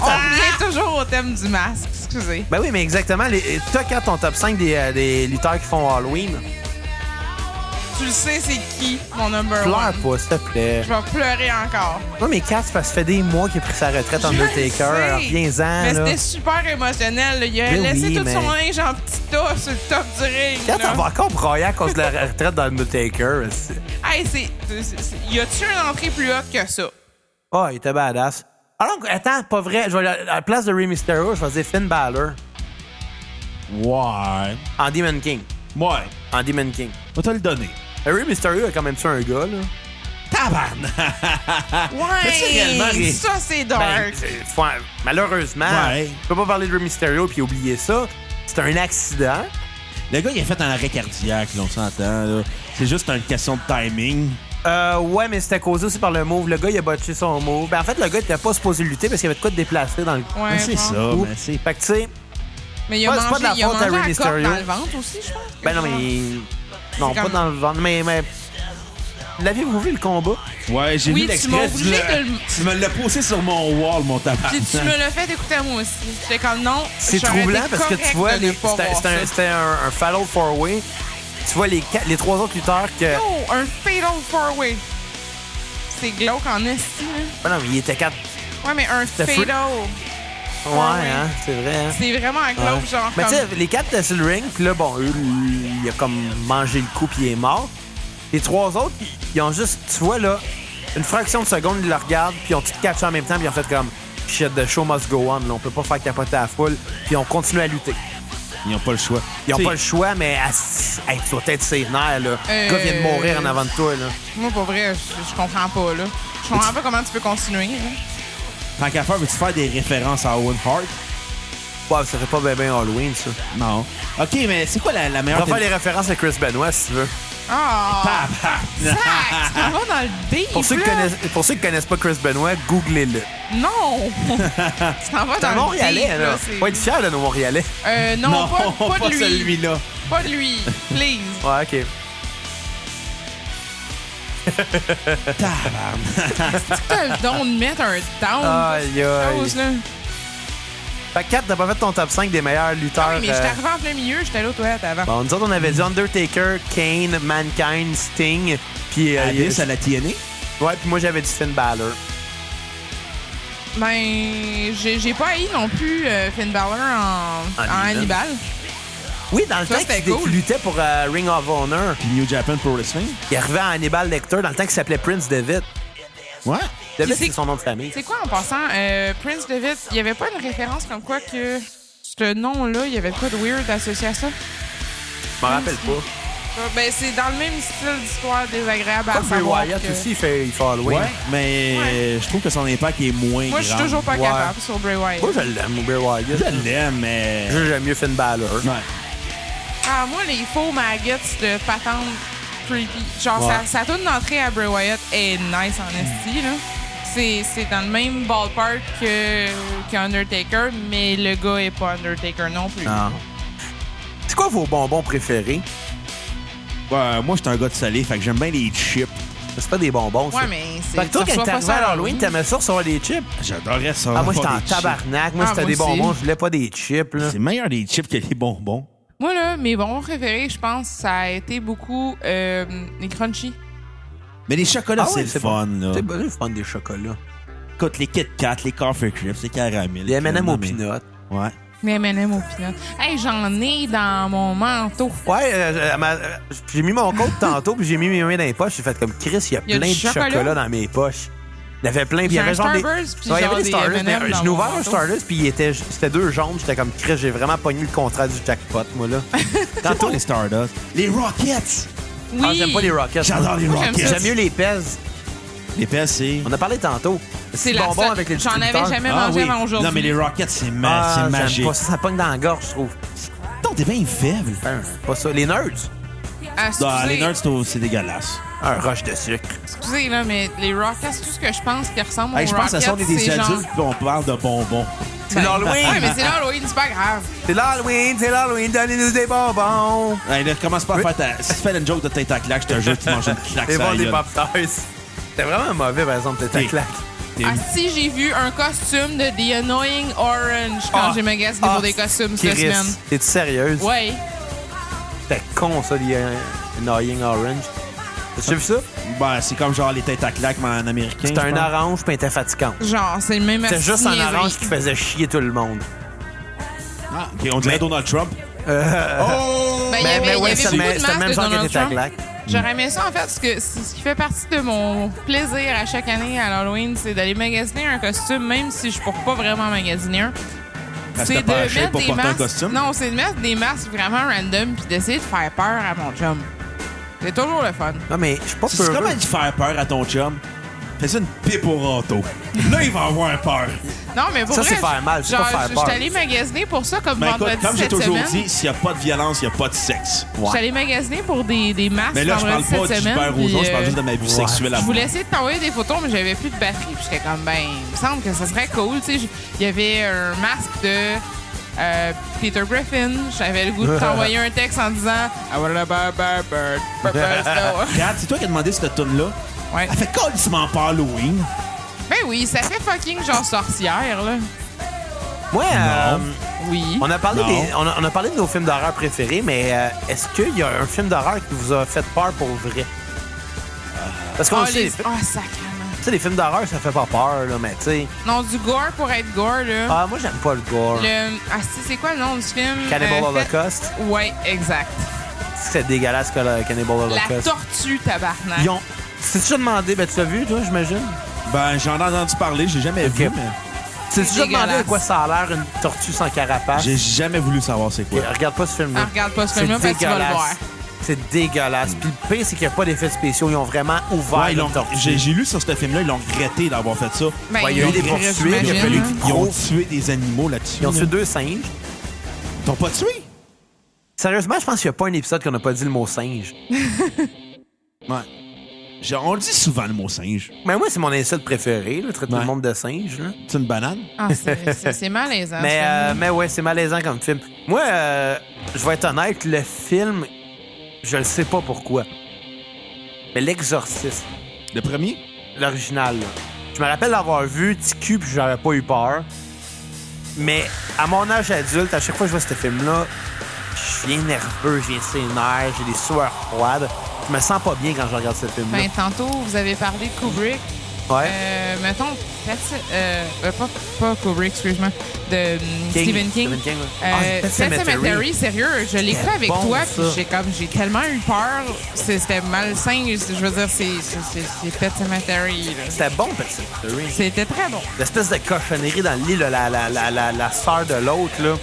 Speaker 4: On revient toujours au thème du masque, excusez.
Speaker 2: ben oui, mais exactement. les- T'as quand ton top 5 des, euh, des lutteurs qui font Halloween?
Speaker 4: Tu le sais, c'est qui mon number
Speaker 2: Pleure pas,
Speaker 4: one?
Speaker 2: s'il te plaît.
Speaker 4: Je vais pleurer encore.
Speaker 2: Non, mais Kat, ça fait des mois qu'il a pris sa retraite en
Speaker 4: Je
Speaker 2: Undertaker.
Speaker 4: le
Speaker 2: Alors,
Speaker 4: sais.
Speaker 2: Viens-en,
Speaker 4: Mais
Speaker 2: là.
Speaker 4: c'était super émotionnel. là. Il a
Speaker 2: Mais
Speaker 4: laissé
Speaker 2: oui,
Speaker 4: tout
Speaker 2: mais-
Speaker 4: son linge en petit tas sur le top du ring.
Speaker 2: Kat,
Speaker 4: là.
Speaker 2: on va encore broyer à cause de la retraite dans Undertaker. c'est-
Speaker 4: Hey, c'est. c'est- c'est- Y a-tu une entrée plus haute que ça?
Speaker 2: Ah, il était badass. Alors, attends, pas vrai. Je vais, à la place de Rey Mysterio, je vais dire Finn Balor.
Speaker 3: Ouais.
Speaker 2: En Demon King.
Speaker 3: Ouais.
Speaker 2: En Demon King.
Speaker 3: On va te le donner.
Speaker 2: Rey Mysterio a quand même tué un gars, là.
Speaker 3: Tabarnak!
Speaker 4: Ouais!
Speaker 2: réellement ré-
Speaker 4: ça, c'est
Speaker 2: Ben,
Speaker 4: dark.
Speaker 2: c'est- faut- malheureusement,
Speaker 3: Ouais.
Speaker 2: je peux pas parler de Rey Mysterio puis oublier ça. C'est un accident.
Speaker 3: Le gars, il a fait un arrêt cardiaque, là, on s'entend. là. C'est juste une question de timing.
Speaker 2: Euh, ouais, mais c'était causé aussi par le move. Le gars, il a botché son move. Ben, en fait, le gars, il était pas supposé lutter parce qu'il y avait de quoi de déplacer dans le
Speaker 4: Ouais,
Speaker 3: Mais c'est
Speaker 4: bon.
Speaker 3: ça,
Speaker 2: cou.
Speaker 3: mais c'est.
Speaker 2: Fait que, tu sais,
Speaker 4: Mais il a
Speaker 2: Ouais, c'est
Speaker 4: mangé,
Speaker 2: pas de la
Speaker 4: il a
Speaker 2: faute à
Speaker 4: mangé
Speaker 2: Rey
Speaker 4: la coque
Speaker 2: Mysterio.
Speaker 4: dans le ventre aussi, je pense.
Speaker 2: ben non, mais.
Speaker 4: quelque chose.
Speaker 2: il- Non,
Speaker 4: C'est
Speaker 2: pas
Speaker 4: comme-
Speaker 2: dans le ventre. Mais, mais. L'aviez-vous vu le combat?
Speaker 5: Ouais, j'ai
Speaker 4: Oui,
Speaker 5: vu
Speaker 4: tu
Speaker 5: l'extrait.
Speaker 4: m'as
Speaker 5: tu
Speaker 4: obligé
Speaker 5: l'as-
Speaker 4: de le-
Speaker 5: Tu me l'as posé sur mon wall, mon tabac.
Speaker 4: Puis tu me l'as fait écouter à moi aussi. J'étais comme non.
Speaker 2: C'est
Speaker 4: j'aurais
Speaker 2: troublant
Speaker 4: été
Speaker 2: parce que
Speaker 4: correct
Speaker 2: tu vois,
Speaker 4: de
Speaker 2: les-
Speaker 4: ne pas
Speaker 2: c'était
Speaker 4: voir
Speaker 2: c'était un,
Speaker 4: ça.
Speaker 2: c'était un, un Fallow Four Way. Tu vois les, quatre- les trois autres lutteurs que.
Speaker 4: Oh, un fatal four-way. C'est glauque en esti, là.
Speaker 2: Ben non, mais il était quatre.
Speaker 4: Ouais, mais un
Speaker 2: C'était fou.
Speaker 4: fatal.
Speaker 2: Ouais,
Speaker 4: ouais.
Speaker 2: hein, c'est vrai. hein.
Speaker 4: C'est vraiment un
Speaker 2: Ouais.
Speaker 4: glauque, Ah genre.
Speaker 2: Mais tu
Speaker 4: comme...
Speaker 2: sais, les quatre étaient sur le ring, puis là, bon, eux, il a comme mangé le coup, puis il est mort. Les trois autres, ils ont juste, tu vois, là, une fraction de seconde, ils le regardent, puis ils ont tout catché en même temps, puis ils ont fait comme shit, the show must go on, là, on peut pas faire capoter la foule, puis on continue à lutter.
Speaker 3: Ils n'ont pas le choix.
Speaker 2: Ils ont
Speaker 3: T'sais,
Speaker 2: pas le choix, mais assis- hey, tu dois être ses nerfs, là. Le gars vient de mourir en avant de toi, là.
Speaker 4: Moi, pour vrai, je, je comprends pas, là. Je comprends pas comment tu peux continuer, là.
Speaker 3: Tant qu'à faire, veux-tu faire des références à Owen Hart?
Speaker 2: Ouais, ça fait pas bien ben Halloween, ça.
Speaker 3: Non. OK, mais c'est quoi la, la
Speaker 2: On
Speaker 3: meilleure...
Speaker 2: va faire les références à Chris Benoit, si tu veux.
Speaker 4: Ah!
Speaker 3: Tabarnak!
Speaker 4: Zach, tu t'en vas dans le deep,
Speaker 2: Pour ceux, qui
Speaker 4: là.
Speaker 2: connaissent, pour ceux qui connaissent pas Chris Benoit, googlez-le.
Speaker 4: Non! tu t'en vas
Speaker 2: C'est un
Speaker 4: dans le deep,
Speaker 2: Montréalais, là.
Speaker 4: c'est-
Speaker 2: Faut être fier de nos Montréalais.
Speaker 4: Euh, non,
Speaker 3: Non,
Speaker 4: pas, pas de lui.
Speaker 3: celui-là.
Speaker 4: Pas de lui, please.
Speaker 2: Ouais, OK.
Speaker 4: T'as le don de mettre un down.
Speaker 2: Aïe,
Speaker 4: cette
Speaker 2: aïe.
Speaker 4: chose, Oh, là.
Speaker 2: Fait que Kat, t'as pas fait ton top 5 des meilleurs lutteurs.
Speaker 4: Ah Oui, mais
Speaker 2: euh,
Speaker 4: j'étais arrivé en plein milieu, j'étais allé aux toilettes avant.
Speaker 2: Bon, nous autres, on avait dit Undertaker, Kane, Mankind, Sting, puis... euh,
Speaker 3: Abyss
Speaker 2: il-
Speaker 3: à la TNA?
Speaker 2: Ouais, puis moi, j'avais dit Finn Balor.
Speaker 4: Ben, j'ai j'ai pas haï non plus euh, Finn Balor en,
Speaker 2: Hannibal.
Speaker 4: en Hannibal.
Speaker 2: Oui, dans le
Speaker 4: Ça,
Speaker 2: temps
Speaker 4: c'était
Speaker 2: qu'il dé-
Speaker 4: cool.
Speaker 2: qu'il luttait pour euh, Ring of Honor,
Speaker 3: Puis New Japan Pro Wrestling?
Speaker 2: il arrivait à Hannibal Lecter dans le temps qu'il s'appelait Prince David.
Speaker 3: Ouais.
Speaker 2: David,
Speaker 4: c'est-
Speaker 2: c'est son nom de famille.
Speaker 4: C'est quoi en passant? euh, Prince David, il y avait pas une référence comme quoi que ce nom-là, il y avait pas de weird associé à ça?
Speaker 2: Je m'en rappelle pas.
Speaker 4: Euh, Ben, c'est dans le même style d'histoire désagréable à
Speaker 2: Comme Bray
Speaker 4: savoir
Speaker 2: Wyatt
Speaker 4: que-
Speaker 2: aussi, il fait, il fait
Speaker 3: Ouais,
Speaker 2: Halloween.
Speaker 3: mais
Speaker 4: Ouais.
Speaker 3: je trouve que son impact est moins
Speaker 4: Moi, je suis
Speaker 3: grand.
Speaker 4: toujours pas
Speaker 2: Ouais.
Speaker 4: capable sur Bray Wyatt.
Speaker 2: Moi, je l'aime, mon Bray Wyatt.
Speaker 3: Je l'aime, mais...
Speaker 2: Je- J'aime mieux Finn Balor.
Speaker 3: Ouais.
Speaker 4: Ah, moi, les faux maggots de patente creepy. Genre,
Speaker 2: Ouais.
Speaker 4: sa, sa tourne d'entrée à Bray Wyatt est nice en esti, là. C'est c'est dans le même ballpark que, que Undertaker, mais le gars est pas Undertaker non plus.
Speaker 2: Non. C'est quoi vos bonbons préférés?
Speaker 3: Ouais, Bah, moi, je suis un gars de salé, fait que j'aime bien les chips.
Speaker 2: C'est pas des bonbons, ça.
Speaker 4: Ouais, mais c'est.
Speaker 2: Fait que toi,
Speaker 4: tu
Speaker 2: quand
Speaker 4: reçois
Speaker 2: t'es
Speaker 4: pas
Speaker 2: arrivé
Speaker 4: ça
Speaker 2: à Halloween, t'aimais ça recevoir des chips?
Speaker 3: J'adorais ça.
Speaker 2: Ah,
Speaker 3: pas
Speaker 2: moi, j'étais en
Speaker 3: des chips.
Speaker 2: tabarnak. Moi,
Speaker 4: Ah,
Speaker 2: c'était
Speaker 4: moi
Speaker 2: des
Speaker 4: aussi.
Speaker 2: bonbons, je voulais pas des chips, là.
Speaker 3: C'est meilleur les chips que les bonbons.
Speaker 4: Moi, là, mes bonbons préférés, je pense, ça a été beaucoup euh, les crunchy.
Speaker 3: Mais les chocolats,
Speaker 2: Ah ouais,
Speaker 3: c'est le fun,
Speaker 2: bon.
Speaker 3: là.
Speaker 2: C'est bon, je prends des chocolats.
Speaker 3: Écoute, les Kit Kat, les Coffee Crisp, les caramels.
Speaker 2: Des M&M aux
Speaker 3: mais-
Speaker 2: peanuts.
Speaker 3: Ouais.
Speaker 4: Les M&M au pinot. Hey, j'en ai dans mon manteau.
Speaker 2: Ouais, euh, euh, ma- euh, j'ai mis mon compte tantôt, puis j'ai mis mes mains dans les poches. J'ai fait comme Chris, il y a
Speaker 4: Il y a
Speaker 2: plein
Speaker 4: du
Speaker 2: de chocolat.
Speaker 4: chocolat
Speaker 2: dans mes poches. Il y avait plein, puis il y
Speaker 4: J'ai
Speaker 2: avait
Speaker 4: un
Speaker 2: genre des.
Speaker 4: Starburst, puis
Speaker 2: Ouais, il y
Speaker 4: genre
Speaker 2: avait des
Speaker 4: des
Speaker 2: Starburst, mais
Speaker 4: M&M
Speaker 2: euh,
Speaker 4: dans
Speaker 2: je l'ai
Speaker 4: mon
Speaker 2: ouvert un
Speaker 4: manteau.
Speaker 2: Starburst, puis il était- c'était deux jaunes. J'étais comme Chris, j'ai vraiment pogné le contrat du jackpot, moi, là.
Speaker 3: Tantôt les Stardust. Les Rockets!
Speaker 4: Oui.
Speaker 2: Ah, j'aime pas les Rockets. moi.
Speaker 3: J'adore les
Speaker 4: Moi, j'aime
Speaker 3: Rockets.
Speaker 4: ça.
Speaker 2: J'aime mieux les pèses.
Speaker 3: L'épais, c'est.
Speaker 2: On a parlé tantôt.
Speaker 4: C'est la
Speaker 2: bonbon
Speaker 4: seule-
Speaker 2: avec les
Speaker 4: J'en avais
Speaker 2: distributeurs.
Speaker 4: jamais mangé avant aujourd'hui.
Speaker 3: Ah Non, mais les Rockets, c'est ma-
Speaker 2: Ah,
Speaker 3: c'est
Speaker 2: j'aime
Speaker 3: magique.
Speaker 2: pas ça, ça pogne dans la gorge, je trouve.
Speaker 3: Non, t'es bien faible.
Speaker 2: Hein, pas ça. Les nerds.
Speaker 4: Ah,
Speaker 3: Ah, les
Speaker 4: excusez.
Speaker 3: nerds, c'est au- c'est dégueulasse.
Speaker 2: Un rush de sucre.
Speaker 4: Excusez, là, mais les Rockets, tout ce que je pense qui ressemble
Speaker 3: Hey,
Speaker 4: aux
Speaker 3: je pense que
Speaker 4: Rockets,
Speaker 3: ça, on est des
Speaker 4: c'est genre... Ben,
Speaker 3: adultes, puis on parle de bonbons.
Speaker 2: C'est l'Halloween.
Speaker 4: Ouais, mais c'est l'Halloween, c'est pas grave.
Speaker 2: C'est l'Halloween, c'est l'Halloween, donnez-nous des bonbons.
Speaker 3: Hey, là, commence pas à faire ta... Si tu fais une joke de tête à claque, je te jure que tu manges une claque
Speaker 2: Les
Speaker 3: sur la
Speaker 2: bons des
Speaker 3: gueule.
Speaker 2: pop tarts. C'était vraiment mauvais, par exemple, de ta
Speaker 3: Oui.
Speaker 2: claque.
Speaker 3: T'es-
Speaker 4: Ah, si j'ai vu un costume de The Annoying Orange quand
Speaker 2: Ah.
Speaker 4: j'ai magasiné
Speaker 2: Ah,
Speaker 4: pour des costumes cette
Speaker 2: Chris,
Speaker 4: semaine.
Speaker 2: T'es-tu sérieuse?
Speaker 4: Ouais.
Speaker 2: T'es con, ça, les euh, Annoying Orange. T'as vu ça?
Speaker 3: Ben, c'est comme genre les têtes à claque, mais en américain.
Speaker 2: C'était
Speaker 3: je
Speaker 2: un
Speaker 3: pense.
Speaker 2: orange, puis t'es fatigant.
Speaker 4: Genre, c'est le même
Speaker 2: C'était
Speaker 4: asti
Speaker 2: juste un
Speaker 4: niaiserie.
Speaker 2: orange qui faisait chier tout le monde.
Speaker 3: Ah, ok, on dirait
Speaker 2: Mais- Euh,
Speaker 3: Donald Trump. Oh!
Speaker 4: Ben, il y avait, il y avait
Speaker 2: c'est
Speaker 4: beaucoup
Speaker 2: le
Speaker 4: de
Speaker 2: même- c'est le
Speaker 4: masques
Speaker 2: même
Speaker 4: de
Speaker 2: genre que
Speaker 4: Donald
Speaker 2: t'es à
Speaker 4: Trump.
Speaker 2: claque.
Speaker 4: J'aurais aimé ça, en fait, parce que c'est ce qui fait partie de mon plaisir à chaque année à l'Halloween, c'est d'aller magasiner un costume, même si je ne pourrais pas vraiment magasiner un.
Speaker 3: Parce que t'as pas acheté pour porter un costume?
Speaker 4: Non, c'est de mettre des masques vraiment random puis d'essayer de faire peur à mon chum. C'est toujours le fun.
Speaker 2: Non, mais je suis pas
Speaker 3: Tu sais
Speaker 2: peureux.
Speaker 3: comment lui faire peur à ton chum? Fais ça une pipe au râteau. Là, il va avoir peur.
Speaker 4: Non, mais pour
Speaker 2: Ça,
Speaker 4: vrai,
Speaker 2: c'est faire mal, c'est
Speaker 4: genre,
Speaker 2: pas faire
Speaker 4: je-
Speaker 2: peur.
Speaker 4: J'étais allé magasiner pour ça comme
Speaker 3: Mais Ben, écoute,
Speaker 4: vendredi
Speaker 3: comme j'ai
Speaker 4: cette
Speaker 3: toujours
Speaker 4: semaine.
Speaker 3: dit, s'il n'y a pas de violence, il n'y a pas de sexe.
Speaker 4: J'étais allé magasiner pour des, des masques
Speaker 3: Mais là, je parle
Speaker 4: vendredi
Speaker 3: pas
Speaker 4: cette
Speaker 3: du
Speaker 4: semaine.
Speaker 3: père aux
Speaker 4: puis,
Speaker 3: autres, je parle
Speaker 4: euh,
Speaker 3: juste de ma vie sexuelle à
Speaker 4: Je
Speaker 3: moi.
Speaker 4: voulais essayer de t'envoyer des photos, mais j'avais plus de batterie. Puis j'étais comme, ben, il me semble que ça serait cool. Tu sais, je- il y avait un masque de euh, Peter Griffin. J'avais le goût de t'envoyer un texte en disant, I wanna buy a bird, bird, bird, bird, so-
Speaker 3: Regarde, c'est toi qui as demandé cette tune là
Speaker 4: Ouais.
Speaker 3: Elle fait colissement pas Halloween.
Speaker 2: Hein?
Speaker 4: Ben oui, ça fait fucking genre sorcière, là.
Speaker 2: Moi, euh,
Speaker 4: Oui.
Speaker 2: on, a parlé
Speaker 3: Non.
Speaker 2: des- on, a, on a parlé de nos films d'horreur préférés, mais euh, est-ce qu'il y a un film d'horreur qui vous a fait peur pour vrai? Parce qu'on
Speaker 4: Oh,
Speaker 2: le sait,
Speaker 4: les...
Speaker 2: les... fi-
Speaker 4: oh, sacrément.
Speaker 2: tu sais, les films d'horreur, ça fait pas peur, là, mais tu sais.
Speaker 4: Non, du gore pour être gore, là.
Speaker 2: Ah, moi, j'aime pas le gore.
Speaker 4: Hein? Le... Ah, si, c'est quoi le nom du film?
Speaker 2: Cannibal
Speaker 4: Euh, fait-
Speaker 2: Holocaust.
Speaker 4: Ouais, exact.
Speaker 2: C'est dégueulasse que le Cannibal
Speaker 4: La
Speaker 2: Holocaust.
Speaker 4: tortue, tabarnak.
Speaker 3: Ils ont...
Speaker 2: C'est-tu demandé, ben tu l'as vu, toi, j'imagine?
Speaker 3: Ben, j'en ai entendu parler, j'ai jamais
Speaker 2: Ok.
Speaker 3: vu, mais
Speaker 2: C'est déjà demandé à
Speaker 4: dégueulasse.
Speaker 2: quoi ça a l'air une tortue sans carapace.
Speaker 3: j'ai jamais voulu savoir c'est quoi.
Speaker 2: Et euh, Regarde pas ce film-là.
Speaker 4: Ah, regarde pas ce
Speaker 2: C'est
Speaker 4: film-là parce que tu vas le
Speaker 2: dégueulasse.
Speaker 4: voir.
Speaker 2: C'est dégueulasse. Puis le pire, c'est qu'il n'y a pas d'effets spéciaux. Ils ont vraiment ouvert
Speaker 3: Ouais, ils
Speaker 2: la
Speaker 3: l'ont-
Speaker 2: tortue.
Speaker 3: j'ai j'ai lu sur ce film-là, ils l'ont regretté d'avoir fait ça.
Speaker 4: Ben,
Speaker 2: Ouais, il y a eu des
Speaker 4: je-
Speaker 2: poursuites,
Speaker 3: Ah,
Speaker 4: j'imagine,
Speaker 2: il a fallu
Speaker 4: hein.
Speaker 3: Ils ont tué des animaux là-dessus.
Speaker 2: Ils ont tué
Speaker 3: là.
Speaker 2: deux singes.
Speaker 3: Ils t'ont pas tué?
Speaker 2: Sérieusement, je pense qu'il n'y a pas un épisode qu'on n'a pas dit le mot singe.
Speaker 3: Ouais. Genre, on le dit souvent le mot singe.
Speaker 2: Mais moi, c'est mon insulte préféré, là, traiter
Speaker 3: Ouais.
Speaker 2: le monde de singe. là.
Speaker 3: C'est une banane?
Speaker 4: Ah, c'est- c'est- c'est malaisant.
Speaker 2: Mais,
Speaker 4: ce
Speaker 2: euh,
Speaker 4: film.
Speaker 2: mais ouais, c'est malaisant comme film. Moi, euh, je vais être honnête, le film, je le sais pas pourquoi. Mais l'exorciste,
Speaker 3: Le premier?
Speaker 2: l'original, là. je me rappelle l'avoir vu, petit cul, puis j'avais pas eu peur. Mais à mon âge adulte, à chaque fois que je vois ce film-là, je viens nerveux, je viens sénère, j'ai des sueurs froides. Je me sens pas bien quand je regarde ce film-là.
Speaker 4: Ben, tantôt, vous avez parlé de Kubrick.
Speaker 2: Ouais.
Speaker 4: Euh, mettons, Pet- euh, euh, pas, pas Kubrick, excuse-moi, de hum,
Speaker 2: King.
Speaker 4: Stephen King.
Speaker 2: Stephen King, ouais.
Speaker 4: Euh,
Speaker 2: Ah, Pet
Speaker 4: Pet
Speaker 2: Sematary.
Speaker 4: Sematary, sérieux, je l'ai
Speaker 2: C'était
Speaker 4: fait avec
Speaker 2: bon,
Speaker 4: toi,
Speaker 2: ça.
Speaker 4: puis j'ai comme j'ai tellement eu peur, c'est- c'était malsain. Je veux dire, c'est- c'est c'est- c'est Pet Sematary. là.
Speaker 2: C'était bon, petit. Theory.
Speaker 4: C'était très bon.
Speaker 2: l'espèce de cochonnerie dans le lit, là, la, la, la, la, la sœur de l'autre, là,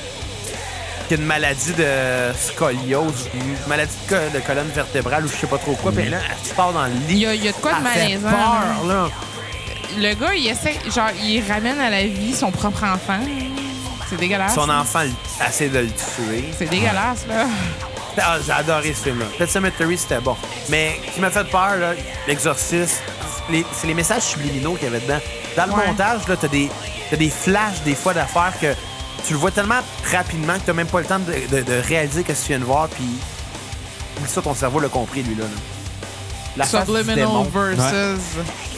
Speaker 2: qui a une maladie de scoliose, une maladie de, co- de colonne vertébrale ou je sais pas trop quoi, puis là, elle se part dans le
Speaker 4: Il
Speaker 2: lit.
Speaker 4: y a, il y a de quoi de
Speaker 2: elle fait
Speaker 4: malaisant. hein? là.
Speaker 2: peur, là.
Speaker 4: Le gars, il essaie, genre, il ramène à la vie son propre enfant. Ah, C'est dégueulasse.
Speaker 2: Son
Speaker 4: là.
Speaker 2: enfant le- essaie de le tuer.
Speaker 4: C'est dégueulasse, là.
Speaker 2: Ah, j'ai adoré ce film-là. Pet Cemetery, c'était bon. Mais qui m'a fait peur, là, l'exorciste, les- c'est les messages subliminaux qu'il y avait dedans. Dans le
Speaker 4: Ouais.
Speaker 2: montage, là, t'as des, t'as des flashs des fois d'affaires que tu le vois tellement rapidement que t'as même pas le temps de, de- de réaliser que tu viens de voir, puis oublie ça, ton cerveau l'a compris, lui, là. là. La face du
Speaker 4: Subliminal
Speaker 2: démon.
Speaker 4: versus.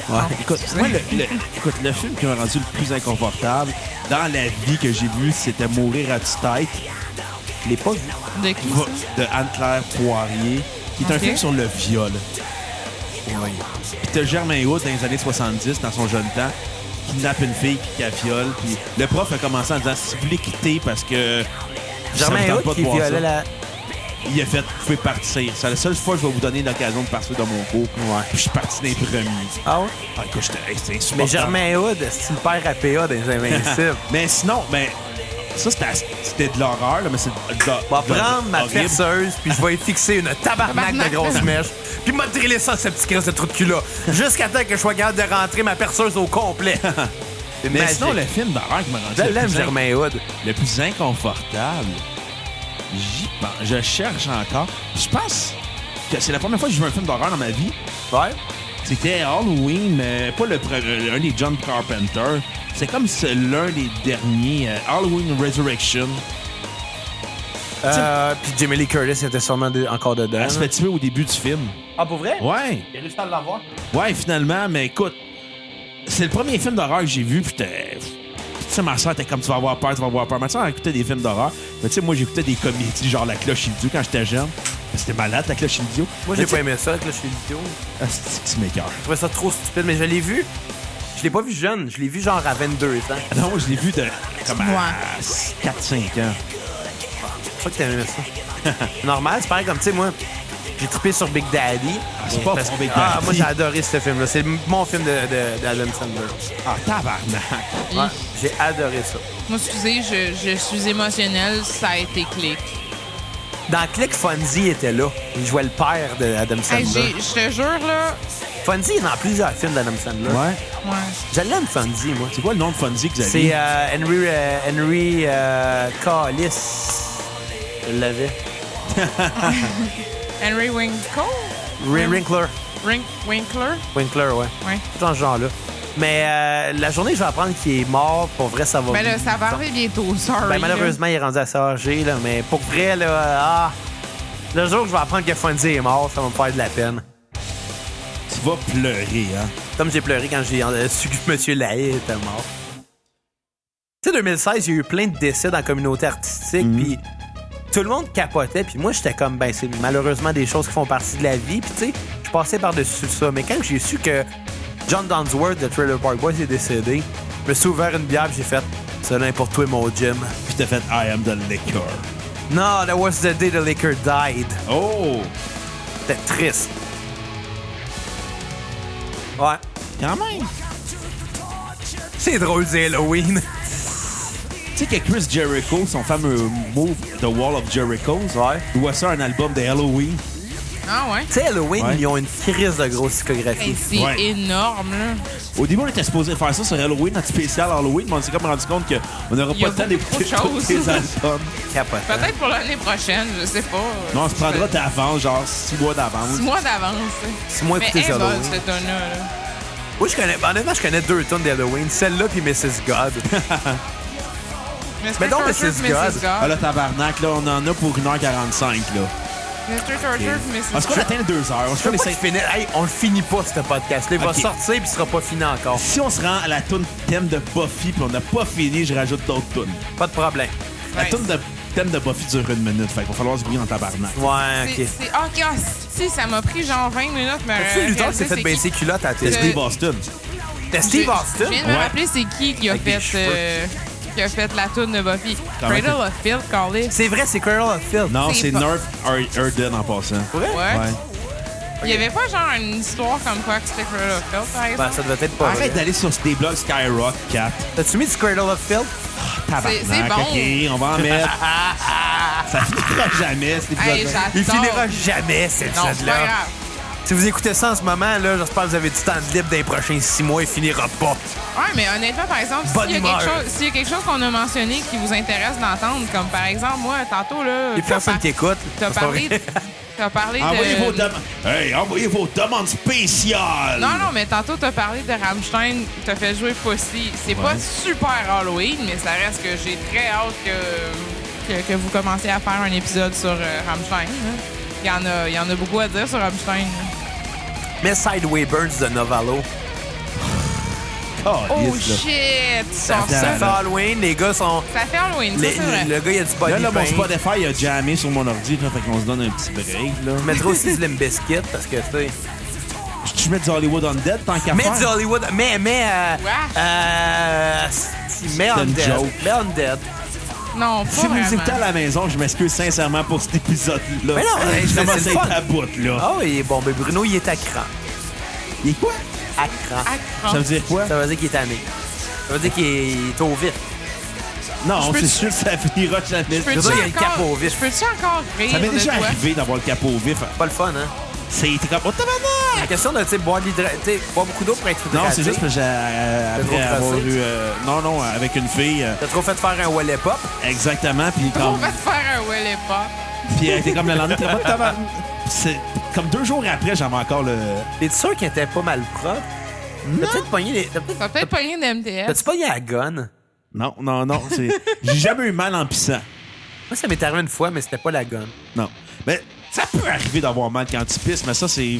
Speaker 3: Ouais. Écoute, moi, le, le- écoute, le film qui m'a rendu le plus inconfortable dans la vie que j'ai vu, c'était Mourir à tue-tête
Speaker 2: Je l'ai pas vu.
Speaker 4: De qui?
Speaker 3: va-
Speaker 4: ça?
Speaker 3: de Anne-Claire Poirier, qui est un
Speaker 4: Ok.
Speaker 3: film sur le viol. Puis t'as Germain Hood dans les années 70, dans son jeune temps, qui kidnappe une fille, puis qui la viole. Puis le prof a commencé en disant si vous voulez quitter parce que. ça me
Speaker 2: Germain
Speaker 3: tente
Speaker 2: Hood
Speaker 3: pas de
Speaker 2: qui
Speaker 3: voir ça.
Speaker 2: violait la.
Speaker 3: Il a fait, vous pouvez partir. C'est la seule fois que je vais vous donner l'occasion de partir dans mon cours.
Speaker 2: Ouais.
Speaker 3: Puis je suis parti des premiers.
Speaker 2: Ah ouais?
Speaker 3: Ah, écoute, j'étais hey, c'était
Speaker 2: Mais
Speaker 3: insupportable.
Speaker 2: Germain Hood, c'est le père à PA des Invincibles.
Speaker 3: Mais sinon, ben, Ça, c'était- c'était de l'horreur, là, mais c'est de, de-
Speaker 2: Je vais
Speaker 3: de-
Speaker 2: prendre ma
Speaker 3: horrible.
Speaker 2: perceuse, puis je vais y fixer une tabarnak de
Speaker 4: Tabarnak.
Speaker 2: grosse mèche, puis m'a drillé ça, ce petit crise de trou de cul-là, jusqu'à temps que je sois capable de rentrer ma perceuse au complet. C'est
Speaker 3: Mais
Speaker 2: magique.
Speaker 3: sinon, le film d'horreur qui m'a rendu
Speaker 2: Je
Speaker 3: le
Speaker 2: l'aime,
Speaker 3: plus in-
Speaker 2: Germain Hood.
Speaker 3: le plus inconfortable, j'y pense. Je cherche encore. Je pense que c'est la première fois que j'ai vu un film d'horreur dans ma vie.
Speaker 2: Ouais.
Speaker 3: C'était Halloween, mais pas le pre- euh, un des John Carpenter. C'est comme ce- l'un des derniers, euh, Halloween Resurrection.
Speaker 2: Euh, puis Jamie Lee Curtis était sûrement de- encore dedans.
Speaker 3: Elle se fait tuer au début du film.
Speaker 2: Ah, pour vrai?
Speaker 3: Ouais.
Speaker 2: J'ai réussi à l'avoir.
Speaker 3: Ouais, finalement, mais écoute, c'est le premier film d'horreur que j'ai vu, puis t'es- tu sais, ma soeur était comme tu vas avoir peur, tu vas avoir peur. Ma soeur écoutait des films d'horreur. Mais tu sais, moi, j'écoutais des comédies, genre La Cloche Idiot quand j'étais jeune. C'était malade, La Cloche Idiot.
Speaker 2: Moi, j'ai pas aimé ça, que là, je suis vidéo.
Speaker 3: Ah, c'est que tu m'écoeures.
Speaker 2: Je trouvais ça trop stupide, mais je l'ai vu. Je l'ai pas vu jeune, je l'ai vu genre à 22 ans.
Speaker 3: Ah Non, moi, je l'ai vu de comme
Speaker 4: Ouais.
Speaker 3: à 4-5 ans.
Speaker 2: Je crois que t'as aimé ça. Normal, c'est pareil comme, tu sais, moi, j'ai trippé sur Big Daddy.
Speaker 3: c'est pas
Speaker 2: Parce-
Speaker 3: pour Big
Speaker 2: Ah,
Speaker 3: Daddy.
Speaker 2: moi, j'ai adoré ce film-là. C'est mon film d'Adam de, d'Adam Sandler.
Speaker 3: Ah, tabarnak.
Speaker 2: Ouais, j'ai adoré ça.
Speaker 4: Moi, excusez, je, je suis émotionnelle, ça a été clic.
Speaker 2: Dans Click, Fonzie était là. Il jouait le père d'Adam
Speaker 4: Hey,
Speaker 2: Sandler.
Speaker 4: j'ai- je te jure, là.
Speaker 2: Fonzie est dans plusieurs films d'Adam Sandler.
Speaker 3: Ouais.
Speaker 4: Ouais.
Speaker 2: Je l'aime, Fonzie, moi.
Speaker 3: C'est quoi le nom de Fonzie que vous avez?
Speaker 2: C'est euh, Henry, euh, Henry euh, Callis. Je l'avais.
Speaker 4: Henry Winkle?
Speaker 2: Ri- Winkler.
Speaker 4: Rin- Winkler?
Speaker 2: Winkler, ouais.
Speaker 4: Ouais.
Speaker 2: Tout dans ce genre-là. Mais euh, la journée, je vais apprendre qu'il est mort. Pour vrai, ça va.
Speaker 4: Ben là, ça va arriver bientôt, sorry.
Speaker 2: Ben,
Speaker 4: là.
Speaker 2: malheureusement, il est rendu assez âgé, là, mais pour vrai, là, euh, ah, le jour où je vais apprendre que Fonzie est mort, ça va me faire de la peine.
Speaker 3: Tu vas pleurer, hein.
Speaker 2: Comme j'ai pleuré quand j'ai euh, su que M. Lahaye était mort. Tu sais, 2016, il y a eu plein de décès dans la communauté artistique, puis tout le monde capotait, puis moi, j'étais comme, ben, c'est malheureusement des choses qui font partie de la vie, puis tu sais, je passais par-dessus ça. Mais quand j'ai su que John Dunsworth de Trailer Park Boys est décédé, je me suis ouvert une bière, puis j'ai fait, c'est n'importe toi, mon Jim.
Speaker 3: Puis t'as fait I am the liquor.
Speaker 2: Non, that was the day the liquor died.
Speaker 3: Oh!
Speaker 2: C'était triste. Ouais.
Speaker 3: Quand même!
Speaker 2: C'est drôle, c'est Halloween.
Speaker 3: Tu sais que Chris Jericho, son fameux move The Wall of Jericho,
Speaker 2: Ouais.
Speaker 3: doit ça à un album de Halloween.
Speaker 4: Ah ouais?
Speaker 2: Tu sais, Halloween,
Speaker 3: Ouais.
Speaker 2: ils ont une crise de grosse
Speaker 4: Hey,
Speaker 2: psychographie.
Speaker 4: c'est
Speaker 3: Ouais.
Speaker 4: énorme, là.
Speaker 3: Au début, on était supposé faire ça sur Halloween, notre spécial Halloween, mais on s'est comme rendu compte qu'on n'aura
Speaker 4: Il y
Speaker 3: pas
Speaker 4: a
Speaker 3: le temps d'écouter
Speaker 4: beaucoup de
Speaker 3: tous
Speaker 4: choses.
Speaker 3: les albums.
Speaker 2: Capotant.
Speaker 4: Peut-être pour l'année prochaine, je sais pas.
Speaker 3: Non, on se prendra
Speaker 4: Je-
Speaker 3: d'avance, genre six mois d'avance.
Speaker 4: Six mois d'avance.
Speaker 2: Six mois
Speaker 4: Mais
Speaker 2: écouter
Speaker 4: elle est
Speaker 2: ça,
Speaker 4: bonne,
Speaker 2: Halloween.
Speaker 4: cette tonne là
Speaker 2: Moi, je connais, honnêtement, je connais deux tonnes d'Halloween. Celle-là puis Mrs. God.
Speaker 4: Mr.
Speaker 2: Mais donc,
Speaker 4: Torture,
Speaker 2: Mrs.
Speaker 4: Mrs.
Speaker 2: God.
Speaker 3: Ah
Speaker 4: God.
Speaker 3: là, tabarnak, là, on en a pour 1h45, là.
Speaker 4: Mr. Torture, Mrs.
Speaker 3: Parce qu'on
Speaker 4: God.
Speaker 3: atteint les 2 heures. On se fait les
Speaker 2: Pourquoi
Speaker 3: cinq-
Speaker 2: tu finis? Hey, on le finit pas, ce podcast-là. Il va
Speaker 3: Ok.
Speaker 2: sortir puis il sera pas fini encore.
Speaker 3: Si on se rend à la toune thème de Buffy, puis on n'a pas fini, je rajoute d'autres tunes.
Speaker 2: Pas de problème.
Speaker 3: La
Speaker 4: Ouais.
Speaker 3: toune de thème de Buffy dure une minute, fait qu'il va falloir se brouiller en tabarnak.
Speaker 2: Ouais,
Speaker 4: C'est-
Speaker 2: OK.
Speaker 4: c'est- ah, ok, ah, si, ça m'a pris genre 20 minutes. mais euh,
Speaker 2: Tu sais, Luthor
Speaker 4: réaliser
Speaker 2: s'est fait
Speaker 4: c'est
Speaker 2: baisser
Speaker 4: qui.
Speaker 2: culotte à la
Speaker 3: C'est
Speaker 2: télé.
Speaker 4: Euh,
Speaker 3: Steve Austin.
Speaker 2: C'était Steve
Speaker 4: Je-
Speaker 2: Austin?
Speaker 4: Je viens de me
Speaker 3: Ouais.
Speaker 4: rappeler c'est qui qui a
Speaker 2: Avec des
Speaker 4: fait... euh, qui a fait la toune de Buffy.
Speaker 3: Quand même.
Speaker 4: Cradle of Filth, Carly.
Speaker 2: C'est vrai, c'est Cradle of Filth.
Speaker 3: Non,
Speaker 4: C'est
Speaker 3: c'est
Speaker 4: pas-
Speaker 3: Nerf Erden en passant.
Speaker 2: vrai?
Speaker 4: Ouais.
Speaker 3: Ouais.
Speaker 4: Il y avait pas genre une histoire comme quoi que c'était Cradle of Filth, par
Speaker 2: Ben,
Speaker 4: exemple?
Speaker 2: ça devait être pas
Speaker 3: Arrête
Speaker 2: vrai.
Speaker 3: d'aller sur des blogs Skyrock 4.
Speaker 2: T'as-tu mis du Cradle of Filth?
Speaker 3: Tabarnak,
Speaker 4: C'est- c'est bon.
Speaker 3: OK, on va en mettre. Ça finira jamais, cet
Speaker 4: Hey,
Speaker 3: épisode
Speaker 4: j'adore.
Speaker 2: Il finira jamais, cette
Speaker 4: Non, c'est pas
Speaker 2: là
Speaker 4: grave.
Speaker 2: Si vous écoutez ça en ce moment, là, j'espère que vous avez du temps de libre dans les prochains six mois. Il finira pas.
Speaker 4: Ouais, mais honnêtement, par exemple,
Speaker 2: Bonne
Speaker 4: s'il y, a
Speaker 2: humeur.
Speaker 4: quelque chose- s'il y a quelque chose qu'on a mentionné qui vous intéresse d'entendre, comme par exemple, moi, tantôt, là.
Speaker 2: Il y a
Speaker 4: t'as
Speaker 2: personne
Speaker 4: par-
Speaker 2: qui écoute.
Speaker 4: T'as
Speaker 2: C'est pas
Speaker 4: parlé,
Speaker 2: vrai. Ah,
Speaker 4: t'as parlé
Speaker 3: Envoyez
Speaker 4: de.
Speaker 3: vos demandes. Hey, envoyez vos demandes spéciales.
Speaker 4: Non, non, mais tantôt, t'as parlé de Rammstein, t'as fait jouer Pussy. C'est pas super Halloween, mais ça reste que j'ai très hâte que, que, que vous commenciez à faire un épisode sur euh, Rammstein. hein. Il y, en a, il y en a beaucoup à dire sur Rammstein. là.
Speaker 2: Mais Sideway Burns de Novalo.
Speaker 3: Oh,
Speaker 4: Oh
Speaker 3: yes, là.
Speaker 4: shit! Ça,
Speaker 2: Ça fait Halloween, les gars sont.
Speaker 4: ça fait Halloween, ça,
Speaker 2: les-
Speaker 4: c'est vrai.
Speaker 2: le gars, il a du body
Speaker 3: Là, là, mon
Speaker 2: paint.
Speaker 3: Spotify, il a jammé sur mon ordi, là, fait qu'on se donne un petit break, là.
Speaker 2: Je mettrais aussi du Limp Bizkit parce que, tu sais.
Speaker 3: Tu mets du Hollywood on Dead tant qu'à
Speaker 2: Mais du
Speaker 3: faire?
Speaker 2: Hollywood. Mais, mais. Euh,
Speaker 4: Ouais.
Speaker 2: euh, si- mais
Speaker 3: une
Speaker 2: Undead.
Speaker 3: joke.
Speaker 2: Mais Undead.
Speaker 4: Non, pas
Speaker 3: Si vous
Speaker 4: vraiment.
Speaker 3: écoutez à la maison, je m'excuse sincèrement pour cet épisode-là.
Speaker 2: Mais non, mais c'est-
Speaker 3: commence
Speaker 2: c'est
Speaker 3: à
Speaker 2: le
Speaker 3: être
Speaker 2: fun.
Speaker 3: à bout, là.
Speaker 2: Ah oui, bon, ben Bruno, il est à cran.
Speaker 3: Il est quoi?
Speaker 2: À cran.
Speaker 4: Ah,
Speaker 3: Ça veut dire quoi?
Speaker 2: Ça veut dire qu'il est tanné. Ça veut dire qu'il est, il est au vif.
Speaker 3: Non,
Speaker 4: Je peux-
Speaker 3: c'est sûr que ça finira jamais.
Speaker 4: Peux-tu
Speaker 2: veux dire, il y a le
Speaker 4: encore-
Speaker 2: cap au vif.
Speaker 4: Je peux-tu encore rire
Speaker 3: Ça m'est
Speaker 4: de
Speaker 3: déjà
Speaker 4: toi?
Speaker 3: arrivé d'avoir le capot au vif.
Speaker 2: Pas le fun, hein?
Speaker 3: C'était comme. Oh, tabarnak!
Speaker 2: La question de, tu sais, boire de l'hydra- tu sais, boire beaucoup d'eau pour être hydraté.
Speaker 3: Non, c'est juste que j'ai. euh,
Speaker 2: T'as
Speaker 3: Après
Speaker 2: trop
Speaker 3: avoir
Speaker 2: tracé.
Speaker 3: eu. euh, non, non, avec une fille. euh,
Speaker 2: T'as trop fait de faire un wallet pop.
Speaker 3: exactement. Puis
Speaker 4: On
Speaker 3: comme.
Speaker 4: va te faire un well pas.
Speaker 3: Puis elle était comme le lendemain. t'es pas de tabarnak. C'est comme deux jours après, j'avais encore le.
Speaker 2: T'es sûr qu'il était pas mal propre? T'as peut-être pogné les. T'as peut-être.
Speaker 4: T'as peut-être pas rien d'MTS.
Speaker 2: T'as-tu pogné la gonne?
Speaker 3: Non, non, non. c'est- J'ai jamais eu mal en pissant.
Speaker 2: Moi, ça m'est arrivé une fois, mais c'était pas la gonne.
Speaker 3: Non. Mais ça peut arriver d'avoir mal quand tu pisses, mais ça, c'est.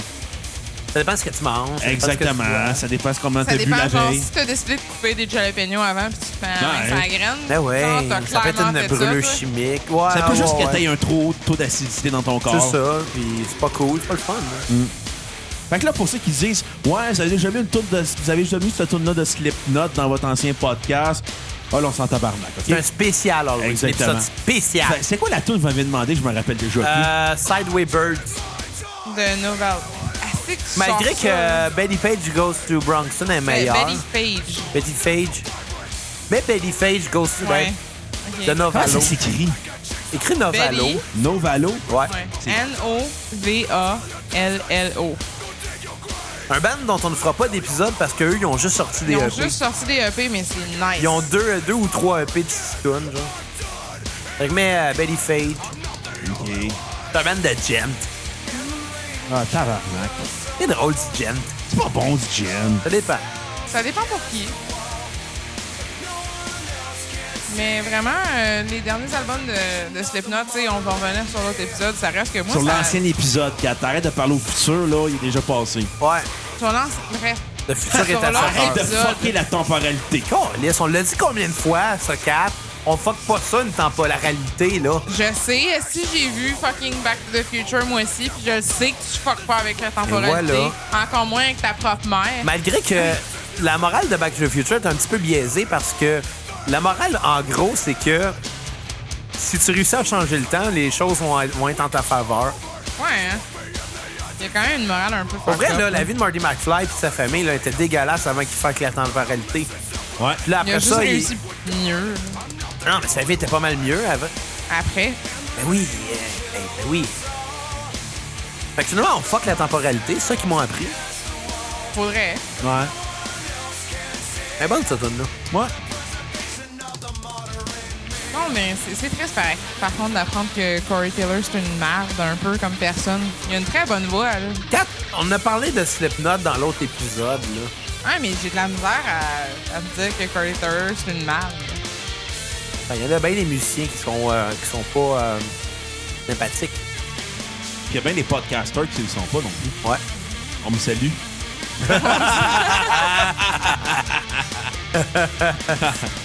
Speaker 2: Ça dépend de ce que tu manges. ça dépend de ce que tu bois.
Speaker 3: Exactement. Ça dépend comment
Speaker 4: Ça
Speaker 3: t'as bu la
Speaker 4: dépend, genre,
Speaker 3: veille.
Speaker 4: si t'as décidé de couper des jalapenos avant puis tu te fais
Speaker 3: Ouais.
Speaker 4: un la graine.
Speaker 2: Ben ouais,
Speaker 4: genre, t'as
Speaker 2: ça peut être
Speaker 4: clairement
Speaker 2: une
Speaker 4: fait ça,
Speaker 2: brûlure
Speaker 4: toi.
Speaker 2: chimique. Ouais,
Speaker 3: Ça peut
Speaker 2: ouais,
Speaker 3: juste
Speaker 2: ouais.
Speaker 3: que t'aies un trop taux d'acidité dans ton corps. Mm.
Speaker 2: C'est ça, puis c'est pas cool, c'est pas le fun. hein.
Speaker 3: Fait que là, pour ceux qui disent, ouais, vous avez jamais une tourne de, vous avez jamais eu cette tourne-là de Slipknot dans votre ancien podcast, oh là, on s'en tabarnak,
Speaker 2: C'est
Speaker 3: ok?
Speaker 2: un spécial, alors.
Speaker 3: Exactement.
Speaker 2: Un épisode spécial.
Speaker 3: Fait- C'est quoi la tourne que vous m'avez demandé, je me rappelle déjà. plus.
Speaker 2: Euh, Sideway Birds.
Speaker 4: De Novel. Assez que tu
Speaker 2: Malgré
Speaker 4: sors
Speaker 2: que
Speaker 4: ça, là.
Speaker 2: euh, Betty Page Goes to Bronxton est
Speaker 4: Ben,
Speaker 2: meilleure.
Speaker 4: Betty Page.
Speaker 2: Betty Page. Mais Betty Page Goes to ben,
Speaker 4: Ouais. Ok.
Speaker 2: de
Speaker 3: Comment
Speaker 2: Novalo.
Speaker 3: ça s'écrit?
Speaker 2: Écrit Novalo.
Speaker 4: Betty.
Speaker 3: Novalo?
Speaker 2: Ouais.
Speaker 4: Ouais. N-O-V-A-L-L-O.
Speaker 2: Un band dont on ne fera pas d'épisode parce qu'eux, ils ont juste sorti des
Speaker 4: Ils ont
Speaker 2: EP.
Speaker 4: juste sorti des EP, mais c'est nice.
Speaker 2: Ils ont deux, deux ou trois EP de six tunes, genre. Fait que mais euh, Betty Page.
Speaker 3: Ok.
Speaker 2: C'est un band de gent.
Speaker 3: Ah, tabarnak.
Speaker 2: C'est drôle du gent.
Speaker 3: C'est pas bon, du gin.
Speaker 2: Ça dépend.
Speaker 4: Ça dépend pour qui. Mais vraiment, euh, les derniers albums de, de Slipknot, tu sais, on va revenir sur l'autre épisode. Ça reste que moi,
Speaker 3: Sur
Speaker 4: ça-
Speaker 3: l'ancien épisode, quand t'arrêtes de parler au futur, là, il est déjà passé.
Speaker 2: Ouais.
Speaker 4: Sur l'ancien. Bref.
Speaker 2: Le futur est
Speaker 4: Sur
Speaker 2: à
Speaker 4: leur
Speaker 2: sa
Speaker 3: Arrête de
Speaker 2: heure.
Speaker 4: épisode.
Speaker 3: fucker la temporalité.
Speaker 2: Calisse, on l'a dit combien de fois, ce cap? On fuck pas ça, une temporalité, là.
Speaker 4: Je sais, si j'ai vu fucking Back to the Future moi aussi, puis je sais que tu fuck pas avec la temporalité,
Speaker 2: Et
Speaker 4: encore moins avec ta propre mère.
Speaker 2: Malgré que la morale de Back to the Future est un petit peu biaisée parce que la morale, en gros, c'est que si tu réussis à changer le temps, les choses vont être, vont être en ta faveur.
Speaker 4: Ouais, hein. Il y a quand même une morale un peu
Speaker 2: Pour vrai,
Speaker 4: fucked
Speaker 2: là,
Speaker 4: up,
Speaker 2: la vie de Marty McFly et de sa famille là, était dégueulasse avant qu'il fasse la temporalité.
Speaker 3: Ouais.
Speaker 2: Puis là,
Speaker 4: Il a
Speaker 2: après
Speaker 4: juste
Speaker 2: ça, il-
Speaker 4: réussi mieux
Speaker 2: Non, mais sa vie était pas mal mieux avant.
Speaker 4: après.
Speaker 2: Ben oui, euh, ben, ben oui. Fait que finalement, on fuck la temporalité, c'est ça qu'ils m'ont appris.
Speaker 4: Faudrait.
Speaker 3: Ouais.
Speaker 2: Mais Ben, bonne, cette tune là
Speaker 3: Ouais.
Speaker 4: Non, mais c'est- c'est triste pareil. Par contre, d'apprendre que Corey Taylor, c'est une merde un peu comme personne. Il a une très bonne voix, là.
Speaker 2: Kat, on a parlé de Slipknot dans l'autre épisode, là.
Speaker 4: Ah, mais j'ai de la misère à, à me dire que Corey Taylor, c'est une merde.
Speaker 2: Enfin, Il y en a bien des musiciens qui sont, euh, qui sont pas euh, sympathiques.
Speaker 3: Puis il y a bien des podcasters qui le sont pas non plus.
Speaker 2: Ouais.
Speaker 3: On me salue.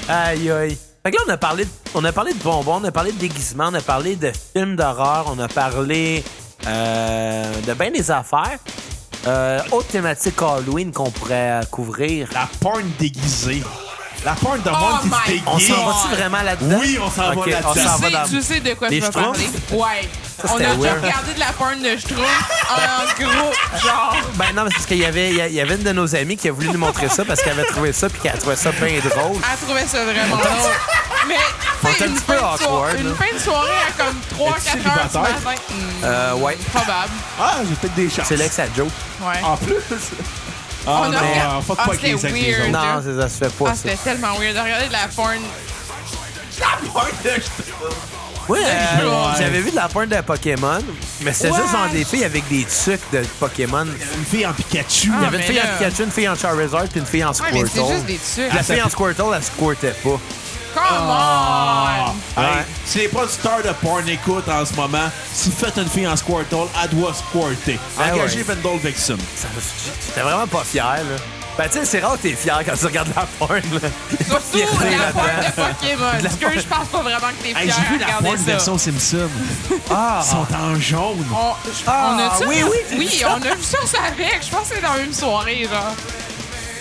Speaker 2: Aïe aïe. Fait que là, on a parlé de, on a parlé de bonbons, on a parlé de déguisements, on a parlé de films d'horreur, on a parlé euh, de bien des affaires. Euh, autre thématique Halloween qu'on pourrait euh, couvrir.
Speaker 3: La porn déguisée. La porn de monde qui
Speaker 4: my-
Speaker 3: se déguise.
Speaker 2: On s'en
Speaker 4: Yeah.
Speaker 2: va-tu vraiment là-dedans?
Speaker 3: Oui, on s'en va
Speaker 2: Ok,
Speaker 3: là-dedans.
Speaker 2: on s'en
Speaker 4: Tu
Speaker 2: va
Speaker 4: sais,
Speaker 2: dans-
Speaker 4: tu sais de quoi
Speaker 2: Les
Speaker 4: je veux parler?
Speaker 2: Schtroumpfs?
Speaker 4: Ouais. On a
Speaker 2: c'était
Speaker 4: déjà
Speaker 2: weird.
Speaker 4: regardé de la porn de Schtroumpf Euh, en gros, genre.
Speaker 2: Ben non, mais c'est parce qu'il y avait, il y a- il y avait une de nos amies qui a voulu nous montrer ça parce qu'elle avait trouvé ça puis qu'elle trouvait ça bien drôle.
Speaker 4: Elle trouvait ça vraiment drôle. Mais, tu
Speaker 2: était
Speaker 4: sais,
Speaker 2: un
Speaker 4: une,
Speaker 2: petit peu
Speaker 4: fin de soir-
Speaker 2: awkward,
Speaker 4: une
Speaker 2: là.
Speaker 4: fin de soirée à comme 3-4 heures du
Speaker 3: célibataire?
Speaker 4: matin. Hmm,
Speaker 2: Euh, ouais.
Speaker 4: Probable.
Speaker 3: Ah, j'ai peut-être des chances.
Speaker 2: C'est là que ça joke.
Speaker 4: Ouais.
Speaker 3: En plus. Ah,
Speaker 4: On a
Speaker 3: non,
Speaker 4: regardé-
Speaker 3: fuck
Speaker 4: Ah,
Speaker 3: pas avec les
Speaker 4: c'était
Speaker 3: uns et les
Speaker 4: weird.
Speaker 3: autres.
Speaker 2: Non, c'est- ça se fait pas,
Speaker 4: Ah,
Speaker 2: ça.
Speaker 4: c'était tellement weird de regarder de la porn.
Speaker 2: Oui, euh,
Speaker 4: Ouais.
Speaker 2: j'avais vu de la pointe de Pokémon, mais c'était
Speaker 4: Ouais.
Speaker 2: juste dans des filles avec des trucs de Pokémon.
Speaker 3: Une fille en Pikachu.
Speaker 2: Il y
Speaker 4: Ah,
Speaker 2: avait une
Speaker 4: mais
Speaker 2: fille
Speaker 4: là- Ah,
Speaker 2: en Pikachu, une fille en Charizard, puis une fille en
Speaker 4: Ouais, mais
Speaker 2: Squirtle.
Speaker 4: c'est juste des trucs.
Speaker 2: La fille en Squirtle, elle squirtait pas.
Speaker 4: Come
Speaker 2: Ah.
Speaker 4: on!
Speaker 3: Ah. Hey, si les producteurs de porn écoutent en ce moment, si vous faites une fille en Squirtle, elle doit squirter.
Speaker 2: Ah
Speaker 3: Engagez
Speaker 2: ouais.
Speaker 3: Vendel Vixen.
Speaker 2: Ça- J'étais vraiment pas fier, là. Ben, tu sais, c'est rare que t'es fier quand tu regardes la pointe, là.
Speaker 4: Surtout
Speaker 2: Il y a rien
Speaker 4: la
Speaker 2: là-dedans.
Speaker 4: porn de Pokémon.
Speaker 2: la
Speaker 4: Parce que je pense pas vraiment que t'es
Speaker 3: Hey, j'ai vu
Speaker 4: fier à
Speaker 3: la porn
Speaker 4: regarder ça.
Speaker 3: version Simpson.
Speaker 2: Ah!
Speaker 3: Ils sont en jaune.
Speaker 4: On,
Speaker 2: Ah,
Speaker 4: on a ça?
Speaker 2: oui, oui,
Speaker 4: oui, on a vu ça, ça avec. Je pense que c'est dans la même soirée, genre.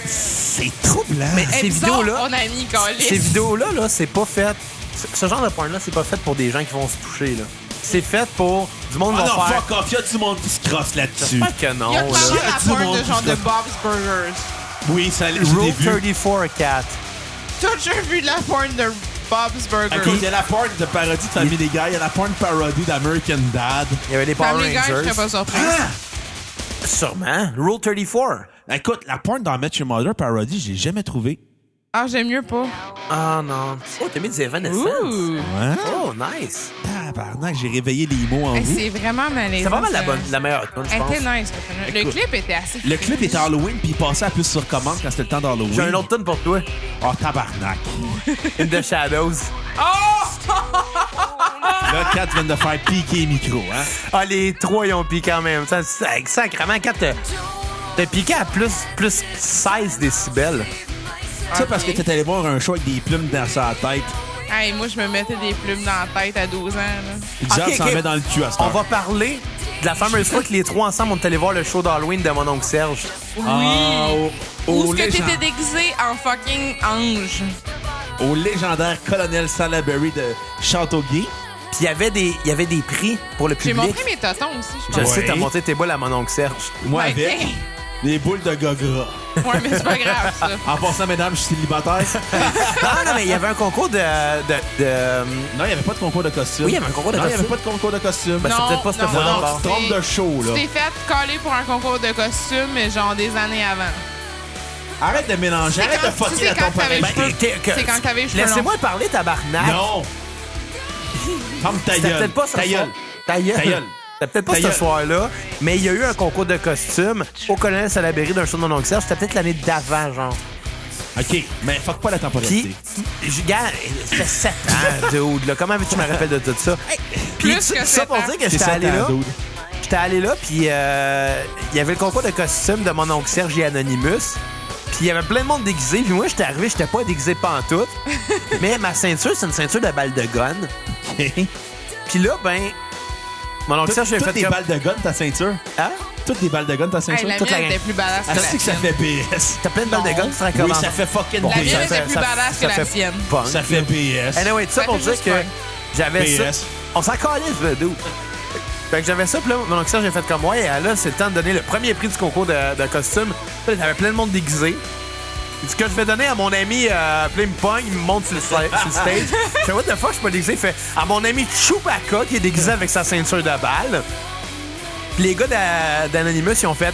Speaker 3: C'est troublant.
Speaker 2: Mais
Speaker 4: Eh,
Speaker 2: ces
Speaker 4: bizarre,
Speaker 2: vidéos-là,
Speaker 4: On a mis Calis.
Speaker 2: ces vidéos-là, là, c'est pas fait... Ce ce genre de pointe-là, c'est pas fait pour des gens qui vont se toucher, là. C'est fait pour du monde
Speaker 3: Ah
Speaker 2: qui
Speaker 3: non,
Speaker 2: va faire...
Speaker 3: fuck off, y'a du monde qui se crosse là-dessus.
Speaker 2: J'espère que non,
Speaker 4: Il y a
Speaker 2: là.
Speaker 4: clairement
Speaker 3: là.
Speaker 4: la
Speaker 3: Du
Speaker 4: porn
Speaker 3: monde
Speaker 4: de genre
Speaker 3: qui se
Speaker 4: de Bob's Burgers.
Speaker 3: Oui, ça, je l'ai
Speaker 2: Rule
Speaker 3: vu.
Speaker 2: 34, Cat.
Speaker 4: T'as déjà vu de la porn de Bob's Burger.
Speaker 3: Écoute, il y a la porn de parodie de Family Guy, il y a la porn parodie d'American Dad.
Speaker 2: Il y avait les Power
Speaker 4: Family Guy, je
Speaker 2: Rangers.
Speaker 4: serais pas surpris.
Speaker 3: Ah!
Speaker 2: Sûrement. Rule 34.
Speaker 3: Écoute, la porn dans Match Your Mother parodie, j'ai jamais trouvé.
Speaker 4: Ah, j'aime mieux pas.
Speaker 2: Ah non. Oh, t'as mis des Evanescence.
Speaker 4: Ouh!
Speaker 3: Hein?
Speaker 2: Oh, nice.
Speaker 3: Tabarnak, j'ai réveillé les mots en
Speaker 4: Hey,
Speaker 3: vous.
Speaker 4: c'est vraiment malaisant.
Speaker 2: C'est pas mal la,
Speaker 4: ça.
Speaker 2: bonne, la meilleure tune, je
Speaker 4: Elle
Speaker 2: pense.
Speaker 4: était nice. cette tune-là. Le
Speaker 3: Écoute,
Speaker 4: clip était assez.
Speaker 3: Le clip était Halloween, puis il passait à plus sur commande quand c'était le temps d'Halloween.
Speaker 2: J'ai un autre tune pour toi.
Speaker 3: Oh, tabarnak.
Speaker 2: In the Shadows.
Speaker 3: Là, Kat vient de faire piquer les micros, hein?
Speaker 2: Ah, les trois, ils ont piqué en même temps. C'est sacrément. Quand t'as t'as piqué à plus, plus 16 décibels.
Speaker 3: Ça, parce que t'es allé voir un show avec des plumes dans sa tête.
Speaker 4: Hey, moi, je me mettais des plumes dans la tête à 12 ans. là.
Speaker 3: Bizarre,
Speaker 2: Ok,
Speaker 3: s'en
Speaker 2: ok.
Speaker 3: met dans le cul à ce
Speaker 2: On va parler de la fameuse fois que les trois ensemble on est allé voir le show d'Halloween de mon oncle Serge.
Speaker 4: Oui.
Speaker 3: Oh,
Speaker 4: Où
Speaker 3: au,
Speaker 4: est-ce que
Speaker 3: légen-
Speaker 4: t'étais déguisé en fucking ange?
Speaker 3: au légendaire colonel Salaberry de Châteauguay.
Speaker 2: Puis il y avait des, il y avait des prix pour le
Speaker 4: J'ai
Speaker 2: public.
Speaker 4: montré mes totons aussi, je
Speaker 2: Je
Speaker 4: pense.
Speaker 2: sais, t'as
Speaker 3: Ouais.
Speaker 2: monté tes boules à mon oncle Serge.
Speaker 3: Moi,
Speaker 4: Ouais,
Speaker 3: avec des boules de gogras.
Speaker 4: Ouais, mais c'est pas grave,
Speaker 2: Ben,
Speaker 4: ça.
Speaker 3: En passant, mesdames, je suis célibataire.
Speaker 2: Non, non, mais il y avait un concours de. de, de-
Speaker 3: non, il n'y avait pas de concours de costume.
Speaker 2: Oui, il y avait un concours de
Speaker 3: non, il n'y avait
Speaker 2: costume.
Speaker 3: pas de concours de costume.
Speaker 2: Ben, c'est
Speaker 4: Non,
Speaker 2: peut-être pas cette
Speaker 4: non.
Speaker 2: fois-là.
Speaker 3: non,
Speaker 2: alors.
Speaker 3: tu te trompes de show,
Speaker 4: Tu
Speaker 3: là.
Speaker 4: t'es fait coller pour un concours de costume, mais genre des années avant.
Speaker 3: Arrête de mélanger,
Speaker 4: C'est
Speaker 3: arrête de
Speaker 4: quand-
Speaker 3: fucker
Speaker 4: c'est
Speaker 3: la
Speaker 4: quand
Speaker 3: ton
Speaker 4: t'avais-
Speaker 3: pareil.
Speaker 2: Ben,
Speaker 4: peux-
Speaker 2: t'es- que-
Speaker 4: c'est quand t'avais les cheveux
Speaker 2: Laissez-moi parler, tabarnak.
Speaker 3: Ben, Non! Ferme ta
Speaker 2: C'était
Speaker 3: gueule.
Speaker 2: peut-être pas ce
Speaker 3: Ta
Speaker 2: soir.
Speaker 3: gueule.
Speaker 2: Ta gueule.
Speaker 3: Ta gueule.
Speaker 2: C'était peut-être pas
Speaker 3: Ta
Speaker 2: ce
Speaker 3: gueule.
Speaker 2: soir-là, mais il y a eu un concours de costumes au Colonel Salaberry d'un show de mon oncle Serge. C'était peut-être l'année d'avant, genre.
Speaker 3: OK, mais fuck pas la temporalité.
Speaker 2: Puis, je gars, c'était 7 ans, dude. Là. Comment tu me rappelles de tout ça? Puis,
Speaker 4: Plus que
Speaker 2: ça
Speaker 4: sept
Speaker 2: pour
Speaker 4: ans.
Speaker 2: dire que
Speaker 3: C'est
Speaker 2: j'étais
Speaker 3: ça,
Speaker 2: allé
Speaker 3: ta
Speaker 2: là.
Speaker 3: dude.
Speaker 2: J'étais allé là, puis euh, il y avait le concours de costumes de mon oncle Serge et Anonymous. Puis il y avait plein de monde déguisé. Puis moi, j'étais arrivé, j'étais pas déguisé pantoute. mais ma ceinture, c'est une ceinture de balle de gun. Puis là, ben, mon oncle Serge, j'ai
Speaker 3: Toutes
Speaker 2: fait
Speaker 3: des
Speaker 2: comme...
Speaker 3: balles de gun, ta ceinture.
Speaker 2: Hein?
Speaker 3: Toutes des balles de gun, ta
Speaker 4: Hey,
Speaker 3: ceinture.
Speaker 4: la
Speaker 2: toute la
Speaker 4: mienne
Speaker 2: gang.
Speaker 4: était plus badass que
Speaker 3: Ah,
Speaker 4: la
Speaker 3: c'est que ça
Speaker 4: sienne.
Speaker 3: fait BS.
Speaker 2: T'as plein de balles de gun, tu te raccommandes.
Speaker 3: Oui, ça fait fucking
Speaker 4: La
Speaker 3: BS.
Speaker 4: mienne
Speaker 2: Ça-
Speaker 4: était plus
Speaker 2: ça-
Speaker 4: badass que
Speaker 2: ça
Speaker 4: la
Speaker 2: fait
Speaker 4: sienne.
Speaker 2: punk.
Speaker 3: Ça fait BS.
Speaker 2: Anyway, tout ça
Speaker 4: Ça
Speaker 2: pour
Speaker 4: fait
Speaker 2: dire
Speaker 4: juste
Speaker 2: que
Speaker 4: peur.
Speaker 2: j'avais ça.
Speaker 3: PS.
Speaker 2: On s'en calisse, le dude. Fait que j'avais ça, puis là, mon oncle Serge, j'ai fait comme moi, et là, c'est le temps de donner le premier prix du concours de, de costume. Puis là, j'avais plein de monde déguisé. Ce que je vais donner à mon ami, euh, puis là, il me pogne, il me monte sur le, sla- sur le stage. Je fais, what the fuck, je suis pas déguisé. Il fait, à mon ami Chewbacca, qui est déguisé avec sa ceinture de balle. Puis les gars d'A- d'Anonymous, ils ont fait.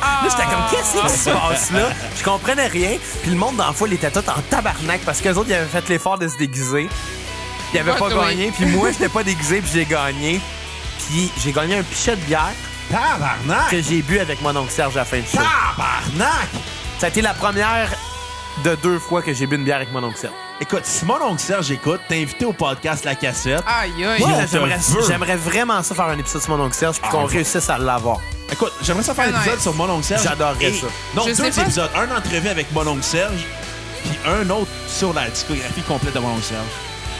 Speaker 2: Là, j'étais comme, qu'est-ce qui se passe là? Je comprenais rien. Puis le monde dans la foule était tout en tabarnak parce qu'eux autres, ils avaient fait l'effort de se déguiser. Ils avaient pas
Speaker 4: Pas toi.
Speaker 2: gagné. Puis moi, j'étais pas déguisé, puis j'ai gagné. Puis j'ai gagné un pichet de bière
Speaker 3: Tabarnak!
Speaker 2: que j'ai bu avec mon oncle Serge à la fin du show.
Speaker 3: Ah! Tabarnak!
Speaker 2: Ça a été la première de deux fois que j'ai bu une bière avec mon oncle Serge.
Speaker 3: Écoute, si mon oncle Serge écoute, t'es invité au podcast La Cassette.
Speaker 4: Ah, Aïe, aïe.
Speaker 2: Puis là,
Speaker 3: on te
Speaker 2: j'aimerais-
Speaker 3: veut.
Speaker 2: J'aimerais vraiment ça faire un épisode sur mon oncle Serge puis
Speaker 3: Ah,
Speaker 2: qu'on
Speaker 3: ouais.
Speaker 2: réussisse à l'avoir.
Speaker 3: Écoute, j'aimerais ça faire un
Speaker 4: Ah,
Speaker 3: épisode
Speaker 4: nice.
Speaker 3: sur mon oncle Serge.
Speaker 2: J'adorerais
Speaker 3: Et-
Speaker 2: ça.
Speaker 3: Non,
Speaker 4: Je sais
Speaker 3: deux
Speaker 4: pas.
Speaker 3: épisodes. Un entrevue avec mon oncle Serge, puis un autre sur la discographie complète de mon oncle Serge.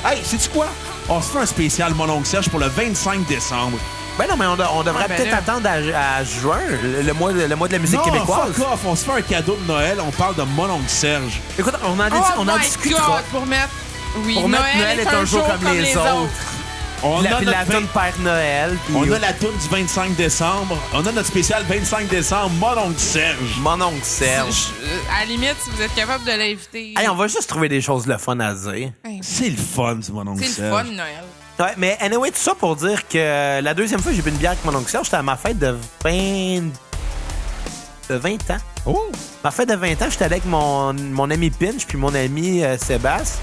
Speaker 3: Hey, sais-tu quoi? On se fait un spécial mon oncle Serge pour le 25 décembre.
Speaker 2: Ben non, mais on, de- on devrait
Speaker 4: Ah, ben
Speaker 2: peut-être
Speaker 4: là.
Speaker 2: attendre à, à juin, le, le mois, de- le mois de la musique
Speaker 3: non,
Speaker 2: québécoise.
Speaker 3: fuck off. On se fait un cadeau de Noël. On parle de mon oncle Serge.
Speaker 2: Écoute, on en, dit-
Speaker 4: Oh
Speaker 2: on en
Speaker 4: my
Speaker 2: discutera.
Speaker 4: God, pour mettre... Oui,
Speaker 2: Pour mettre Noël est un jour comme les autres.
Speaker 3: On
Speaker 2: la
Speaker 3: a
Speaker 2: puis
Speaker 3: notre
Speaker 2: la
Speaker 3: vingt-
Speaker 2: toune Père Noël. puis euh,
Speaker 3: On a la toune du 25 décembre. On a notre spécial 25 décembre, mon oncle Serge.
Speaker 2: Mon oncle Serge.
Speaker 4: Je- euh, À la limite, si vous êtes capable de l'inviter.
Speaker 2: Hey, on va juste trouver des choses le fun à dire.
Speaker 3: C'est le fun, du mon oncle
Speaker 4: C'est le
Speaker 3: Serge.
Speaker 4: fun, Noël.
Speaker 2: Ouais, mais anyway, tout ça pour dire que euh, la deuxième fois que j'ai bu une bière avec mon oncle Serge, c'était à ma fête de 20... de 20 ans.
Speaker 3: Oh!
Speaker 2: Ma fête de 20 ans, j'étais allé avec mon, mon ami Pinch puis mon ami euh, Sébastien.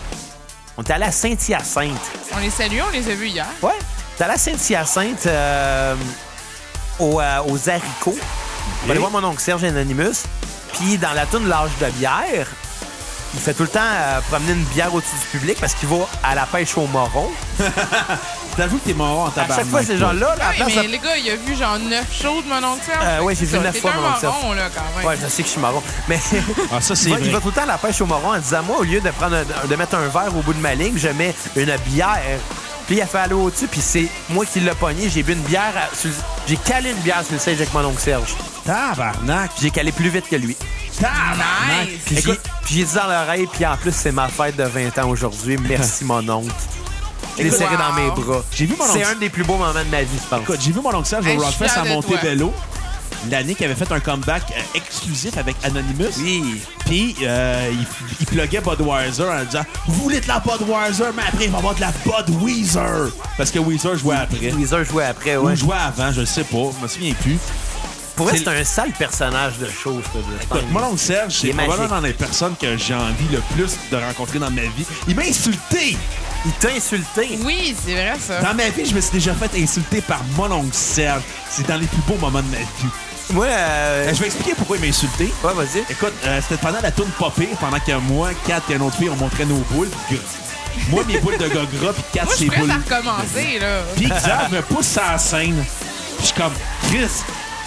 Speaker 2: On était allé à Saint-Hyacinthe.
Speaker 4: On les salue, on les a vus hier.
Speaker 2: Ouais. T'es allé à Saint-Hyacinthe euh, au, euh, aux haricots. On va aller voir mon oncle Serge Anonymous. Puis dans la toune L'âge de bière, il fait tout le temps euh, promener une bière au-dessus du public parce qu'il va à la pêche au moron.
Speaker 3: T'avoues que t'es mort en
Speaker 2: À
Speaker 3: tabarnak.
Speaker 2: chaque fois, ces gens-là, la
Speaker 4: Ouais,
Speaker 2: place
Speaker 4: mais
Speaker 2: de-
Speaker 4: les gars, il a vu genre 9 shows de mon oncle Serge.
Speaker 2: Euh, ouais, j'ai vu
Speaker 4: C'est ça,
Speaker 2: neuf
Speaker 4: t'es
Speaker 2: fois
Speaker 4: un
Speaker 2: mon oncle Serge.
Speaker 4: marron, là, quand même.
Speaker 2: Ouais, je sais que je suis marron. Mais
Speaker 3: Ah, ça, c'est
Speaker 2: il, va, il
Speaker 3: vrai.
Speaker 2: va tout le temps à la pêche au moron en disant Moi, au lieu de, prendre un- de mettre un verre au bout de ma ligne, je mets une bière. Puis il a fait aller au-dessus, puis c'est moi qui l'ai pogné. J'ai bu une bière, à- sur le- j'ai calé une bière sur le siège avec mon oncle Serge.
Speaker 3: Tabarnak.
Speaker 2: Puis j'ai calé plus vite que lui.
Speaker 3: Tabarnak.
Speaker 4: Nice.
Speaker 2: Puis j'ai
Speaker 3: Écoute-
Speaker 2: puis j'ai dit dans l'oreille, puis en plus, c'est ma fête de 20 ans aujourd'hui. Merci, mon oncle. Je l'ai
Speaker 4: Écoute-
Speaker 2: serré dans
Speaker 4: Wow.
Speaker 2: mes bras.
Speaker 3: J'ai vu mon
Speaker 2: C'est
Speaker 3: oncle-
Speaker 2: un des plus beaux moments de ma vie, je pense.
Speaker 3: Écoute, j'ai vu mon oncle Serge
Speaker 4: Hey,
Speaker 3: au
Speaker 4: je suis
Speaker 3: Rockfest à
Speaker 4: fière de toi.
Speaker 3: Montebello. l'année qu'il avait fait un comeback euh, exclusif avec Anonymous.
Speaker 2: Oui.
Speaker 3: Puis euh, il, il pluguait Budweiser en disant Vous voulez de la Budweiser, mais après, il va y avoir de la Budweiser. Parce que Weezer jouait après.
Speaker 2: Weezer jouait après, ouais.
Speaker 3: Ou jouait avant, je le sais pas, je me souviens plus.
Speaker 2: Pour vrai,
Speaker 3: c'est-
Speaker 2: c'est un sale personnage de show, ça. de-
Speaker 3: Écoute, Mon oncle Serge,
Speaker 2: Il
Speaker 3: c'est
Speaker 2: est magique.
Speaker 3: probablement dans les personnes que j'ai envie le plus de rencontrer dans ma vie. Il m'a insulté!
Speaker 2: Il t'a insulté.
Speaker 4: Oui, c'est vrai, ça.
Speaker 3: Dans ma vie, je me suis déjà fait insulter par mon oncle Serge. C'est dans les plus beaux moments de ma vie.
Speaker 2: Moi, euh,
Speaker 3: Euh, Je vais expliquer pourquoi il m'a insulté.
Speaker 2: ouais, vas-y.
Speaker 3: Écoute, euh, c'était pendant la tourne Popé, pendant que moi, Kat et un autre fille, on montrait nos boules. Gr- Moi, mes boules de gars gras, puis Kat,
Speaker 4: Moi, je
Speaker 3: ses
Speaker 4: suis prête
Speaker 3: boules.
Speaker 4: à recommencer, là.
Speaker 3: Puis Xav me pousse à la scène. Puis je suis comme, Chris,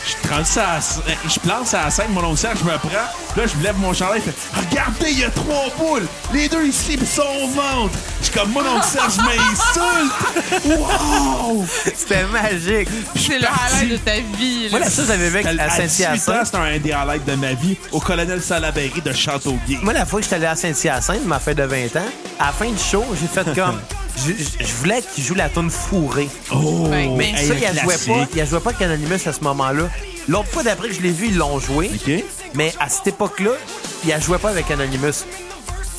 Speaker 3: je prends ça à la sc- euh, Je plante ça à la scène, mon oncle Serge, je me prends. Là, je me lève mon chandail, il fait Regardez, il y a trois boules. Les deux ici, pis sont au ventre. Je suis comme, mon oncle Serge m'insulte. wow!
Speaker 2: C'était magique.
Speaker 4: C'est le
Speaker 3: parti.
Speaker 4: highlight de ta vie, là.
Speaker 2: Moi, la seule que j'avais vécu à
Speaker 3: À 18 ans,
Speaker 2: Saint-Hyacinthe,
Speaker 3: c'était un des highlights de ma vie au colonel Salaberry de Châteauguay.
Speaker 2: Moi, la fois que j'étais allé à Saint-Hyacinthe, ma fête de 20 ans, à la fin du show, j'ai fait comme. Je, je- je voulais qu'il joue la tune fourrée.
Speaker 3: Oh,
Speaker 4: Ben,
Speaker 2: Mais
Speaker 3: hey,
Speaker 2: ça,
Speaker 3: un
Speaker 2: il la jouait pas.
Speaker 3: classique.
Speaker 2: Il la jouait pas avec Anonymous à ce moment-là. L'autre fois d'après que je l'ai vu, ils l'ont joué.
Speaker 3: OK.
Speaker 2: Mais à cette époque-là, il la jouait pas avec Anonymous.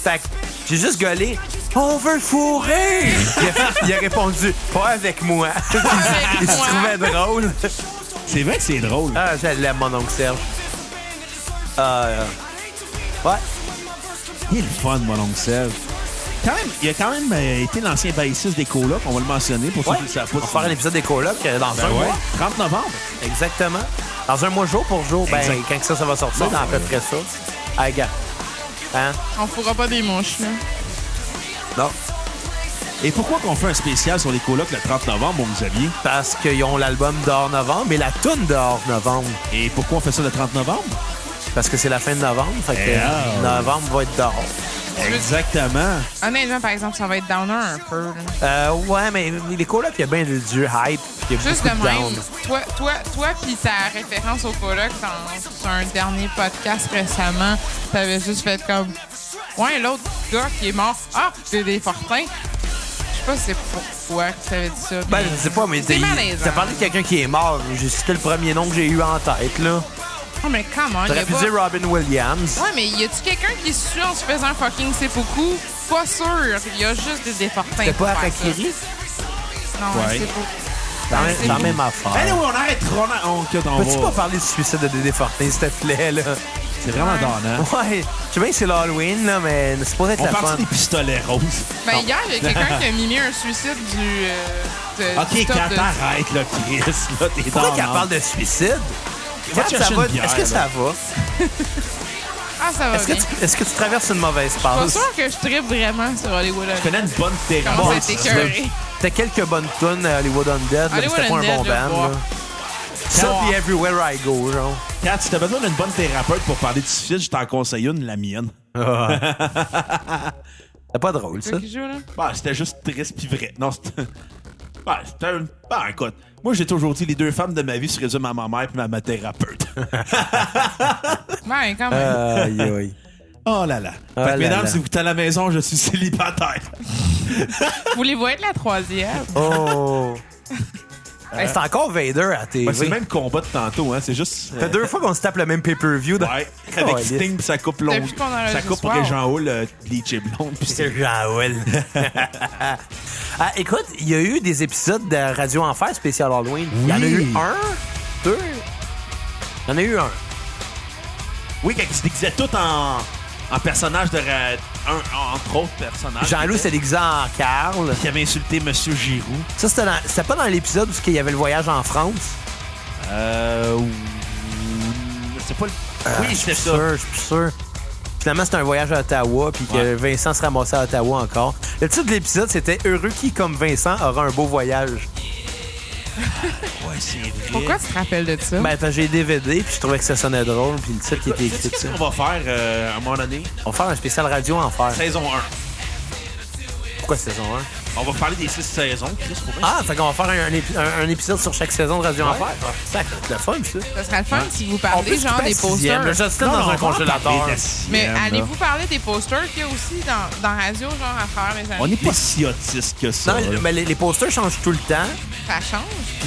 Speaker 2: Fait que j'ai juste gueulé. On veut le fourrer! il, a, fait- il a répondu, pas avec moi. il se
Speaker 4: moi.
Speaker 2: trouvait drôle.
Speaker 3: C'est vrai que c'est drôle.
Speaker 2: Ah, je l'aime, mon oncle Serge. Euh, ouais.
Speaker 3: Il est le fun, mon oncle Serge. Quand même, il a quand même euh, été l'ancien bassiste des colocs, on va le mentionner pour ceux
Speaker 2: Ouais.
Speaker 3: qui ne le savent pas.
Speaker 2: On va faire un épisode des colocs euh, dans
Speaker 3: Ben
Speaker 2: un
Speaker 3: ouais,
Speaker 2: mois.
Speaker 3: 30 novembre.
Speaker 2: Exactement. Dans un mois, jour pour jour. Ben,
Speaker 3: Exact.
Speaker 2: quand que ça, ça va sortir,
Speaker 3: Bon,
Speaker 2: dans à peu
Speaker 3: euh,
Speaker 2: près ça. Ah, gars. Hein?
Speaker 4: On pourra pas des mouches, là.
Speaker 2: Non.
Speaker 3: Et pourquoi qu'on fait un spécial sur les colocs le 30 novembre, mon Xavier?
Speaker 2: Parce qu'ils ont l'album dehors novembre et la toune dehors novembre.
Speaker 3: Et pourquoi on fait ça le 30 novembre?
Speaker 2: Parce que c'est la fin de novembre. Fait que
Speaker 3: Eh, ah,
Speaker 2: euh,
Speaker 3: ouais.
Speaker 2: novembre va être dehors.
Speaker 3: Exactement.
Speaker 4: Honnêtement, par exemple, ça va être downer un peu. là.
Speaker 2: Euh, ouais, mais les colocs, il y a bien du, du hype. puis Il y a
Speaker 4: Juste de
Speaker 2: beaucoup de,
Speaker 4: même,
Speaker 2: down.
Speaker 4: toi, toi, toi puis ta référence au coloc dans sur un dernier podcast récemment, t'avais juste fait comme Ouais, l'autre gars qui est mort, ah, c'est des fortins. Je sais pas c'est pourquoi que t'avais dit ça.
Speaker 2: Ben,
Speaker 4: mais-
Speaker 2: je sais pas, mais
Speaker 4: C'est
Speaker 2: t'as
Speaker 4: malaisant.
Speaker 2: t'as parlé de quelqu'un qui est mort. J'ai cité le premier nom que j'ai eu en tête, là.
Speaker 4: Oh, mais comment, il y
Speaker 2: T'aurais
Speaker 4: a
Speaker 2: pu
Speaker 4: pas...
Speaker 2: dire Robin Williams.
Speaker 4: Ouais, mais y a-tu quelqu'un qui se tue en se faisant fucking c'est beaucoup? Pas sûr. Y a juste des déportins.
Speaker 2: C'était
Speaker 4: pour
Speaker 2: pas
Speaker 4: faire ça.
Speaker 2: Arakiri?
Speaker 4: Non,
Speaker 3: Ouais.
Speaker 4: c'est pas.
Speaker 2: Dans la même-
Speaker 4: c'est
Speaker 2: dans la
Speaker 4: bon.
Speaker 2: même affaire.
Speaker 3: Allez, on arrête. On, a- on, quitte, Ben, on
Speaker 2: Peux-tu
Speaker 3: va- Hein?
Speaker 2: pas parler du suicide de Dédé Fortin, s'il te plaît, là?
Speaker 3: C'est vraiment donnant.
Speaker 2: Ouais, je sais bien que c'est l'Halloween, là, mais c'est supposé être
Speaker 3: On
Speaker 2: la
Speaker 3: parle
Speaker 2: fun.
Speaker 3: des pistolets roses.
Speaker 4: Ben, hier, y a quelqu'un qui a mimé un suicide du. euh, de- du
Speaker 3: OK,
Speaker 4: top
Speaker 3: Kat,
Speaker 4: de-
Speaker 3: arrête, là, Chris. Là, t'es
Speaker 2: Pourquoi
Speaker 3: donnant.
Speaker 2: qu'elle parle de suicide?
Speaker 3: Va
Speaker 2: Kat,
Speaker 3: te
Speaker 2: ça
Speaker 3: chercher
Speaker 2: va-
Speaker 3: une bière,
Speaker 2: Est-ce que ça
Speaker 3: là.
Speaker 2: va?
Speaker 4: Ah, ça va
Speaker 2: Est-ce que,
Speaker 4: bien.
Speaker 2: tu- est-ce que tu traverses une mauvaise
Speaker 4: Pas
Speaker 2: passe?
Speaker 4: sûr que je tripe vraiment sur Hollywood.
Speaker 3: Je connais une bonne terrasse.
Speaker 4: Comment c'était
Speaker 2: c'est-
Speaker 4: écœuré.
Speaker 2: T'as quelques bonnes tunes à Hollywood Undead, là, mais
Speaker 4: Hollywood
Speaker 2: c'était pas un
Speaker 4: Undead,
Speaker 2: bon
Speaker 4: je vais
Speaker 2: band.
Speaker 4: voir.
Speaker 2: là. Ça, puis Everywhere I Go, genre.
Speaker 3: Kat, si t'as besoin d'une bonne thérapeute pour parler de suicide, je t'en conseille une, la mienne.
Speaker 2: C'est pas drôle, ça.
Speaker 4: Ceux qui jouent, là.
Speaker 3: Bah, c'était juste triste pis vrai. Non, c'était. Bah, c'était un. Bah, écoute. Moi, j'ai toujours dit, les deux femmes de ma vie se résument à ma mère pis à ma thérapeute.
Speaker 4: Ben, quand même.
Speaker 2: Aïe, aïe.
Speaker 3: Oh là là. fait
Speaker 2: Oh
Speaker 3: que,
Speaker 2: là
Speaker 3: mesdames,
Speaker 2: là.
Speaker 3: si vous êtes à la maison, je suis célibataire.
Speaker 4: Voulez-vous être la troisième?
Speaker 2: Oh. Hey, c'est encore Vader
Speaker 3: Ben,
Speaker 2: à
Speaker 3: c'est
Speaker 2: TV.
Speaker 3: le même combat de tantôt, hein. C'est juste.
Speaker 2: T'as deux fois qu'on se tape le même pay-per-view. dans-
Speaker 3: Ouais.
Speaker 2: Oh,
Speaker 3: Avec
Speaker 2: elle est-
Speaker 3: Sting pis sa coupe longue.
Speaker 4: Depuis qu'on enregistre
Speaker 3: Sa coupe pour
Speaker 4: wow.
Speaker 3: que Jean Hall euh, bleaché blonde pis c'est.
Speaker 2: C'est Raoul. ah, écoute, il y a eu des épisodes de Radio Enfer spécial Halloween. Il y en a
Speaker 3: Oui. Ah,
Speaker 2: eu un, deux. Il y en a eu un.
Speaker 3: Oui, quand ils se déguisaient tous en. En personnage de. ra- Un, en- entre autres personnages.
Speaker 2: Jean-Loup s'est
Speaker 3: c'est
Speaker 2: déguisé en Carl.
Speaker 3: Qui avait insulté Monsieur Giroux.
Speaker 2: Ça, c'était dans- c'était pas dans l'épisode où il y avait le voyage en France.
Speaker 3: Euh. ou- C'est pas le. oui, c'était ça.
Speaker 2: Sûr, Euh, Ah, je suis plus sûr. Finalement, c'était un voyage à Ottawa, puis que
Speaker 3: Ouais.
Speaker 2: Vincent se ramassait à Ottawa encore. Le titre de l'épisode, c'était Heureux qui, comme Vincent, aura un beau voyage.
Speaker 3: Ouais, c'est vrai.
Speaker 4: Pourquoi tu te rappelles de ça?
Speaker 2: Ben, attends, j'ai les DVD, puis je trouvais que ça sonnait drôle, puis le titre qui était écrit.
Speaker 3: Qu'est-ce
Speaker 2: ça.
Speaker 3: qu'on va faire euh, à un moment donné?
Speaker 2: On va faire un spécial radio enfer.
Speaker 3: Saison 1.
Speaker 2: Pourquoi saison 1?
Speaker 6: On va parler des six saisons, Chris, pour bien.
Speaker 2: Ah, fait qu'on va faire un, un épi- un- un épisode sur chaque saison de Radio Enfer. Ça, c'est de la fun, ça.
Speaker 4: Ça serait le fun si vous
Speaker 2: On peut
Speaker 4: parlez,
Speaker 2: se
Speaker 4: genre,
Speaker 2: couper
Speaker 4: des
Speaker 2: à sixième, là,
Speaker 4: posters.
Speaker 2: Je serai dans un congélateur.
Speaker 4: Mais allez-vous parler des posters qu'il y a aussi dans, dans Radio, genre, à faire, mes
Speaker 3: On
Speaker 4: amis?
Speaker 3: n'est pas si autiste que ça.
Speaker 2: Non,
Speaker 3: là.
Speaker 2: mais les, les posters changent tout le temps.
Speaker 4: Ça change.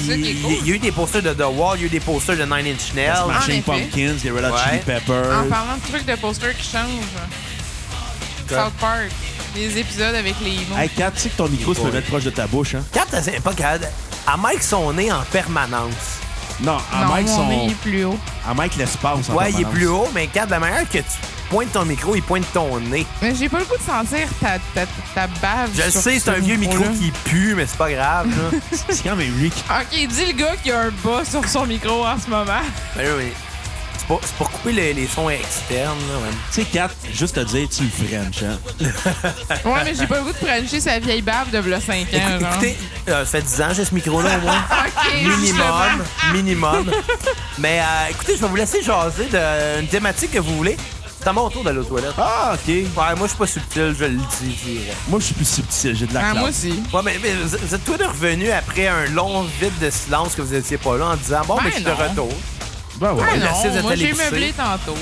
Speaker 4: C'est ça
Speaker 2: Puis,
Speaker 4: qui est
Speaker 2: Il y, il
Speaker 4: cool.
Speaker 2: y a eu des posters de The Wall, il y a eu des posters de Nine Inch Nails.
Speaker 4: marche.
Speaker 3: Smashing
Speaker 4: en effet.
Speaker 3: Pumpkins, les Red Hot
Speaker 2: Ouais.
Speaker 3: Chili
Speaker 4: En
Speaker 3: Peppers.
Speaker 4: parlant de trucs de posters qui changent, South Park, les épisodes avec les mots.
Speaker 3: Hey, Kat, tu sais que ton micro se peut mettre proche de ta bouche, hein?
Speaker 2: Quand t'as c'est pas cadre, à Mike son nez en permanence.
Speaker 3: Non, à
Speaker 4: non,
Speaker 3: Mike,
Speaker 4: mon nez, il
Speaker 3: son...
Speaker 4: est plus haut.
Speaker 3: à Mike l'espace. en
Speaker 2: Ouais, il est
Speaker 3: permanence.
Speaker 2: plus haut, mais cadre, la manière que tu pointes ton micro, il pointe ton nez.
Speaker 4: Mais Ben, j'ai pas le goût de sentir ta, ta, ta bave.
Speaker 2: Je le
Speaker 4: sur
Speaker 2: sais, c'est
Speaker 4: ce
Speaker 2: un vieux micro
Speaker 4: micro-là.
Speaker 2: qui pue, mais c'est pas grave. là.
Speaker 3: C'est quand même lui qui.
Speaker 4: Ok, dis le gars qui a un bas sur son micro en ce moment.
Speaker 2: Mais Ben oui, c'est pour, c'est pour couper les, les sons externes. là, ouais.
Speaker 3: Tu sais, Kat, juste te dire, tu le French, hein?
Speaker 4: Ouais, mais j'ai pas le goût de prancher sa vieille bave de v'là 5
Speaker 2: Écou-
Speaker 4: ans. genre.
Speaker 2: écoutez, euh, ça fait 10 ans, j'ai ce micro-là au moins.
Speaker 4: Ok,
Speaker 2: minimum, minimum. Mais euh, écoutez, je vais vous laisser jaser d'une thématique que vous voulez. C'est à mon tour d'aller aux toilettes.
Speaker 3: Ah, OK.
Speaker 2: Ouais, moi, je suis pas subtil, je le dis direct.
Speaker 3: Moi, je suis plus subtil, j'ai de la
Speaker 4: Ah,
Speaker 3: classe.
Speaker 4: moi aussi.
Speaker 2: Ouais, mais, mais vous vous êtes tous deux revenus après un long vide de silence que vous étiez pas là en disant Bon,
Speaker 4: Ben
Speaker 2: mais je suis de
Speaker 4: non.
Speaker 2: retour.
Speaker 3: Ben ouais.
Speaker 4: Ah
Speaker 2: Merci d'être
Speaker 4: non, moi
Speaker 2: allé
Speaker 4: j'ai
Speaker 2: pisser.
Speaker 4: meublé tantôt.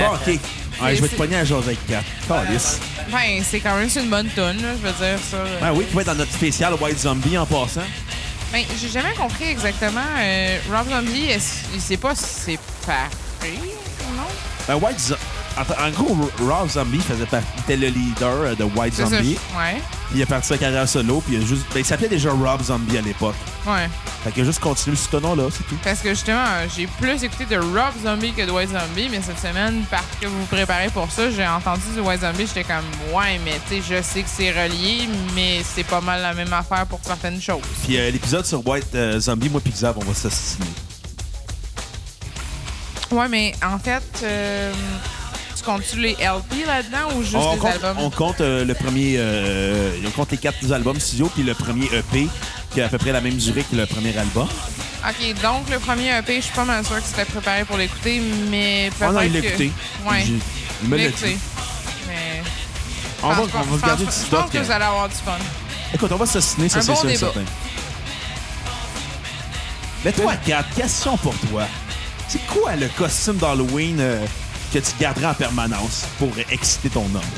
Speaker 3: Bon, OK. Ouais, je vais te
Speaker 4: Ah, c'est-
Speaker 3: pogner à jaser avec Kat. Calisse.
Speaker 4: Ben, c'est quand même c'est une bonne tonne, là, je veux dire ça.
Speaker 3: Ben oui, tu vas être dans notre spécial White Zombie en passant.
Speaker 4: Ben, j'ai jamais compris exactement. euh, Rob Zombie, est-ce- il sait pas si c'est pareil, non?
Speaker 3: Ben, White Zombie. En gros, Rob Zombie faisait par- était le leader euh, de White
Speaker 4: C'est ça.
Speaker 3: Zombie.
Speaker 4: Ouais.
Speaker 3: Il est parti sa carrière solo, puis il, a juste... ben, il s'appelait déjà Rob Zombie à l'époque.
Speaker 4: Ouais.
Speaker 3: Fait qu'il a juste continué sous ce nom-là, c'est tout.
Speaker 4: Parce que justement, euh, j'ai plus écouté de Rob Zombie que de White Zombie, mais cette semaine, parce que vous vous préparez pour ça, j'ai entendu du White Zombie, j'étais comme, ouais, mais tu sais, je sais que c'est relié, mais c'est pas mal la même affaire pour certaines choses.
Speaker 3: Puis euh, l'épisode sur White euh, Zombie, moi puis Xav, on va s'assassiner.
Speaker 4: Ouais, mais en fait, euh, tu comptes-tu les LP là-dedans ou juste
Speaker 3: On
Speaker 4: les
Speaker 3: compte,
Speaker 4: albums?
Speaker 3: on compte, euh, le premier, euh, on compte les quatre albums studio puis le premier EP qui a à peu près la même durée que le premier album.
Speaker 4: Ok, donc le premier EP, je suis pas mal sûr que c'était préparé pour l'écouter, mais
Speaker 3: Oh
Speaker 4: peut-être.
Speaker 3: non, il l'a
Speaker 4: que-
Speaker 3: écouté.
Speaker 4: Ouais.
Speaker 3: J'ai- Il me
Speaker 4: l'a
Speaker 3: l'a
Speaker 4: écouté.
Speaker 3: dit.
Speaker 4: Mais.
Speaker 3: On va,
Speaker 4: je pense-
Speaker 3: on va
Speaker 4: je
Speaker 3: regarder
Speaker 4: pense-
Speaker 3: du hein.
Speaker 4: Je pense
Speaker 3: stock.
Speaker 4: que vous allez avoir du fun.
Speaker 3: Écoute, on va s'assassiner, ça
Speaker 4: Un
Speaker 3: c'est
Speaker 4: bon
Speaker 3: sûr et
Speaker 4: débat.
Speaker 3: certain. Mais toi, Kat, question pour toi. C'est quoi le costume d'Halloween euh, que tu garderas en permanence pour exciter ton homme?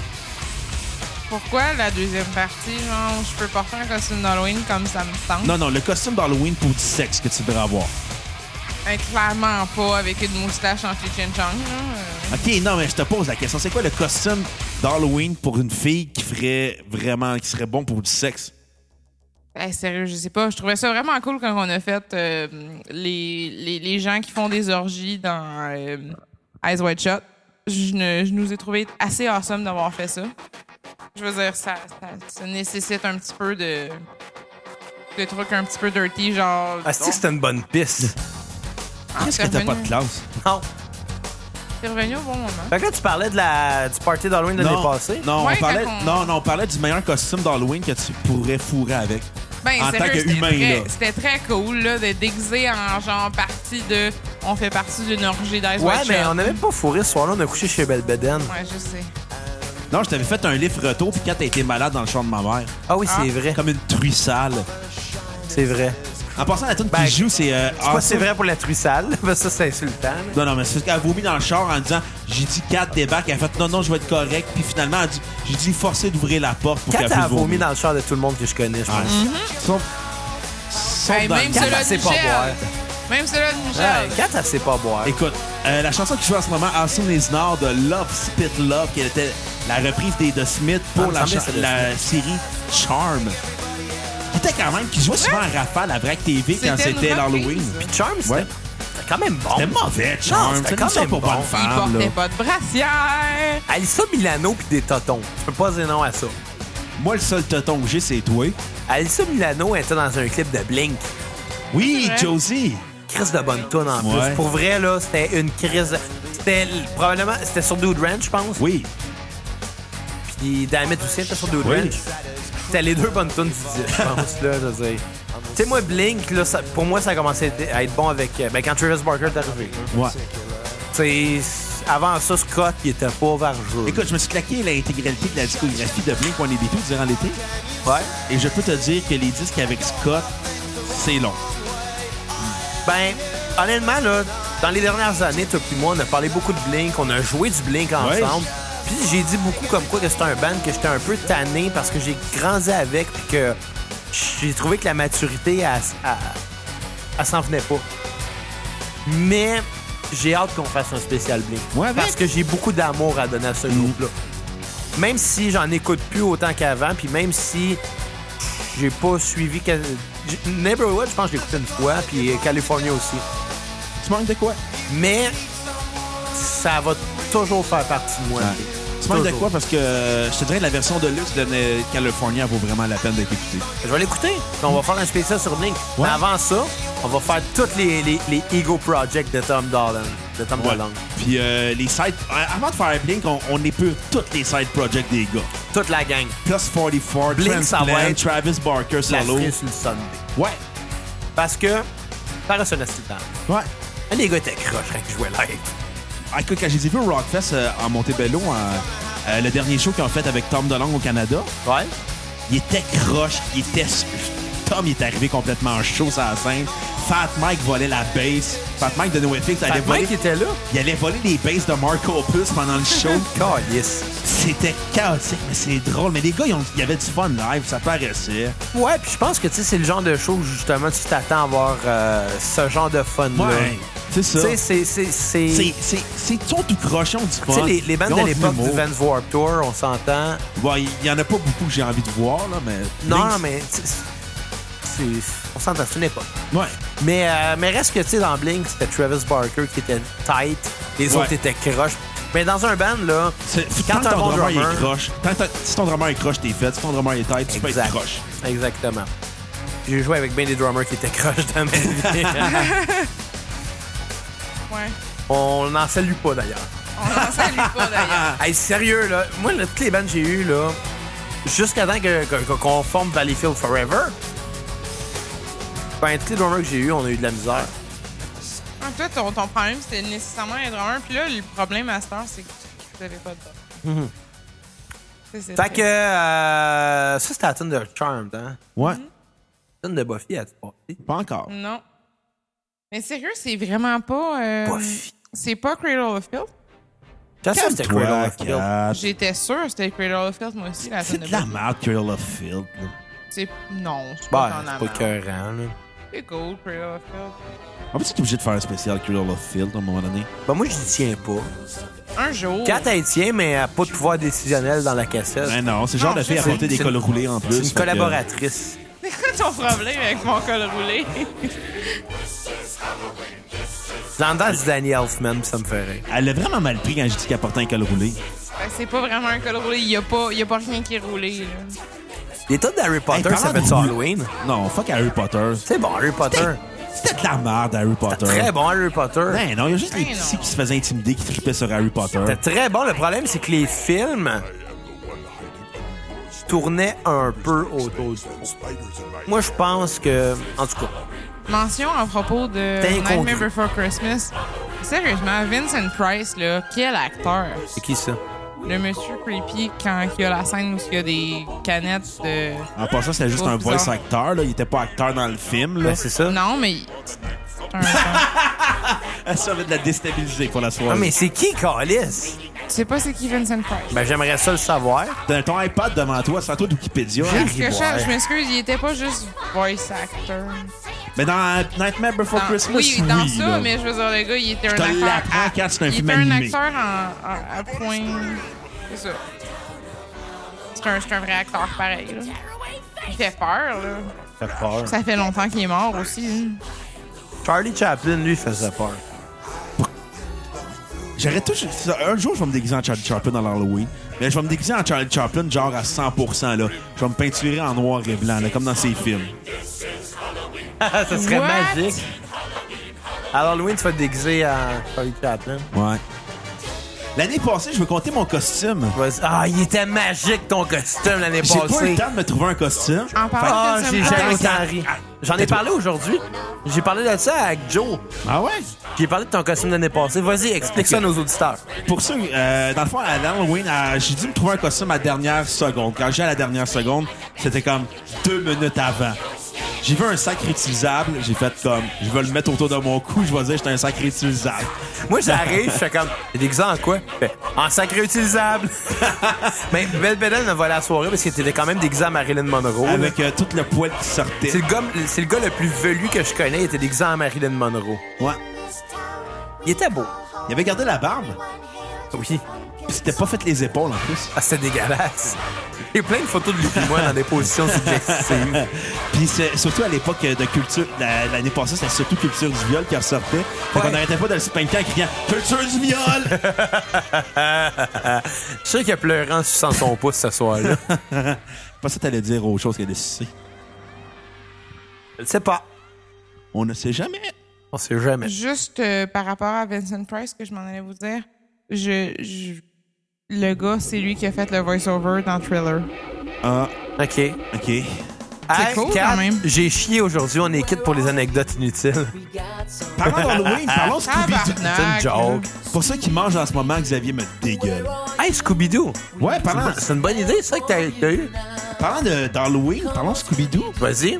Speaker 4: Pourquoi la deuxième partie, genre, je peux porter un costume d'Halloween comme ça me tente?
Speaker 3: Non, non, le costume d'Halloween pour du sexe que tu devrais avoir.
Speaker 4: Euh, clairement pas avec une moustache en Chichen Chong.
Speaker 3: OK, non, mais je te pose la question. C'est quoi le costume d'Halloween pour une fille qui ferait vraiment, qui serait bon pour du sexe?
Speaker 4: Ben, sérieux, je sais pas. Je trouvais ça vraiment cool quand on a fait euh, les, les, les gens qui font des orgies dans euh, Eyes Wide Shut. Je, ne- je nous ai trouvé assez awesome d'avoir fait ça. Je veux dire, ça, ça, ça nécessite un petit peu de, de trucs un petit peu dirty, genre.
Speaker 2: Ah, c'est que c'était une bonne piste.
Speaker 3: Qu'est-ce que t'as pas de classe?
Speaker 2: Non.
Speaker 4: T'es revenu au bon moment.
Speaker 2: Fait que là, tu parlais de la, du party d'Halloween de l'année passée.
Speaker 3: non,
Speaker 4: Ouais,
Speaker 3: on parlait,
Speaker 4: quand on-
Speaker 3: non, non, on parlait du meilleur costume d'Halloween que tu pourrais fourrer avec.
Speaker 4: Ben,
Speaker 3: En
Speaker 4: sérieux,
Speaker 3: tant que
Speaker 4: c'était
Speaker 3: humain,
Speaker 4: très-
Speaker 3: là.
Speaker 4: C'était très cool, là, d'être déguisé en genre partie de. On fait partie d'une orgie d'Ice
Speaker 2: Ouais,
Speaker 4: White
Speaker 2: mais
Speaker 4: Shot.
Speaker 2: on n'a même pas fourré ce soir-là, on a couché chez Belbeden.
Speaker 4: Ouais, je sais.
Speaker 3: Non, je t'avais fait un livre retour, puis quand t'as été malade dans le champ de ma mère,
Speaker 2: Ah oui, c'est
Speaker 4: Ah.
Speaker 2: vrai.
Speaker 3: comme une truie sale.
Speaker 2: C'est vrai.
Speaker 3: En passant, la tune
Speaker 2: Ben,
Speaker 3: qui joue, c'est. euh,
Speaker 2: Je sais pas si c'est
Speaker 3: Awesome.
Speaker 2: vrai pour la truissale, mais ça, c'est insultant. là.
Speaker 3: Non, non, mais c'est parce qu'elle a vomi dans le char en disant J'ai dit 4 débarque. Elle a fait Non, non, je vais être correct. Puis finalement, elle a dit J'ai dit forcé d'ouvrir la porte pour
Speaker 2: Quand
Speaker 3: qu'elle
Speaker 2: t'as
Speaker 3: puisse
Speaker 2: vomi
Speaker 3: vomir.
Speaker 2: dans le char de tout le monde que je connais, je
Speaker 3: Ouais.
Speaker 2: pense.
Speaker 3: Sauf- sauf
Speaker 4: Hey,
Speaker 3: dans
Speaker 4: Ben, même
Speaker 3: le-
Speaker 4: cela
Speaker 2: elle sait
Speaker 4: de
Speaker 2: pas
Speaker 4: Michel.
Speaker 2: boire.
Speaker 4: Même cela de Michel.
Speaker 2: Ouais, Quand elle sait pas boire.
Speaker 3: Écoute, euh, la chanson qui joue en ce moment, Awesome is Now de Love Spit Love, qui était la reprise des The Smith
Speaker 2: Ah,
Speaker 3: pour
Speaker 2: me
Speaker 3: la,
Speaker 2: semblait
Speaker 3: cha-
Speaker 2: que c'était
Speaker 3: la série Charm. Qui était quand même, qui jouait souvent à rafale à Vrac TV quand
Speaker 4: C'était une
Speaker 3: c'était
Speaker 4: reprise.
Speaker 3: l'Halloween.
Speaker 2: Puis Charms, c'était
Speaker 3: Ouais.
Speaker 2: c'était quand même bon.
Speaker 3: C'était mauvais,
Speaker 2: Non,
Speaker 3: Charm.
Speaker 2: c'était
Speaker 3: C'est
Speaker 2: quand
Speaker 3: comme ça
Speaker 2: même
Speaker 3: pour
Speaker 2: bon.
Speaker 3: bonne
Speaker 4: Il
Speaker 3: femme. là.
Speaker 4: portait pas de brassière.
Speaker 2: Alissa Milano puis des totons. Je peux pas dire non à ça.
Speaker 3: Moi, le seul tonton que j'ai, c'est toi.
Speaker 2: Alissa Milano était dans un clip de Blink.
Speaker 3: Oui,
Speaker 4: C'est vrai.
Speaker 3: Josie.
Speaker 2: Crise de bonne toune en
Speaker 3: Ouais.
Speaker 2: plus. Pour vrai, là, c'était une crise. C'était l- probablement. C'était sur Dude Ranch, je pense.
Speaker 3: Oui.
Speaker 2: Puis Damit aussi était sur Dude
Speaker 3: Oui.
Speaker 2: Ranch. C'était les deux bonnes tunes du disque, je pense, là, je veux dire. Tu sais, moi, Blink, là, ça- pour moi, ça a commencé à être- à être bon avec. euh, Ben, quand Travis Barker est arrivé.
Speaker 3: Ouais.
Speaker 2: Tu sais, avant ça, Scott, il était pas vargeux.
Speaker 3: Écoute, je me suis claqué l'intégralité de la discographie de Blink-182 durant l'été.
Speaker 2: ouais.
Speaker 3: Et je peux te dire que les disques avec Scott, c'est long.
Speaker 2: Ben, honnêtement, là, dans les dernières années, toi puis moi, on a parlé beaucoup de Blink, on a joué du Blink ensemble. Puis j'ai dit beaucoup comme quoi que c'était un band que j'étais un peu tanné parce que j'ai grandi avec puis que j'ai trouvé que la maturité, elle, s- elle- elle s'en venait pas. Mais j'ai hâte qu'on fasse un spécial Blink.
Speaker 3: Moi avec.
Speaker 2: Parce que j'ai beaucoup d'amour à donner à
Speaker 3: Mm.
Speaker 2: ce groupe-là. Même si j'en écoute plus autant qu'avant, puis même si j'ai pas suivi... que- j- Neighborhood, je pense que j'ai écouté une fois, puis California aussi.
Speaker 3: Tu manques de quoi?
Speaker 2: Mais ça va toujours faire partie de moi.
Speaker 3: Tu manques de
Speaker 2: Toujours.
Speaker 3: quoi? Parce que euh, je te dirais la version de luxe de Ne- California vaut vraiment la peine d'être écoutée.
Speaker 2: Je vais l'écouter. Puis On va faire un spécial sur Blink.
Speaker 3: Ouais.
Speaker 2: Mais avant ça, on va faire tous les, les, les Ego Project de Tom Dolan. De Tom
Speaker 3: Ouais.
Speaker 2: Dolan.
Speaker 3: Puis euh, les sites... Avant de faire Blink, on, on épure toutes les side projects des gars.
Speaker 2: Toute la gang.
Speaker 3: Plus 44,
Speaker 2: Blink, ça va
Speaker 3: Transplant,
Speaker 2: être
Speaker 3: Travis Barker
Speaker 2: La
Speaker 3: solo.
Speaker 2: frise sur le Sunday.
Speaker 3: Ouais.
Speaker 2: Parce que, par un asti de temps.
Speaker 3: Ouais.
Speaker 2: Les gars étaient croches quand ils jouaient live.
Speaker 3: Ah, écoute, quand j'ai vu au Rockfest euh, en Montebello, en- euh, le dernier show qu'ils ont fait avec Tom DeLonge au Canada,
Speaker 2: Ouais.
Speaker 3: il était croche, il était... Tom, il est arrivé complètement chaud sur la scène. Fat Mike volait la bass. Fat Mike de NoFX allait
Speaker 2: Fait que
Speaker 3: voler...
Speaker 2: Mike était là.
Speaker 3: Il allait voler les bases de Mark Opus pendant le show.
Speaker 2: Calice.
Speaker 3: C'était chaotique, mais c'est drôle. Mais les gars, ils ont- il y avait du fun live, ça paraissait.
Speaker 2: Ouais, puis je pense que tu sais, c'est le genre de show où justement tu t'attends à avoir euh, ce genre de fun-là.
Speaker 3: c'est
Speaker 2: Tu
Speaker 3: ça.
Speaker 2: sais, c'est- c'est-
Speaker 3: C'est- C'est c'est tout du crochet, on du
Speaker 2: Tu
Speaker 3: fun.
Speaker 2: sais, les, les bandes
Speaker 3: Ils
Speaker 2: de
Speaker 3: ont
Speaker 2: l'époque
Speaker 3: l'humour.
Speaker 2: du Vans Warped Tour, on s'entend.
Speaker 3: Ouais, il y en a pas beaucoup que j'ai envie de voir, là, mais.
Speaker 2: Non,
Speaker 3: Blink-
Speaker 2: mais c'est- c'est- c'est- on s'entend, c'est une époque.
Speaker 3: Ouais.
Speaker 2: Mais, euh, mais reste que, tu sais, dans Blink, c'était Travis Barker qui était tight, les
Speaker 3: Ouais.
Speaker 2: autres étaient croches. Mais dans un band, là,
Speaker 3: C'est- Tant
Speaker 2: quand
Speaker 3: que
Speaker 2: t'as un
Speaker 3: ton
Speaker 2: bon
Speaker 3: drummer il est
Speaker 2: drummer...
Speaker 3: croche, tant que t'as- si ton drummer est croche, t'es fait. Si ton drummer est tête, tu peux être
Speaker 2: Exact.
Speaker 3: croche.
Speaker 2: Exactement. J'ai joué avec bien des drummers qui étaient croches dans ma vie.
Speaker 4: Ouais.
Speaker 2: on n'en salue pas, d'ailleurs.
Speaker 4: On n'en salue pas, d'ailleurs.
Speaker 2: Hey, sérieux, là, moi, là, toutes les bandes que j'ai eues, là, jusqu'à temps que- que- que- qu'on forme Valleyfield Forever, ben, tous les drummers que j'ai eus, on a eu de la misère.
Speaker 4: En fait, ton, ton problème, c'était nécessairement un drummer. Puis là, le problème à cette heure, c'est que vous n'avez pas de drummer. C'est- c'est-
Speaker 2: Mm-hmm. Fait que, euh, ça, c'était la tune de Charmed, hein?
Speaker 3: Ouais.
Speaker 2: La tune de Buffy, elle oh, pas.
Speaker 3: Pas
Speaker 2: Mm.
Speaker 3: encore.
Speaker 4: Non. Mais sérieux, c'est vraiment pas... euh,
Speaker 2: Buffy.
Speaker 4: c'est pas Cradle of Filth.
Speaker 2: J'assume que c'était
Speaker 3: Toi,
Speaker 2: Cradle of Filth.
Speaker 3: Kat,
Speaker 4: J'étais sûre que c'était Cradle of Filth, moi aussi, la
Speaker 3: C'est
Speaker 4: tonne de
Speaker 3: de la
Speaker 4: Buffy.
Speaker 3: merde, Cradle of Filth. là.
Speaker 4: C'est- Non, c'est
Speaker 2: Ben,
Speaker 4: pas
Speaker 2: c'est
Speaker 4: ton
Speaker 2: pas écœurant, là.
Speaker 4: C'est cool, Cradle of Filth.
Speaker 3: En plus, t'es obligé de faire un spécial Cradle of Filth à un moment donné.
Speaker 2: Ben, moi, je n'y tiens pas.
Speaker 4: Un jour.
Speaker 2: Kat, elle y tient, mais elle n'a pas de pouvoir décisionnel dans la cassette.
Speaker 3: Ben non, c'est le genre
Speaker 4: Non,
Speaker 3: de
Speaker 4: je
Speaker 3: fille à
Speaker 4: sais.
Speaker 3: porter des
Speaker 2: C'est
Speaker 3: cols
Speaker 2: une-
Speaker 3: roulés en plus.
Speaker 2: C'est une
Speaker 3: fait que-
Speaker 2: collaboratrice.
Speaker 4: C'est quoi ton problème avec mon col roulé?
Speaker 2: J'entends du Danny Elfman, ça me ferait.
Speaker 3: Elle l'a vraiment mal pris quand j'ai dit qu'elle portait un col roulé.
Speaker 4: Ben, c'est pas vraiment un col roulé. Il n'y a, pas- y a pas rien qui est roulé. Là.
Speaker 2: Les tas d'Harry Potter,
Speaker 3: Hey,
Speaker 2: ça fait
Speaker 3: parlant
Speaker 2: du
Speaker 3: de-
Speaker 2: Halloween.
Speaker 3: Non, fuck Harry Potter.
Speaker 2: C'est bon, Harry Potter.
Speaker 3: C'était de la merde, Harry Potter.
Speaker 2: Très bon, Harry Potter.
Speaker 3: Ben non, il y a juste les
Speaker 4: Ben
Speaker 3: petits
Speaker 4: non.
Speaker 3: qui se faisaient intimider, qui tripaient sur Harry Potter.
Speaker 2: C'était très bon. Le problème, c'est que les films tournaient un peu autour du Moi, je pense que... En tout cas,
Speaker 4: Mention à propos de
Speaker 2: T'es incongru.
Speaker 4: Nightmare Before Christmas. Sérieusement, Vincent Price, là, quel acteur!
Speaker 2: c'est qui ça?
Speaker 4: Le monsieur creepy, quand il y a la scène où il y a des canettes de.
Speaker 3: En passant, c'était juste
Speaker 4: Trop
Speaker 3: un
Speaker 4: bizarre.
Speaker 3: voice acteur, là. Il était pas acteur dans le film, là.
Speaker 2: Ben, c'est ça.
Speaker 4: Non, mais. C'est un-
Speaker 3: Ça va de la déstabiliser pour la
Speaker 2: Non,
Speaker 3: soirée.
Speaker 2: Ah, mais c'est qui, Calis?
Speaker 4: Tu sais pas c'est qui Vincent Price?
Speaker 2: Ben, j'aimerais ça le savoir.
Speaker 3: T'as ton iPad devant toi, sans toi Wikipédia. hein.
Speaker 4: Parce que je, je m'excuse, il était pas juste voice actor.
Speaker 3: Mais dans Nightmare Before
Speaker 4: Dans-
Speaker 3: Christmas,
Speaker 4: Ah, oui, dans ça,
Speaker 3: là.
Speaker 4: mais je veux dire, le gars, il était un
Speaker 3: te
Speaker 4: acteur.
Speaker 3: l'apprends
Speaker 4: à-
Speaker 3: quand c'est un
Speaker 4: il
Speaker 3: film
Speaker 4: était un
Speaker 3: animé.
Speaker 4: acteur en, en- à point. C'est ça. C'est un, c'est un vrai acteur pareil. Là. Il fait peur, là.
Speaker 2: Ça fait peur.
Speaker 4: Ça fait longtemps qu'il est mort aussi. hein.
Speaker 2: Charlie Chaplin, lui, faisait peur.
Speaker 3: J'aurais tout. Un jour, je vais me déguiser en Charlie Chaplin dans l'Halloween. Mais je vais me déguiser en Charlie Chaplin, genre à 100%, là. Je vais me peinturer en noir et blanc, là, comme dans ses films.
Speaker 2: ça serait
Speaker 4: What?
Speaker 2: magique. Alors, Louis, tu vas te déguiser en Charlie Chaplin.
Speaker 3: Ouais. L'année passée, je veux compter mon costume.
Speaker 2: Vas-y. Ah, il était magique ton costume l'année
Speaker 3: J'ai pas eu
Speaker 2: passée.
Speaker 3: le temps de me trouver un costume.
Speaker 4: En
Speaker 2: Ah,
Speaker 4: parlant de
Speaker 2: j'ai
Speaker 4: Sam-
Speaker 2: jamais
Speaker 4: Attends,
Speaker 2: autant ri. J'en ai parlé aujourd'hui. J'ai parlé de ça avec Joe.
Speaker 3: Ah ouais?
Speaker 2: J'ai parlé de ton costume l'année passée. Vas-y, explique ça à nos auditeurs.
Speaker 3: Pour ça, euh, dans le fond, à l'Halloween, à- j'ai dû me trouver un costume à la dernière seconde. Quand j'ai à la dernière seconde, c'était comme deux minutes avant. J'ai vu un sac réutilisable, j'ai fait comme, je vais le mettre autour de mon cou, je vais dire, j'étais un sac réutilisable.
Speaker 2: Moi, j'arrive, je fais comme. T'es déguisé en quoi? Il fait, En sac réutilisable. Mais Belle Beden m'a volé la soirée parce qu'il était quand même déguisé en Marilyn Monroe. là.
Speaker 3: Avec euh, tout le poil qui sortait.
Speaker 2: C'est le, gars, c'est le gars le plus velu que je connais. Il était déguisé en Marilyn Monroe.
Speaker 3: Ouais.
Speaker 2: Il était beau.
Speaker 3: Il avait gardé la barbe,
Speaker 2: Oui.
Speaker 3: puis c'était pas fait les épaules en plus.
Speaker 2: Ah, c'était dégueulasse. J'ai plein de photos de lui et moi dans des positions suggestives.
Speaker 3: Puis c'est- surtout à l'époque de culture, la- l'année passée, c'était surtout culture du viol qui ressortait. Fait
Speaker 2: Ouais.
Speaker 3: qu'on n'arrêtait pas de le spanker en criant Culture du viol!
Speaker 2: Je suis sûr qu'il a pleuré en suçant son pouce ce soir-là.
Speaker 3: pas ça, t'allais dire autre chose qu'elle de sucer.
Speaker 2: Je le sais pas.
Speaker 3: On ne sait jamais.
Speaker 2: On sait jamais.
Speaker 4: Juste euh, par rapport à Vincent Price, que je m'en allais vous dire, je, je- le gars, c'est lui qui a fait le voice-over dans Thriller.
Speaker 3: Ah,
Speaker 2: OK. C'est
Speaker 3: OK.
Speaker 4: cool, quand même.
Speaker 2: J'ai chié aujourd'hui. On est quitte pour les anecdotes inutiles.
Speaker 3: Parlons d'Halloween, parlons Scooby-Doo.
Speaker 2: C'est une
Speaker 4: Tabarnak!
Speaker 2: joke.
Speaker 3: Pour ceux qui mangent en ce moment, Xavier me dégueule.
Speaker 2: Hey, Scooby-Doo.
Speaker 3: Ouais, parlant,
Speaker 2: C'est une bonne idée, ça, que t'as t'as eu.
Speaker 3: parlant de- d'Halloween, parlons Scooby-Doo.
Speaker 2: Vas-y.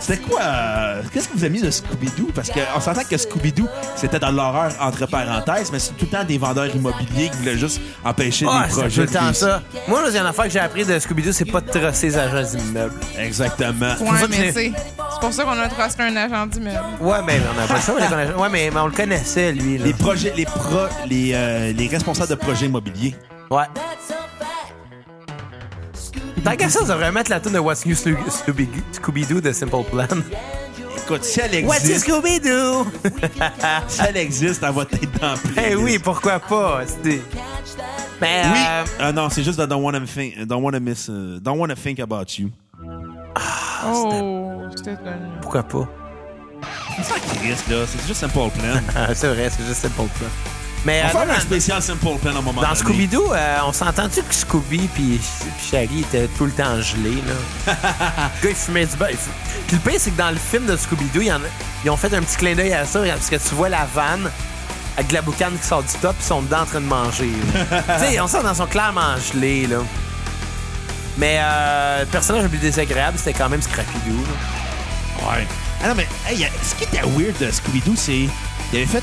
Speaker 3: C'était quoi? euh, Qu'est-ce que vous avez mis de Scooby-Doo? Parce qu'on s'entend que Scooby-Doo, c'était dans l'horreur entre parenthèses, mais c'est tout le temps des vendeurs immobiliers qui voulaient juste empêcher
Speaker 2: Ah,
Speaker 3: des
Speaker 2: c'est
Speaker 3: projets.
Speaker 2: tout le temps
Speaker 3: de
Speaker 2: ça. Moi, là, il y a une affaire que j'ai appris de Scooby-Doo, c'est pas de trosser les agents d'immeubles.
Speaker 3: réussir. Exactement.
Speaker 4: Ouais,
Speaker 2: ça que
Speaker 4: mais
Speaker 2: je l'ai-
Speaker 4: tu sais, c'est pour ça qu'on a trusté un agent d'immeuble.
Speaker 2: Ouais, mais on a pas ça, on les connaît- Ouais, mais, mais on le connaissait, lui. Là.
Speaker 3: Les projets, les pro, les, euh, les responsables de projets immobiliers.
Speaker 2: Ouais. Tant qu'à ça, on devrait mettre la tune de What's New Slu- Scooby- Scooby-Doo de Simple Plan.
Speaker 3: Écoute, si elle
Speaker 2: What's New
Speaker 3: existe,
Speaker 2: Scooby-Doo?
Speaker 3: si elle existe, elle va être dans le
Speaker 2: Eh oui, pourquoi pas? c'est- Mais,
Speaker 3: Oui.
Speaker 2: euh,
Speaker 3: Ah non, c'est juste dans Don't Wanna Think, Don't Wanna Miss, euh, Don't Wanna Think About You.
Speaker 2: Ah,
Speaker 4: Oh, c'était un-
Speaker 2: pourquoi pas?
Speaker 3: C'est ça qui risque, là. C'est juste Simple Plan.
Speaker 2: Ah, c'est vrai, c'est juste Simple Plan. Mais
Speaker 3: On va
Speaker 2: euh,
Speaker 3: faire
Speaker 2: non,
Speaker 3: un
Speaker 2: dans-
Speaker 3: spécial Simple Plan à un moment
Speaker 2: dans
Speaker 3: donné.
Speaker 2: Scooby-Doo, euh, on s'entend-tu que Scooby puis puis Shaggy étaient tout le temps gelés, là? le gars, il fumait du beurre. il fu- Puis le pire, c'est que dans le film de Scooby-Doo, il y en a- ils ont fait un petit clin d'œil à ça, parce que tu vois la vanne avec la boucane qui sort du top, puis ils sont dedans en train de manger. là. tu sais, on sent dans son clairement gelé, là. Mais euh, le personnage le plus désagréable, c'était quand même Scrappy-Doo. là.
Speaker 3: Ouais. Ah non, mais hey, y a- ce qui était weird de Scooby-Doo, c'est. Il avait fait.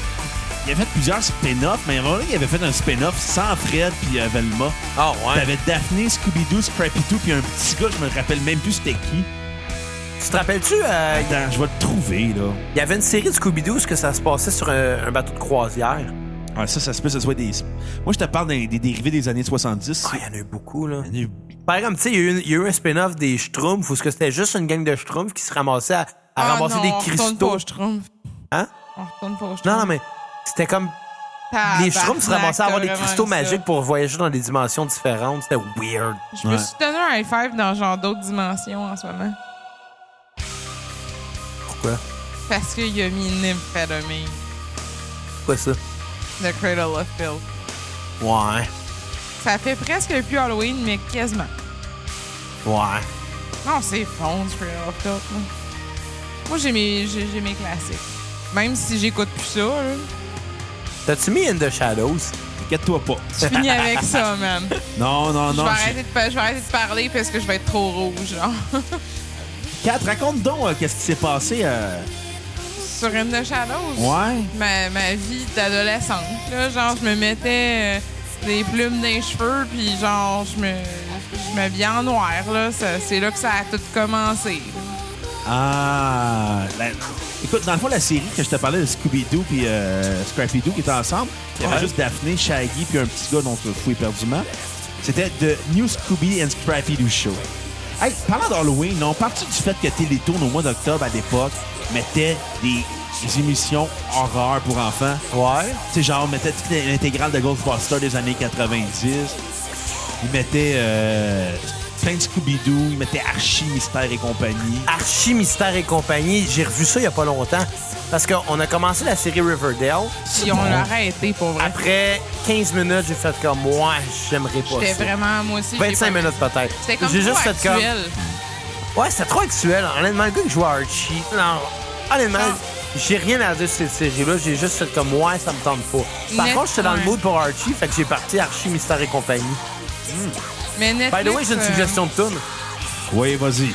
Speaker 3: Il avait fait plusieurs spin-offs, mais à un moment donné, il avait fait un spin-off sans Fred puis euh, Velma.
Speaker 2: Ah ouais.
Speaker 3: T'avais Daphné, Scooby-Doo, Scrappy-Doo, puis un petit gars, je me rappelle même plus c'était qui.
Speaker 2: Tu te rappelles-tu, euh,
Speaker 3: Attends, je vais le trouver, là.
Speaker 2: il y avait une série de Scooby-Doo où ce que ça se passait sur un, un bateau de croisière.
Speaker 3: Ah, ça, ça se peut que ce soit des. Moi, je te parle des, des dérivés des années 70.
Speaker 2: Ah, il y en a eu beaucoup, là.
Speaker 3: Il y en a eu-
Speaker 2: Par exemple, tu sais, il y a eu une- il y, a eu un spin-off des Schtroumpfs où ce que c'était juste une gang de Schtroumpfs qui se ramassait à, à
Speaker 4: Ah
Speaker 2: ramasser
Speaker 4: non,
Speaker 2: des
Speaker 4: on retourne pas
Speaker 2: cristaux.
Speaker 4: aux Schtroumpfs.
Speaker 2: Hein?
Speaker 4: On retourne pas aux Schtroumpfs.
Speaker 2: Non, non, mais c'était comme
Speaker 4: Ah,
Speaker 2: les Schtroumpfs se
Speaker 4: bah,
Speaker 2: ramassaient à avoir des cristaux magiques pour voyager dans des dimensions différentes. C'était weird.
Speaker 4: Je me suis donné un high five dans genre d'autres dimensions en ce moment.
Speaker 2: Pourquoi?
Speaker 4: Parce qu'il a mis Nymphédomine,
Speaker 2: Pourquoi ça?
Speaker 4: The Cradle of Filth.
Speaker 2: Ouais.
Speaker 4: Ça fait presque plus Halloween, mais quasiment.
Speaker 2: Ouais.
Speaker 4: Non, c'est fond du Cradle of Filth. là. Moi, j'ai mes, j'ai, j'ai mes classiques. Même si j'écoute plus ça, là,
Speaker 2: T'as-tu mis In the Shadows?
Speaker 3: Inquiète-toi pas.
Speaker 4: je finis avec ça, man.
Speaker 3: Non, non,
Speaker 4: je,
Speaker 3: non.
Speaker 4: vais
Speaker 3: j'ai-
Speaker 4: arrêter de, pa- je vais arrêter de parler parce que je vais être trop rouge. Genre.
Speaker 3: Kat, raconte donc euh, qu'est-ce qui s'est passé. euh,
Speaker 4: Sur une de Shadows.
Speaker 3: Ouais.
Speaker 4: ma, ma vie d'adolescente. Là, genre, je me mettais euh, des plumes dans les cheveux, puis genre, je me, je m'habillais en noir. Là, Ça- c'est là que ça a tout commencé.
Speaker 3: Ah. la- Écoute, dans le fond, la série que je te parlais de Scooby-Doo puis euh, Scrappy-Doo qui étaient ensemble, il y avait
Speaker 2: Ouais.
Speaker 3: juste Daphné, Shaggy puis un petit gars dont je fouille perdument. C'était The New Scooby and Scrappy-Doo Show. Hey, parlant d'Halloween, on partit du fait que Télétoon, au mois d'octobre à l'époque, mettait des, des émissions horreur pour enfants.
Speaker 2: Ouais.
Speaker 3: Tu sais, genre, on mettait toute l'intégrale de Ghostbusters des années 90. Ils mettaient euh, plein de Scooby-Doo, il mettait Archie, Mystère et compagnie.
Speaker 2: Archie, Mystère et compagnie, j'ai revu ça il n'y a pas longtemps. Parce qu'on a commencé la série Riverdale.
Speaker 4: Puis on l'a arrêté pour
Speaker 2: Ah,
Speaker 4: vrai.
Speaker 2: Après 15 minutes, j'ai fait comme, moi, j'aimerais pas
Speaker 4: J'étais
Speaker 2: ça.
Speaker 4: vraiment, moi aussi. j'ai
Speaker 2: 25
Speaker 4: pas-
Speaker 2: minutes peut-être.
Speaker 4: C'était comme
Speaker 2: J'ai
Speaker 4: trop
Speaker 2: juste fait comme.
Speaker 4: actuel.
Speaker 2: Ouais, c'était trop actuel. Honnêtement, le gars qui joue à Archie. Non, honnêtement,
Speaker 4: Non.
Speaker 2: j'ai rien à dire sur cette série-là. J'ai juste fait comme, ouais, ça me tente pas. Par
Speaker 4: Net-
Speaker 2: contre, j'étais dans le
Speaker 4: ouais.
Speaker 2: mood pour Archie, fait que j'ai parti Archie, Mystère et compagnie.
Speaker 4: Mais
Speaker 2: By
Speaker 4: Netflix,
Speaker 2: the way, j'ai une
Speaker 4: euh,
Speaker 2: suggestion de tune.
Speaker 3: Oui, vas-y.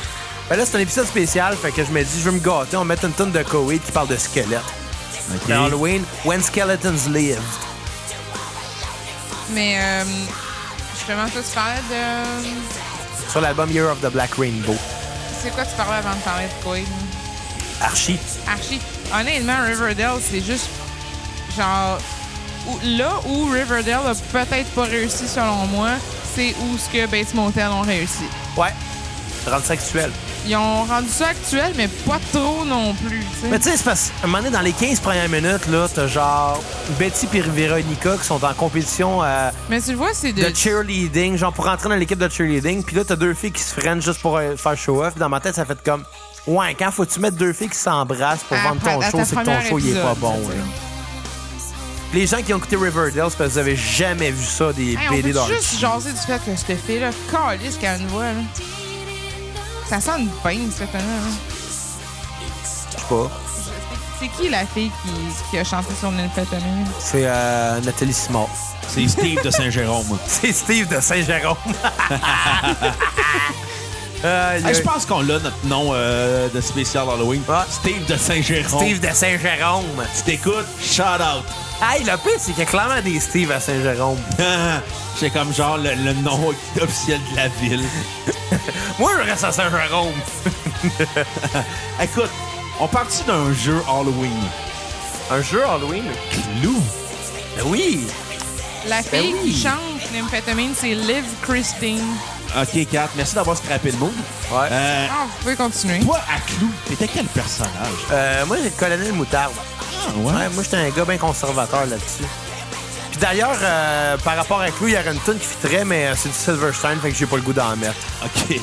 Speaker 2: Ben là, c'est un épisode spécial, fait que je me dis, je vais me gâter, on met une tonne de Koweït qui parle de squelettes. C'est Halloween, When Skeletons Live.
Speaker 4: Mais euh, justement, toi, tu parlais de.
Speaker 2: Sur l'album Year of the Black Rainbow.
Speaker 4: C'est quoi tu parlais avant de parler de quoi?
Speaker 2: Archie.
Speaker 4: Archie. Honnêtement, Riverdale, c'est juste genre où- là où Riverdale a peut-être pas réussi selon moi, c'est où ce que Bates Motel ont réussi.
Speaker 2: Ouais. Rendre sexuel.
Speaker 4: Ils ont rendu ça actuel, mais pas trop non plus. tu sais.
Speaker 2: Mais tu sais, c'est parce qu'à un moment donné, dans les 15 premières minutes, là, t'as genre Betty et Rivera et Nika qui sont en compétition euh,
Speaker 4: Mais tu le vois, c'est de.
Speaker 2: de cheerleading, genre pour rentrer dans l'équipe de cheerleading. Puis là, t'as deux filles qui se freinent juste pour euh, faire show-off. Puis dans ma tête, ça fait comme... Ouais, quand faut-tu mettre deux filles qui s'embrassent pour
Speaker 4: À
Speaker 2: vendre ton
Speaker 4: pre- Ah, à
Speaker 2: show,
Speaker 4: ta
Speaker 2: c'est que ton
Speaker 4: première
Speaker 2: show, il est pas
Speaker 4: épisode,
Speaker 2: bon.
Speaker 4: c'est
Speaker 2: là. Les gens qui ont écouté Riverdale, c'est parce que vous avez jamais vu ça, des
Speaker 4: Hey, on
Speaker 2: BD
Speaker 4: peut
Speaker 2: dans
Speaker 4: juste jaser du fait que cette fille-là, calisse qu'elle a une voix. Là. Ça sonne bien, cette fille-là. là.
Speaker 2: pas.
Speaker 4: C'est qui la fille qui, qui a chanté sur une fête
Speaker 2: C'est euh, Nathalie Simard.
Speaker 3: C'est Steve de Saint-Jérôme.
Speaker 2: C'est Steve de Saint-Jérôme. Euh,
Speaker 3: Hey, je pense qu'on l'a, notre nom euh, de spécial Halloween.
Speaker 2: Ah.
Speaker 3: Steve de Saint-Jérôme.
Speaker 2: Steve de Saint-Jérôme.
Speaker 3: tu t'écoutes, shout out.
Speaker 2: Hey, le pire, c'est qu'il y a clairement des Steve à Saint-Jérôme.
Speaker 3: C'est comme genre le, le nom officiel de la ville.
Speaker 2: Moi, je reste à Saint-Jérôme.
Speaker 3: Écoute, on partit d'un jeu Halloween.
Speaker 2: Un jeu Halloween?
Speaker 3: Lou.
Speaker 2: Ben oui.
Speaker 4: La fille
Speaker 2: Ben oui.
Speaker 4: qui chante Nymphétamine, c'est Liv Christine.
Speaker 3: Ok, Kat, merci d'avoir scrappé le monde.
Speaker 2: Ouais.
Speaker 3: Euh,
Speaker 4: Ah, vous pouvez continuer.
Speaker 3: toi, à Clou, t'étais quel personnage?
Speaker 2: Euh, moi, j'ai le colonel Moutarde. Ah, Ouais, moi, j'étais un gars bien conservateur là-dessus. Puis d'ailleurs, euh, par rapport à Clou, il y aurait une tune qui fitrait, mais euh, c'est du Silverstein, fait que j'ai pas le goût d'en mettre.
Speaker 3: Ok.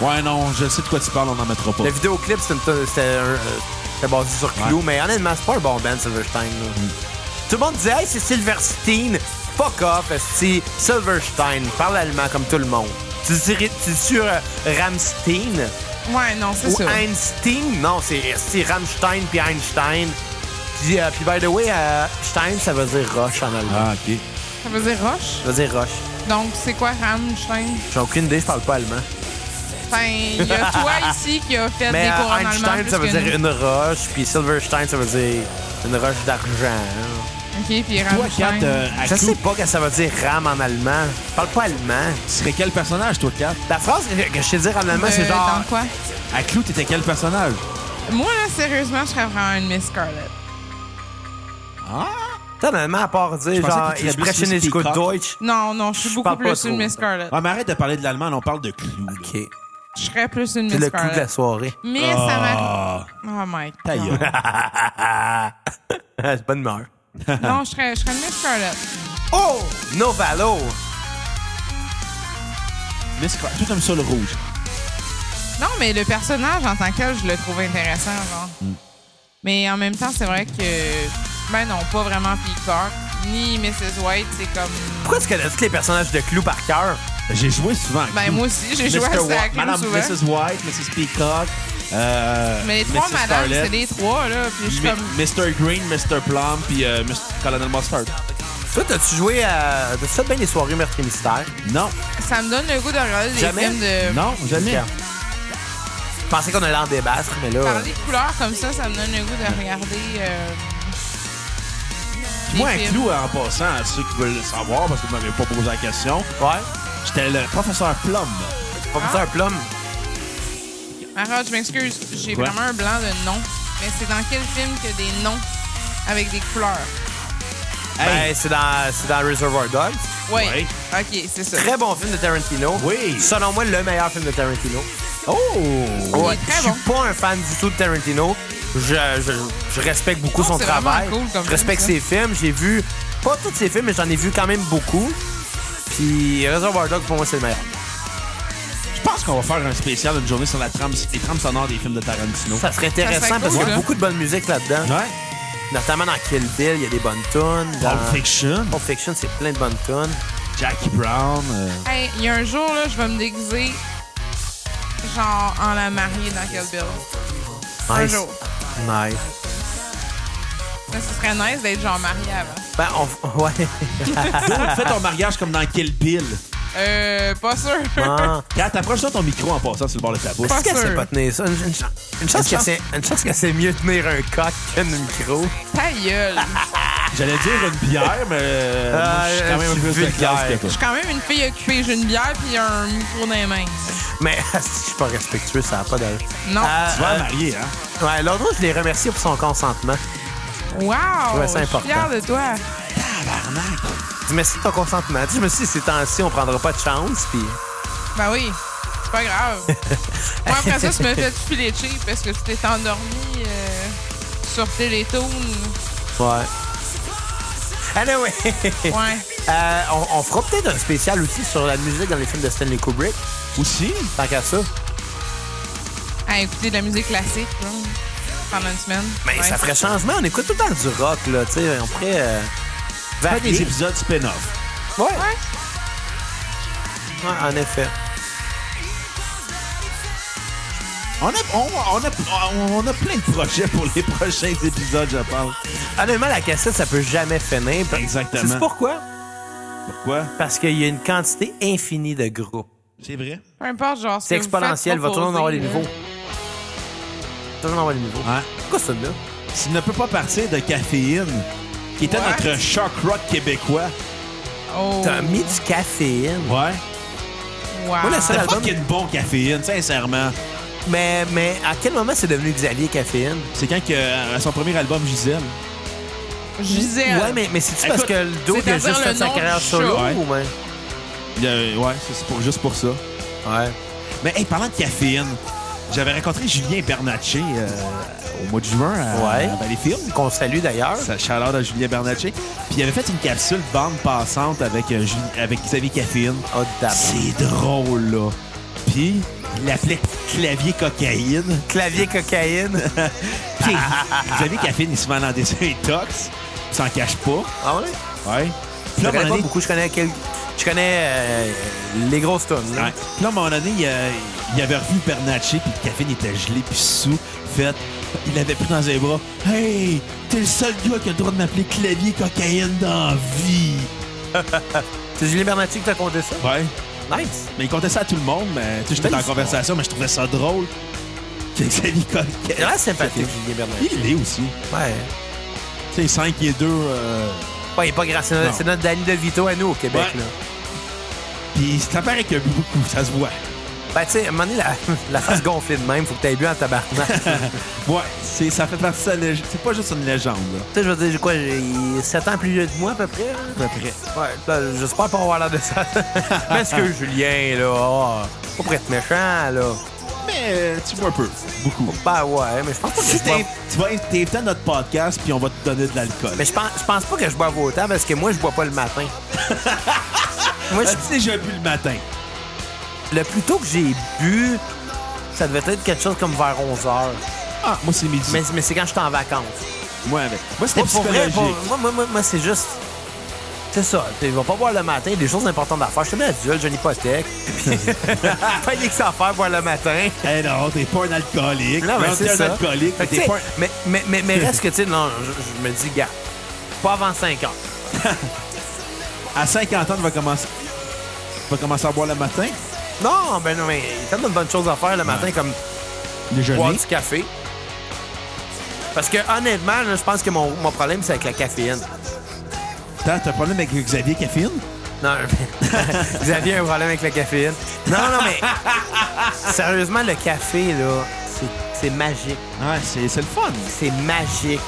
Speaker 3: Ouais, non, je sais de quoi tu parles, on n'en mettra pas.
Speaker 2: Le vidéoclip, c'était une tonne- c'était un, euh, c'était basé sur Clou, mais honnêtement, c'est pas un bon band, Silverstein. là.
Speaker 4: Mm.
Speaker 2: Tout le monde disait, hey, c'est Silverstein. Fuck off, c'est Silverstein. Parle allemand comme tout le monde. Tu dirais, tu dis sur euh, Rammstein
Speaker 4: Ouais, non, c'est
Speaker 2: ou
Speaker 4: ça.
Speaker 2: Einstein? Non, c'est c'est Rammstein puis Einstein. Puis, euh, puis by the way, euh, Stein, ça veut dire roche en allemand.
Speaker 3: Ah, ok.
Speaker 4: Ça veut dire roche.
Speaker 2: Ça veut dire roche.
Speaker 4: Donc, c'est quoi Rammstein?
Speaker 2: J'ai aucune idée, je parle pas allemand.
Speaker 4: Enfin, il y a toi ici qui a fait
Speaker 2: Mais
Speaker 4: des
Speaker 2: euh,
Speaker 4: cours en allemand.
Speaker 2: Einstein,
Speaker 4: plus
Speaker 2: ça veut
Speaker 4: que
Speaker 2: dire
Speaker 4: nous.
Speaker 2: une roche, puis Silverstein, ça veut dire une roche d'argent. hein.
Speaker 4: OK, puis
Speaker 3: Toi, Kat,
Speaker 4: Rammstein.
Speaker 3: euh, à
Speaker 2: Ah, Je
Speaker 3: Clou,
Speaker 2: sais pas que ça veut dire RAM en allemand. Je parle pas allemand.
Speaker 3: tu serais quel personnage, toi, Kat?
Speaker 2: La phrase que que je sais dire en allemand, c'est
Speaker 4: Euh,
Speaker 2: genre.
Speaker 4: dans quoi?
Speaker 3: À Clou, t'étais quel personnage?
Speaker 4: Moi, là, sérieusement, je serais vraiment une Miss Scarlett.
Speaker 2: T'as en allemand, à part dire
Speaker 3: pensais
Speaker 2: genre,
Speaker 3: que tu
Speaker 2: ich spreche
Speaker 3: traduisais
Speaker 2: nicht gut
Speaker 3: Peacock.
Speaker 2: Deutsch.
Speaker 4: Non, non, je
Speaker 2: Je
Speaker 4: suis
Speaker 2: parle
Speaker 4: beaucoup
Speaker 2: pas
Speaker 4: plus
Speaker 2: trop.
Speaker 4: une Miss Scarlett.
Speaker 3: Ah, mais arrête de parler de l'allemand, là, on parle de Clou. là.
Speaker 2: OK.
Speaker 4: Je serais plus une
Speaker 2: C'est
Speaker 4: Miss
Speaker 2: le clou de la
Speaker 4: Scarlett.
Speaker 2: soirée.
Speaker 4: Mais ça m'a...
Speaker 3: Ah,
Speaker 4: Oh my
Speaker 3: ta
Speaker 4: God.
Speaker 3: gueule.
Speaker 2: c'est bonne humeur.
Speaker 4: Non, je serais, je serais une Miss Scarlett.
Speaker 2: Oh! Novalo!
Speaker 3: Miss Cra- Toi, t'aimes ça, le rouge.
Speaker 4: Non, mais le personnage en tant que tel, je le trouve intéressant, genre. Mais en même temps, c'est vrai que. Ben non, pas vraiment Peacock, ni Mrs. White, c'est comme.
Speaker 2: Pourquoi tu connais tous les personnages de Clou par cœur?
Speaker 3: J'ai joué souvent. à
Speaker 4: Ben
Speaker 3: Clou.
Speaker 4: moi aussi, j'ai
Speaker 3: Mr.
Speaker 4: joué à ça
Speaker 3: White,
Speaker 4: avec
Speaker 3: Madame
Speaker 4: souvent.
Speaker 3: Mrs. White, Mrs. Peacock, euh,
Speaker 4: Mais les trois
Speaker 3: Mrs.
Speaker 4: madames,
Speaker 3: Scarlett,
Speaker 4: c'est les trois, là. Puis je suis
Speaker 3: Mi-
Speaker 4: comme.
Speaker 3: Mr. Green, Mr. Plum, puis euh, Mr. Colonel Mustard.
Speaker 2: Toi, t'as-tu joué à. T'as-tu fait bien les soirées meurtres et mystères?
Speaker 3: Non,
Speaker 4: Ça me donne le goût de regarder des
Speaker 2: Jamais?
Speaker 4: films de.
Speaker 3: non, jamais.
Speaker 2: Tiens. Je pensais qu'on allait en débattre, mais là.
Speaker 4: Parler de couleurs comme ça, ça me donne le goût de regarder. euh,
Speaker 3: Moi, un
Speaker 4: des films.
Speaker 3: clou en passant, à ceux qui veulent le savoir, parce que vous m'avez pas posé la question,
Speaker 2: Ouais.
Speaker 3: j'étais le professeur Plum.
Speaker 2: Pas
Speaker 3: Ah.
Speaker 2: besoin un plum.
Speaker 4: Arrête, Ah, je m'excuse, j'ai
Speaker 3: Quoi?
Speaker 4: vraiment un blanc de nom. Mais c'est dans quel film que des noms avec des couleurs?
Speaker 3: Hey,
Speaker 2: Ben, c'est dans, c'est dans Reservoir Dogs.
Speaker 4: Ouais.
Speaker 3: Ouais.
Speaker 4: Ok, c'est ça.
Speaker 2: Très bon film de Tarantino.
Speaker 3: Oui.
Speaker 2: Selon moi, le meilleur film de Tarantino.
Speaker 3: oh!
Speaker 4: Il est très
Speaker 2: je
Speaker 4: bon.
Speaker 2: suis pas un fan du tout de Tarantino. Je, je, je respecte beaucoup
Speaker 4: Non,
Speaker 2: son
Speaker 4: c'est vraiment
Speaker 2: travail.
Speaker 4: cool comme
Speaker 2: je respecte
Speaker 4: film,
Speaker 2: ses films. J'ai vu pas tous ses films, mais j'en ai vu quand même beaucoup. Puis Reservoir Dogs, pour moi, c'est le meilleur.
Speaker 3: qu'on va faire un spécial une journée sur la trame, les trames sonores des films de Tarantino.
Speaker 2: Ça serait intéressant
Speaker 4: Ça serait
Speaker 2: parce qu'il
Speaker 4: cool,
Speaker 2: y a
Speaker 4: hein?
Speaker 2: beaucoup de bonne musique là-dedans.
Speaker 3: Ouais.
Speaker 2: Notamment dans Kill Bill, il y a des bonnes tunes. Dans
Speaker 3: Pulp Fiction,
Speaker 2: Pulp Fiction, c'est plein de bonnes tunes.
Speaker 3: Jackie Brown. euh,
Speaker 4: Hey, il y a un jour, là, je vais me déguiser, genre, en la mariée dans Kill Bill. Un
Speaker 2: Nice.
Speaker 4: jour.
Speaker 2: Nice.
Speaker 4: Mais ce serait nice d'être, genre, mariée avant.
Speaker 2: Ben, on... ouais.
Speaker 3: Fais ton mariage comme dans Kill Bill.
Speaker 4: Euh, pas sûr.
Speaker 2: Ah.
Speaker 3: Quand t'approches ça ton micro en passant sur le bord de ta bouche.
Speaker 4: Pas
Speaker 2: Est-ce qu'elle
Speaker 4: sûr.
Speaker 2: sait pas tenir ça? Une, une chan- une chance qu'elle sait, une chance qu'elle sait mieux tenir un coq qu'un micro.
Speaker 4: Ta gueule.
Speaker 3: J'allais dire une bière, mais euh, moi, je suis
Speaker 2: Ah,
Speaker 3: quand même un peu
Speaker 2: je
Speaker 3: plus
Speaker 2: suis
Speaker 3: de classe que toi.
Speaker 2: vulgaire.
Speaker 4: Je suis quand même une fille occupée. J'ai une bière puis un micro dans les mains.
Speaker 2: Mais si je suis pas respectueux, ça n'a pas d'allure.
Speaker 4: Non.
Speaker 2: Euh,
Speaker 3: Tu vas
Speaker 2: euh,
Speaker 3: la marier, hein?
Speaker 2: ouais, l'autre jour, je l'ai remercié pour son consentement.
Speaker 4: Wow!
Speaker 2: trouvais ça
Speaker 4: Je suis
Speaker 2: important.
Speaker 4: fière de toi.
Speaker 2: Je dis merci de ton consentement. Tu sais, je me suis dit, ces temps-ci, on prendra pas de chance. Puis...
Speaker 4: Ben oui, c'est pas grave. Moi, après ça, tu me fais filer cheap parce que tu t'es endormi euh, sur Télétoon.
Speaker 2: Ouais. Anyway,
Speaker 4: Ouais.
Speaker 2: euh, on, on fera peut-être un spécial aussi sur la musique dans les films de Stanley Kubrick.
Speaker 3: Aussi?
Speaker 2: Tant qu'à ça.
Speaker 4: À écouter de la musique classique là, pendant une semaine.
Speaker 2: Mais
Speaker 4: Ouais.
Speaker 2: Ben, ça ferait changement. On écoute tout le temps du rock, là. Tu sais, on pourrait. Euh,
Speaker 3: Fais des
Speaker 2: varier.
Speaker 3: épisodes spin-off.
Speaker 2: Ouais.
Speaker 4: Ouais.
Speaker 2: Ouais, en effet.
Speaker 3: On a, on, on a, on a plein de projets pour les prochains épisodes, je pense.
Speaker 2: Honnêtement, la cassette, ça peut jamais finir. Parce-
Speaker 3: Exactement.
Speaker 2: Tu sais pourquoi?
Speaker 3: Pourquoi?
Speaker 2: Parce qu'il y a une quantité infinie de groupes.
Speaker 3: C'est vrai?
Speaker 4: Peu importe, genre.
Speaker 2: C'est exponentiel. Il va toujours en avoir des nouveaux. Toujours en avoir des nouveaux.
Speaker 3: Hein?
Speaker 2: Pourquoi celle-là?
Speaker 3: S'il ne peut pas partir de caféine, qui était
Speaker 4: Ouais.
Speaker 3: notre shock rock québécois.
Speaker 4: Oh.
Speaker 2: T'as mis du caféine.
Speaker 3: Ouais.
Speaker 4: Wow.
Speaker 2: Moi, la seule-
Speaker 3: C'est pas
Speaker 2: l'album-
Speaker 3: qu'il y a de bon caféine, sincèrement.
Speaker 2: Mais, mais à quel moment c'est devenu Xavier Caféine?
Speaker 3: C'est quand que, euh, à son premier album, Gisèle.
Speaker 4: Gisèle.
Speaker 2: Ouais, mais, mais c'est-tu parce
Speaker 3: Écoute,
Speaker 2: que le dos il a
Speaker 4: c'est-à-dire
Speaker 2: juste fait
Speaker 4: le
Speaker 2: sa
Speaker 4: nom
Speaker 2: carrière
Speaker 4: du
Speaker 2: solo
Speaker 4: show.
Speaker 2: ou même?
Speaker 3: Il y a- ouais, c'est c'est pour, juste pour ça.
Speaker 2: Ouais.
Speaker 3: Mais hey, parlant de caféine, j'avais rencontré Julien Bernatchez euh, au mois de juin à,
Speaker 2: Ouais.
Speaker 3: à Valleyfield.
Speaker 2: Qu'on salue d'ailleurs.
Speaker 3: Ça chaleur de Julien Bernatchez. Puis il avait fait une capsule bande passante avec, euh, Ju- avec Xavier Caféine.
Speaker 2: Oh, dame.
Speaker 3: C'est drôle, là. Puis il l'appelait clavier cocaïne.
Speaker 2: Clavier cocaïne.
Speaker 3: Puis, Xavier Caféine, il se vend dans des intox. Il s'en cache pas.
Speaker 2: ah ouais?
Speaker 3: Ouais. Puis
Speaker 2: Je
Speaker 3: là, à un
Speaker 2: connais
Speaker 3: moment
Speaker 2: pas
Speaker 3: donné-
Speaker 2: beaucoup. Je connais, quel... je connais euh, les grosses tonnes.
Speaker 3: Ouais. Puis là, à un moment donné, il, euh, il avait revu Bernatchez, puis le café il était gelé, puis sous. Fait, il l'avait pris dans ses bras. Hey, t'es le seul gars qui a le droit de m'appeler clavier cocaïne dans la vie.
Speaker 2: C'est Julien Bernatier qui t'a conté ça?
Speaker 3: Ouais.
Speaker 2: Nice.
Speaker 3: Mais il comptait ça à tout le monde, mais tu sais, j'étais
Speaker 2: Belle
Speaker 3: dans la
Speaker 2: histoire.
Speaker 3: conversation, mais je trouvais ça drôle. Que Xavier
Speaker 2: Il a
Speaker 3: cocaïne.
Speaker 2: l'air sympathique, Julien Bernatier.
Speaker 3: Il l'est aussi.
Speaker 2: Ouais.
Speaker 3: Tu sais, 5 et 2. Euh...
Speaker 2: Ouais, il est pas grave. C'est
Speaker 3: Non.
Speaker 2: notre, c'est notre Danny DeVito à nous au Québec.
Speaker 3: Ouais.
Speaker 2: Là.
Speaker 3: Puis ça paraît qu'il a bu beaucoup, ça se voit.
Speaker 2: Ben, tu sais, à un moment donné, la, la face gonflée de même, faut que t'aies bu en tabarnak. tu
Speaker 3: Ouais, c'est- ça fait partie de sa légende. C'est pas juste une légende, là.
Speaker 2: sais, je veux dire, j'ai quoi, j'ai 7 ans plus vieux que moi, à peu près. hein?
Speaker 3: À peu près.
Speaker 2: Ouais, là, j'espère pas avoir l'air de ça. Mais est-ce que Julien, là, oh, pas pour être méchant, là.
Speaker 3: Mais euh, tu vois un peu. Beaucoup.
Speaker 2: Ben ouais, mais je pense pas que
Speaker 3: Si
Speaker 2: je boive...
Speaker 3: t'es- tu vas t'éviter notre podcast, puis on va te donner de l'alcool.
Speaker 2: Mais je pense, je pense pas que je boive autant parce que moi, je bois pas le matin. moi, je-
Speaker 3: As-tu déjà bu le matin?
Speaker 2: le plus tôt que j'ai bu, ça devait être quelque chose comme vers 11 h.
Speaker 3: Ah, moi, c'est midi.
Speaker 2: Mais, mais c'est quand j'étais en vacances.
Speaker 3: Moi, avec. Moi, c'était
Speaker 2: Pour, pour vrai,
Speaker 3: psychologique.
Speaker 2: pour- moi, moi, moi, moi, c'est juste. C'est ça. Tu vas pas boire le matin, des choses importantes à faire. Je suis bien adulte, j'ai une hypothèque. pas rien que ça à faire, boire le matin.
Speaker 3: Eh non, t'es pas un alcoolique.
Speaker 2: Non, mais
Speaker 3: t'es
Speaker 2: c'est
Speaker 3: un
Speaker 2: ça.
Speaker 3: alcoolique,
Speaker 2: Fait que
Speaker 3: t'es
Speaker 2: tu
Speaker 3: pas
Speaker 2: sais, mais, mais, mais, mais reste que, tu sais, non, je, je me dis, gars, pas avant 5 ans.
Speaker 3: un- À 50 ans, tu vas commencer... Tu vas commencer à boire le matin,
Speaker 2: Non, ben non, mais il y a tellement de bonnes choses à faire le matin, comme boire
Speaker 3: déjeuner.
Speaker 2: du café. Parce que, honnêtement, là, je pense que mon, mon problème, c'est avec la caféine.
Speaker 3: T'as t'as un problème avec Xavier Caffine?
Speaker 2: Non, mais- Xavier a un problème avec la caféine. Non, non, mais sérieusement, le café, là, c'est- c'est magique.
Speaker 3: Ouais, c'est c'est le fun.
Speaker 2: C'est magique.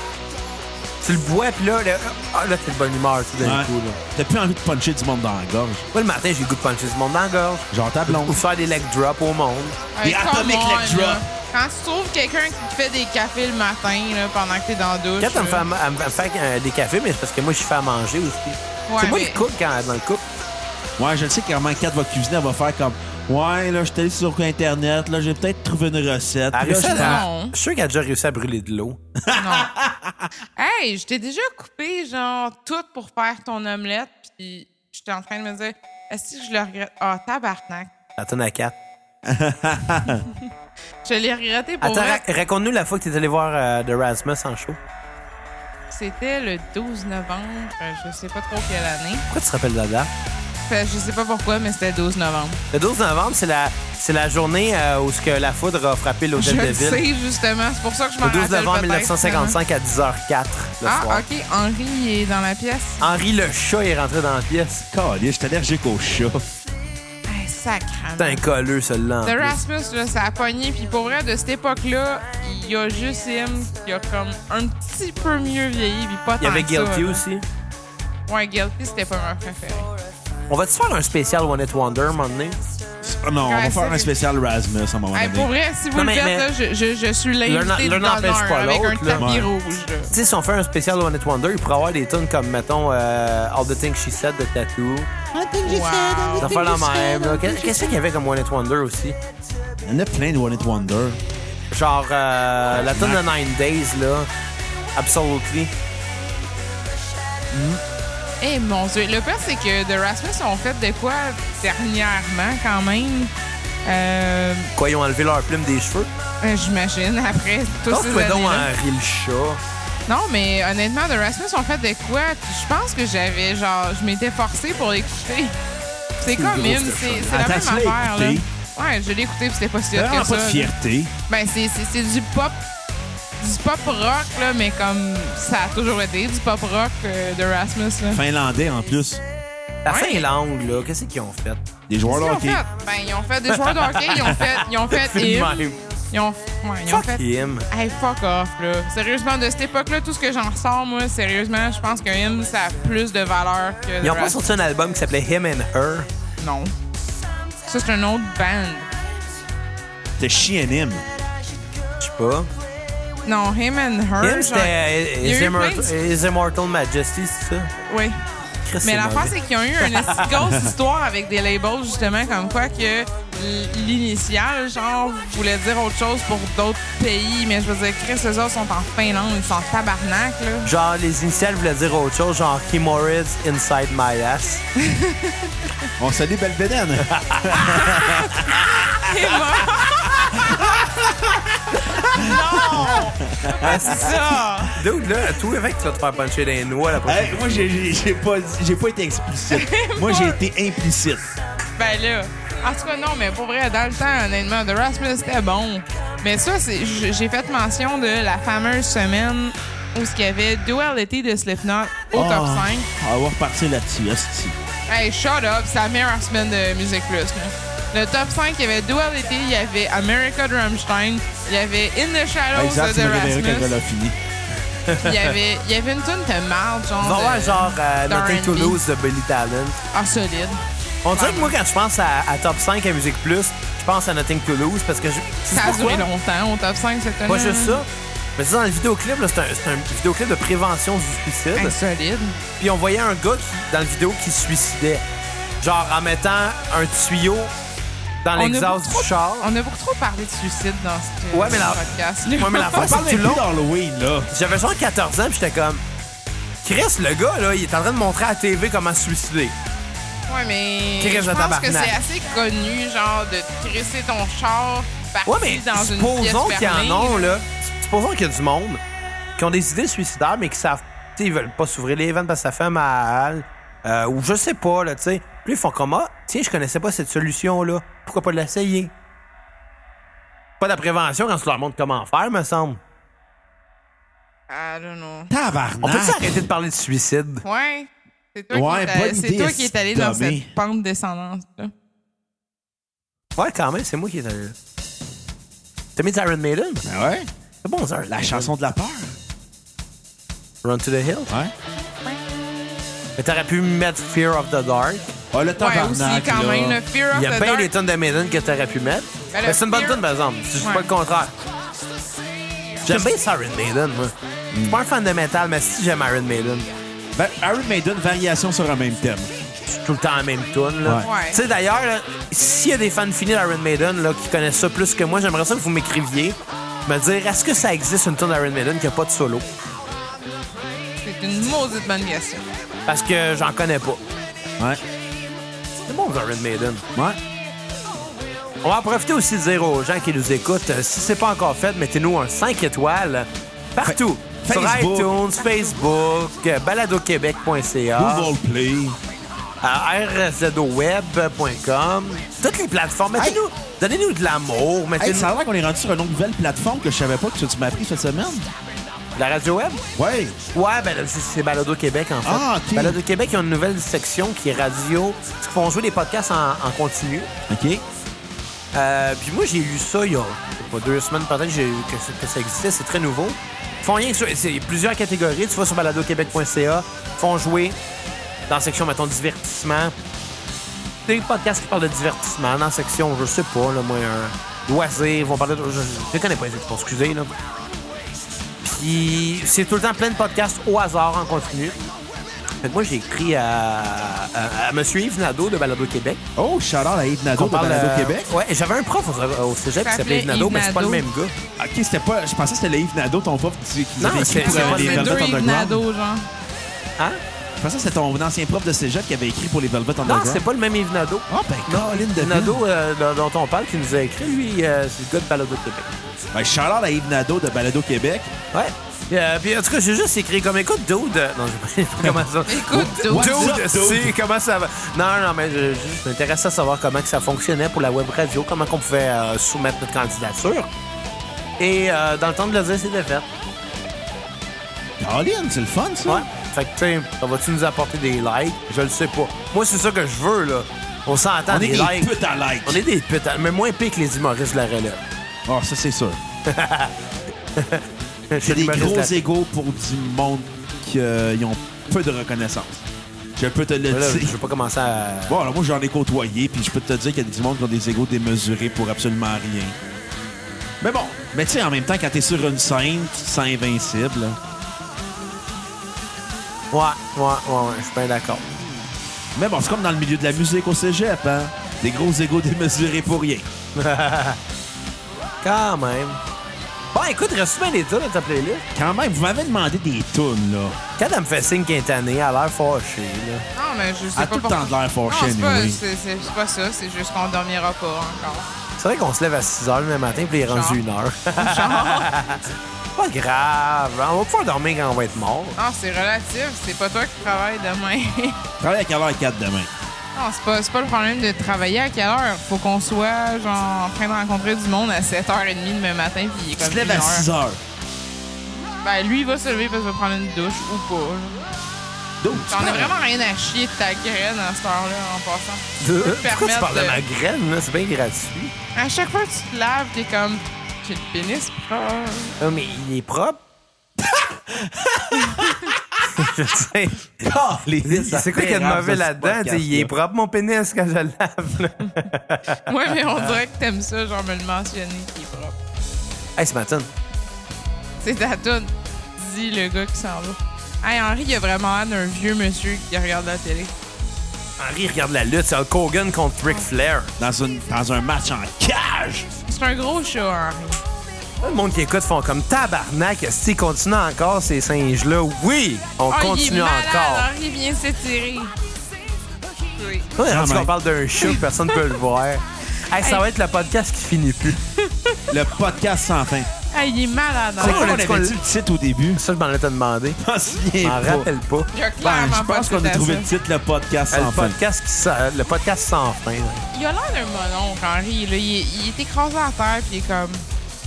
Speaker 2: Tu le bois, puis là, là, ah, là t'es de bonne humeur tout d'un
Speaker 3: Ouais.
Speaker 2: coup. Là.
Speaker 3: T'as plus envie de puncher du monde dans la gorge.
Speaker 2: Moi, le matin, j'ai le goût de puncher du monde dans la gorge.
Speaker 3: Genre ta blonde.
Speaker 2: Ou faire des leg drops au monde.
Speaker 4: Hey,
Speaker 3: Des Atomic
Speaker 4: come on,
Speaker 3: Leg Drop.
Speaker 4: là. Quand tu trouves quelqu'un qui te fait des cafés le matin là, pendant que t'es dans la douche.
Speaker 2: Quand elle me fait,
Speaker 4: là.
Speaker 2: à ma- elle me fait euh, des cafés, mais c'est parce que moi, je suis fait à manger aussi.
Speaker 4: Ouais,
Speaker 2: c'est moi
Speaker 4: mais-
Speaker 2: le couple quand dans le couple.
Speaker 3: Ouais, je le sais qu'à un moment, Kat va cuisiner, elle va faire comme
Speaker 1: Ouais, là, j'étais allé sur Internet, là, j'ai peut-être trouvé une recette.
Speaker 2: Elle a
Speaker 1: Puis là,
Speaker 2: réussi
Speaker 1: je-
Speaker 2: à-
Speaker 4: Non.
Speaker 2: Je suis sûr qu'elle a déjà réussi à brûler de l'eau.
Speaker 4: Non. hey, je t'ai déjà coupé, genre, tout pour faire ton omelette, puis j'étais en train de me dire, est-ce que je le regrette? Ah, tabarnak.
Speaker 2: Attends à 4.
Speaker 4: Je l'ai regretté pour
Speaker 2: Attends,
Speaker 4: vrai.
Speaker 2: ra- raconte-nous la fois que t'es allé voir euh, The Rasmus en show.
Speaker 4: C'était le 12 novembre, euh, je sais pas trop quelle année.
Speaker 2: Pourquoi tu te rappelles de la date?
Speaker 4: Fait, je sais pas pourquoi, mais c'était le 12 novembre.
Speaker 2: Le 12 novembre, c'est la, c'est la journée euh, où ce que la foudre a frappé
Speaker 4: Je
Speaker 2: l'hôtel de
Speaker 4: le
Speaker 2: ville.
Speaker 4: sais, justement. C'est pour ça que je m'en
Speaker 2: Le
Speaker 4: rappelle
Speaker 2: 12 novembre
Speaker 4: peut-être,
Speaker 2: 1955 à 10h04 le
Speaker 4: finalement.
Speaker 2: soir.
Speaker 4: Ah, OK. Henri est dans la pièce.
Speaker 2: Henri le chat est rentré dans la pièce.
Speaker 3: Calais, j'étais allergique au chat.
Speaker 4: Hey,
Speaker 2: C'est un
Speaker 4: sacrament.
Speaker 2: colleux, celui-là. en
Speaker 4: The
Speaker 2: plus.
Speaker 4: Rasmus, là, ça a pogné. Puis pour vrai, de cette époque-là, il y a juste Him qui a comme un petit peu mieux vieilli. Puis pas
Speaker 2: Il y avait
Speaker 4: tant que ça,
Speaker 2: Guilty
Speaker 4: là.
Speaker 2: aussi.
Speaker 4: Ouais, Guilty, c'était pas mon préféré.
Speaker 2: On va-tu faire un spécial One It Wonder, un moment donné?
Speaker 3: Ah non, on
Speaker 4: Ouais,
Speaker 3: va
Speaker 4: ça,
Speaker 3: faire un
Speaker 4: c'est-
Speaker 3: spécial Rasmus à un moment
Speaker 4: Hey, pour
Speaker 3: donné.
Speaker 4: vrai, si vous
Speaker 2: Non,
Speaker 4: le
Speaker 2: mais-
Speaker 4: faites,
Speaker 2: mais-
Speaker 4: là, je, je, je suis
Speaker 2: L'un
Speaker 4: l'invité
Speaker 2: n'en- l'un
Speaker 4: d'honneur
Speaker 2: n'empêche pas
Speaker 4: avec un
Speaker 2: l'autre, là.
Speaker 4: tapis
Speaker 3: Ouais.
Speaker 4: rouge. là.
Speaker 2: Tu sais, si on fait un spécial One It Wonder, il pourrait avoir des tunes comme, mettons, euh, All the Things She Said de Tattoo.
Speaker 4: Wow.
Speaker 2: Ça fait hein. la même. là. Qu'est- Qu'est-ce qu'il y avait comme One It Wonder aussi?
Speaker 3: Il y en a plein de One It Wonder.
Speaker 2: Genre, euh, la tune de Nine Days, là. Absolutely.
Speaker 4: Eh mon Dieu, le pire c'est que The Rasmus ont fait de quoi dernièrement quand même. Euh,
Speaker 2: Quoi, ils ont enlevé leur plume des cheveux?
Speaker 4: euh, J'imagine après tous ces
Speaker 2: Torque-toi donc
Speaker 4: années-là.
Speaker 2: Henri le chat.
Speaker 3: hein.
Speaker 4: Non, mais honnêtement, The Rasmus ont fait de quoi puis Je pense que j'avais genre, je m'étais forcée pour l'écouter. C'est comme
Speaker 2: grosse
Speaker 4: une, c'est c'est la
Speaker 3: Attends,
Speaker 4: même
Speaker 3: tu l'as
Speaker 4: affaire là.
Speaker 3: écouté?
Speaker 4: Ouais, je l'ai écouté puis c'était pas si hot
Speaker 3: Vraiment
Speaker 4: que ça.
Speaker 3: pas de
Speaker 4: là.
Speaker 3: fierté.
Speaker 4: Ben c'est c'est- c'est du pop, du pop rock là, mais comme ça a toujours été du pop rock euh, The Rasmus là.
Speaker 3: Finlandais en plus.
Speaker 2: La
Speaker 4: Ouais.
Speaker 2: Finlande, là, qu'est-ce qu'ils ont fait?
Speaker 3: Des joueurs de
Speaker 4: Qu'est-ce qu'ils
Speaker 3: hockey.
Speaker 4: ont fait? Ben, ils ont fait des joueurs de hockey, ils ont fait, ils ont fait
Speaker 2: C'est le
Speaker 4: Him.
Speaker 2: même.
Speaker 4: Ils ont, ouais, ils ont
Speaker 2: Fuck
Speaker 4: fait.
Speaker 2: him.
Speaker 4: Hey, fuck off, là. Sérieusement, de cette époque-là, tout ce que j'en ressors, moi, sérieusement, je pense que Him, ça a plus de valeur que.
Speaker 2: Ils ont
Speaker 4: The
Speaker 2: pas
Speaker 4: Rasp-
Speaker 2: sorti un album qui s'appelait Him and Her.
Speaker 4: Non. Ça, c'est un autre band.
Speaker 3: C'était chienime.
Speaker 2: Je sais pas.
Speaker 4: Non, Him and Her.
Speaker 2: Him,
Speaker 4: genre-
Speaker 2: c'était euh,
Speaker 4: il y a
Speaker 2: His,
Speaker 4: eu
Speaker 2: Immort-
Speaker 4: plein de-
Speaker 2: His Immortal Majesty, c'est ça?
Speaker 4: Oui.
Speaker 2: Chris,
Speaker 4: Mais
Speaker 2: c'est
Speaker 4: l'affaire,
Speaker 2: mauvais.
Speaker 4: c'est qu'ils ont eu une assez grosse histoire avec des labels, justement, comme quoi que l- l'initiale, genre, voulait dire autre chose pour d'autres pays. Mais je veux dire, Chris, eux autres sont en Finlande, ils sont en tabarnak, là.
Speaker 2: Genre, les initiales voulaient dire autre chose, genre Kim Moritz Inside My Ass.
Speaker 3: On salue Belvedere.
Speaker 4: C'est mort. non! C'est ça!
Speaker 2: Dude, là, à tout évêque, tu vas te faire puncher dans les noix la prochaine
Speaker 3: Hey, moi, j'ai- j'ai j'ai pas, dit- j'ai pas été explicite. moi, j'ai été implicite.
Speaker 4: Ben là. En tout cas, non, mais pour vrai, dans le temps, honnêtement, The Rasmus, c'était bon. Mais ça, c'est- j- j'ai fait mention de la fameuse semaine où ce qu'il y avait Duality de Slipknot au
Speaker 2: Ah.
Speaker 4: top 5.
Speaker 3: Ah. On va repartir là-dessus, hostie.
Speaker 4: Hey, shut up, c'est la meilleure semaine de Musique Plus. là. Le top 5, il y avait Duality, il y avait America Drumstein, il y avait In the
Speaker 2: Ah,
Speaker 4: Shadows
Speaker 3: Exact,
Speaker 4: de
Speaker 3: tu
Speaker 4: The
Speaker 3: me reverras quand elle
Speaker 4: Rasmus,
Speaker 3: a fini.
Speaker 4: il y avait, il y avait une tonne de marde, genre.
Speaker 2: On va voir
Speaker 4: de-
Speaker 2: genre euh,
Speaker 4: Dans
Speaker 2: Nothing to
Speaker 4: R&B.
Speaker 2: Lose de Billy Talent.
Speaker 4: Ah, solide.
Speaker 2: On dirait que moi, quand je pense à, à Top 5 à Musique Plus, je pense à Nothing to Lose parce que je. tu sais
Speaker 4: Ça a
Speaker 2: pourquoi?
Speaker 4: duré longtemps au top 5 cette année.
Speaker 2: Pas juste ça. Mais tu sais, dans le vidéoclip, là, c'est un, c'est un vidéoclip de prévention du suicide.
Speaker 4: Insolide.
Speaker 2: Puis on voyait un gars qui- dans le vidéo qui se suicidait. Genre en mettant un tuyau dans
Speaker 4: On a,
Speaker 2: l'exhaust
Speaker 4: beaucoup trop,
Speaker 2: du char.
Speaker 4: on a beaucoup trop parlé de suicide dans ce
Speaker 2: Ouais, mais la-
Speaker 4: podcast.
Speaker 2: Ouais, mais la
Speaker 3: On
Speaker 2: face,
Speaker 3: parle
Speaker 2: c'est
Speaker 3: plus
Speaker 2: tout long.
Speaker 3: d'Halloween, là.
Speaker 2: J'avais genre 14 ans, puis j'étais comme. Chris, le gars, là, il est en train de montrer à la TV comment se suicider.
Speaker 4: Ouais, mais
Speaker 2: Chris de
Speaker 4: je pense
Speaker 2: tabarnak.
Speaker 4: que c'est assez connu, genre, de te crisser ton char parti
Speaker 2: Ouais, mais
Speaker 4: dans une pièce
Speaker 2: supposons qu'il y
Speaker 4: fermée.
Speaker 2: en a, là. Supposons qu'il y a du monde qui ont des idées suicidaires, mais qui savent. Tu sais, ils veulent pas s'ouvrir les vannes parce que ça fait mal. euh, ou je sais pas, là, tu sais. Puis ils font comme, ah, tiens, je connaissais pas cette solution-là. Pourquoi pas l'essayer? Pas de la prévention quand tu leur montres comment faire, me semble.
Speaker 4: I don't know. Ah.
Speaker 2: On peut
Speaker 3: Tabarnak.
Speaker 2: arrêter de parler de suicide?
Speaker 4: Ouais. C'est toi,
Speaker 3: Ouais,
Speaker 4: qui, est-
Speaker 3: bonne
Speaker 4: c'est
Speaker 3: idée,
Speaker 4: toi qui est allé dans
Speaker 3: Tommy.
Speaker 4: cette pente descendante, là.
Speaker 2: Ouais, quand même, c'est moi qui ai. allé là. T'as mis du Iron Maiden?
Speaker 3: Ah ouais?
Speaker 2: C'est bon, ça.
Speaker 3: La chanson de la peur.
Speaker 2: Run to the Hill.
Speaker 3: Ouais. Ah,
Speaker 2: Mais t'aurais pu mettre Fear of the Dark.
Speaker 3: Ah, le
Speaker 4: Ouais,
Speaker 3: tabarnak,
Speaker 4: aussi, quand
Speaker 3: là.
Speaker 4: même, le Fear of
Speaker 2: Il y a
Speaker 4: the
Speaker 2: bien
Speaker 4: Dark.
Speaker 2: des tonnes de Maiden que t'aurais pu mettre.
Speaker 4: Ah, Ben,
Speaker 2: Mais c'est une bonne
Speaker 4: Fear-
Speaker 2: tonne, par exemple. Je dis
Speaker 4: Ouais.
Speaker 2: pas le contraire. J'aime bien ça, Iron Maiden, moi. Je suis pas un fan de metal, mais si j'aime Iron Maiden.
Speaker 3: Ben, Iron Maiden, variation sur un même thème.
Speaker 2: tout le temps la même tune. là.
Speaker 3: Ouais.
Speaker 4: Ouais.
Speaker 2: Tu sais, d'ailleurs, là, s'il y a des fans finis d'Iron Maiden là, qui connaissent ça plus que moi, j'aimerais ça que vous m'écriviez. Me dire, est-ce que ça existe une tune d'Iron Maiden qui n'a pas de solo?
Speaker 4: C'est une maudite bonne question.
Speaker 2: Parce que j'en connais pas.
Speaker 3: Ouais.
Speaker 2: C'est bon, Iron Maiden.
Speaker 3: Ouais.
Speaker 2: On va en profiter aussi de dire aux gens qui nous écoutent, euh, si c'est pas encore fait, mettez-nous un 5 étoiles partout.
Speaker 3: Fa-
Speaker 2: Sur
Speaker 3: Facebook.
Speaker 2: iTunes, Facebook, euh, baladoquebec.ca,
Speaker 3: Google Play.
Speaker 2: euh, rzoweb.com, toutes les plateformes. Mettez-nous, donnez-nous de l'amour.
Speaker 3: Hey,
Speaker 2: Mettez-nous
Speaker 3: ça a l'air qu'on est rendu sur une nouvelle plateforme que je savais pas que tu, tu m'as appris cette semaine.
Speaker 2: la radio web.
Speaker 3: Ouais.
Speaker 2: Ouais, ben, c'est- c'est Balado Québec, en fait.
Speaker 3: Ah, ok.
Speaker 2: Balado Québec, ils ont une nouvelle section qui est radio. Ils font jouer des podcasts en, en continu.
Speaker 3: OK.
Speaker 2: Euh, puis moi, j'ai lu ça il y a je sais pas, deux semaines, peut-être, j'ai- que, ça- que ça existait. C'est très nouveau. Ils font rien que sur- c'est plusieurs catégories. Tu vas sur baladoquebec.ca. Ils font jouer dans la section, mettons, divertissement. Des podcasts qui parlent de divertissement. Dans la section, je sais pas, là, moi, un loisir. Ils vont parler de. Je, je- je connais pas les autres, excusez, là. Puis c'est tout le temps plein de podcasts au hasard en continu. Fait que moi, j'ai écrit à, à, à M. Yves Nadeau de Balado Québec.
Speaker 3: Oh, shout out à Yves Nadeau de
Speaker 2: On parle,
Speaker 3: Balado
Speaker 2: euh,
Speaker 3: Québec.
Speaker 2: Ouais, j'avais un prof au, au cégep qui s'appelait
Speaker 4: Ça s'appelait
Speaker 2: Yves Nadeau,
Speaker 4: Yves
Speaker 2: mais c'est pas le
Speaker 4: Nadeau.
Speaker 2: même gars.
Speaker 3: OK, c'était pas. Je pensais que c'était le Yves Nadeau, ton prof qui, qui nous
Speaker 2: Non,
Speaker 3: avait écrit
Speaker 2: c'est-
Speaker 3: pour
Speaker 2: c'est
Speaker 3: euh,
Speaker 2: pas le
Speaker 3: les
Speaker 2: même
Speaker 3: Velvet
Speaker 4: deux
Speaker 3: Underground.
Speaker 4: Nado, genre.
Speaker 2: Hein?
Speaker 3: Je pensais que c'était ton ancien prof de cégep qui avait écrit pour les Velvet
Speaker 2: Non,
Speaker 3: Underground.
Speaker 2: c'est pas le même Yves Nadeau.
Speaker 3: Ah, ben, Caroline de
Speaker 2: Yves Nadeau, euh, dont- dont on parle, qui nous a écrit, lui, euh, c'est le gars de Balado Québec.
Speaker 3: Ben, shout out à Yves Nadeau de Balado Québec.
Speaker 2: Ouais. Euh, puis en tout cas, j'ai juste écrit comme écoute, dude. euh, Non, je sais pas comment ça.
Speaker 4: Écoute, dude.
Speaker 3: What's
Speaker 2: Dude,
Speaker 3: up,
Speaker 2: c'est
Speaker 3: dude?
Speaker 2: comment ça va. Non, non, mais je, je- je m'intéressais à savoir comment que ça fonctionnait pour la web radio, comment qu'on pouvait euh, soumettre notre candidature. Et euh, dans le temps de le dire, c'est de fait.
Speaker 3: Caroline, c'est le fun, ça.
Speaker 2: Ouais. Fait que, tu sais, ça va-tu nous apporter des likes? Je le sais pas. Moi, c'est ça que je veux, là. On s'entend,
Speaker 3: On est
Speaker 2: des
Speaker 3: des
Speaker 2: likes.
Speaker 3: putes à like.
Speaker 2: On est des putes, hein, mais moins pires que les humoristes de la relève.
Speaker 3: Ah, ça, c'est sûr.
Speaker 2: Je
Speaker 3: C'est
Speaker 2: suis
Speaker 3: des
Speaker 2: humoriste de
Speaker 3: gros
Speaker 2: la-
Speaker 3: égaux pour du monde qui euh, ils ont peu de reconnaissance. Je peux te le
Speaker 2: Là, Je
Speaker 3: dire.
Speaker 2: vais pas commencer à.
Speaker 3: Bon, alors moi, j'en ai côtoyé, puis je peux te dire qu'il y a du monde qui ont des égaux démesurés pour absolument rien. Mais bon, mais tu sais, en même temps, quand t'es sur une scène, tu te sens invincible. là.
Speaker 2: Ouais, ouais, ouais, ouais, je suis bien d'accord.
Speaker 3: Mais bon, c'est comme dans le milieu de la musique au cégep, hein? Des gros égaux démesurés pour rien.
Speaker 2: Quand même. Bon, écoute, reste bien les tunes dans ta playlist.
Speaker 3: Quand même, vous m'avez demandé des tunes, là.
Speaker 2: Quand elle me fait signe qu'elle est tannée, elle a l'air fâchée, là.
Speaker 4: Non, mais je sais
Speaker 3: À
Speaker 4: pas
Speaker 3: tout le temps de l'air
Speaker 4: Non,
Speaker 3: fâché,
Speaker 4: c'est pas,
Speaker 3: anyway.
Speaker 4: c'est- c'est- c'est pas ça, c'est juste qu'on dormira pas encore.
Speaker 2: C'est vrai qu'on se lève à 6 h le même matin, puis il est
Speaker 4: Genre.
Speaker 2: rendu 1 heure.
Speaker 4: Genre,
Speaker 2: pas grave. On va pouvoir dormir quand on va être mort.
Speaker 4: non, c'est relatif, c'est pas toi qui travailles demain.
Speaker 3: Travaille à quelle heure 4 demain?
Speaker 4: non, c'est pas, c'est pas le problème de travailler à quelle heure. Faut qu'on soit genre en train de rencontrer du monde à 7h30 demain matin, puis il est
Speaker 3: Tu
Speaker 4: comme
Speaker 3: te lèves à 6
Speaker 4: 1h.
Speaker 3: heures.
Speaker 4: Ben, lui, il va se lever parce qu'il va prendre une douche ou pas. là.
Speaker 3: D'autres.
Speaker 4: J'en ai vraiment rien à chier de ta graine à cette heure-là en passant.
Speaker 2: Pourquoi tu
Speaker 4: permettre
Speaker 2: parles de
Speaker 4: de-
Speaker 2: ma graine, là? C'est bien gratuit.
Speaker 4: À chaque fois que tu te laves, t'es comme. J'ai le pénis propre.
Speaker 2: Ah, mais il est propre. Je sais. C'est quoi qu'il y a de mauvais là-dedans? Tu sais, Il est propre, mon pénis, quand je le lave. là.
Speaker 4: Ouais, mais on dirait que t'aimes ça, genre me le mentionner qui est propre.
Speaker 2: Hey, c'est ma tune.
Speaker 4: C'est ta toune. Dis le gars qui s'en va. Hey, Henri, il a vraiment l'air d'un vieux monsieur qui regarde la télé.
Speaker 2: Henri regarde la lutte. C'est Hulk Hogan contre Ric Flair.
Speaker 3: Dans, une- dans un match en cage.
Speaker 4: C'est un gros chat, Henri.
Speaker 2: Tout le monde qui écoute font comme tabarnak. Si continue encore ces singes-là, oui, on
Speaker 4: Ah, il
Speaker 2: continue
Speaker 4: est malade,
Speaker 2: encore.
Speaker 4: Henri vient s'étirer. Oui.
Speaker 2: Ouais,
Speaker 3: Ah,
Speaker 2: rendu
Speaker 3: mais-
Speaker 2: qu'on parle d'un show, personne peut le voir. Hey, ça
Speaker 4: Hey.
Speaker 2: va être le podcast qui finit plus.
Speaker 3: Le podcast sans fin.
Speaker 4: Hey, il est malade,
Speaker 3: C'est
Speaker 4: Henri.
Speaker 3: quoi, Ah, on
Speaker 2: qu'on-
Speaker 3: avait dit le titre au début?
Speaker 2: Ça, je m'en étais demandé.
Speaker 3: Je m'en
Speaker 2: Je
Speaker 3: souviens
Speaker 2: m'en
Speaker 3: pas.
Speaker 2: rappelle pas.
Speaker 4: Il a
Speaker 3: Ben,
Speaker 4: clairement
Speaker 3: je
Speaker 4: pas
Speaker 3: pense qu'on a
Speaker 4: à
Speaker 3: trouvé
Speaker 4: ça.
Speaker 3: le titre, le podcast sans
Speaker 2: Le
Speaker 3: fin.
Speaker 2: podcast, qui sa- le podcast sans fin. là.
Speaker 4: Il a l'air d'un mononcle, Henri. là. Il, est- il est écrasé à terre, puis il est comme.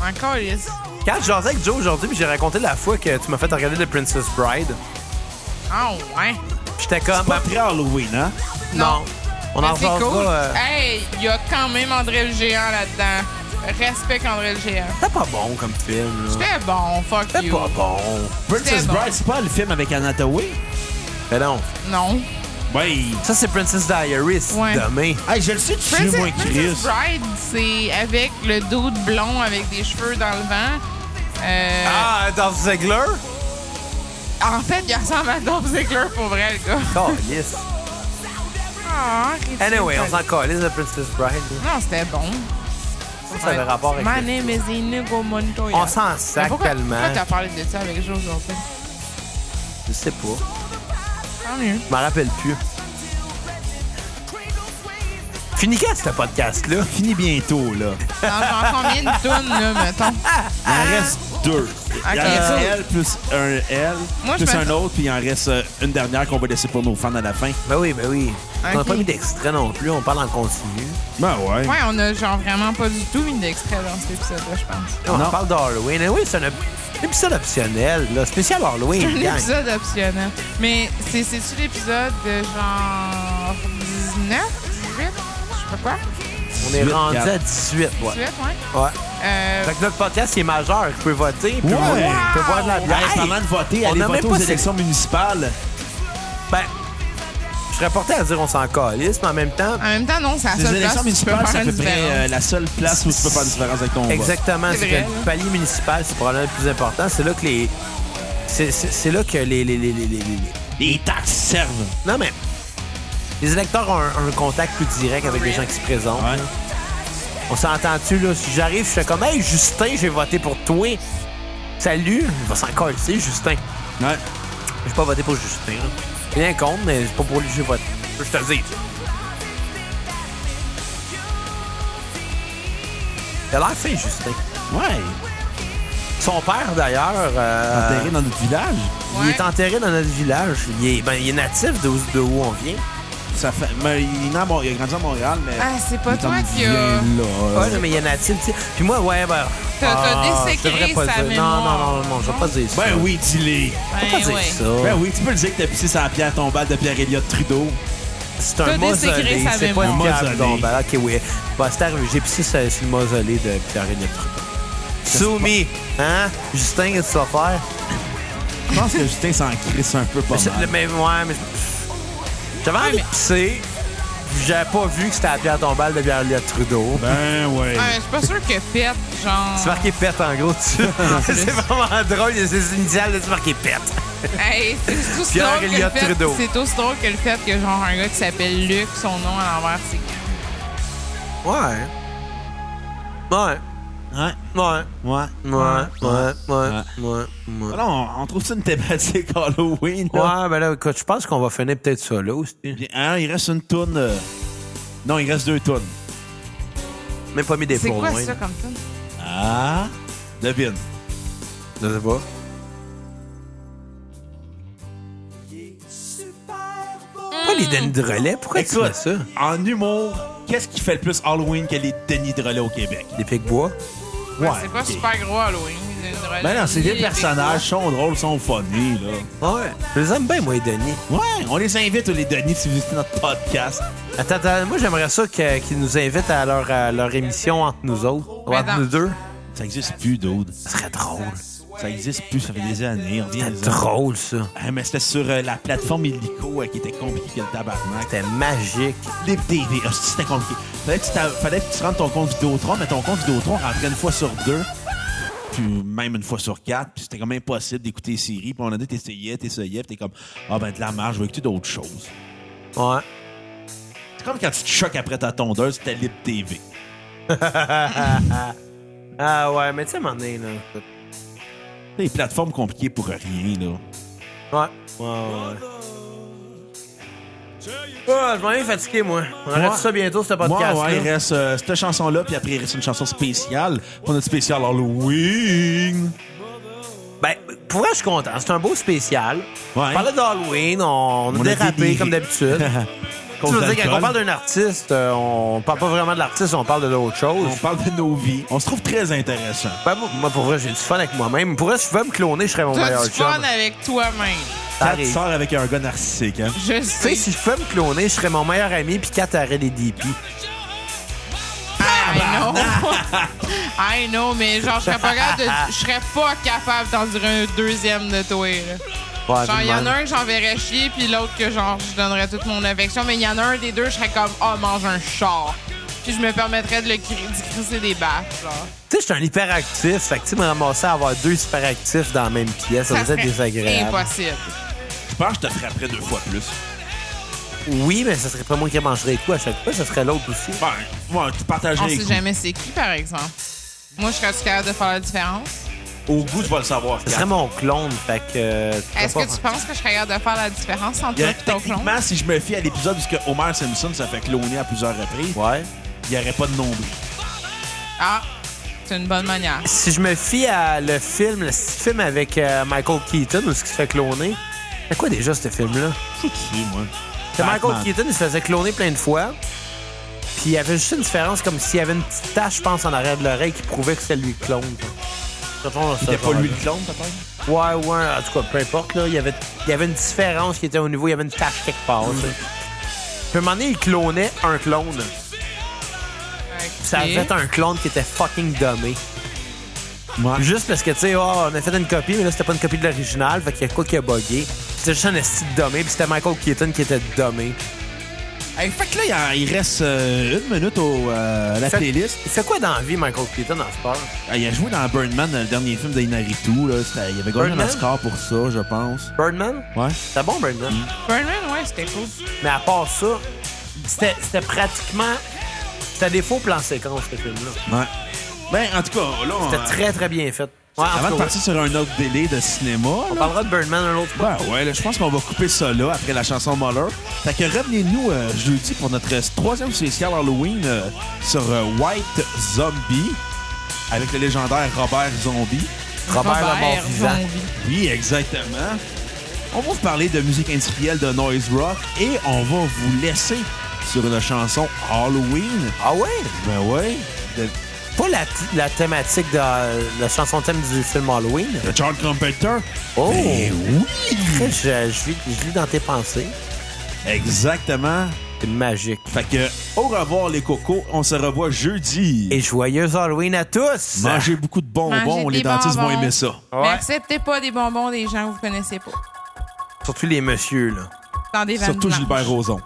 Speaker 4: Encore, il est.
Speaker 2: Quand je jasais avec Joe aujourd'hui, puis j'ai raconté la fois que tu m'as fait regarder The Princess Bride,
Speaker 4: Ah, ouais.
Speaker 2: j'étais comme. ben,
Speaker 3: C'est pas très Halloween, hein?
Speaker 2: Non. On en
Speaker 4: Mais C'est
Speaker 2: reparlera.
Speaker 4: cool.
Speaker 2: euh,
Speaker 4: Hey, il y a quand même André le Géant là-dedans. Respect André le Géant.
Speaker 2: C'était pas bon comme film. là.
Speaker 4: C'était bon, fuck
Speaker 2: C'était
Speaker 4: you.
Speaker 2: pas bon.
Speaker 3: Princess
Speaker 4: C'était bon.
Speaker 3: Bride, c'est pas le film avec Anna Tawai?
Speaker 2: Mais non.
Speaker 4: Non.
Speaker 3: Oui.
Speaker 2: Ça, c'est Princess Diaries. c'est
Speaker 4: Ouais.
Speaker 2: Demain.
Speaker 3: Hey, je le sais, tu
Speaker 4: Princess,
Speaker 3: es moins Chris.
Speaker 4: Princess Bride, c'est avec le dude blond avec des cheveux dans le vent. Euh,
Speaker 2: Ah, Dolph Ziggler?
Speaker 4: En fait, il ressemble à Dolph Ziggler pour vrai, le gars.
Speaker 2: Calice.
Speaker 4: Ah, ridicule.
Speaker 2: Anyway, on s'en calisse de Princess Bride.
Speaker 4: Non, c'était bon.
Speaker 2: Ça avait rapport avec.
Speaker 4: My name is Inigo Montoya.
Speaker 2: On s'en
Speaker 4: Mais
Speaker 2: sac
Speaker 4: pourquoi,
Speaker 2: tellement.
Speaker 4: Pourquoi t'as parlé de ça avec Joe aujourd'hui?
Speaker 2: Je sais pas.
Speaker 4: Tant mieux.
Speaker 2: Je m'en rappelle plus. Fini quand ce podcast-là?
Speaker 3: Fini bientôt, là.
Speaker 4: Dans genre combien de tonnes, là, mettons?
Speaker 3: Il en reste deux. Il en
Speaker 4: Hein? Ok.
Speaker 3: reste elle plus un L,
Speaker 4: Moi, je
Speaker 3: plus
Speaker 4: me-
Speaker 3: un autre, puis il en reste euh, une dernière qu'on va laisser pour nos fans à la fin.
Speaker 2: Ben oui, ben oui. On n'a
Speaker 4: Ok.
Speaker 2: pas mis d'extrait non plus, on parle en continu.
Speaker 3: Ben ouais.
Speaker 4: Ouais, on a genre vraiment pas du tout mis d'extrait dans cet épisode-là, je pense.
Speaker 2: On
Speaker 3: Non.
Speaker 2: parle d'Halloween. oui, c'est un op- épisode optionnel, là. spécial Halloween.
Speaker 4: Un
Speaker 2: gang.
Speaker 4: épisode optionnel. Mais c'est- c'est-tu l'épisode de genre 19, 18, je sais pas quoi?
Speaker 2: On est
Speaker 3: 18,
Speaker 2: rendu
Speaker 3: quatre.
Speaker 2: à 18, ouais.
Speaker 4: 18, ouais.
Speaker 2: ouais.
Speaker 4: Euh,
Speaker 2: Fait que notre podcast, il est majeur. Vous pouvez voter, puis
Speaker 3: Ouais.
Speaker 2: vous pouvez boire de la bière.
Speaker 3: Hey, c'est moment de voter,
Speaker 2: on
Speaker 3: allez
Speaker 2: a
Speaker 3: voter
Speaker 2: même
Speaker 3: aux
Speaker 2: pas
Speaker 3: élections municipales.
Speaker 2: Ben, je serais porté à dire on s'en calisse, mais en même temps,
Speaker 4: en même temps, non, c'est la
Speaker 3: Les
Speaker 4: seule
Speaker 3: élections
Speaker 4: place où tu peux
Speaker 3: municipales, c'est à
Speaker 4: faire
Speaker 3: peu
Speaker 4: une
Speaker 3: près euh,
Speaker 4: différence.
Speaker 3: la seule place où tu peux faire une différence avec ton vote.
Speaker 2: exactement,
Speaker 4: C'est
Speaker 2: c'est
Speaker 4: vrai,
Speaker 2: que
Speaker 4: hein.
Speaker 2: le palier municipal, c'est probablement le plus important. C'est là que les... C'est, c'est- c'est là que les- les- les- les- les, les
Speaker 3: Les taxes servent.
Speaker 2: Non, mais les électeurs ont un, un contact plus direct avec les gens qui se présentent.
Speaker 3: Ouais.
Speaker 2: On s'entend-tu, là? Si j'arrive, je fais comme, hey, Justin, j'ai voté pour toi. Salut. Il va s'en coller, Justin.
Speaker 3: Ouais.
Speaker 2: J'ai pas voté pour Justin. là. Rien contre, mais c'est pas pour lui que j'ai voté. Je te le dis. Il a l'air fin, Justin.
Speaker 3: Ouais.
Speaker 2: Son père, d'ailleurs, euh,
Speaker 3: Enterré dans notre village.
Speaker 2: il
Speaker 4: Ouais.
Speaker 2: est enterré dans notre village. Il est, ben, il est natif de, où- de où on vient.
Speaker 3: Ça fait, mais il, est né à Mont- il a grandi à Montréal, mais.
Speaker 4: Ah, c'est pas
Speaker 3: il est en
Speaker 4: toi qui a-
Speaker 3: vient,
Speaker 2: Ouais,
Speaker 3: là.
Speaker 2: non, mais il y en a-t-il, tu sais. Puis moi, ouais, ben.
Speaker 4: T'as- t'as
Speaker 2: ah,
Speaker 4: dessécré
Speaker 2: je devrais pas
Speaker 4: sa
Speaker 2: le dire. Non,
Speaker 4: mémoire.
Speaker 2: non, non, non, je vais pas dire ça.
Speaker 3: Ben oui, dis-les.
Speaker 2: je vais pas
Speaker 4: Ben
Speaker 2: dire
Speaker 4: ouais.
Speaker 2: ça.
Speaker 3: Ben oui, tu peux le dire que t'as pissé sur la pierre tombale de Pierre-Éliott Trudeau.
Speaker 2: C'est
Speaker 4: T'as
Speaker 2: un
Speaker 4: dessécré
Speaker 2: mausolée,
Speaker 4: sa
Speaker 2: c'est pas une
Speaker 4: mémoire.
Speaker 2: pierre
Speaker 3: Mausolée.
Speaker 2: tombale. Ok, oui. Bah, c'est arrivé. J'ai pissé sur, sur le mausolée de Pierre-Éliott Trudeau. Soumis. Hein? Justin, qu'est-ce que tu vas faire?
Speaker 3: Je pense que Justin s'en crisse un peu pas
Speaker 2: C'est-
Speaker 3: mal.
Speaker 2: mais, ouais, mais. J'avais envie de pisser. J'avais pas vu que c'était la pierre tombale de Pierre-Éliott Trudeau.
Speaker 3: Ben ouais.
Speaker 4: Ouais, je suis pas sûre que Pet, genre.
Speaker 2: C'est marqué pète, en gros. dessus. Ah, c'est vraiment drôle. Il y a ses initiales, là, c'est marqué pète.
Speaker 4: Hey, c'est aussi
Speaker 2: Pierre
Speaker 4: drôle que le
Speaker 2: Elliott
Speaker 4: fait.
Speaker 2: Trudeau.
Speaker 4: C'est aussi drôle que le fait que genre un gars qui s'appelle Luc, son nom à l'envers, c'est.
Speaker 2: Ouais. Ouais.
Speaker 3: Ouais.
Speaker 2: Ouais.
Speaker 3: Ouais.
Speaker 2: Ouais, ouais, ouais, ouais, ouais.
Speaker 3: Là, on, on trouve ça une thématique Halloween. Là.
Speaker 2: Ouais, ben là, écoute, je pense qu'on va finir peut-être ça là aussi.
Speaker 3: Puis, hein, il reste une toune. euh, Non, il reste deux tounes.
Speaker 2: Même pas mis des
Speaker 4: C'est
Speaker 2: pour
Speaker 4: quoi
Speaker 2: moi.
Speaker 4: ça comme ça?
Speaker 3: Ah. Devine.
Speaker 2: Je sais pas. Pas les Denis de relais, pourquoi tu fais
Speaker 3: Écoute,
Speaker 2: ça?
Speaker 3: en humour, qu'est-ce qui fait le plus Halloween que les Denis de relais au Québec?
Speaker 2: Les pics-bois?
Speaker 3: Ouais.
Speaker 4: c'est pas
Speaker 3: ok.
Speaker 4: super gros Halloween. une
Speaker 3: Ben non, c'est des
Speaker 4: relais-
Speaker 3: personnages, sont drôles, sont funny, là.
Speaker 2: Ah Ouais. Je les aime bien, moi, les Denis.
Speaker 3: Ouais, on les invite, les Denis, si vous écoutez notre podcast.
Speaker 2: Attends, attends, moi, j'aimerais ça que- qu'ils nous invitent à leur, à leur émission entre nous autres, ou
Speaker 4: Mais
Speaker 2: entre
Speaker 4: dans-
Speaker 2: nous deux.
Speaker 3: Ça existe plus, dude.
Speaker 2: Ce serait drôle.
Speaker 3: Ça existe plus, ça fait des années.
Speaker 2: C'était
Speaker 3: Reviens-en.
Speaker 2: drôle, ça.
Speaker 3: Ah, mais c'était sur euh, la plateforme Illico euh, qui était compliquée que le tabarnak.
Speaker 2: C'était magique.
Speaker 3: Clip TV, ah, c'est- c'était compliqué. Fallait que, tu t'a- fallait que tu rentres ton compte Vidéotron, mais ton compte Vidéotron rentrait une fois sur deux, puis même une fois sur quatre, puis c'était comme impossible d'écouter les séries. Puis on a dit, t'essayais, t'essayais, puis t'es comme, ah ben de la marge, je vais écouter d'autres choses.
Speaker 2: Ouais.
Speaker 3: C'est comme quand tu te choques après ta tondeuse, c'était Lip TV.
Speaker 2: Ah ouais, mais tu sais, à un moment donné, là.
Speaker 3: Des plateformes compliquées pour rien, là.
Speaker 2: Ouais. Ouais, ouais. Ah, je m'en ai fatigué, moi. On arrête
Speaker 3: Ouais.
Speaker 2: ça bientôt, ce
Speaker 3: Moi,
Speaker 2: podcast.
Speaker 3: ouais, il reste euh, cette chanson-là, puis après, il reste une chanson spéciale pour notre spécial Halloween.
Speaker 2: Ben, pour vrai, je suis content. C'est un beau spécial.
Speaker 3: Ouais.
Speaker 2: On parlait d'Halloween, on, on a
Speaker 3: a
Speaker 2: dérapé
Speaker 3: déliré.
Speaker 2: comme d'habitude. tu
Speaker 3: Cause
Speaker 2: veux dire, quand
Speaker 3: d'alcool.
Speaker 2: on parle d'un artiste, euh, on parle pas vraiment de l'artiste, on parle de d'autres
Speaker 3: On
Speaker 2: choses.
Speaker 3: parle de nos vies. On se trouve très intéressant.
Speaker 2: Ben, moi- moi, pour vrai, j'ai du fun avec moi-même. Pour vrai, si je veux me cloner, je serais mon
Speaker 4: T'as
Speaker 2: meilleur
Speaker 4: du
Speaker 2: chum.
Speaker 4: fun avec toi-même.
Speaker 2: Ça
Speaker 3: Kat
Speaker 2: arrive.
Speaker 3: sort avec un gars narcissique, hein?
Speaker 4: Je
Speaker 2: Tu sais,
Speaker 4: sais.
Speaker 2: si je pouvais me cloner, je serais mon meilleur ami, puis Kat aurait les DP. Ah,
Speaker 4: I know.
Speaker 2: bah.
Speaker 4: I know, mais genre, je serais pas capable de- je serais pas capable d'en dire un deuxième de toi. là.
Speaker 2: Ouais,
Speaker 4: Genre, il y en
Speaker 2: man.
Speaker 4: a un que j'enverrais chier, puis l'autre que genre, je donnerais toute mon affection, mais il y en a un des deux, je serais comme, oh, mange un char. Puis je me permettrais de le cri- d'y crisser des baffes, genre.
Speaker 2: Tu sais, je suis un hyperactif. Fait que, tu sais, me ramasser à avoir deux hyperactifs dans la même pièce, ça,
Speaker 4: Ça
Speaker 2: vous
Speaker 4: serait
Speaker 2: êtes désagréable.
Speaker 4: Impossible.
Speaker 3: Je pense que je te frapperais deux fois plus.
Speaker 2: Oui, mais ce serait pas moi qui mangerais quoi à chaque fois, ce serait l'autre aussi.
Speaker 3: Ben, ouais, tu partages
Speaker 4: On
Speaker 3: les
Speaker 4: sait
Speaker 3: goûts.
Speaker 4: jamais c'est qui, par exemple. Moi, je serais capable de faire la différence.
Speaker 3: Au goût, tu vas le savoir.
Speaker 2: Ce serait mon clone, fait que. euh, tu
Speaker 4: Est-ce
Speaker 2: vas
Speaker 4: que
Speaker 2: pas-
Speaker 4: tu penses que je serais capable de faire la différence
Speaker 3: Il
Speaker 4: entre
Speaker 3: y
Speaker 4: toi
Speaker 3: aurait-
Speaker 4: et ton clone?
Speaker 3: techniquement, si je me fie à l'épisode puisque Homer Simpson s'est fait cloner à plusieurs reprises,
Speaker 2: Ouais.
Speaker 3: il n'y aurait pas de nombril.
Speaker 4: Ah, c'est une bonne manière.
Speaker 2: Si je me fie à le film, le petit film avec euh, Michael Keaton, où ce qui se fait cloner. C'est quoi déjà ce film-là?
Speaker 3: C'est qui, moi?
Speaker 2: C'est Michael
Speaker 3: Batman.
Speaker 2: Keaton, il se faisait cloner plein de fois. Puis il y avait juste une différence, comme s'il y avait une petite tache, je pense, en arrière de l'oreille qui prouvait que c'était lui le clone.
Speaker 3: C'était pas lui le clone, peut-être?
Speaker 2: Ouais, ouais, en tout cas, peu importe, là, il y avait, il y avait une différence qui était au niveau, il y avait une tache quelque part. tu sais. Puis à un moment donné, il clonait un clone. Ça
Speaker 4: Ok.
Speaker 2: avait un clone qui était fucking dommé. Juste parce que, tu sais, oh, on a fait une copie, mais là, c'était pas une copie de l'original, fait qu'il y a quoi qui a bugué. C'était juste un esti de dommé, puis c'était Michael Keaton qui était dommé.
Speaker 3: Hey, fait que là, il en- il reste euh, une minute au, euh, à la
Speaker 2: Fait-
Speaker 3: playlist.
Speaker 2: Il fait quoi dans la vie, Michael Keaton, en sport?
Speaker 3: Ah, il a joué dans Birdman, le dernier film d'Inaritu. là. C'était- Il avait gagné un
Speaker 2: Birdman?
Speaker 3: Oscar pour ça, je pense.
Speaker 2: Birdman?
Speaker 3: Ouais.
Speaker 2: C'était bon, Birdman.
Speaker 3: Mm.
Speaker 4: Birdman, ouais, c'était cool.
Speaker 2: Mais à part ça, c'était c'était pratiquement... C'était des faux plans séquences, ce film-là.
Speaker 3: Ouais. Ben, en tout cas, là, on,
Speaker 2: C'était très, très bien fait. Ouais, en tout
Speaker 3: avant
Speaker 2: cas,
Speaker 3: de
Speaker 2: ouais.
Speaker 3: partir sur un autre délai de cinéma,
Speaker 2: On
Speaker 3: là,
Speaker 2: parlera de Birdman un autre fois.
Speaker 3: Ben ouais, là, je pense qu'on va couper ça là après la chanson Muller. Fait que revenez-nous euh, jeudi pour notre euh, troisième spécial Halloween euh, sur euh, White Zombie avec le légendaire Robert Zombie.
Speaker 2: Robert, le mort vivant.
Speaker 4: Zombie.
Speaker 3: Oui, exactement. On va vous parler de musique industrielle de noise rock et on va vous laisser sur une chanson Halloween.
Speaker 2: Ah ouais?
Speaker 3: Ben ouais, de,
Speaker 2: Pas la, la thématique de euh, la chanson thème du film Halloween.
Speaker 3: de John Carpenter.
Speaker 2: Oh!
Speaker 3: Ben oui,
Speaker 2: Je, je, vis- je lis dans tes pensées.
Speaker 3: exactement.
Speaker 2: C'est magique.
Speaker 3: Fait que au revoir les cocos, on se revoit jeudi.
Speaker 2: Et joyeux Halloween à tous!
Speaker 3: Mangez beaucoup de bonbons, les
Speaker 4: Mangez des
Speaker 3: dentistes vont
Speaker 4: bonbons.
Speaker 3: aimer ça.
Speaker 4: Mais
Speaker 2: Ouais.
Speaker 4: acceptez pas des bonbons des gens que vous connaissez pas.
Speaker 2: Surtout les messieurs, là.
Speaker 4: Dans des vannes
Speaker 3: Surtout
Speaker 4: blanches.
Speaker 3: Gilbert Rozon.